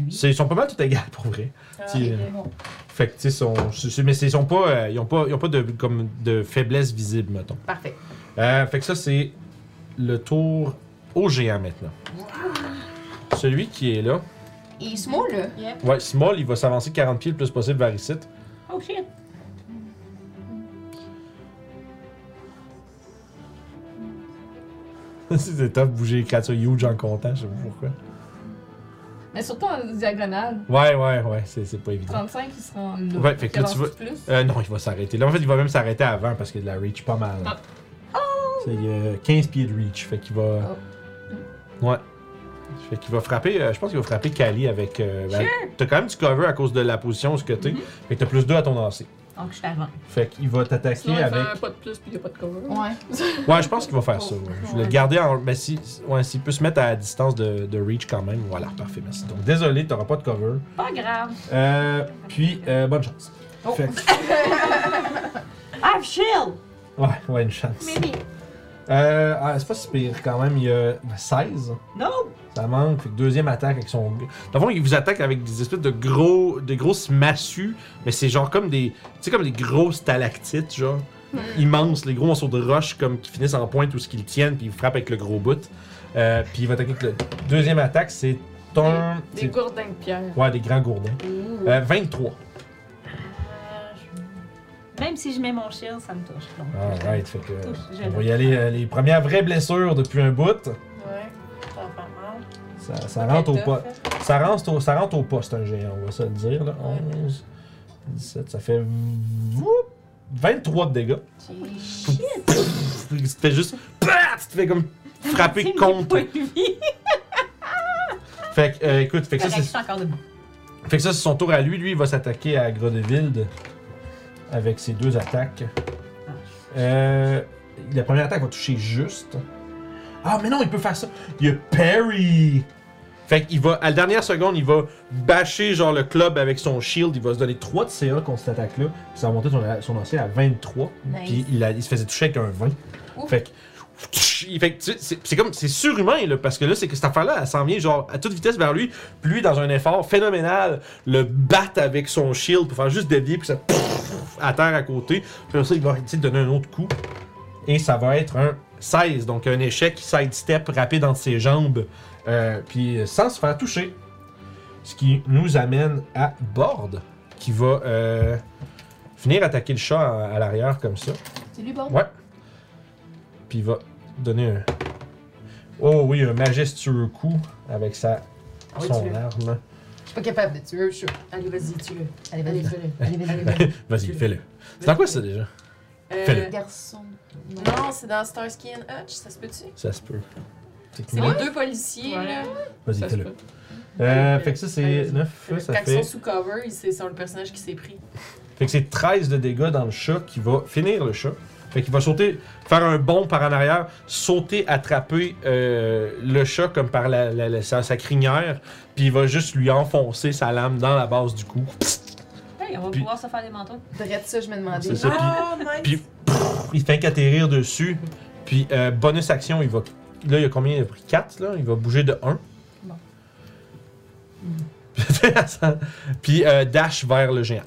Speaker 5: ou lui.
Speaker 1: C'est- Ils sont pas mal tout égales pour vrai.
Speaker 4: Ah,
Speaker 1: Petit,
Speaker 4: ok,
Speaker 1: euh,
Speaker 4: bon.
Speaker 1: Fait que, tu sais, sont, c'est- c'est- mais c'est- ils sont pas, euh, ils ont pas, ils ont pas de, comme, de faiblesse visible, mettons.
Speaker 3: Parfait.
Speaker 1: Euh, fait que ça, c'est le tour au géant maintenant. Celui qui est là.
Speaker 3: Il est small, là.
Speaker 1: Ouais, Small, il va s'avancer 40 pieds le plus possible vers ici.
Speaker 5: Oh shit.
Speaker 1: (laughs) c'est top bouger quand tu huge en comptant, je sais pas pourquoi.
Speaker 2: Mais surtout en diagonale.
Speaker 1: Ouais, ouais, ouais, c'est c'est pas évident.
Speaker 2: 35, il se rend là.
Speaker 1: Ouais, fait que là,
Speaker 2: Il
Speaker 1: tu vas-
Speaker 2: avance plus.
Speaker 1: Euh, non, il va s'arrêter. Là, en fait, il va même s'arrêter avant parce qu'il a de la reach pas mal.
Speaker 2: Ah.
Speaker 1: C'est euh, 15 pieds de reach. Fait qu'il va.
Speaker 2: Oh.
Speaker 1: Ouais. Fait qu'il va frapper. euh, je pense qu'il va frapper Kali avec. euh, ben, T'as quand même du cover à cause de la position où ce que t'es.
Speaker 2: Mm-hmm.
Speaker 1: Fait que t'as plus 2 à ton lancer.
Speaker 5: Donc je suis avant.
Speaker 1: Fait qu'il va t'attaquer
Speaker 2: Sinon, il
Speaker 1: avec.
Speaker 2: fait un pas de plus puis il n'y a pas de cover.
Speaker 3: Ouais.
Speaker 1: Ouais, je pense qu'il va faire ça. ouais. Je vais le
Speaker 2: Ouais.
Speaker 1: garder en. Ben, si. Ouais, s'il peut se mettre à distance de, de reach quand même. Voilà, parfait, merci. Donc, désolé, t'auras pas de cover.
Speaker 5: Pas grave.
Speaker 1: Euh, puis, euh, bonne chance.
Speaker 2: Oh.
Speaker 1: Fait que-
Speaker 5: I've shield.
Speaker 1: Ouais, ouais, une chance.
Speaker 6: Maybe.
Speaker 1: Euh, ah, c'est pas si pire quand même, il y a 16.
Speaker 5: No.
Speaker 1: Ça manque. Fait que deuxième attaque avec son. Dans le fond, il vous attaque avec des espèces de gros. de grosses massues, mais c'est genre comme des. Tu sais, comme des grosses stalactites, genre. Immenses, les gros morceaux de roche comme qui finissent en pointe ou ce qu'ils tiennent, puis ils frappent avec le gros bout. Euh, puis il va attaquer avec le. Deuxième attaque, c'est ton.
Speaker 2: Des
Speaker 1: c'est-
Speaker 2: gourdins de pierre.
Speaker 1: Ouais, des grands gourdins. Euh, 23.
Speaker 5: Même si je mets mon shield, ça me touche. Donc,
Speaker 1: Alright, fait que.
Speaker 5: Touche,
Speaker 1: On
Speaker 5: j'aime.
Speaker 1: va y aller. euh, les premières vraies blessures depuis un bout.
Speaker 4: Ouais. Ça va faire mal.
Speaker 1: Ça, ça rentre au poste. Ça rentre, au, ça rentre au poste, un géant, on va se le dire. Là. 11, 17, ça fait whoop, 23 de dégâts. Tu te fais juste. Pah! Tu te fais comme frapper contre. Fait que, euh, écoute, fait que ça, c'est.
Speaker 5: suis encore debout.
Speaker 1: Fait que ça, c'est son tour à lui. Lui, il va s'attaquer à Grodeville avec ses deux attaques. Euh, la première attaque va toucher juste. Ah, mais non, il peut faire ça. Il a parry. Fait qu'il va, à la dernière seconde, il va bâcher genre le club avec son shield. Il va se donner 3 de CA contre cette attaque-là. Puis ça va monter son, son lancer à 23.
Speaker 6: Nice.
Speaker 1: Puis il, a- il se faisait toucher avec un 20. Fait que. Il fait que tu sais, c'est c'est comme c'est surhumain là parce que là c'est que cette affaire là elle s'en vient genre à toute vitesse vers lui puis lui dans un effort phénoménal le bat avec son shield pour faire juste dévier puis ça pouf, à terre à côté puis après ça il va essayer de donner un autre coup et ça va être un 16 donc un échec sidestep rapide entre ses jambes euh, puis sans se faire toucher ce qui nous amène à Borde qui va euh, venir attaquer le chat à- à l'arrière comme ça
Speaker 3: C'est lui, bon?
Speaker 1: Ouais. Puis il va donner un. Oh oui, un majestueux coup avec sa.
Speaker 6: Ah oui,
Speaker 1: son
Speaker 6: tu l'as.
Speaker 1: arme.
Speaker 6: Je suis pas capable de tuer, je suis. Allez, vas-y, tue-le. Allez, vas-y, tue-le. Allez, vas-y, vas-y.
Speaker 1: (laughs) Vas-y, fais-le. C'est dans quoi ça déjà Fais-le.
Speaker 3: Garçon. Non.
Speaker 4: Euh, Non, c'est dans Starsky and Hutch, ça se peut-tu?
Speaker 1: Ça se peut.
Speaker 4: C'est
Speaker 1: Techniquement.
Speaker 4: les deux policiers,
Speaker 2: Ouais.
Speaker 4: là.
Speaker 1: Vas-y,
Speaker 2: Ça se
Speaker 1: fais-le.
Speaker 2: peut.
Speaker 1: Euh, fait que ça, c'est 9.
Speaker 4: Quand
Speaker 1: Ça
Speaker 4: ils
Speaker 1: fait.
Speaker 4: sont sous cover, ils- c'est c'est le personnage qui s'est pris.
Speaker 1: Fait que c'est 13 de dégâts dans le chat qui va finir le chat. Fait qu'il va sauter, faire un bond par en arrière, sauter, attraper euh, le chat comme par la, la- la- sa, sa crinière, puis il va juste lui enfoncer sa lame dans la base du cou.
Speaker 5: Hey, on va
Speaker 1: Puis-
Speaker 5: pouvoir se faire des manteaux.
Speaker 3: Drette ça, je me
Speaker 1: C'est
Speaker 3: demandais.
Speaker 1: ça, puis-
Speaker 4: Ah, nice!
Speaker 1: Puis pff, il fait qu'atterrir dessus. Puis euh, bonus action, il va. Là, il y a combien Il a pris 4 là Il va bouger de 1.
Speaker 6: Bon.
Speaker 1: (laughs) Puis euh, dash vers le géant.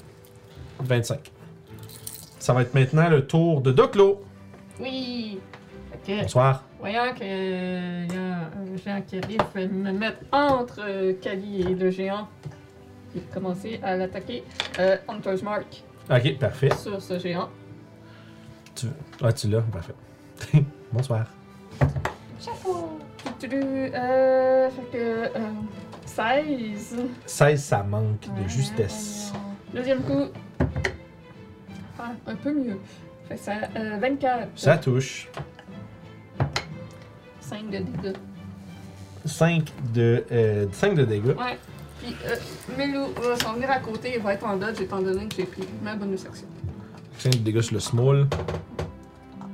Speaker 1: 25. Ça va être maintenant le tour de Doclo.
Speaker 2: Oui! Ok.
Speaker 1: Bonsoir.
Speaker 2: Voyant qu'il y a un géant qui arrive, je vais me mettre entre euh, Kali et le géant. Et commencer à l'attaquer. Euh, Hunter's Mark
Speaker 1: Ok, parfait.
Speaker 2: sur ce géant.
Speaker 1: Ah, tu l'as, parfait. (laughs) Bonsoir.
Speaker 2: Tudu, Euh, fait que. euh, 16.
Speaker 1: 16, ça manque de justesse.
Speaker 2: Deuxième coup. Ah, un peu mieux. Fait que ça. euh, 24.
Speaker 1: Ça touche.
Speaker 2: 5 de dégâts.
Speaker 1: 5 de, euh, 5 de dégâts.
Speaker 2: Ouais. Puis, euh, Melou va s'en venir à côté et va être en dodge étant donné que j'ai pris ma bonus action.
Speaker 1: 5 de dégâts sur le small.
Speaker 2: Oh,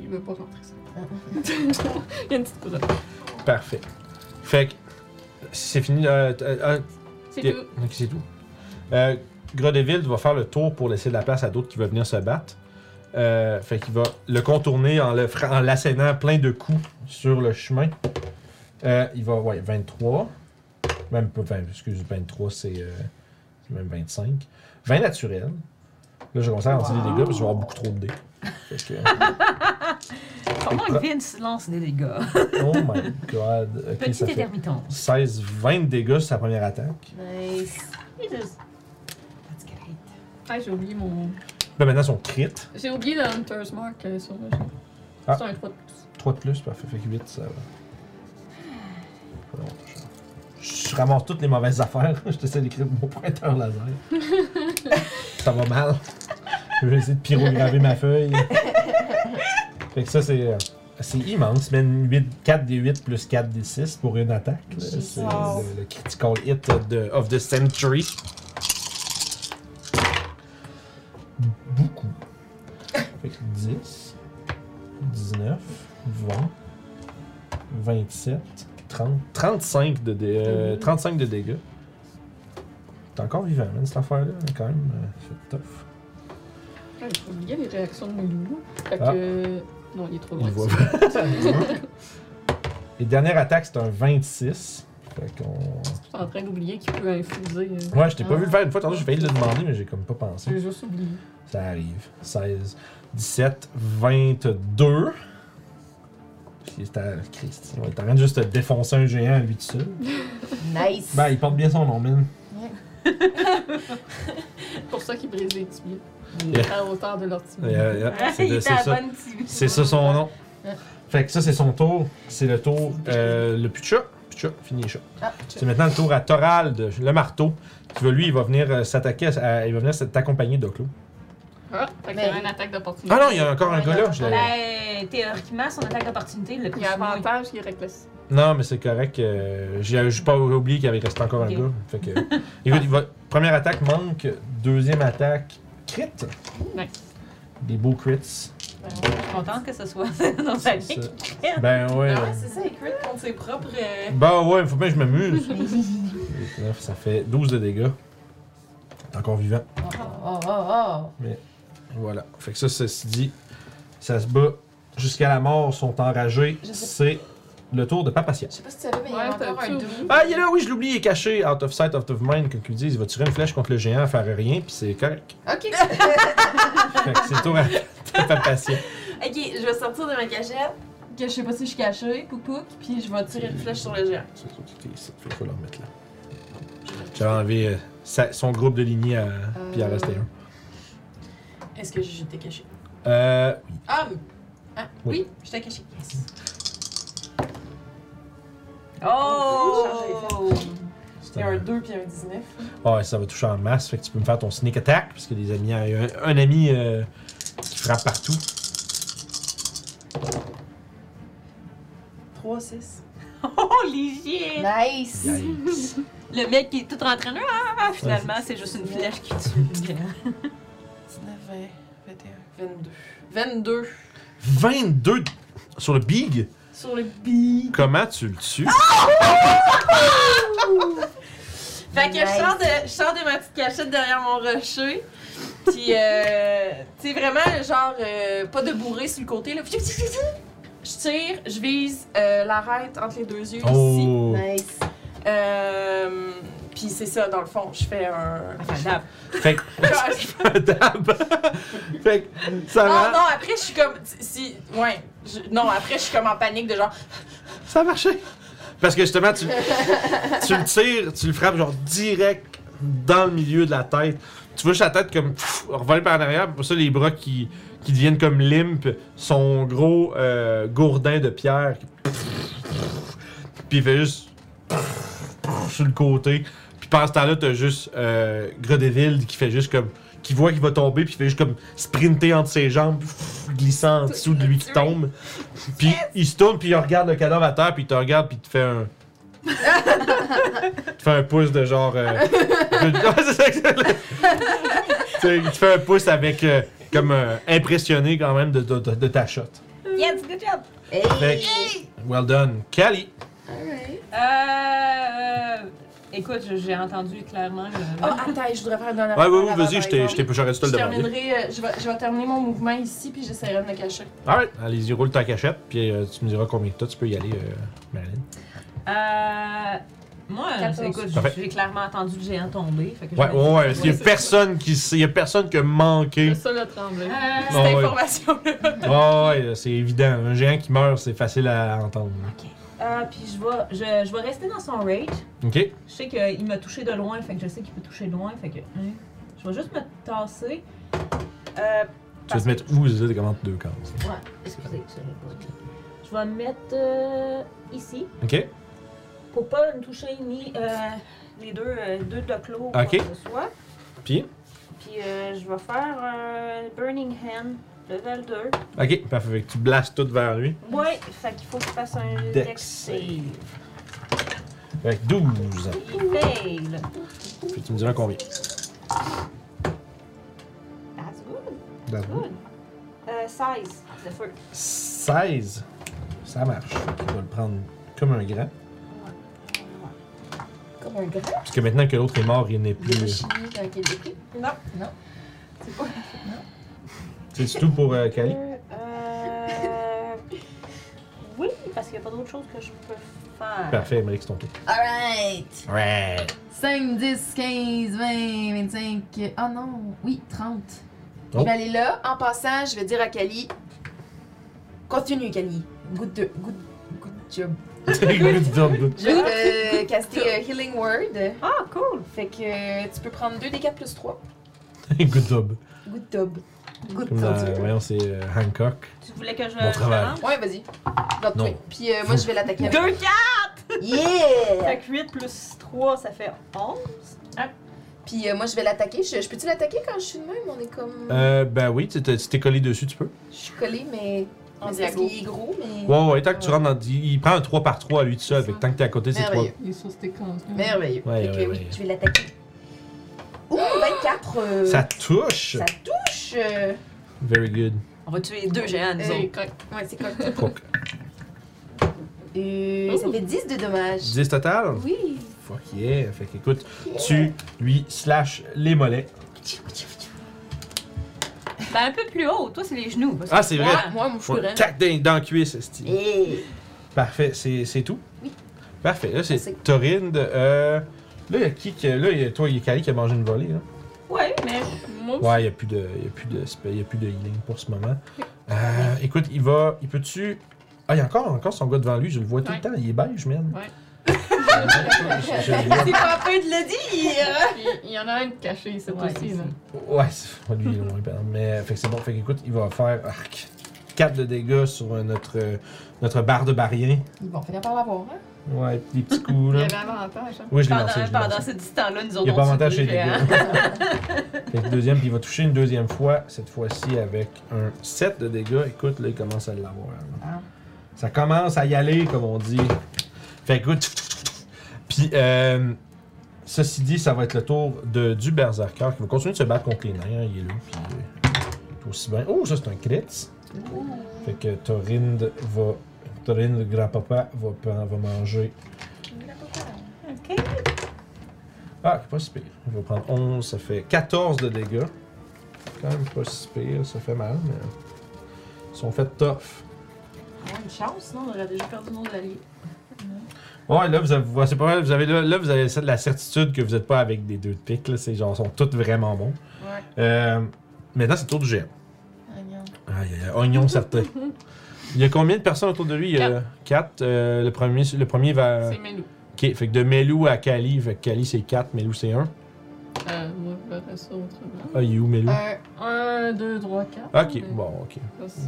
Speaker 2: il veut pas rentrer ça. (laughs) il y a une petite couronne.
Speaker 1: Parfait. Fait que c'est fini. euh, t- euh, euh,
Speaker 2: C'est
Speaker 1: t-
Speaker 2: tout.
Speaker 1: ok, c'est tout. Euh, Grodeville va faire le tour pour laisser de la place à d'autres qui veulent venir se battre. Euh, fait qu'il va le contourner en le fra- en l'assénant plein de coups sur le chemin. Euh, il va, ouais, 23. Même pas 20, excuse, 23, c'est euh, c'est même 25. 20 naturel. Là, je commence à rentrer des dégâts parce que je vais avoir beaucoup trop de dés. Fait que,
Speaker 5: Comment Vince lance des dégâts?
Speaker 1: oh my god. Ok,
Speaker 5: Petit
Speaker 1: ça fait
Speaker 5: intermittent.
Speaker 1: 16, 20 de dégâts sur sa première attaque.
Speaker 3: Nice.
Speaker 2: Ah, j'ai oublié mon.
Speaker 1: Là, Ben, maintenant, son crit.
Speaker 2: J'ai oublié le Hunter's Mark euh, sur le jeu.
Speaker 1: Ah.
Speaker 2: C'est un 3 de plus.
Speaker 1: 3 de plus, parfait. Fait que 8, ça va. Pas longtemps, Je je ramasse toutes les mauvaises affaires. (laughs) Je t'essaie d'écrire mon pointeur laser. ça va mal. Je vais essayer de pyrograver ma feuille. Fait que ça, c'est. euh, C'est immense, mais 4 des 8 plus 4 des 6 pour une attaque. là. C'est
Speaker 4: Wow.
Speaker 1: le, le critical hit de, of the century. Beaucoup. Fait que 10, 19, 20, 27, 30, 35 de, dé- euh, 35 de dégâts. T'es encore vivant, man, cette affaire-là, quand même. euh, C'est tough.
Speaker 2: Ah, j'ai oublié les réactions de Melou. Fait que.
Speaker 1: Ah.
Speaker 2: euh, Non, il est trop
Speaker 1: Il
Speaker 2: loin.
Speaker 1: voit (laughs) Et dernière attaque, c'est un 26. Fait qu'on.
Speaker 2: Je suis en train d'oublier qu'il peut infuser. euh.
Speaker 1: Ouais, je t'ai pas vu le faire une fois, tantôt j'ai failli le demander, mais j'ai comme pas
Speaker 2: J'ai
Speaker 1: pensé.
Speaker 2: juste oublié.
Speaker 1: Ça arrive. 16, 17, 22. Puis c'est à Christ. Ouais, t'arrêtes juste de défoncer un géant à lui tout seul.
Speaker 6: Nice.
Speaker 1: Ben, il porte bien son nom, man.
Speaker 2: C'est pour ça qu'il brise les tibias.
Speaker 1: Yeah.
Speaker 2: À hauteur de leur tibia.
Speaker 1: Yeah, yeah,
Speaker 5: Ah,
Speaker 1: c'est
Speaker 5: Il
Speaker 1: de-
Speaker 5: était
Speaker 1: c'est
Speaker 5: à
Speaker 1: ça.
Speaker 5: bonne petite-
Speaker 1: C'est ça son nom. Fait que ça, c'est son tour. C'est le tour. euh, le Pucha. chat, fini les chats.
Speaker 3: Ah,
Speaker 1: C'est maintenant le tour à Toral, de, le marteau, qui va, lui, il va venir euh, s'attaquer, à- à- il va venir t'accompagner de Clos.
Speaker 2: Ah, fait qu'il y a une attaque d'opportunité.
Speaker 1: Ah non, il y a encore un gars là. je l'ai-
Speaker 5: Ben, théoriquement, son attaque d'opportunité, le
Speaker 2: Il
Speaker 5: plus
Speaker 2: y a avantage, il réflexe.
Speaker 1: Non, mais c'est correct. euh, J'ai j'ai pas oublié qu'il avait resté encore un
Speaker 5: Ok.
Speaker 1: gars. Fait que, écoute, il va- première attaque manque, deuxième attaque crit.
Speaker 2: Nice.
Speaker 1: Des beaux crits.
Speaker 5: Je suis contente que ce soit (laughs) dans sa
Speaker 1: C'est
Speaker 5: vie.
Speaker 1: ça. Ben ouais.
Speaker 4: Ah ouais, c'est ça, il crit contre ses propres. euh,
Speaker 1: Bah ouais, faut bien que je
Speaker 3: (laughs)
Speaker 1: m'amuse. Neuf, ça fait 12 de dégâts. T'es encore vivant.
Speaker 3: Oh, oh, oh.
Speaker 1: Voilà. Fait que ça, ceci dit, ça se bat jusqu'à la mort, sont enragés.
Speaker 3: Je sais-
Speaker 1: C'est le tour de Papatia.
Speaker 3: Je sais pas si tu savais, mais il y
Speaker 2: Ouais,
Speaker 3: a encore un
Speaker 2: t'as-tu
Speaker 3: doux.
Speaker 1: Ah, il est là, oui, je l'oublie, il est caché. Out of sight, out of mind, comme ils disent. Il va tirer une flèche contre le géant, faire rien, puis c'est correct.
Speaker 3: Ok.
Speaker 1: Fait que c'est le tour à à Papatia.
Speaker 4: Ok, je vais sortir de ma cachette.
Speaker 7: Que je sais pas si je suis cachée, pouc pouc, puis je vais tirer une flèche sur le géant.
Speaker 1: C'est ça, tout est ici. Fait qu'il faut le remettre là. J'avais enlevé euh, sa- son groupe de lignée à. Puis il en restait un.
Speaker 4: Euh, Est-ce que j'étais cachée?
Speaker 1: Euh.
Speaker 4: Ah, oui. Ah,
Speaker 1: Oui.
Speaker 4: oui, j'étais cachée. Yes.
Speaker 5: Oh! (laughs)
Speaker 1: c'est
Speaker 4: Il y a
Speaker 1: un-
Speaker 4: un 2 puis un 19.
Speaker 1: Ah Ouais, ça va toucher en masse. Fait que tu peux me faire ton sneak attack, parce que les amis, il y a un, un ami euh, qui frappe partout.
Speaker 4: 3, 6.
Speaker 5: Oh, les chiens!
Speaker 3: Nice.
Speaker 1: Yikes.
Speaker 5: Le mec qui est tout rentré là, ah, ah, finalement, c'est juste une flèche qui tue.
Speaker 4: 19, 20, 21, 22. 22
Speaker 1: 22 sur le big.
Speaker 4: sur le bi.
Speaker 1: Comment tu le tues?
Speaker 4: Fait que je, sors de, je sors de ma petite cachette derrière mon rocher. Puis, euh, (laughs) tu sais, vraiment, genre, euh, pas de bourré sur le côté. Là. Je tire, je vise euh, l'arête entre les deux yeux Ah, ici.
Speaker 1: Oh!
Speaker 3: Nice.
Speaker 4: Euh, puis c'est ça, dans le fond, je fais un. (laughs)
Speaker 5: Enfin,
Speaker 1: Fait que. (laughs) un dab. fait que ça
Speaker 4: Ah
Speaker 1: va.
Speaker 4: non, après, je suis comme. Si. Ouais. je- non, après, je suis comme en panique de genre.
Speaker 1: Ça a marché. Parce que justement, tu, tu le tires, tu le frappes genre direct dans le milieu de la tête. Tu vois juste la tête comme pff, revoler par en arrière. puis Pour ça, les bras qui, qui deviennent comme limpes, son gros euh, gourdin de pierre. qui- Puis il fait juste sur le côté. Puis pendant ce temps-là, t'as juste euh, Gredeville qui fait juste comme. qui voit qu'il va tomber, puis il fait juste comme sprinter entre ses jambes, glissant en dessous de lui qui tombe. Puis il se tourne, puis il regarde le cadavre à terre, puis il te regarde, puis il te fait un. il te fait un pouce de genre. euh, (laughs) Ouais, c'est ça que c'est. Tu sais, il te fait un pouce avec. euh, comme euh, impressionné quand même de, de- de- de ta shot.
Speaker 5: (laughs) Yes, good job!
Speaker 1: Fait que, well done. Cali!
Speaker 3: Alright.
Speaker 5: Euh, euh, écoute, je- j'ai entendu clairement le.
Speaker 4: Oh, attends, je voudrais faire dans la.
Speaker 1: Ouais, ouais, ouais, vas-y, je t'ai- je t'ai pas j'aurais dû te
Speaker 4: Je
Speaker 1: le demander.
Speaker 4: terminerai. euh, Je vais, je vais terminer mon mouvement ici, puis j'essaierai de me cacher.
Speaker 1: Alright, allez-y, roule ta cachette, puis euh, tu me diras combien de temps tu peux y aller, euh, Marilyn.
Speaker 5: Euh, moi,
Speaker 4: 14.
Speaker 5: écoute,
Speaker 1: Parfait.
Speaker 5: j'ai clairement entendu le géant tomber. Fait que je
Speaker 1: Ouais,
Speaker 5: me dis-
Speaker 1: ouais, ouais, il y a
Speaker 2: c'est-
Speaker 1: personne qui sait, il y a personne qui a manqué.
Speaker 2: C'est ça le tremblé.
Speaker 3: Ah.
Speaker 5: Euh,
Speaker 1: Non, Ah
Speaker 4: Cette
Speaker 1: ouais. Ah
Speaker 4: information-là.
Speaker 1: Ouais, ouais, c'est évident. Un géant qui meurt, c'est facile à entendre. hein.
Speaker 5: euh, puis je vais, je, je vais rester dans son rage.
Speaker 1: Ok?
Speaker 5: Je sais qu'il m'a touché de loin, fait que je sais qu'il peut toucher de loin, fait que. hein. Je vais juste me tasser.
Speaker 1: Tu
Speaker 5: Euh,
Speaker 1: vas
Speaker 5: parce
Speaker 1: te mettre où, Zé, comment deux cases?
Speaker 5: que- Ouais, excusez, je savais pas. Je vais me mettre euh, ici
Speaker 1: Ok?
Speaker 5: pour pas me toucher ni euh, les deux, euh, deux de clos ou quoi
Speaker 1: Ok.
Speaker 5: que ce soit.
Speaker 1: Puis?
Speaker 5: Puis euh, je vais faire euh, Burning Hand, level 2.
Speaker 1: Ok, parfait. Fait que tu blastes tout vers lui.
Speaker 5: Ouais, fait qu'il faut que je fasse un
Speaker 1: Dex
Speaker 5: Dex
Speaker 1: save.
Speaker 5: save.
Speaker 1: Fait que 12.
Speaker 5: Il fail.
Speaker 1: Puis tu me diras combien.
Speaker 5: That's good. Good. Euh, 16 de feu.
Speaker 1: 16. Ça marche. Tu vas le prendre comme un grand.
Speaker 4: Comme un gars.
Speaker 1: Parce que maintenant que l'autre est mort, il n'est
Speaker 3: Le
Speaker 1: plus.
Speaker 3: chimie
Speaker 4: euh,
Speaker 3: dans quel équipe?
Speaker 4: Non.
Speaker 1: C'est tout pour euh, Cali.
Speaker 5: Euh, oui, parce qu'il n'y a pas d'autre chose que je peux faire.
Speaker 1: Parfait, Malik, c'est ton tour.
Speaker 3: Alright.
Speaker 1: Ouais.
Speaker 3: 5, 10, 15, 20, 25. Oh non, oui, 30.
Speaker 1: Oh.
Speaker 3: Je vais aller là. En passant, je vais dire à Kali Continue, Kali. Good, de- good, good job. Je vais te caster euh, Healing Word.
Speaker 5: Ah, cool.
Speaker 3: Fait que euh, tu peux prendre 2 des 4 plus 3.
Speaker 1: Good job.
Speaker 3: Good job. Good
Speaker 1: Comme dans,
Speaker 3: job.
Speaker 1: voyons, c'est euh, Hancock.
Speaker 5: Tu voulais que je.
Speaker 1: Bon
Speaker 5: je
Speaker 1: travail.
Speaker 5: lance?
Speaker 3: Ouais, vas-y. L'autre
Speaker 1: Non.
Speaker 3: truc. Puis euh, moi, je vais l'attaquer avec.
Speaker 5: Deux cartes!
Speaker 3: Yeah!
Speaker 5: Fait que 8 plus 3, ça fait 11.
Speaker 3: Puis euh, moi, je vais l'attaquer. Je, je peux-tu l'attaquer quand je suis de même? On est comme.
Speaker 1: Euh, ben oui, tu t'es si t'es collé dessus, tu peux.
Speaker 3: Je suis collée, mais.
Speaker 6: En
Speaker 3: mais c'est parce
Speaker 6: diago.
Speaker 3: qu'il est gros, mais.
Speaker 1: Ouais, ouais, tant que tu rentres dans. Il il prend un 3 par 3 à lui tout seul, fait que tant que t'es à côté, c'est 3.
Speaker 3: Merveilleux.
Speaker 2: Il est sur cet écran.
Speaker 3: Merveilleux.
Speaker 1: Ouais,
Speaker 3: Fait que
Speaker 1: ouais,
Speaker 3: oui,
Speaker 1: ouais.
Speaker 3: je vais l'attaquer. Ouh, 24! euh,
Speaker 1: Ça touche!
Speaker 3: ça touche! euh,
Speaker 1: Very good.
Speaker 5: On va tuer deux géants,
Speaker 2: Eh,
Speaker 5: nous
Speaker 3: Hey.
Speaker 5: autres.
Speaker 3: Ouais, c'est quoi?
Speaker 1: Cook.
Speaker 3: Euh, ça fait 10 de dommages.
Speaker 1: 10 total?
Speaker 3: Oui!
Speaker 1: Fuck yeah! Fait que écoute, tu lui slash les mollets.
Speaker 5: Ben, un peu plus haut. Toi, c'est les genoux. parce que-
Speaker 1: Ah, c'est vrai!
Speaker 3: Ah, moi, mon
Speaker 1: Faut
Speaker 3: fourrant.
Speaker 1: Tac dans, dans le cuisse, esti.
Speaker 3: Et
Speaker 1: Parfait, c'est c'est tout?
Speaker 3: Oui.
Speaker 1: Parfait, là c'est
Speaker 3: Merci.
Speaker 1: Torinde. Euh, là, il y a qui que. Là, il y a- toi, il y a Kali qui a mangé une volée. Là.
Speaker 5: Ouais, mais
Speaker 2: Moi,
Speaker 1: Ouais, il n'y a plus de. Il y a plus de. spe- Il y a plus de healing pour ce moment. Euh, écoute, il va. Il peut-tu. Ah, il y a encore, encore son gars devant lui, je le vois tout le
Speaker 2: Ouais.
Speaker 1: temps, il est beige, man.
Speaker 2: Ouais.
Speaker 1: Je- je le vois.
Speaker 4: C'est pas peu de le dire!
Speaker 2: il- il y en a un de caché, c'est
Speaker 5: Ouais,
Speaker 2: aussi. Là.
Speaker 1: Ouais, c'est pas lui, on lui parle. Mais euh, fait que c'est bon. Fait qu'écoute, il va faire arc, 4 de dégâts sur euh, notre, euh, notre barre de barrien.
Speaker 3: ils vont finir par l'avoir, hein?
Speaker 1: Ouais, des petits coups,
Speaker 2: Il y
Speaker 1: là.
Speaker 2: (laughs) avait avantage. Hein.
Speaker 1: Oui, je l'ai lancé, je
Speaker 5: pendant,
Speaker 1: l'ai
Speaker 5: pendant
Speaker 1: lancé.
Speaker 5: ce temps-là, nous autres, hein.
Speaker 1: Il n'y a pas
Speaker 5: on tue
Speaker 1: avantage
Speaker 5: deux
Speaker 1: chez les
Speaker 5: géants.
Speaker 1: dégâts. fait que deuxième, puis il va toucher une deuxième fois, cette fois-ci avec un 7 de dégâts. Écoute, là, il commence à l'avoir. là.
Speaker 3: Ah.
Speaker 1: Ça commence à y aller, comme on dit. Fait que, écoute. Puis, euh, ceci dit, ça va être le tour de, du Berserker qui va continuer de se battre contre les nains. hein. Il est là, puis euh, il est aussi bien. Oh, ça, c'est un crit. Fait que Torinde va. Torinde, grand-papa, va, pen- va manger. Ah, c'est pas si pire. Il va prendre 11, ça fait 14 de dégâts. Quand même pas si pire, ça fait mal, mais. euh, Ils sont faits tough.
Speaker 4: une chance, sinon on aurait déjà perdu nos alliés.
Speaker 1: Ouais, là, vous avez, ouais, c'est pas mal. Vous avez, là, là, vous avez ça de la certitude que vous n'êtes pas avec des deux de pique. Là, c'est genre, sont toutes vraiment bons.
Speaker 3: Ouais.
Speaker 1: Euh, maintenant, c'est le tour du GM.
Speaker 3: Oignon.
Speaker 1: Aïe, aïe, aïe, oignon
Speaker 3: (laughs)
Speaker 1: certain. Il y a combien de personnes autour de lui? Il y a 4. le, premier, le premier va.
Speaker 2: C'est Melou.
Speaker 1: Ok, fait que de Melou à Kali. Fait que Kali, c'est 4, Melou, c'est 1.
Speaker 2: Euh, moi, je verrais ça autrement.
Speaker 1: Ah, il est où, Melou?
Speaker 3: Un.
Speaker 2: 1, 2, 3, 4.
Speaker 1: Ok, bon, ok.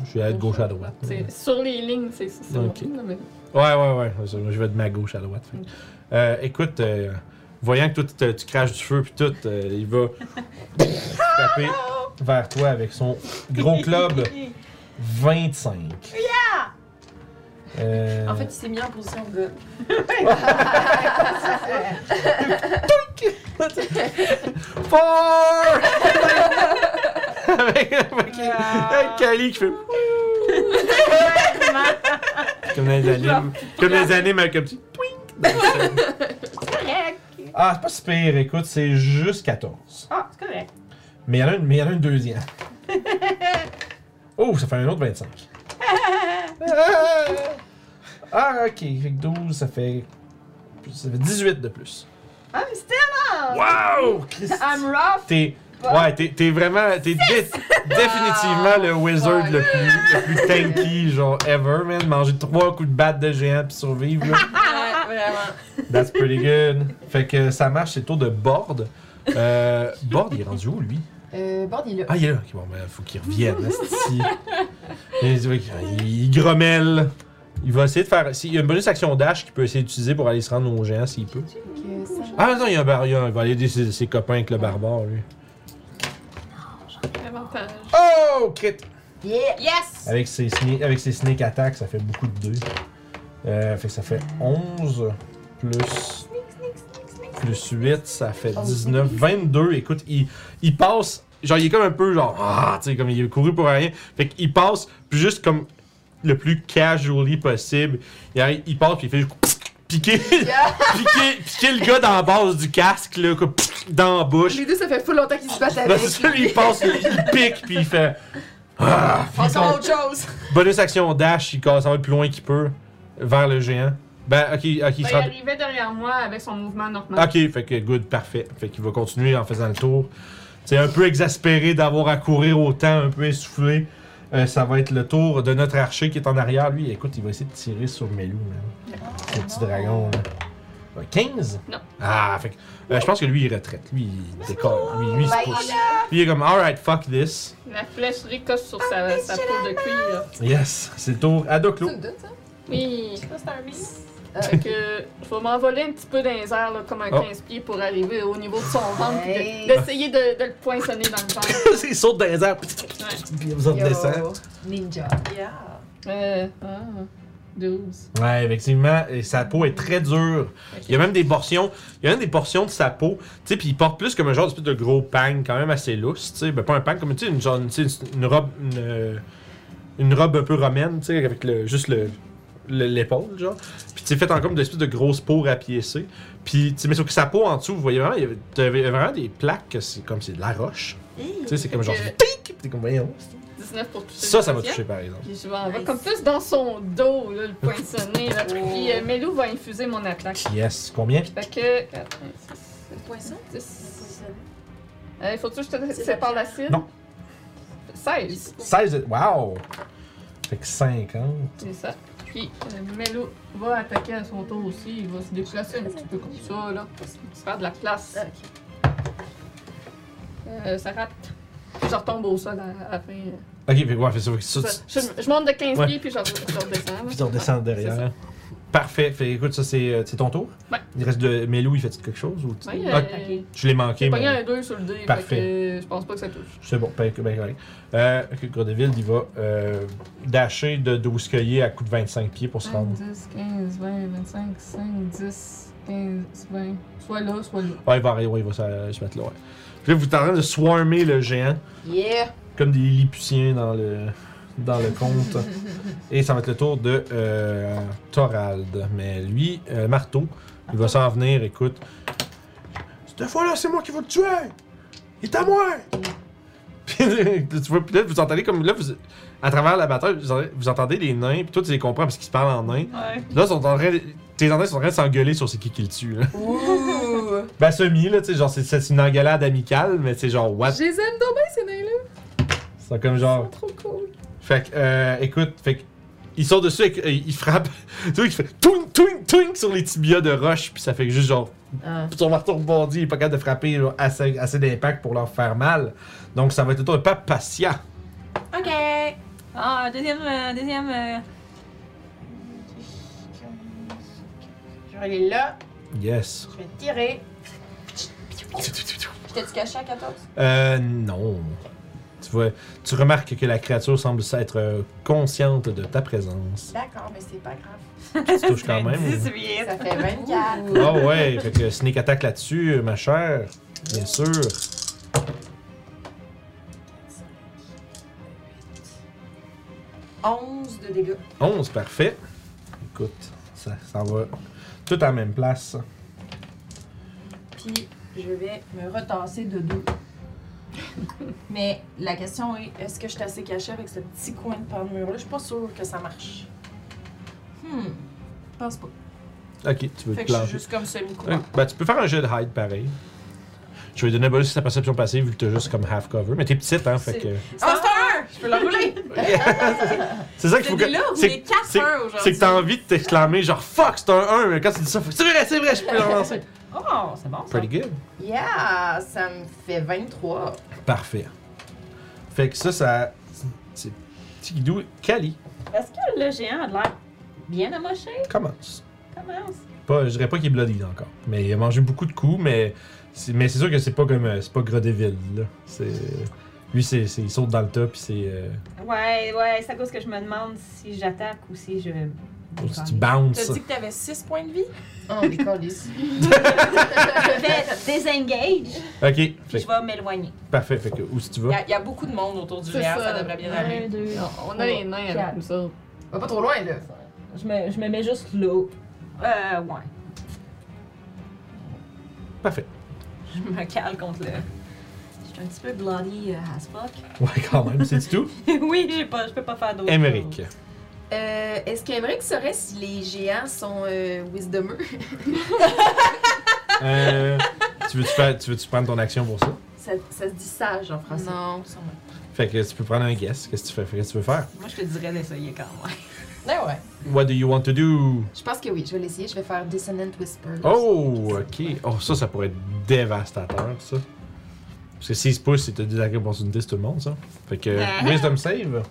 Speaker 1: Je vais aller de gauche à droite.
Speaker 2: Sur les lignes, c'est c'est
Speaker 1: Ok.
Speaker 2: bon, là, mais-
Speaker 1: Ouais, ouais, ouais. c'est ça. Moi, Je vais de ma gauche à droite. fait que- Euh, écoute, euh, voyant que toi, tu te- tu craches du feu puis tout, euh, il va taper vers toi avec son gros club 25. Euh,
Speaker 4: En fait, il s'est mis en position de gun.
Speaker 1: (laughs) four! (laughs) avec, avec- avec Kali qui fait. comme dans les animes. Comme dans les animes avec un petit twink. Ah, c'est pas si pire, écoute, c'est juste 14.
Speaker 4: Ah, c'est correct.
Speaker 1: Mais il y en a une, mais il y en a une
Speaker 4: (laughs)
Speaker 1: deuxième. oh, ça fait un autre 25.
Speaker 4: (laughs)
Speaker 1: ah, ok. Fait que 12, ça fait. Ça fait 18 de plus.
Speaker 4: Ah, mais c'était
Speaker 1: Wow! Christ.
Speaker 4: (laughs) I'm rough!
Speaker 1: T'es. Ouais, t'es, t'es vraiment. T'es dé- définitivement le wizard le plus, le plus tanky, genre, ever, man. Manger trois coups de batte de géant puis survivre, là.
Speaker 4: Ouais, vraiment.
Speaker 1: That's pretty good. Fait que ça marche, c'est le tour de Bord. Euh, Bord, il est rendu où, lui?
Speaker 3: Euh, Bord, il est là.
Speaker 1: Ah, il est là. Ok, bon, ben, faut qu'il (laughs) revienne, esti. Il- Il, il grommelle. Il va essayer de faire. s'il y a une bonus action dash qu'il peut essayer d'utiliser pour aller se rendre aux géants s'il peut.
Speaker 3: Que ça-
Speaker 1: Ah non, il y a un bar- il y a un- Il va aller aider ses, ses copains avec le barbare, lui.
Speaker 2: Avantage.
Speaker 1: Oh, crit!
Speaker 3: Yeah!
Speaker 6: Yes!
Speaker 1: Avec ses, sneak, avec ses sneak attacks, ça fait beaucoup de 2. fait que ça fait 11 plus. Plus 8, ça fait 19, 22. Écoute, il, il passe. Genre, il est comme un peu genre. Ah, tu sais, comme il est couru pour rien. Fait qu'il passe, puis juste comme le plus casually possible. Il, arrive, il passe, puis il fait piquer, (laughs) piquer, piquer le gars dans la base du casque, là, comme, dans la bouche.
Speaker 3: Les deux, ça fait full longtemps qu'ils se battent
Speaker 1: Là,
Speaker 3: avec.
Speaker 1: Bah, c'est ça, lui, il passe, il pique, puis il fait. Ah, puis
Speaker 3: Passons à
Speaker 1: son-
Speaker 3: autre chose!
Speaker 1: Bonus action dash, il casse ça va le plus loin qu'il peut vers le géant. Ben, ok, ok, il
Speaker 2: Ben,
Speaker 1: se
Speaker 2: il
Speaker 1: rend-
Speaker 2: arrivait derrière moi avec son mouvement normal.
Speaker 1: Ok, fait que good, parfait. Fait qu'il va continuer en faisant le tour. C'est un peu exaspéré d'avoir à courir autant, un peu essoufflé. Euh, ça va être le tour de notre archer qui est en arrière. Lui, écoute, il va essayer de tirer sur Melou, man. Ce petit dragon, là. Ouais, 15?
Speaker 2: Non.
Speaker 1: Ah, fait que. euh, je pense que lui, il retraite. Lui, il décolle. Lui, lui, il
Speaker 3: Ben,
Speaker 1: se pousse. Lui, il est comme, alright, fuck this.
Speaker 2: La flèche ricoche sur
Speaker 3: Ah,
Speaker 2: sa, sa peau de cuir.
Speaker 1: Yes, c'est le tour à dos
Speaker 3: Tu
Speaker 1: clos.
Speaker 3: me donnes ça?
Speaker 2: Oui.
Speaker 6: Ça, c'est un mille.
Speaker 2: Fait Euh, que je vais m'envoler un petit peu dans les airs, là, comme un
Speaker 1: Oh.
Speaker 2: 15 pieds, pour arriver au niveau de son ventre, puis de-
Speaker 3: Hey.
Speaker 2: d'essayer de, de le poinçonner dans le ventre.
Speaker 1: (laughs) Il saute dans les airs, puis vous en
Speaker 3: Yo,
Speaker 1: descend.
Speaker 3: Ninja.
Speaker 4: Yeah.
Speaker 2: Euh, ah, 12.
Speaker 1: Ouais, effectivement, et sa peau est très dure. Il y a même des portions, il y a même des portions de sa peau, tu sais, puis il porte plus comme un genre d'espèce de gros pang quand même assez lousse, tu sais, ben pas un pang comme tu sais une genre tu sais, une robe une, euh, une robe un peu romaine, tu sais avec le juste le le- l'épaule genre. Puis tu sais fait en comme une espèce de grosse peau rapiécée. Puis tu sais mais sauf que sa peau en dessous, vous voyez vraiment il y avait t'avais vraiment des plaques que c'est comme c'est de la roche. Tu sais c'est comme genre
Speaker 2: Ok.
Speaker 1: tic, puis t'es comme voyons.
Speaker 2: 19 pour toucher.
Speaker 1: Ça ça m'a
Speaker 2: deuxième.
Speaker 1: touché par exemple.
Speaker 2: Puis je vais en
Speaker 4: Nice.
Speaker 2: comme plus dans son dos, là, le poinçonner. Là. Puis euh, Melou va infuser mon attaque.
Speaker 1: Yes, combien
Speaker 2: Fait que. 4, 5, 6,
Speaker 6: Poisson?
Speaker 2: 10. Euh, Faut-tu que je te sépare l'acide?
Speaker 1: Non.
Speaker 2: 16.
Speaker 1: 16 wow. Fait que 50.
Speaker 2: C'est ça. Puis euh, Melo va attaquer à son tour aussi. Il va se déplacer un petit peu comme ça, là, pour se faire de la place. Euh, ça rate. Puis je retombe au sol à- à la fin. euh.
Speaker 1: Ok, fait que ouais, fait ça, fait que ça,
Speaker 2: Ça,
Speaker 1: tu-
Speaker 2: Je, je monte de 15
Speaker 1: Ouais.
Speaker 2: pieds, puis je, re- je redescends. là.
Speaker 1: puis tu redescends
Speaker 2: C'est
Speaker 1: derrière.
Speaker 2: ça.
Speaker 1: Parfait. Fait écoute, ça c'est euh, c'est ton tour.
Speaker 2: Ouais.
Speaker 1: Il reste de Melou, il fait quelque chose ou tu-
Speaker 2: Oui,
Speaker 1: Ah,
Speaker 2: euh,
Speaker 1: je l'ai
Speaker 2: J'ai
Speaker 1: manqué,
Speaker 2: pogné
Speaker 1: mais
Speaker 2: un 2 sur le dé, fait
Speaker 1: Parfait.
Speaker 2: que euh, je pense pas que ça touche.
Speaker 1: c'est bon. Ben, ben, correct. Euh, ok, Grodeville, il va euh, dasher de 12 cueillés à coup de 25 pieds pour se rendre.
Speaker 2: 10, 15, 20, 25, 5, 10, 15, 20. Soit là, soit là.
Speaker 1: Ouais, il va arriver, ouais, il va se, se mettre là. Ouais. Puis là, vous êtes en train de swarmer le géant
Speaker 3: Yeah.
Speaker 1: comme des Lilliputiens dans le dans le conte. Et ça va être le tour de euh, Thorald. Mais lui, euh, Marteau, il va s'en venir, écoute. Cette fois-là, c'est moi qui vais le tuer! Il est à moi! (laughs) Puis tu vois, puis là, vous entendez comme là, vous, à travers la bataille, vous entendez, vous entendez les nains, puis toi, tu les comprends parce qu'ils se parlent en nain. Là, ils sont en train de- tes nains sont en train de s'engueuler sur c'est qui qui le tue. Là.
Speaker 3: Ouh.
Speaker 1: Ben, semi, là, tu sais, genre, c'est- c'est une engueulade amicale, mais c'est genre, what?
Speaker 2: Je les aime donc bien, ces nains-là.
Speaker 1: C'est comme genre.
Speaker 2: Trop cool.
Speaker 1: Fait que, euh, écoute, fait que, il sort dessus et euh, il frappe. (laughs) tu vois, il fait twing, twing, twing sur les tibias de roche, puis ça fait que juste genre.
Speaker 3: Ah.
Speaker 1: Son marteau rebondit, il est pas capable de frapper genre, assez, assez d'impact pour leur faire mal. Donc ça va être le tour de Pape Patia.
Speaker 5: Ok. Ah, un deuxième. euh, deuxième. euh,
Speaker 6: Je vais aller là,
Speaker 1: Yes.
Speaker 6: je vais tirer.
Speaker 4: Je t'ai-tu caché à 14?
Speaker 1: Euh, non. Tu vois, tu remarques que la créature semble être euh, consciente de ta
Speaker 4: (laughs)
Speaker 1: présence.
Speaker 6: D'accord, mais c'est pas grave.
Speaker 1: Tu touches quand même.
Speaker 5: 18.
Speaker 6: Ça
Speaker 3: (laughs)
Speaker 6: fait 24.
Speaker 1: Ah ouais, fait que sneak attack là-dessus, ma chère. Bien sûr.
Speaker 4: Onze de dégâts.
Speaker 1: 11, parfait. Écoute, ça, ça va tout à la même place.
Speaker 6: Puis je vais me retasser de deux. Mais la question est, est-ce que je suis assez cachée avec ce petit coin de pan de mur-là? Je suis pas sûre que ça marche. Hmm. Je pense pas.
Speaker 1: Ok, tu veux
Speaker 6: Fait
Speaker 1: te
Speaker 6: que je suis
Speaker 1: planter.
Speaker 6: juste comme semi-couvert.
Speaker 1: Ouais, Ben, tu peux faire un jet de hide pareil. Je vais lui donner un bonus sur sa perception passive vu que t'as juste comme half cover. Mais t'es petite, hein, fait
Speaker 4: C'est-
Speaker 1: que.
Speaker 4: Ah, c'est un! Je peux le rouler!
Speaker 1: C'est ça qu'il faut
Speaker 4: C'est
Speaker 1: que.
Speaker 4: là où
Speaker 1: c'est-
Speaker 4: les 4
Speaker 1: c'est-
Speaker 4: 1
Speaker 1: C'est
Speaker 4: aujourd'hui.
Speaker 1: que t'as envie de t'exclamer genre fuck, c'est un 1, mais quand tu dis ça, faut- c'est vrai, c'est vrai, je peux le relancer.
Speaker 5: Oh, c'est bon. Ça.
Speaker 1: Pretty good.
Speaker 3: Yeah. Ça me fait 23.
Speaker 1: Parfait. Fait que ça, ça. C'est. Tigidou, Kali,
Speaker 5: Est-ce que le géant a de l'air bien amoché?
Speaker 1: commence.
Speaker 5: Commence.
Speaker 1: Pas, je dirais pas qu'il est bloody encore. Mais il a mangé beaucoup de coups, mais c'est, mais c'est sûr que c'est pas comme euh, c'est pas Grodeville là. C'est lui c'est, c'est- il saute dans le tas puis c'est euh,
Speaker 5: Ouais, ouais, c'est à cause que je me demande si j'attaque ou si je.
Speaker 1: si tu
Speaker 4: T'as
Speaker 1: bounce.
Speaker 4: dit que t'avais 6 points de vie?
Speaker 3: Oh, les colis. ici.
Speaker 5: Je vais désengage,
Speaker 1: OK,
Speaker 5: puis
Speaker 1: fait,
Speaker 5: je vais m'éloigner.
Speaker 1: parfait, fait que où si tu
Speaker 4: Il y,
Speaker 1: vas
Speaker 4: a- il y a beaucoup de monde autour du
Speaker 2: C'est
Speaker 4: géant, ça.
Speaker 2: ça.
Speaker 4: devrait bien aller.
Speaker 2: Non, on a les nains
Speaker 5: Quatre.
Speaker 2: avec nous ça.
Speaker 3: Va pas trop loin, là.
Speaker 5: Je me, je me mets juste là. Euh, ouais.
Speaker 1: Parfait.
Speaker 5: Je me cale contre le. Je suis un petit peu bloody euh, as fuck. (laughs)
Speaker 1: Ouais, quand même, c'est tout.
Speaker 5: oui, j'ai pas, je peux pas faire d'autres.
Speaker 1: Émeric.
Speaker 3: Euh, Est-ce qu'Emeric saurait si les géants sont euh, wisdomeux?
Speaker 1: Euh, tu veux tu faire tu veux tu prendre ton action pour ça
Speaker 3: Ça, ça se dit sage en français. Non.
Speaker 1: Fait que tu peux prendre un guess, qu'est-ce que tu fais Fait que Qu'est-ce que tu veux faire
Speaker 5: Moi, je te dirais d'essayer quand même.
Speaker 4: Ben ouais.
Speaker 1: What do you want to do
Speaker 3: (laughs) Je pense que oui, je vais l'essayer. Je vais faire Dissonant Whisper.
Speaker 1: Oh, OK. Oh, ça ça pourrait être dévastateur ça. Parce que s'il se pousse, c'est des attaques
Speaker 3: Ah.
Speaker 1: d'opportunité, c'est tout le monde, ça. Fait que, Wisdom Save.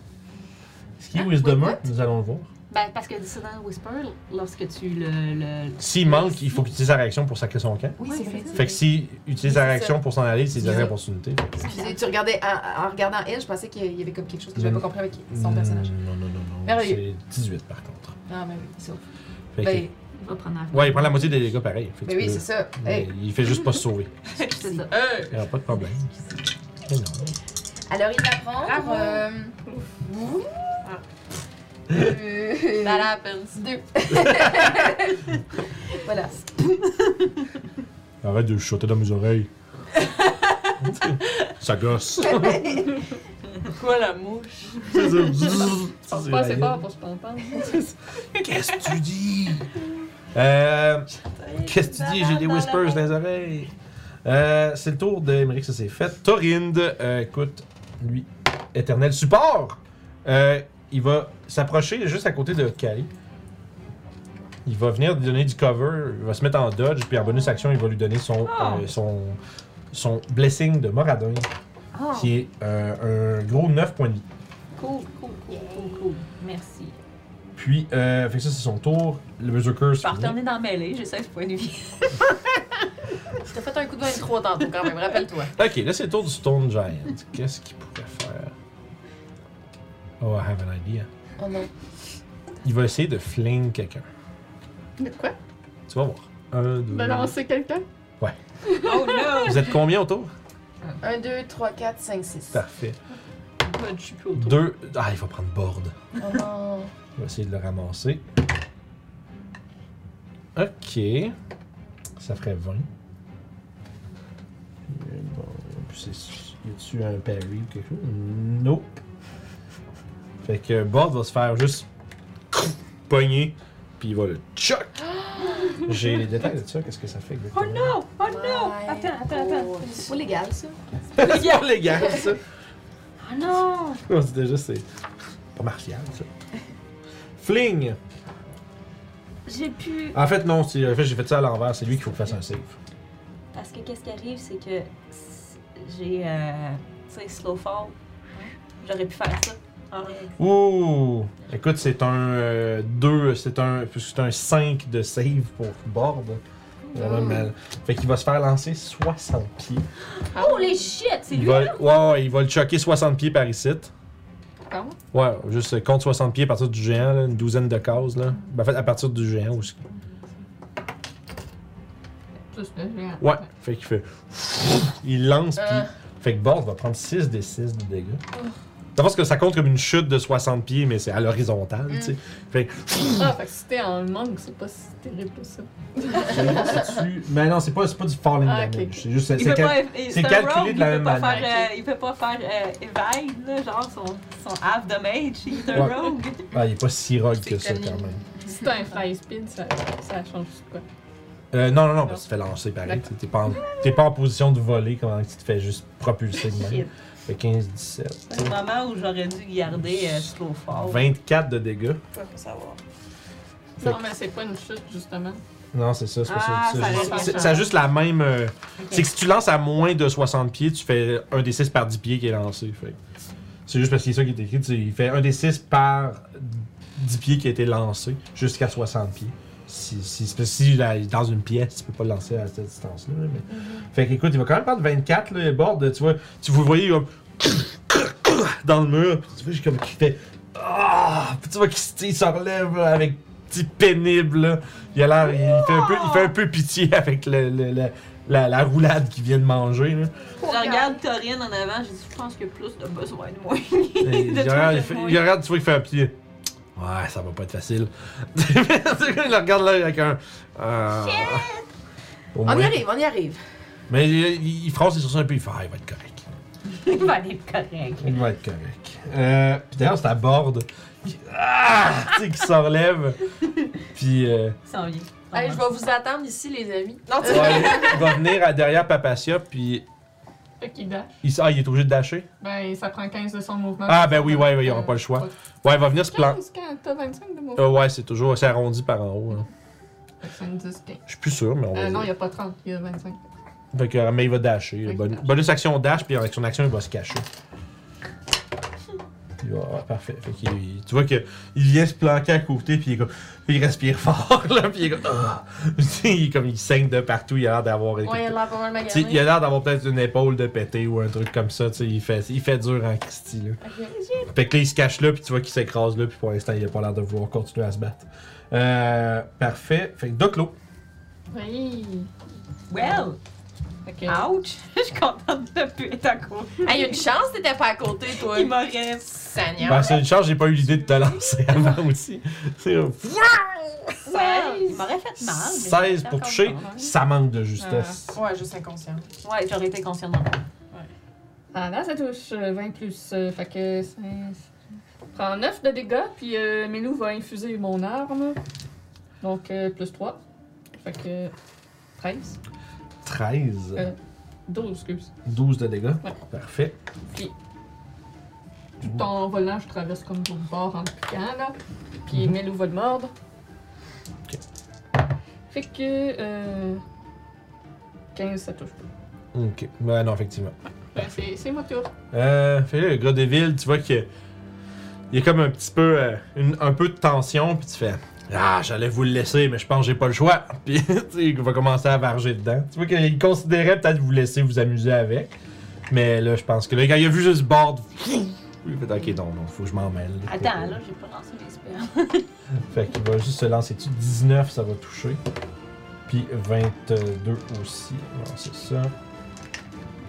Speaker 1: Est-ce qu'il est Wisdomer? Nous allons le voir.
Speaker 5: Ben, parce que Dissonant Whisper, lorsque tu le. le-
Speaker 1: S'il manque, il faut qu'il utilise sa réaction pour sacrer son camp.
Speaker 3: Oui,
Speaker 5: Ouais,
Speaker 3: c'est
Speaker 5: c'est
Speaker 3: vrai.
Speaker 5: ça.
Speaker 1: Fait que s'il utilise sa réaction pour s'en aller, c'est une dernière opportunité.
Speaker 3: Excusez, tu regardais en, en regardant elle, je pensais qu'il y avait comme quelque chose que j'avais
Speaker 1: Mm.
Speaker 3: pas compris avec son personnage.
Speaker 1: Hmm, Non, non, non, non.
Speaker 3: Merveilleux.
Speaker 1: C'est 18 par contre.
Speaker 3: Ah, mais oui, sauf.
Speaker 1: Fait que-
Speaker 3: Ben,
Speaker 5: Il va prendre un-
Speaker 1: Ouais, il prend la moitié des dégâts pareil. Fait que
Speaker 3: ben
Speaker 1: tu
Speaker 3: oui,
Speaker 1: peux-
Speaker 3: c'est ça.
Speaker 1: mais
Speaker 3: Hey,
Speaker 1: Il fait juste pas se sauver.
Speaker 5: C'est ça.
Speaker 1: Il n'y a pas de
Speaker 3: (laughs)
Speaker 1: problème. Mais non.
Speaker 3: Alors, il va prendre.
Speaker 4: Bravo.
Speaker 3: Euh... Ouh. Euh,
Speaker 4: That happens.
Speaker 3: Deux. voilà.
Speaker 1: Arrête de chuter dans mes
Speaker 2: (laughs)
Speaker 1: oreilles. ça gosse.
Speaker 4: Quoi la mouche?
Speaker 2: C'est pas assez fort pour se comprendre.
Speaker 1: Qu'est-ce que tu dis? Euh, Qu'est-ce que tu dis? J'ai des whispers dans les oreilles. Euh, c'est le tour d'Emeric, ça c'est fait. Torinde, euh, écoute, lui, éternel support! Euh, il va s'approcher juste à côté de Kali. Il va venir lui donner du cover, il va se mettre en dodge, puis en bonus action, il va lui donner son, euh, son, son blessing de Moradin,
Speaker 5: Oh,
Speaker 1: qui est euh, un gros 9 points de vie.
Speaker 5: cool, cool, cool, cool, cool. Merci.
Speaker 1: Puis, euh, fait que ça c'est son tour. Le Berserker,
Speaker 5: Je vais retourner dans mêlée, j'ai 16 points de vie.
Speaker 4: Je t'ai fait un coup de 23 tantôt quand même, rappelle-toi.
Speaker 1: Ok, là c'est le tour du Stone Giant. Qu'est-ce qu'il pourrait faire? Oh, I have an idea.
Speaker 3: Oh non.
Speaker 1: Il va essayer de fling quelqu'un.
Speaker 2: De quoi?
Speaker 1: Tu vas voir. Un, deux.
Speaker 2: Balancer quelqu'un?
Speaker 5: Oh no!
Speaker 1: Vous êtes combien au tour?
Speaker 3: 1, 2, 3, 4, 5, 6.
Speaker 1: Parfait.
Speaker 2: Pas de chupé autour.
Speaker 1: Deux. Ah, il va prendre board.
Speaker 3: Oh non.
Speaker 1: Il va essayer de le ramasser. Ok. Ça ferait 20. Euh, Bon, puis c'est- y a-tu un parry ou quelque chose? Nope. Fait que Bord va se faire juste pogner, puis il va le
Speaker 3: (gasps)
Speaker 1: chuck. J'ai les détails de ça, qu'est-ce que ça fait exactement?
Speaker 5: no! Oh no!
Speaker 3: Ouais.
Speaker 5: Attends, attends, attends.
Speaker 3: Oh, C'est pas légal, ça.
Speaker 1: (laughs) C'est pas légal, ça!
Speaker 5: Oh non!
Speaker 1: On se dit juste, c'est pas martial, ça. Fling!
Speaker 5: J'ai pu.
Speaker 1: En fait, non, c'est- en fait, j'ai fait ça à l'envers, c'est lui qu'il faut que fasse un save.
Speaker 5: Parce que qu'est-ce qui arrive, c'est que s- j'ai. euh, tu sais, slow fall. J'aurais pu faire ça. Ah. en règle.
Speaker 1: Ouh! Écoute, c'est un 2, c'est un, c'est un 5 de save pour Bord. Vraiment mal. Fait qu'il va se faire lancer 60 pieds.
Speaker 5: Holy shit! C'est
Speaker 1: Il
Speaker 5: lui!
Speaker 1: va, ouais, ouais, il va le choquer 60 pieds par ici.
Speaker 2: Comment?
Speaker 1: Ouais, juste euh, compte 60 pieds à partir du géant, là, une douzaine de cases. Là. Ben, en fait, à partir du géant aussi.
Speaker 2: Plus le géant.
Speaker 1: Ouais, fait qu'il fait. Il lance, puis.
Speaker 3: Euh.
Speaker 1: Fait que Bord va prendre 6 des 6 de dégâts. Parce que ça compte comme une chute de 60 pieds, mais c'est à l'horizontale, tu sais. Fait que.
Speaker 2: Ah, fait que si t'es en manque, c'est pas si terrible que ça.
Speaker 1: c'est-tu- Mais non, c'est pas, c'est pas du falling
Speaker 2: Ah,
Speaker 1: damage.
Speaker 2: ok, ok.
Speaker 1: C'est juste. C'est
Speaker 5: Il peut
Speaker 1: cal-
Speaker 5: pas, c'est
Speaker 1: c'est
Speaker 5: un
Speaker 1: calculé
Speaker 5: rogue,
Speaker 1: de la
Speaker 5: il
Speaker 1: même
Speaker 5: peut pas
Speaker 1: manière.
Speaker 5: faire, euh, il peut pas faire euh, evade, là, genre son, son half damage, il est un
Speaker 1: Ouais.
Speaker 5: rogue.
Speaker 1: Ah, il est pas si rogue que ça,
Speaker 4: connu.
Speaker 1: quand même.
Speaker 2: Si t'as un fly spin, ça, ça change quoi?
Speaker 1: Euh, non, non, non, parce que tu te fais lancer pareil. T'es- T'es pas, en- t'es pas en position de voler quand tu te fais juste propulser de même.
Speaker 5: Shit.
Speaker 1: Fait 15, 17,
Speaker 5: C'est le moment où j'aurais dû garder euh, slow fall.
Speaker 1: 24 de dégâts. Fait
Speaker 2: Non,
Speaker 1: que-
Speaker 2: mais c'est pas une chute, justement.
Speaker 1: Non, c'est ça, c'est pas
Speaker 5: Ah,
Speaker 1: ça.
Speaker 5: ça
Speaker 1: C'est juste-
Speaker 2: reste bien
Speaker 1: c'est-
Speaker 5: cher.
Speaker 1: ça a juste la même. euh, C'est que si tu lances à moins de 60 pieds, tu fais un des 6 par 10 pieds qui est lancé. fait que C'est juste parce que c'est ça qui est écrit. tu- Il fait un des 6 par 10 pieds qui a été lancé jusqu'à 60 pieds. Si, si, c'est parce que si la- dans une pièce, tu peux pas le lancer à cette distance-là. là, mais-
Speaker 5: Mhm.
Speaker 1: Fait que écoute, il va quand même prendre 24, là, bord de, tu vois, tu vous voyez comme (coughs) dans le mur, puis tu vois, j'ai comme qui fait ah, puis tu vois qu'il se- il se relève là, avec petit pénible. là. Il a l'air, il fait un peu, il fait
Speaker 3: Ah!
Speaker 1: un peu pitié (laughs) avec le, le- le- la, la roulade qu'il vient de manger.
Speaker 3: (laughs)
Speaker 1: Là.
Speaker 5: Je regarde Torin en avant, j'ai dit, je pense que plus de besoin de moi. (laughs)
Speaker 1: Et
Speaker 5: de
Speaker 1: il,
Speaker 5: toi
Speaker 1: regarde,
Speaker 5: que
Speaker 1: il
Speaker 5: de
Speaker 1: fait-
Speaker 5: moi.
Speaker 1: il regarde, tu vois qu'il fait un petit. Ouais, ça va pas être facile. (laughs) il le regarde là avec un. ah. Au
Speaker 3: On y
Speaker 1: moins.
Speaker 3: arrive, on y arrive.
Speaker 1: Mais il, il fronce les sourcils un peu, il fait Ah, il va être correct.
Speaker 5: Il va aller correct.
Speaker 1: Il va être correct. Euh, puis d'ailleurs, c'est à borde. qui- Ah! Tu sais, qui s'en
Speaker 3: (laughs)
Speaker 1: relève. Puis. euh,
Speaker 5: Il s'en vient.
Speaker 4: Hey, je vais vous attendre ici, les amis. Non,
Speaker 1: il, va aller- il va venir à derrière Papacia, puis.
Speaker 2: Fait qu'il dash.
Speaker 1: Il, s- ah, il est obligé de dasher?
Speaker 2: Ben, ça prend 15 de son mouvement.
Speaker 1: Ah, ben oui, ouais, ouais, il aura pas le choix. Ouais, il va venir se planter.
Speaker 2: 15 quand t'as 25 de mouvement.
Speaker 1: Euh, ouais, c'est toujours. C'est arrondi par en haut. hein.
Speaker 2: Fait que c'est une 10, 15.
Speaker 1: Je suis plus sûr, mais on va.
Speaker 2: Euh, non, il
Speaker 1: voir.
Speaker 2: n'y a pas 30, il y a 25.
Speaker 1: Fait que, euh, mais il va dasher.
Speaker 2: Fait qu'il
Speaker 1: Bon-
Speaker 2: dash.
Speaker 1: bonus action dash, puis avec son action, il va se cacher. Il puis ah, parfait. Fait qu'il- tu vois qu'il vient se planquer à côté, puis il, est comme, il respire (laughs) fort, là, puis il est comme, ah! (laughs) il, est comme, il saigne de partout, il a l'air d'avoir.
Speaker 6: Ouais, il a l'air pas mal
Speaker 1: Tu sais, il
Speaker 6: magané.
Speaker 1: a l'air d'avoir peut-être une épaule de pété ou un truc comme ça, tu sais, il fait, il fait dur en Christie, là.
Speaker 6: Ok.
Speaker 1: Fait que là, il se cache là, puis tu vois qu'il s'écrase là, puis pour l'instant, il a pas l'air de vouloir continuer à se battre. Euh, parfait. Fait que Doclo.
Speaker 2: Oui. Ah.
Speaker 5: Well,
Speaker 2: Ok.
Speaker 5: ouch! (laughs) Je suis contente de plus être à côté.
Speaker 4: Hey, y a une chance, t'étais pas à côté, toi.
Speaker 5: Il m'en reste.
Speaker 4: Seigneur.
Speaker 1: Ben, c'est une charge, j'ai pas eu l'idée de te lancer (laughs) avant aussi. C'est
Speaker 5: Well, il m'aurait fait mal. mais
Speaker 1: 16 pour
Speaker 5: encore
Speaker 1: toucher,
Speaker 5: bon.
Speaker 1: ça manque de justesse.
Speaker 4: Euh,
Speaker 6: Ouais,
Speaker 1: (laughs)
Speaker 6: juste inconscient.
Speaker 5: Ouais, j'aurais été consciente.
Speaker 2: Ah là, ça touche euh, 20 plus. euh, fait que. c'est- Prends 9 de dégâts, puis euh, Melou va infuser mon arme. Donc, euh, plus 3. Fait que. 13.
Speaker 1: 13.
Speaker 2: Euh. 12, excuse.
Speaker 1: 12 de dégâts.
Speaker 2: Ouais.
Speaker 1: Parfait.
Speaker 2: Puis. Tout en volant, je traverse comme pour le bord en piquant, là. Puis Melou va le mordre.
Speaker 1: Mhm. Ok.
Speaker 2: Fait que. euh, 15, ça touche pas.
Speaker 1: Ok. Ouais, non, effectivement.
Speaker 2: Ben, c'est c'est ma tour.
Speaker 1: Euh, fait que là, le gars de ville, tu vois qu'il y a comme un petit peu, euh, une- un peu de tension, puis tu fais Ah, j'allais vous le laisser, mais je pense que j'ai pas le choix. (laughs) Puis tu sais, il va commencer à varger dedans. Tu vois qu'il considérait peut-être vous laisser vous amuser avec. Mais là, je pense que là, quand il a vu juste Bord, il fait Ok, non, non, faut que je m'en mêle.
Speaker 5: Attends, là, j'ai pas lancé mes spells.
Speaker 1: Fait qu'il va juste se lancer dessus. 19, ça va toucher. Puis 22 aussi. Non, c'est ça.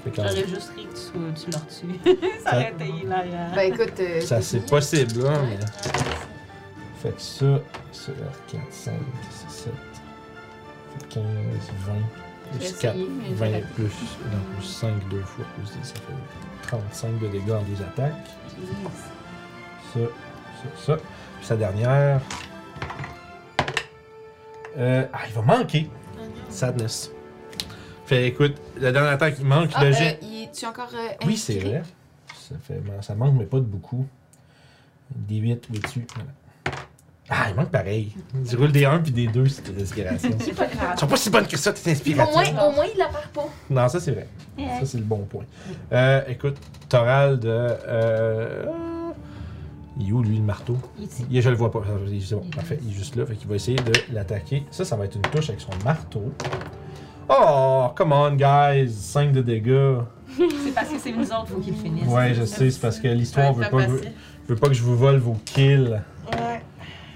Speaker 1: Fait que
Speaker 5: J'aurais juste ri que tu, tu leur (laughs) tues. ça aurait été hilarant.
Speaker 3: Ben écoute, euh,
Speaker 1: ça, c'est possible, hein, mais.
Speaker 4: Ouais.
Speaker 1: Fait que ça, c'est 4, 5, 6, 7, 15, 20,
Speaker 2: J'ai
Speaker 1: plus
Speaker 2: essayé,
Speaker 1: 4,
Speaker 2: mais j'ai
Speaker 1: 20,
Speaker 2: raté.
Speaker 1: plus, non, plus 5, deux fois plus 10, ça fait 35 de dégâts en deux attaques. Ça, ça, ça. Puis sa dernière. Euh, ah, il va manquer. Sadness. Fait écoute, la dernière attaque, il manque,
Speaker 3: Ah,
Speaker 1: le
Speaker 3: euh,
Speaker 1: jet.
Speaker 3: il est- tu es encore. euh,
Speaker 1: Oui, c'est
Speaker 3: inscrit?
Speaker 1: vrai. Ça, fait, ben, ça manque, mais pas de beaucoup. Des 8, oui, dessus. Voilà. Ah, il manque pareil. Tu roules des 1 puis des 2 c'est tes (laughs) inspirations.
Speaker 6: C'est pas grave.
Speaker 1: Elles sont pas si bonnes que ça, tes
Speaker 3: Au
Speaker 1: inspirations.
Speaker 3: moins, au moins, il la perd pas.
Speaker 1: Non, ça, c'est vrai. Ça, c'est le bon point. Euh, écoute, Toral de. Euh... Il est où, lui, le marteau
Speaker 5: Ici.
Speaker 1: Il est- Je le vois pas. Ah, Il- C'est bon, parfait. Il est juste là. Fait qu'il va essayer de l'attaquer. Ça, ça va être une touche avec son marteau. Oh, come on, guys. 5 de dégâts.
Speaker 5: C'est parce que c'est nous autres, faut qu'ils le finissent.
Speaker 1: Ouais, je sais, c'est parce que l'histoire veut
Speaker 4: Fais
Speaker 1: pas, veut,
Speaker 4: passer.
Speaker 1: veut pas que je vous vole vos kills.
Speaker 4: Ouais.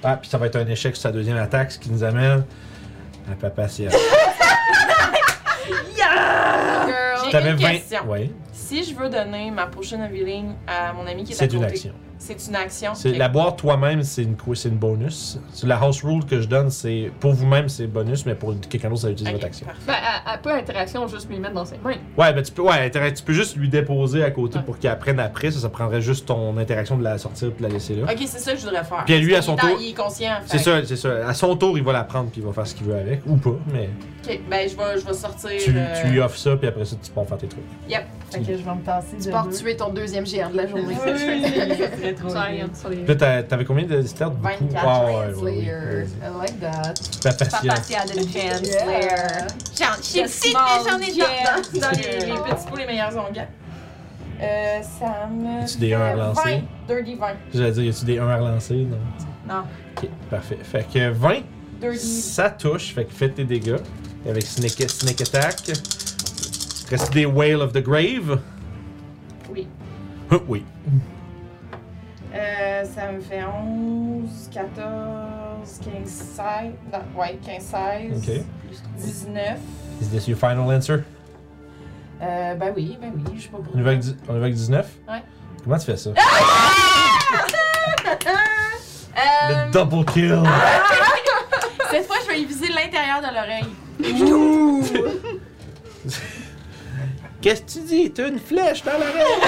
Speaker 1: Ah, puis ça va être un échec sur sa deuxième attaque, ce qui nous amène à Papa Sia.
Speaker 6: Girl,
Speaker 4: J'ai
Speaker 1: T'avais
Speaker 4: une
Speaker 1: 20
Speaker 4: question.
Speaker 1: Ouais,
Speaker 6: si je veux donner ma prochaine healing à mon ami qui est à
Speaker 1: c'est
Speaker 6: côté,
Speaker 1: une action.
Speaker 6: C'est une action.
Speaker 1: C'est
Speaker 6: ok.
Speaker 1: La boire toi-même, c'est une, co- c'est une bonus. C'est La house rule que je donne, c'est pour vous-même, c'est bonus, mais pour quelqu'un d'autre, ça utilise
Speaker 6: Ok,
Speaker 1: votre action.
Speaker 6: parfait.
Speaker 2: Ben, elle, elle peut interaction, juste lui mettre dans ses mains.
Speaker 1: Ouais, ben tu peux, ouais, intera- tu peux juste lui déposer à côté
Speaker 2: Ouais.
Speaker 1: pour qu'il apprenne après. Ça, ça prendrait juste ton interaction de la sortir et de la laisser là.
Speaker 6: Ok, c'est ça que je voudrais faire.
Speaker 1: Puis à lui, à
Speaker 6: Parce
Speaker 1: son
Speaker 6: qu'il est en-
Speaker 1: tour-
Speaker 6: Il est conscient. fait
Speaker 1: C'est ça, c'est ça. À son tour, il va la prendre puis il va faire ce qu'il veut avec, ou pas, mais
Speaker 6: que- Ok, ben je vais, je vais sortir.
Speaker 1: tu,
Speaker 6: euh,
Speaker 1: tu lui offres ça puis après ça, tu pars faire tes trucs.
Speaker 7: Fait que je vais me tasser
Speaker 3: Tu
Speaker 7: de
Speaker 3: pars
Speaker 7: deux.
Speaker 3: tuer ton deuxième GR de la journée.
Speaker 5: Très trop.
Speaker 2: Ça, il y a sur les-
Speaker 1: Puis là, t'as- t'avais combien de stars du coup?
Speaker 3: 24
Speaker 1: Ah, ouais,
Speaker 3: Giant
Speaker 1: ouais, ouais,
Speaker 3: (laughs) Slayer.
Speaker 1: vas-y.
Speaker 3: I like that.
Speaker 1: Papa
Speaker 5: Pas
Speaker 1: Sia.
Speaker 5: passer à de chance.
Speaker 3: Yeah.
Speaker 4: J'en suis
Speaker 5: Le
Speaker 4: petite,
Speaker 5: small
Speaker 4: mais j'en ai
Speaker 5: gel.
Speaker 4: dedans.
Speaker 6: Dans les, les petits pots, les meilleurs onguents. Euh, ça me.
Speaker 1: As-tu des
Speaker 6: fait
Speaker 1: un à lancer?
Speaker 6: 20. Dirty 20.
Speaker 1: J'allais dire, y a-tu des 1 à relancer? Non.
Speaker 6: Non.
Speaker 1: Ok, parfait. Fait que 20,
Speaker 6: Dirty.
Speaker 1: ça touche. Fait que fais tes dégâts. Avec Snake, snake Attack. Reste des Whale of the Grave. (laughs)
Speaker 6: Oui.
Speaker 1: Huh, oui.
Speaker 6: Euh, ça me fait 11, 14, 15, 16. Non, ouais, 15, 16.
Speaker 1: Ok.
Speaker 6: 19.
Speaker 1: Is this your final answer?
Speaker 6: Euh, ben oui, ben oui, je suis pas
Speaker 1: On y va avec, dix- on y va avec 19?
Speaker 6: Ouais.
Speaker 1: Comment tu fais ça?
Speaker 6: Euh,
Speaker 1: Le double kill!
Speaker 6: (laughs) cette fois, je vais y viser l'intérieur de l'oreille.
Speaker 1: Qu'est-ce que tu dis? T'as une flèche dans l'oreille!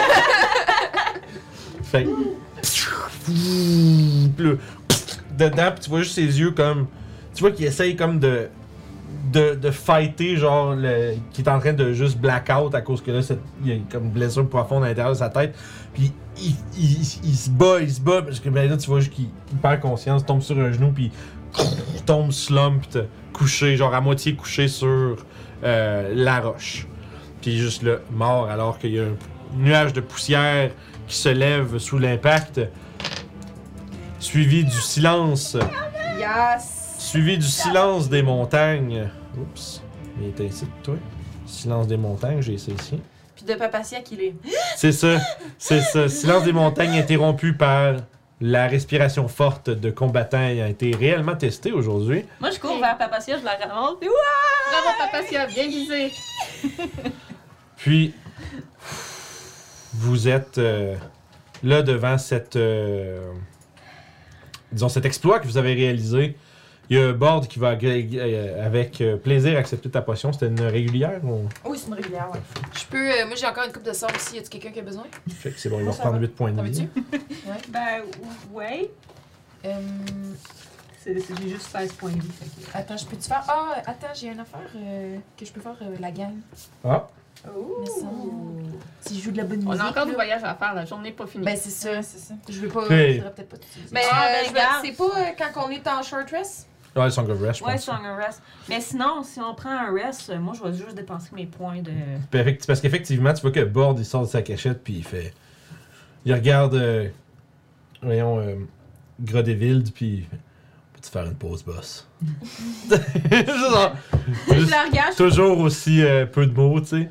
Speaker 1: fait que- Puis là, Dedans, puis tu vois juste ses yeux comme. Tu vois qu'il essaye comme de. De, de fighter, genre, le, qui est en train de juste blackout à cause que là, cette- il y a comme une blessure profonde à l'intérieur de sa tête. Puis il, il- il- il se bat, il se bat, parce que ben là, tu vois juste qu'il il perd conscience, tombe sur un genou, puis (sniffs) il tombe slumped, couché, genre à moitié couché sur euh, la roche puis juste là, mort alors qu'il y a un nuage de poussière qui se lève sous l'impact, suivi du silence,
Speaker 3: Yes!
Speaker 1: suivi du silence des montagnes. Oups, il est ainsi, toi. Silence des montagnes, j'ai essayé ici.
Speaker 4: Puis de Papacia qui est.
Speaker 1: C'est ça, c'est ça. Silence des montagnes interrompu par la respiration forte de combattants ayant été réellement testé aujourd'hui.
Speaker 5: Moi, je cours vers Papacia, je la ramasse. puis ouah!
Speaker 2: Bravo, Papacia, bien visé.
Speaker 1: Puis, vous êtes euh, là devant cette, euh, disons, cet exploit que vous avez réalisé. Il y a Bord qui va agré- euh, avec euh, plaisir accepter ta potion. C'était une régulière. ou-
Speaker 6: Oui, Oh, c'est une rivière, ouais.
Speaker 3: Je peux. euh, moi, j'ai encore une coupe de sang aussi. Y a-tu quelqu'un qui a besoin?
Speaker 1: Fait que C'est bon, il va
Speaker 6: Moi, ça
Speaker 1: reprendre
Speaker 6: va.
Speaker 1: 8 points de
Speaker 3: T'en
Speaker 1: vie.
Speaker 3: veux-tu?
Speaker 5: Ben, ouais.
Speaker 6: Euh,
Speaker 5: C'est- c'est- J'ai juste 16 points de vie. fait que-
Speaker 6: attends, je peux-tu faire. Ah, attends, j'ai une affaire euh, que je peux faire euh, la gang.
Speaker 1: Ah,
Speaker 4: Oh!
Speaker 6: Mais ça, si je joue de la bonne musique.
Speaker 2: On a encore du
Speaker 6: là.
Speaker 2: voyage à faire, la journée n'est pas finie.
Speaker 6: Ben, c'est ça, c'est ça. Je veux pas.
Speaker 1: Ok.
Speaker 6: Je voudrais peut-être pas t'utiliser.
Speaker 4: Mais
Speaker 5: Ah,
Speaker 4: euh,
Speaker 5: ben,
Speaker 4: je me-
Speaker 5: regarde.
Speaker 4: c'est pas euh, quand on est en short rest?
Speaker 1: ouais, Song of Rest, je
Speaker 5: Ouais,
Speaker 1: pense.
Speaker 5: c'est un rest. Mais sinon, si on prend un rest, euh, moi, je vais juste dépenser mes points de.
Speaker 1: Puis Ben, effect- Parce qu'effectivement, tu vois que Bord, il sort de sa cachette, puis il fait. Il regarde, euh, voyons, euh, Grodevild, puis. il fait, Peux-tu faire une pause,
Speaker 4: (laughs)
Speaker 1: boss? Juste en-
Speaker 4: Je
Speaker 1: juste-
Speaker 4: la regarde, je
Speaker 1: toujours aussi euh, peu de mots, tu sais.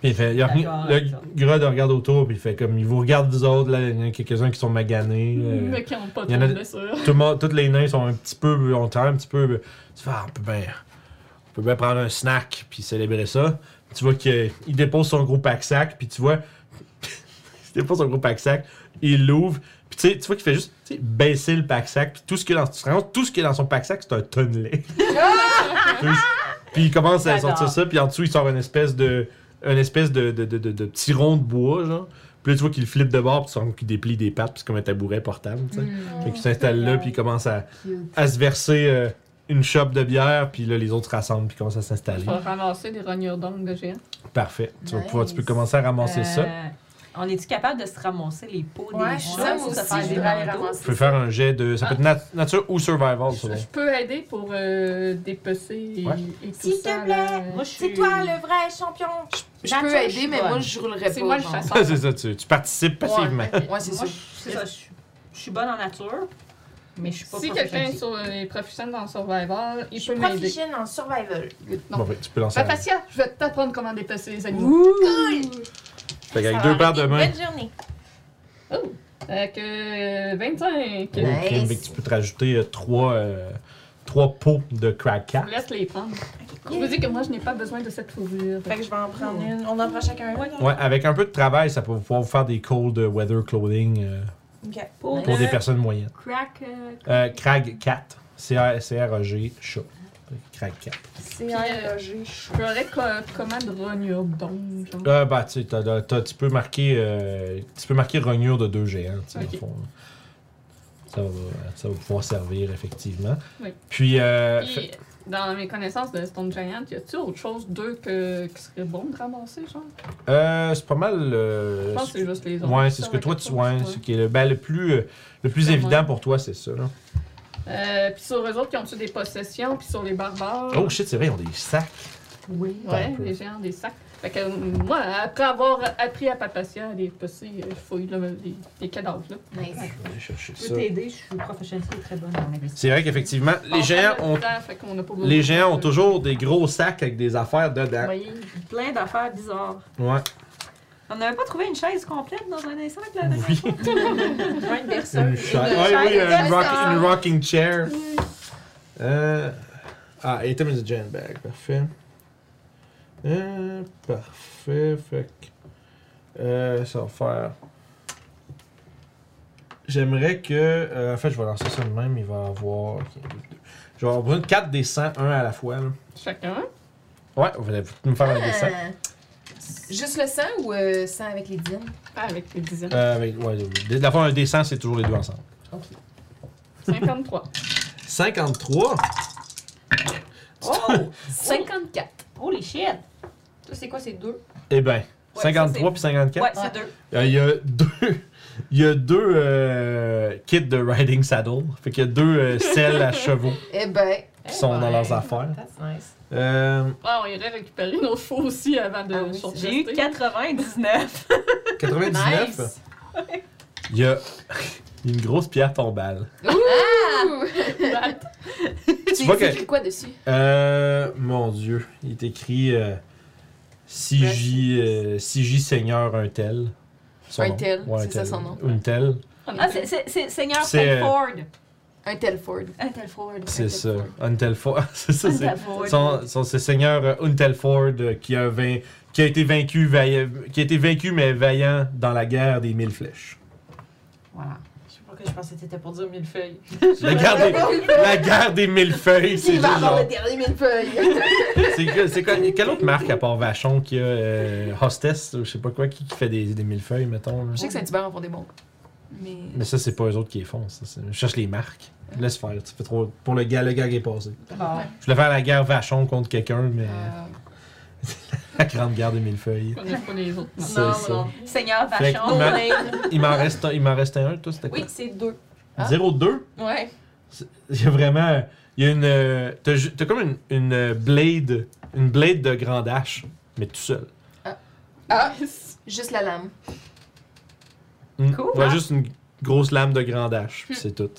Speaker 1: Puis il fait, il re-
Speaker 5: D'accord,
Speaker 1: le
Speaker 5: d'accord.
Speaker 1: Grod regarde autour, puis il fait comme, il vous regarde vous autres, là, il y en a quelques-uns qui sont maganés. euh,
Speaker 2: Mais qui n'ont pas
Speaker 1: y
Speaker 2: trop
Speaker 1: en a-
Speaker 2: de blessures.
Speaker 1: tout le monde, toutes les nains sont un petit peu, ont quand même un petit peu, tu fais, ah, on peut bien, on peut bien prendre un snack, puis célébrer ça. Tu vois qu'il il dépose son gros pack-sac, puis tu vois, (laughs) il dépose son gros pack-sac, il l'ouvre, puis tu sais, tu vois qu'il fait juste tu sais, baisser le pack-sac, puis tout ce qu'il y a dans, tu te rends compte, tout ce qu'il y a dans son pack-sac, c'est un tonnelet. puis il commence à sortir ça, puis en dessous, il sort une espèce de, une espèce de, de, de, de- de petit rond de bois, genre. Puis là, tu vois qu'il flippe de bord, puis tu sens qu'il déplie des pattes, puis c'est comme un tabouret portable, tu sais. Fait qu'il s'installe là, puis il commence à, à se verser euh, une chope de bière, puis là, les autres se rassemblent, puis commencent à s'installer.
Speaker 2: Je vais ramasser des rognures d'ongles de géant.
Speaker 1: Parfait. Tu, vas
Speaker 6: Nice.
Speaker 1: pouvoir- tu peux commencer à ramasser
Speaker 5: Euh,
Speaker 1: ça.
Speaker 5: On est-tu capable de se ramasser les pots
Speaker 6: Ouais,
Speaker 5: des
Speaker 6: je
Speaker 5: gens?
Speaker 6: suis
Speaker 4: ça,
Speaker 6: sûre
Speaker 4: moi
Speaker 6: que ça
Speaker 4: aussi,
Speaker 6: fait
Speaker 4: je
Speaker 6: des
Speaker 4: vais aller
Speaker 6: randos.
Speaker 1: Tu
Speaker 4: ramasser.
Speaker 1: peux faire un jet de. Ça peut être nat- nature ou survival,
Speaker 2: Je,
Speaker 1: selon.
Speaker 2: je peux aider pour euh, dépecer et,
Speaker 1: Ouais.
Speaker 2: et tout
Speaker 3: S'il te
Speaker 2: ça.
Speaker 3: plaît.
Speaker 2: là.
Speaker 5: Moi, je suis.
Speaker 4: C'est toi le vrai champion!
Speaker 3: Je peux
Speaker 4: Nature,
Speaker 3: aider, mais
Speaker 4: bonne.
Speaker 3: moi, je roulerai pas.
Speaker 2: C'est moi le
Speaker 1: (laughs)
Speaker 3: genre.
Speaker 2: chasseur.
Speaker 1: (laughs) c'est ça, tu, tu participes passivement.
Speaker 3: Ouais, c'est ça.
Speaker 5: Moi, je- c'est ça. Je suis- je suis bonne en nature, mais je suis pas
Speaker 2: Si quelqu'un est sur les proficients dans Survivor, il peut m'aider.
Speaker 6: Proficienne en survival.
Speaker 2: Non.
Speaker 1: Bon, ben, tu peux lancer. un-
Speaker 2: Papacia, je vais t'apprendre comment dépecer les animaux.
Speaker 1: Fait qu'avec deux paires de mains,
Speaker 4: Bonne journée!
Speaker 2: Fait que euh, 25.
Speaker 1: oh, ok,
Speaker 6: Nice.
Speaker 1: fait que tu peux te rajouter euh, trois, euh, trois pots de crack
Speaker 2: Je vous laisse les prendre. Je vous dis que moi, je n'ai pas besoin de cette fourrure.
Speaker 6: Fait que je vais en prendre une. On en prend chacun une. là?
Speaker 1: Ouais, avec un peu de travail, ça peut pouvoir vous faire des cold weather clothing euh,
Speaker 6: Ok.
Speaker 5: Pour
Speaker 1: pour
Speaker 5: le
Speaker 2: Euh,
Speaker 1: des personnes moyennes.
Speaker 5: crack. euh,
Speaker 1: Euh, Crag 4. C-R-A-G, E chat. Crag 4.
Speaker 6: C'est un logé.
Speaker 2: euh, Je ferais co- comment de rognures d'ongles, genre.
Speaker 1: Ah bah, tu sais, t'as- t'as- t'as- tu peux marquer, euh, tu peux marquer rognure de deux géants, tu sais, dans le
Speaker 2: Ok.
Speaker 1: fond. Ça va, ça va pouvoir servir, effectivement.
Speaker 2: Oui.
Speaker 1: Puis, euh,
Speaker 2: Puis,
Speaker 1: fait-
Speaker 2: dans mes connaissances de Stone Giant, y a-tu autre chose d'eux que, qui serait bon de ramasser, genre?
Speaker 1: euh, c'est pas mal... euh,
Speaker 2: Je pense que c'est juste les autres. Euh,
Speaker 1: Ouais, c'est ce que toi, tu... Ouais, ce qui est le, ben, le plus, euh, le plus
Speaker 2: Ouais.
Speaker 1: évident pour toi, c'est ça. là.
Speaker 2: Euh, puis sur eux autres qui ont-tu des possessions, puis sur les barbares.
Speaker 1: Oh shit, c'est vrai, ils ont des sacs.
Speaker 2: Oui,
Speaker 1: Attends un
Speaker 2: ouais,
Speaker 1: peu.
Speaker 2: les géants, des sacs. Fait que euh, moi, après avoir appris à Papacia à les pousser, euh, je fouille là, les, les cadavres. Là.
Speaker 3: Nice.
Speaker 1: Je vais aller chercher
Speaker 5: Je
Speaker 1: ça.
Speaker 5: peux t'aider, je suis professionnelle, c'est très bonne en investissement.
Speaker 1: C'est vrai qu'effectivement, les géants ont... Les géants ont toujours des gros sacs avec des affaires dedans.
Speaker 2: Oui.
Speaker 5: Plein d'affaires bizarres.
Speaker 1: Ouais.
Speaker 5: On n'avait pas trouvé une chaise complète dans un instant la dernière
Speaker 1: Oui.
Speaker 5: fois?
Speaker 1: (laughs)
Speaker 6: Une personne.
Speaker 1: Une chaise. Ouais, oui,
Speaker 6: chaise,
Speaker 1: une, rock-
Speaker 6: ça.
Speaker 1: une rocking chair. Euh, ah, item is a giant bag. Parfait. Euh, parfait. Fait que, euh, ça va faire. J'aimerais que. euh, en fait, je vais lancer ça de même. Il va avoir. ok, deux. Je vais avoir besoin de 4 dessins, un à la fois. là.
Speaker 2: Chacun.
Speaker 1: Ouais, vous allez me faire un dessin.
Speaker 3: Ah.
Speaker 6: Juste le sang ou euh, sang avec les dînes?
Speaker 2: Pas avec les dizaines.
Speaker 1: Euh, avec, ouais, d'avoir un dessin, c'est toujours les deux ensemble.
Speaker 2: 53.
Speaker 1: 53.
Speaker 5: Oh!
Speaker 3: 54.
Speaker 5: Holy shit!
Speaker 4: Toi, c'est quoi, c'est deux?
Speaker 1: Eh ben,
Speaker 5: ça,
Speaker 1: 53
Speaker 5: c'est-
Speaker 1: puis 54.
Speaker 5: Ouais, c'est deux.
Speaker 1: Euh, Il y a deux, il y a deux euh, kits de riding saddle. Fait qu'il y a deux euh, selles à chevaux
Speaker 3: Eh ben,
Speaker 1: qui sont dans leurs affaires.
Speaker 6: That's nice.
Speaker 1: Euh,
Speaker 2: Ah, on irait récupérer nos faux aussi avant de
Speaker 3: Ah oui,
Speaker 2: shortlister.
Speaker 5: J'ai eu 99.
Speaker 1: 99.
Speaker 3: nice.
Speaker 1: Il y a (laughs) une grosse pierre tombale.
Speaker 3: Tu
Speaker 1: vois que-
Speaker 3: (laughs) écris quoi dessus?
Speaker 1: Euh, mon Dieu, il est écrit euh, CJ, euh, CJ Seigneur un tel. Son
Speaker 3: Un
Speaker 1: nom.
Speaker 3: tel,
Speaker 1: Ouais, un
Speaker 3: c'est ça
Speaker 1: tel.
Speaker 3: son nom.
Speaker 1: Une telle,
Speaker 5: Ah, c'est- c'est c'est Seigneur
Speaker 1: C'est, euh,
Speaker 5: Telford.
Speaker 3: Un Telford.
Speaker 5: Ah, Telford.
Speaker 1: c'est ça. Un tel fo- (laughs) c'est ça, c'est.
Speaker 5: Telford.
Speaker 1: Son, son- c'est Seigneur euh, Untelford euh, qui a, vain- qui a été vaincu, vailla- qui a été vaincu mais vaillant dans la guerre des mille flèches.
Speaker 5: Voilà.
Speaker 4: Je sais pas que je pensais que t'étais pour dire mille feuilles.
Speaker 1: La guerre des, la guerre des mille feuilles, c'est
Speaker 3: Il va
Speaker 1: juste
Speaker 3: avoir
Speaker 1: genre.
Speaker 3: le dernier millefeuille.
Speaker 1: C'est que- c'est quoi- quelle autre marque à part Vachon qui a euh, Hostess ou je sais pas quoi qui, qui fait des, des mille feuilles mettons. là?
Speaker 3: Je sais que Saint-Hubert en font des bons. Mais.
Speaker 1: Mais ça c'est pas eux autres qui les font. Ça, c'est- je cherche les marques. Laisse faire. Tu fais trop pour le gars le gag est passé.
Speaker 3: Ah.
Speaker 1: Je voulais faire la guerre Vachon contre quelqu'un mais
Speaker 3: Euh,
Speaker 1: la grande guerre des mille feuilles.
Speaker 2: Je connais pas les autres.
Speaker 1: C'est
Speaker 4: Ah. Non,
Speaker 1: ça.
Speaker 4: non.
Speaker 5: Seigneur
Speaker 1: Fait que
Speaker 5: Vachon.
Speaker 1: ma-
Speaker 5: Blaine.
Speaker 1: (laughs) Il m'en reste un- il m'en restait un toi c'était quoi
Speaker 4: Oui, c'est deux.
Speaker 3: Ah.
Speaker 1: 0-2
Speaker 4: Ouais.
Speaker 1: (laughs) Il y a vraiment. Il y a une. euh, T'as ju- t'as comme une, une euh, blade. Une blade de grande hache, mais tout seul.
Speaker 3: Ah, juste la lame.
Speaker 1: Mm.
Speaker 5: Cool,
Speaker 1: Ouais,
Speaker 5: hein?
Speaker 1: juste une grosse lame de grande hache, puis c'est tout.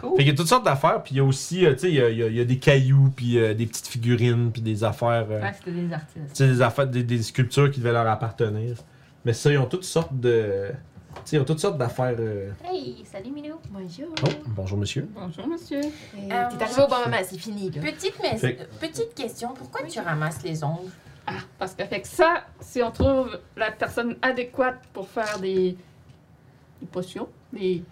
Speaker 5: Cool.
Speaker 1: Fait qu'il y a toutes sortes d'affaires, puis il y a aussi, euh, tu sais, il y a, il y a- il y a des cailloux, puis euh, des petites figurines, puis des affaires. euh,
Speaker 5: Ouais, c'était des
Speaker 1: tu
Speaker 5: artistes.
Speaker 1: sais, des affaires, des, des sculptures qui devaient leur appartenir. Mais ça, ils ont toutes sortes de. Tu sais, ils ont toutes sortes d'affaires. euh,
Speaker 5: Hey, salut Minou.
Speaker 3: Bonjour.
Speaker 1: Oh, bonjour monsieur.
Speaker 2: Bonjour, monsieur.
Speaker 3: T'es arrivé au (laughs) bon moment, c'est fini. Là.
Speaker 6: Euh, Petite, mais-
Speaker 1: Fait-
Speaker 6: petite question, pourquoi tu ramasses les ongles?
Speaker 2: Ah, parce qu'avec ça, si on trouve la personne adéquate pour faire des, des potions, des,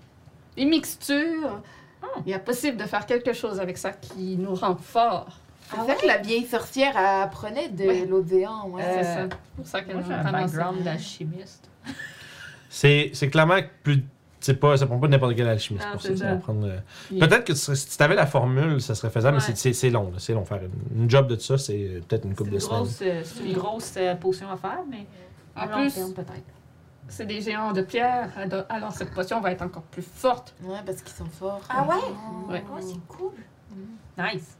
Speaker 2: des mixtures,
Speaker 5: Ah.
Speaker 2: il est possible de faire quelque chose avec ça qui nous rend fort.
Speaker 6: Ah
Speaker 3: C'est vrai que la vieille sorcière elle apprenait de
Speaker 2: Ouais.
Speaker 3: l'Odéon. Ouais.
Speaker 2: C'est
Speaker 5: Euh,
Speaker 2: ça. pour ça qu'elle
Speaker 5: Moi, j'ai
Speaker 2: a
Speaker 5: un
Speaker 2: ramassé.
Speaker 5: background d'alchimiste.
Speaker 1: C'est c'est clairement plus. C'est pas, ça prend pas n'importe quel alchimiste
Speaker 5: Non,
Speaker 1: pour ça.
Speaker 5: c'est
Speaker 1: ça
Speaker 5: ça.
Speaker 1: va prendre, euh,
Speaker 2: Puis-
Speaker 1: Peut-être que tu serais- si tu avais la formule, ça serait faisable, mais
Speaker 5: Ouais.
Speaker 1: c'est- c'est- c'est long. là, C'est long. Faire une, une job de ça, c'est euh, peut-être une
Speaker 5: C'est
Speaker 1: couple
Speaker 5: une
Speaker 1: de semaines.
Speaker 5: grosse, euh, c'est une grosse euh, potion à faire, mais à
Speaker 2: En
Speaker 5: long
Speaker 2: plus,
Speaker 5: terme peut-être.
Speaker 2: c'est des géants de pierre, alors- alors cette potion va être encore plus forte.
Speaker 3: Ouais, parce qu'ils sont forts.
Speaker 6: Ah ouais?
Speaker 2: Ouais.
Speaker 6: Oh, c'est cool.
Speaker 5: Nice.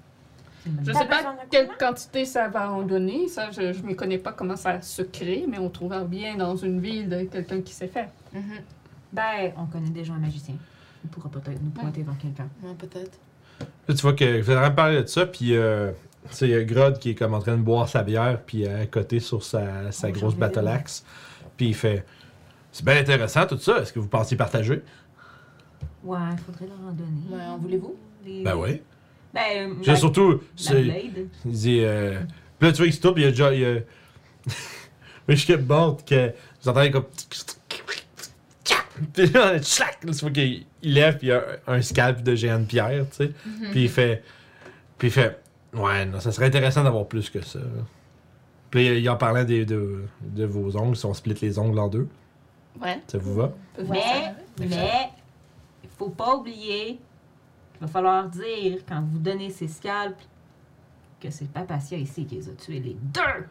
Speaker 5: C'est une bonne
Speaker 2: Je
Speaker 5: idée.
Speaker 2: sais
Speaker 6: besoin
Speaker 2: pas
Speaker 6: de
Speaker 2: quelle
Speaker 6: combien?
Speaker 2: quantité ça va en donner, ça je ne m'y connais pas comment ça se crée, mais on trouvera bien dans une ville de quelqu'un qui sait faire.
Speaker 3: Mhm.
Speaker 5: Ben, on connaît déjà un magicien. Il pourra peut-être nous pointer vers quelqu'un.
Speaker 3: Ouais, peut-être.
Speaker 1: Là, tu vois que vous allez me parler de ça, puis euh, tu sais, il y a Grod qui est comme en train de boire sa bière, puis euh, à côté sur sa, sa grosse battle axe. Puis il fait C'est bien intéressant tout ça, est-ce que vous pensiez partager
Speaker 5: Ouais, il faudrait leur en donner.
Speaker 3: Ouais, en voulez-vous?
Speaker 5: Les-
Speaker 1: Ben oui.
Speaker 5: Ben, euh,
Speaker 1: J'ai
Speaker 5: Mm. la-
Speaker 1: surtout.
Speaker 5: la
Speaker 1: c'est-
Speaker 5: blade.
Speaker 1: Il dit. Euh... Puis là, tu vois, il se tourne, puis il y a déjà. il y a- (laughs) Mais je suis bord que. Vous entendez comme. Puis là, tchac! Là, Tu vois qu'il il lève, puis il y a un, un scalp de géant de pierre, tu sais. Puis il fait. Puis il fait. Ouais, non, ça serait intéressant d'avoir plus que ça. là. Puis il- il en parlait des- de, de vos ongles, si on split les ongles en deux.
Speaker 2: Ouais.
Speaker 1: Ça vous va?
Speaker 5: Mais, mais, il faut pas oublier qu'il va falloir dire, quand vous donnez ces scalps, que c'est Papatia ici qui les a tués, les deux!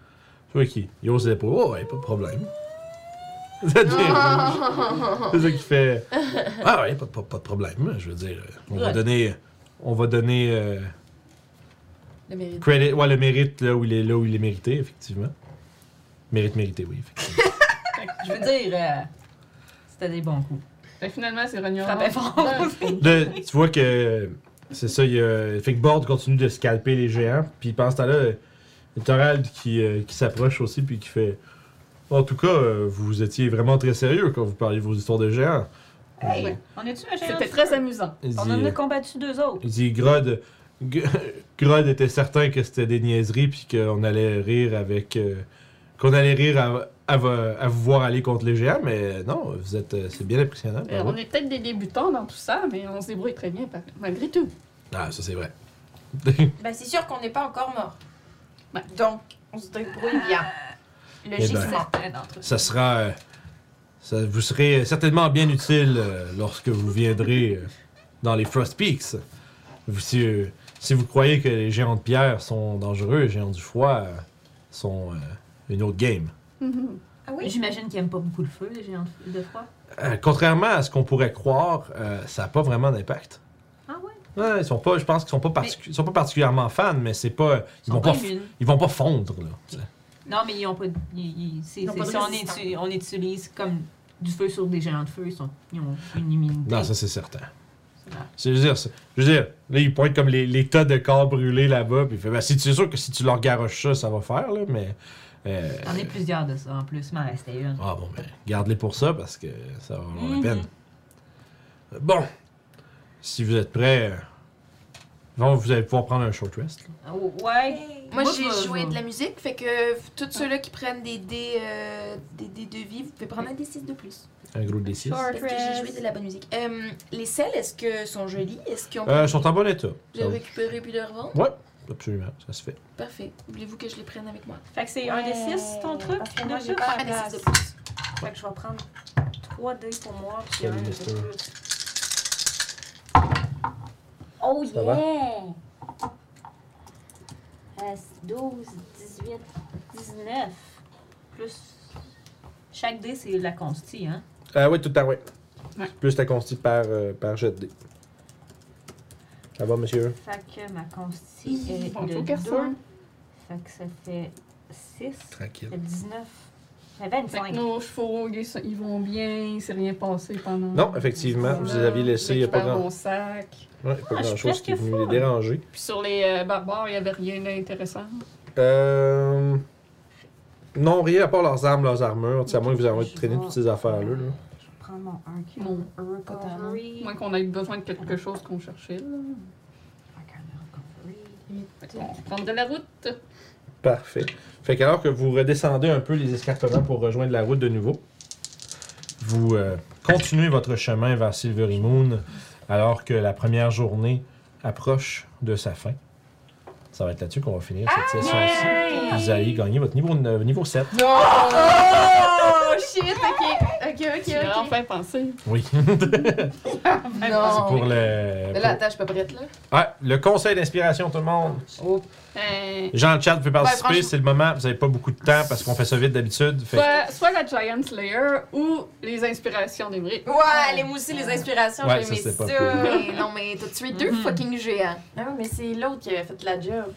Speaker 1: Tu vois qu'il il hausse les épaules. Oh, ouais, pas de problème. (laughs) Ça devient rouge. (laughs) C'est ça qui fait. Ah ouais, pas, pas- pas de problème. Je veux dire, on va
Speaker 5: Ouais.
Speaker 1: donner. On va donner. euh,
Speaker 3: Le mérite.
Speaker 1: credit, ouais, le mérite là où il est, là où il est mérité, effectivement. Mérite mérité, oui, effectivement.
Speaker 5: (laughs) Je veux dire, euh, c'était des bons coups.
Speaker 2: Fait que finalement, c'est Rognon.
Speaker 5: Frappez fort!
Speaker 1: Là, tu vois que. C'est ça, il y a. Fait que Bord continue de scalper les géants. Puis pendant ce temps-là, il y a Thorald qui, euh, qui s'approche aussi, puis qui fait. En tout cas, euh, vous étiez vraiment très sérieux quand vous parliez de vos histoires de géants.
Speaker 5: Hey, on est-tu un géant?
Speaker 2: C'était très amusant.
Speaker 1: Il
Speaker 5: On
Speaker 1: dit,
Speaker 5: en
Speaker 1: euh,
Speaker 5: a combattu deux autres.
Speaker 1: Il dit Grod, G- (laughs) Grod était certain que c'était des niaiseries puis qu'on allait rire avec euh, qu'on allait rire à, à vo- à vous voir aller contre les géants, mais non, vous êtes euh, c'est bien impressionnant.
Speaker 2: Euh,
Speaker 1: bravo.
Speaker 2: on est peut-être des débutants dans tout ça, mais on se débrouille très bien par- malgré tout.
Speaker 1: Ah, ça c'est vrai. (laughs)
Speaker 6: Ben, c'est sûr qu'on n'est pas encore mort.
Speaker 2: Ouais.
Speaker 6: Donc, on se débrouille bien. Le
Speaker 1: Eh ben.
Speaker 6: gisement.
Speaker 5: Certains d'entre eux.
Speaker 1: ça sera euh, ça vous serez euh, certainement bien utile euh, lorsque vous viendrez euh, dans les Frost Peaks. Vous- si, euh, si vous croyez que les géants de pierre sont dangereux, les géants du froid euh, sont euh, une autre game.
Speaker 2: Mhm.
Speaker 6: Ah oui?
Speaker 5: J'imagine qu'ils aiment pas beaucoup le feu, les géants de- de froid.
Speaker 1: Euh, contrairement à ce qu'on pourrait croire, euh, ça n'a pas vraiment d'impact.
Speaker 5: Ah ouais?
Speaker 1: Ouais, ils sont pas, je pense qu'ils sont pas particu- ils sont pas particulièrement fans, mais c'est pas, ils, vont
Speaker 5: sont
Speaker 1: pas,
Speaker 5: pas
Speaker 1: f-
Speaker 5: immunes.
Speaker 1: ils vont pas fondre là. tu sais.
Speaker 5: Non, mais ils ont pas. de- Ils, ils- c'est-
Speaker 6: Ils ont
Speaker 5: c'est-
Speaker 6: pas de
Speaker 5: si on,
Speaker 6: résistance.
Speaker 5: étu- on utilise comme du feu sur des géants de feu, ils, sont, ils ont une immunité.
Speaker 1: Non, ça c'est certain.
Speaker 5: vrai.
Speaker 1: C'est, je veux dire, c'est- je veux dire, là, il pointe comme les, les tas de corps brûlés là-bas, puis il fait, ben, si tu- c'est sûr que si tu leur garoches ça, ça va faire, là, mais. euh,
Speaker 5: J'en ai plusieurs de ça en plus, m'en restait une.
Speaker 1: Ah bon, ben, garde-les pour ça parce que ça va valoir
Speaker 5: Mm-hmm.
Speaker 1: la peine. Bon, si vous êtes prêts, euh, bon, vous allez pouvoir prendre un short rest. là.
Speaker 5: Oh, ouais.
Speaker 3: Moi,
Speaker 2: Moi,
Speaker 3: j'ai
Speaker 2: je vais-
Speaker 3: joué
Speaker 2: je-
Speaker 3: de la musique, fait que
Speaker 6: Ah.
Speaker 3: tous ceux-là qui prennent des dés, euh, des dés de vie, vous pouvez prendre un des 6 de plus.
Speaker 1: Un gros des 6
Speaker 3: Parce que j'ai joué de la bonne musique. Euh, les selles, est-ce que sont jolies? Est-ce qu'on peut
Speaker 1: Euh, ils sont en bon état.
Speaker 3: les
Speaker 1: Ça-
Speaker 3: récupérer puis les revendre?
Speaker 1: Ouais, absolument, ça se fait.
Speaker 3: Parfait. Voulez-vous que je les prenne avec moi?
Speaker 5: Fait que c'est un des six ton truc.
Speaker 6: Parce que moi, j'ai
Speaker 5: déjà?
Speaker 6: pas
Speaker 3: Ah, des
Speaker 6: place.
Speaker 3: 6 de plus.
Speaker 5: Fait que je vais prendre 3 dés pour moi. Puis un
Speaker 1: Salut,
Speaker 5: de
Speaker 1: mister.
Speaker 5: plus. Oh
Speaker 1: Ça va?
Speaker 5: yeah! Euh, 12, 18, 19. Plus. Chaque dé, c'est la consti, hein?
Speaker 1: Ah oui, tout à ouais.
Speaker 2: Ouais.
Speaker 1: Plus ta consti par, euh, par jet de dés. Ça va, monsieur?
Speaker 5: Fait que ma consti est
Speaker 2: Bon,
Speaker 5: de
Speaker 2: faut
Speaker 5: 2.
Speaker 2: garçon.
Speaker 5: Fait que ça fait 6. Ça
Speaker 1: Tranquille.
Speaker 5: fait 19. Ça fait
Speaker 2: Fait que
Speaker 5: 25.
Speaker 2: nos chevaux, ils sont- ils vont bien, il s'est rien passé pendant.
Speaker 1: Non, effectivement, vous les aviez laissés, il n'y a pas
Speaker 2: Récupère
Speaker 1: grand,
Speaker 2: mon sac.
Speaker 1: ouais, pas
Speaker 5: Ah, je
Speaker 1: grand
Speaker 5: suis
Speaker 1: chose qui est
Speaker 5: presque
Speaker 1: venu les
Speaker 5: folle.
Speaker 1: déranger.
Speaker 2: Puis sur les euh, barbares, il n'y avait rien d'intéressant.
Speaker 1: Euh... Non, rien à part leurs armes, leurs armures. Tu sais, à moins que vous ayez traîné toutes ces affaires-là. là.
Speaker 5: Je vais prendre mon 1 cube.
Speaker 2: Mon hein.
Speaker 5: recovery.
Speaker 2: Moins qu'on ait besoin de quelque chose qu'on cherchait. là.
Speaker 5: Fait qu'un recovery.
Speaker 2: Fait qu'on reprendrait la route.
Speaker 1: Parfait. Fait qu'alors que vous redescendez un peu les escarpements pour rejoindre la route de nouveau, vous euh, continuez votre chemin vers Silvery Moon alors que la première journée approche de sa fin. Ça va être là-dessus qu'on va finir cette session-ci. Vous allez gagner votre niveau, neuf- niveau 7.
Speaker 6: Oh shit, ok, ok, ok,
Speaker 2: Tu m'as
Speaker 6: ok.
Speaker 2: enfin pensé.
Speaker 1: Oui. (laughs)
Speaker 4: Ah
Speaker 6: Non.
Speaker 1: pour le.
Speaker 6: Mais là, attends, je suis pas prête là.
Speaker 1: Ah, le conseil d'inspiration, tout le monde.
Speaker 2: Euh,
Speaker 1: Jean, le chat, vous pouvez participer.
Speaker 6: franchement-
Speaker 1: C'est le moment. Vous n'avez pas beaucoup de temps parce qu'on fait ça vite d'habitude. Fait que-
Speaker 2: soit, soit la Giant Slayer ou les inspirations d'Emery.
Speaker 3: Ouais,
Speaker 6: les
Speaker 3: les mousses, les inspirations,
Speaker 1: Ouais,
Speaker 3: j'ai
Speaker 1: ça,
Speaker 3: aimé
Speaker 1: c'était pas
Speaker 3: ça.
Speaker 6: (laughs)
Speaker 1: cool.
Speaker 3: Mais Non, mais t'as tué deux fucking géants.
Speaker 6: Mhm. Non, mais c'est l'autre qui avait fait
Speaker 3: (laughs)
Speaker 6: la job. (laughs)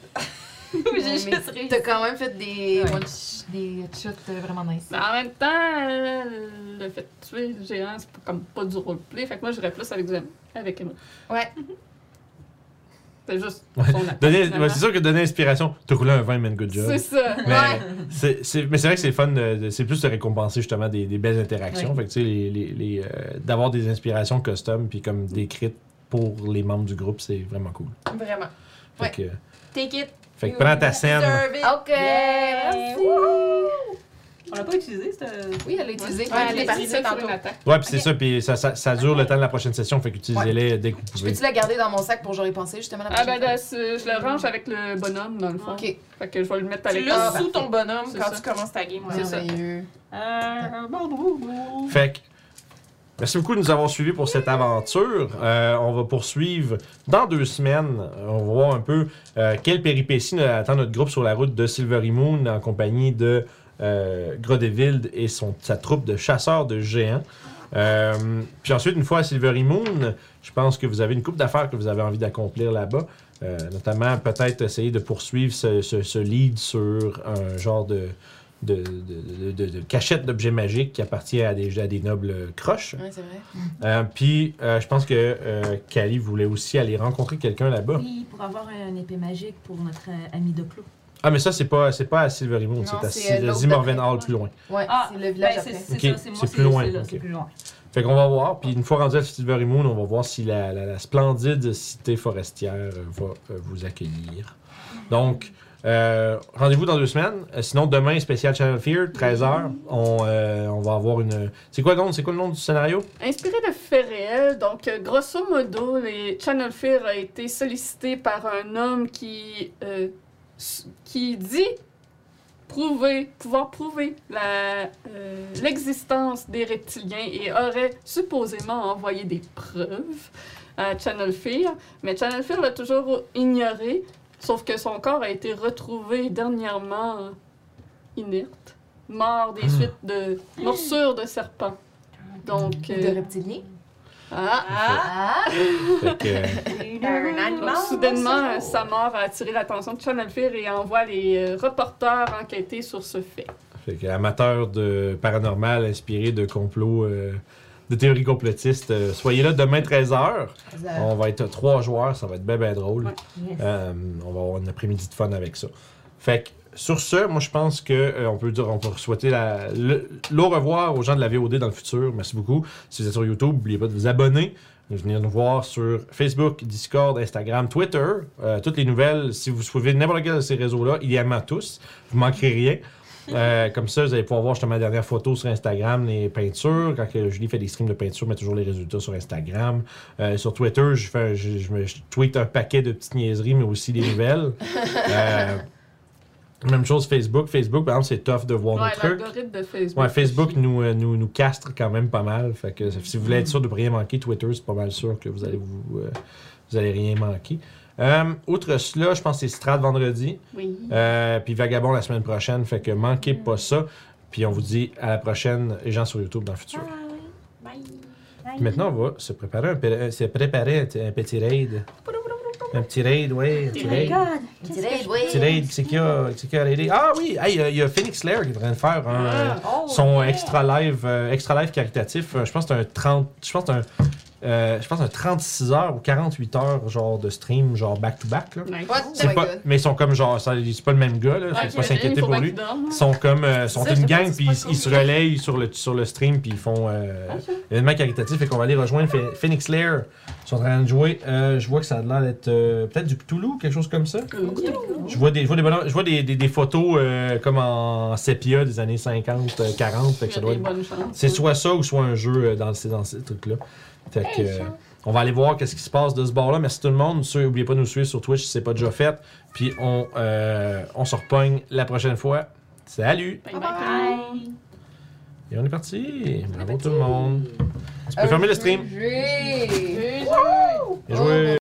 Speaker 3: Mais
Speaker 6: J'ai juste réussi.
Speaker 3: T'as quand même fait des
Speaker 6: Ouais.
Speaker 3: one sh- des shots euh, vraiment nice.
Speaker 2: Mais en même temps, euh, le fait de tuer le géant, c'est pas- comme pas du roleplay. Fait que moi, j'irais plus avec, avec Emery.
Speaker 3: Ouais.
Speaker 2: (laughs) C'est juste
Speaker 1: Ouais.
Speaker 2: son attaque,
Speaker 1: Donner-
Speaker 2: finalement.
Speaker 1: ouais, c'est sûr que donner inspiration, t'as roulé un 20, man, good job.
Speaker 2: C'est ça.
Speaker 1: Mais
Speaker 3: Ouais.
Speaker 1: c'est c'est- mais c'est vrai que c'est le fun, de- de- c'est plus de récompenser justement des, des belles interactions. Fait que tu sais, les, les- les, euh, d'avoir des inspirations custom puis
Speaker 6: Mm.
Speaker 1: comme décrites pour les membres du groupe, c'est vraiment cool.
Speaker 6: Vraiment.
Speaker 1: Fait
Speaker 6: Ouais.
Speaker 1: que, euh,
Speaker 6: Take it.
Speaker 1: fait que prends ta scène.
Speaker 6: Deserve it.
Speaker 3: Ok, merci.
Speaker 5: On l'a pas utilisé, cette.
Speaker 3: Oui, elle a utilisé.
Speaker 6: Ouais, elle
Speaker 3: Elle
Speaker 6: est
Speaker 3: est
Speaker 2: parti
Speaker 6: utilisée
Speaker 2: sur
Speaker 6: tantôt.
Speaker 2: une attaque.
Speaker 1: Ouais, puis c'est ça, puis ça, ça, ça dure le temps de la prochaine session, fait qu'utilisez-les dès que vous
Speaker 3: Je
Speaker 1: pouvez.
Speaker 3: peux-tu la garder dans mon sac pour j'aurais pensé justement la
Speaker 2: Ah
Speaker 3: prochaine
Speaker 2: ben là, c'est- je le range avec le bonhomme dans le fond.
Speaker 3: Ok.
Speaker 2: Fait que je vais le mettre à
Speaker 6: Tu
Speaker 2: l'écart.
Speaker 6: l'as sous ton bonhomme
Speaker 2: C'est
Speaker 6: quand
Speaker 2: ça.
Speaker 6: tu commences ta game.
Speaker 2: C'est
Speaker 6: ouais.
Speaker 2: ça.
Speaker 3: Merveilleux.
Speaker 5: Euh, bon, bon, bon.
Speaker 1: Fait que, merci beaucoup de nous avoir suivis pour cette aventure. Euh, on va poursuivre dans deux semaines. On va voir un peu euh, quelle péripétie nous attend notre groupe sur la route de Silvery Moon en compagnie de euh, Grodewild et son, sa troupe de chasseurs de géants. Euh, puis ensuite, une fois à Silvery Moon, je pense que vous avez une coupe d'affaires que vous avez envie d'accomplir là-bas. Euh, notamment, peut-être essayer de poursuivre ce, ce- ce lead sur un genre de, de, de- de- de- de cachette d'objets magiques qui appartient à des, à des nobles croches.
Speaker 3: Ouais, c'est vrai.
Speaker 1: Euh, Puis, euh, je pense que euh, Kali voulait aussi aller rencontrer quelqu'un là-bas.
Speaker 5: Oui, pour avoir un, un épée magique pour notre euh, ami de clou.
Speaker 1: Ah, mais ça, c'est pas, c'est pas à Silvery Moon,
Speaker 3: Non,
Speaker 1: c'est à
Speaker 3: c'est,
Speaker 1: Sil-
Speaker 3: euh, l'autre
Speaker 1: Zimorven
Speaker 3: d'après.
Speaker 1: Hall plus loin.
Speaker 3: Ouais,
Speaker 5: Ah,
Speaker 3: c'est le village
Speaker 5: ben,
Speaker 3: après.
Speaker 5: c'est
Speaker 1: Ok,
Speaker 5: c'est ça, c'est moi,
Speaker 1: c'est
Speaker 5: c'est
Speaker 1: plus loin,
Speaker 5: c'est là,
Speaker 1: ok.
Speaker 5: c'est plus loin.
Speaker 1: Fait qu'on va voir, puis une fois rendu à Silvery Moon, on va voir si la, la- la splendide cité forestière euh, va euh, vous accueillir. Donc, euh, rendez-vous dans deux semaines. Euh, sinon, demain, spécial Channel Fear, 13h. On, euh, on va avoir une. C'est quoi, Gonne? C'est quoi le nom du scénario?
Speaker 2: Inspiré de faits réels, donc euh, grosso modo, les Channel Fear a été sollicité par un homme qui, euh, s- qui dit prouver, pouvoir prouver la, euh, l'existence des reptiliens et aurait supposément envoyé des preuves à Channel Fear, mais Channel Fear l'a toujours ignoré, sauf que son corps a été retrouvé dernièrement inerte, mort des suites de morsures de serpent. Donc,
Speaker 3: Ou De
Speaker 2: euh,
Speaker 3: reptilien.
Speaker 2: ah,
Speaker 3: Ah!
Speaker 1: Fait que, euh,
Speaker 4: (laughs)
Speaker 6: Un
Speaker 2: Donc,
Speaker 6: animal.
Speaker 2: soudainement, euh, sa mort a attiré l'attention de Channel Fear et envoie les euh, reporters enquêter sur ce fait.
Speaker 1: Fait que amateur de paranormal inspiré de complots, euh, de théories complotistes, euh, soyez là demain 13h.
Speaker 3: Euh.
Speaker 1: On va être trois joueurs, ça va être bien, bien drôle. Euh, on va avoir un après-midi de fun avec ça. Fait que, sur ce, moi je pense que euh, on peut dire, on peut souhaiter la- le, l'au revoir aux gens de la VOD dans le futur. Merci beaucoup. Si vous êtes sur YouTube, n'oubliez pas de vous abonner, de venir nous voir sur Facebook, Discord, Instagram, Twitter. Euh, toutes les nouvelles, si vous suivez n'importe quel de ces réseaux-là, idéalement tous, vous manquerez rien. Euh, comme ça, vous allez pouvoir voir justement la dernière photo sur Instagram, les peintures. Quand que Julie fait des streams de peinture, elle met toujours les résultats sur Instagram. Euh, sur Twitter, je, fais, un- je, je me- je tweet un paquet de petites niaiseries, mais aussi des nouvelles. Euh, même chose Facebook. Facebook, par exemple, c'est tough de voir
Speaker 2: Ouais, ben,
Speaker 1: nos trucs.
Speaker 2: l'algorithme de Facebook.
Speaker 1: Ouais, Facebook nous, euh, nous, nous castre quand même pas mal. Fait que si vous voulez être sûr de ne rien manquer, Twitter, c'est pas mal sûr que vous allez vous, euh, vous allez rien manquer. Euh, outre cela, je pense que c'est Strad vendredi.
Speaker 2: Oui.
Speaker 1: Euh, puis Vagabond la semaine prochaine. Fait que manquez pas ça. Puis on vous dit à la prochaine, les gens sur YouTube dans le futur. Puis Maintenant, on va se préparer un, pe- euh, se préparer un t- un petit raid. Un petit raid, ouais. Un
Speaker 5: Oh
Speaker 2: Oh
Speaker 1: petit raid. Un petit raid, c'est qui a, c'est qui a raidé? Ah oui, hey, il y a- il y a Phoenix Lair qui est en train de faire un,
Speaker 2: Ah, oh,
Speaker 1: son extra live, euh, extra live caritatif. Euh, Je pense que c'est un 30, je pense que c'est un, euh, je pense que c'est un 36 heures ou 48 heures genre de stream, genre back to back là.
Speaker 2: Nice.
Speaker 3: What the
Speaker 1: C'est pas,
Speaker 3: God.
Speaker 1: mais ils sont comme genre, ça- c'est pas le même gars là, faut
Speaker 2: Ouais,
Speaker 1: pas s'inquiéter
Speaker 2: il faut
Speaker 1: pour
Speaker 2: pas
Speaker 1: lui
Speaker 2: qu'il dorme.
Speaker 1: ils sont comme euh, sont
Speaker 2: Ça, je
Speaker 1: une
Speaker 2: sais pas
Speaker 1: gang
Speaker 2: si c'est
Speaker 1: puis
Speaker 2: pas Ah,
Speaker 1: ils, ils se
Speaker 2: cool.
Speaker 1: relayent sur le sur le stream puis ils font euh, événement caritatif et qu'on va aller rejoindre Phe- Phoenix Lair ils sont en train de jouer Euh, je vois que ça a l'air d'être euh, peut-être du Cthulhu quelque chose comme ça
Speaker 2: Oh.
Speaker 1: je vois des je vois des bonhommes- je vois des, des- des photos euh, comme en sépia des années 50 euh, 40 fait que ça doit être- c'est soit ça ou soit un jeu euh, dans ces dans ces trucs là fait que, euh, on va aller voir qu'est-ce qui se passe de ce bord-là. Merci tout le monde. Sur- N'oubliez pas de nous suivre sur Twitch si c'est pas déjà fait. Puis on, euh, on se repogne la prochaine fois. Salut! Et on est parti! Euh, Bravo tout le monde! Tu peux fermer le stream! Bien joué!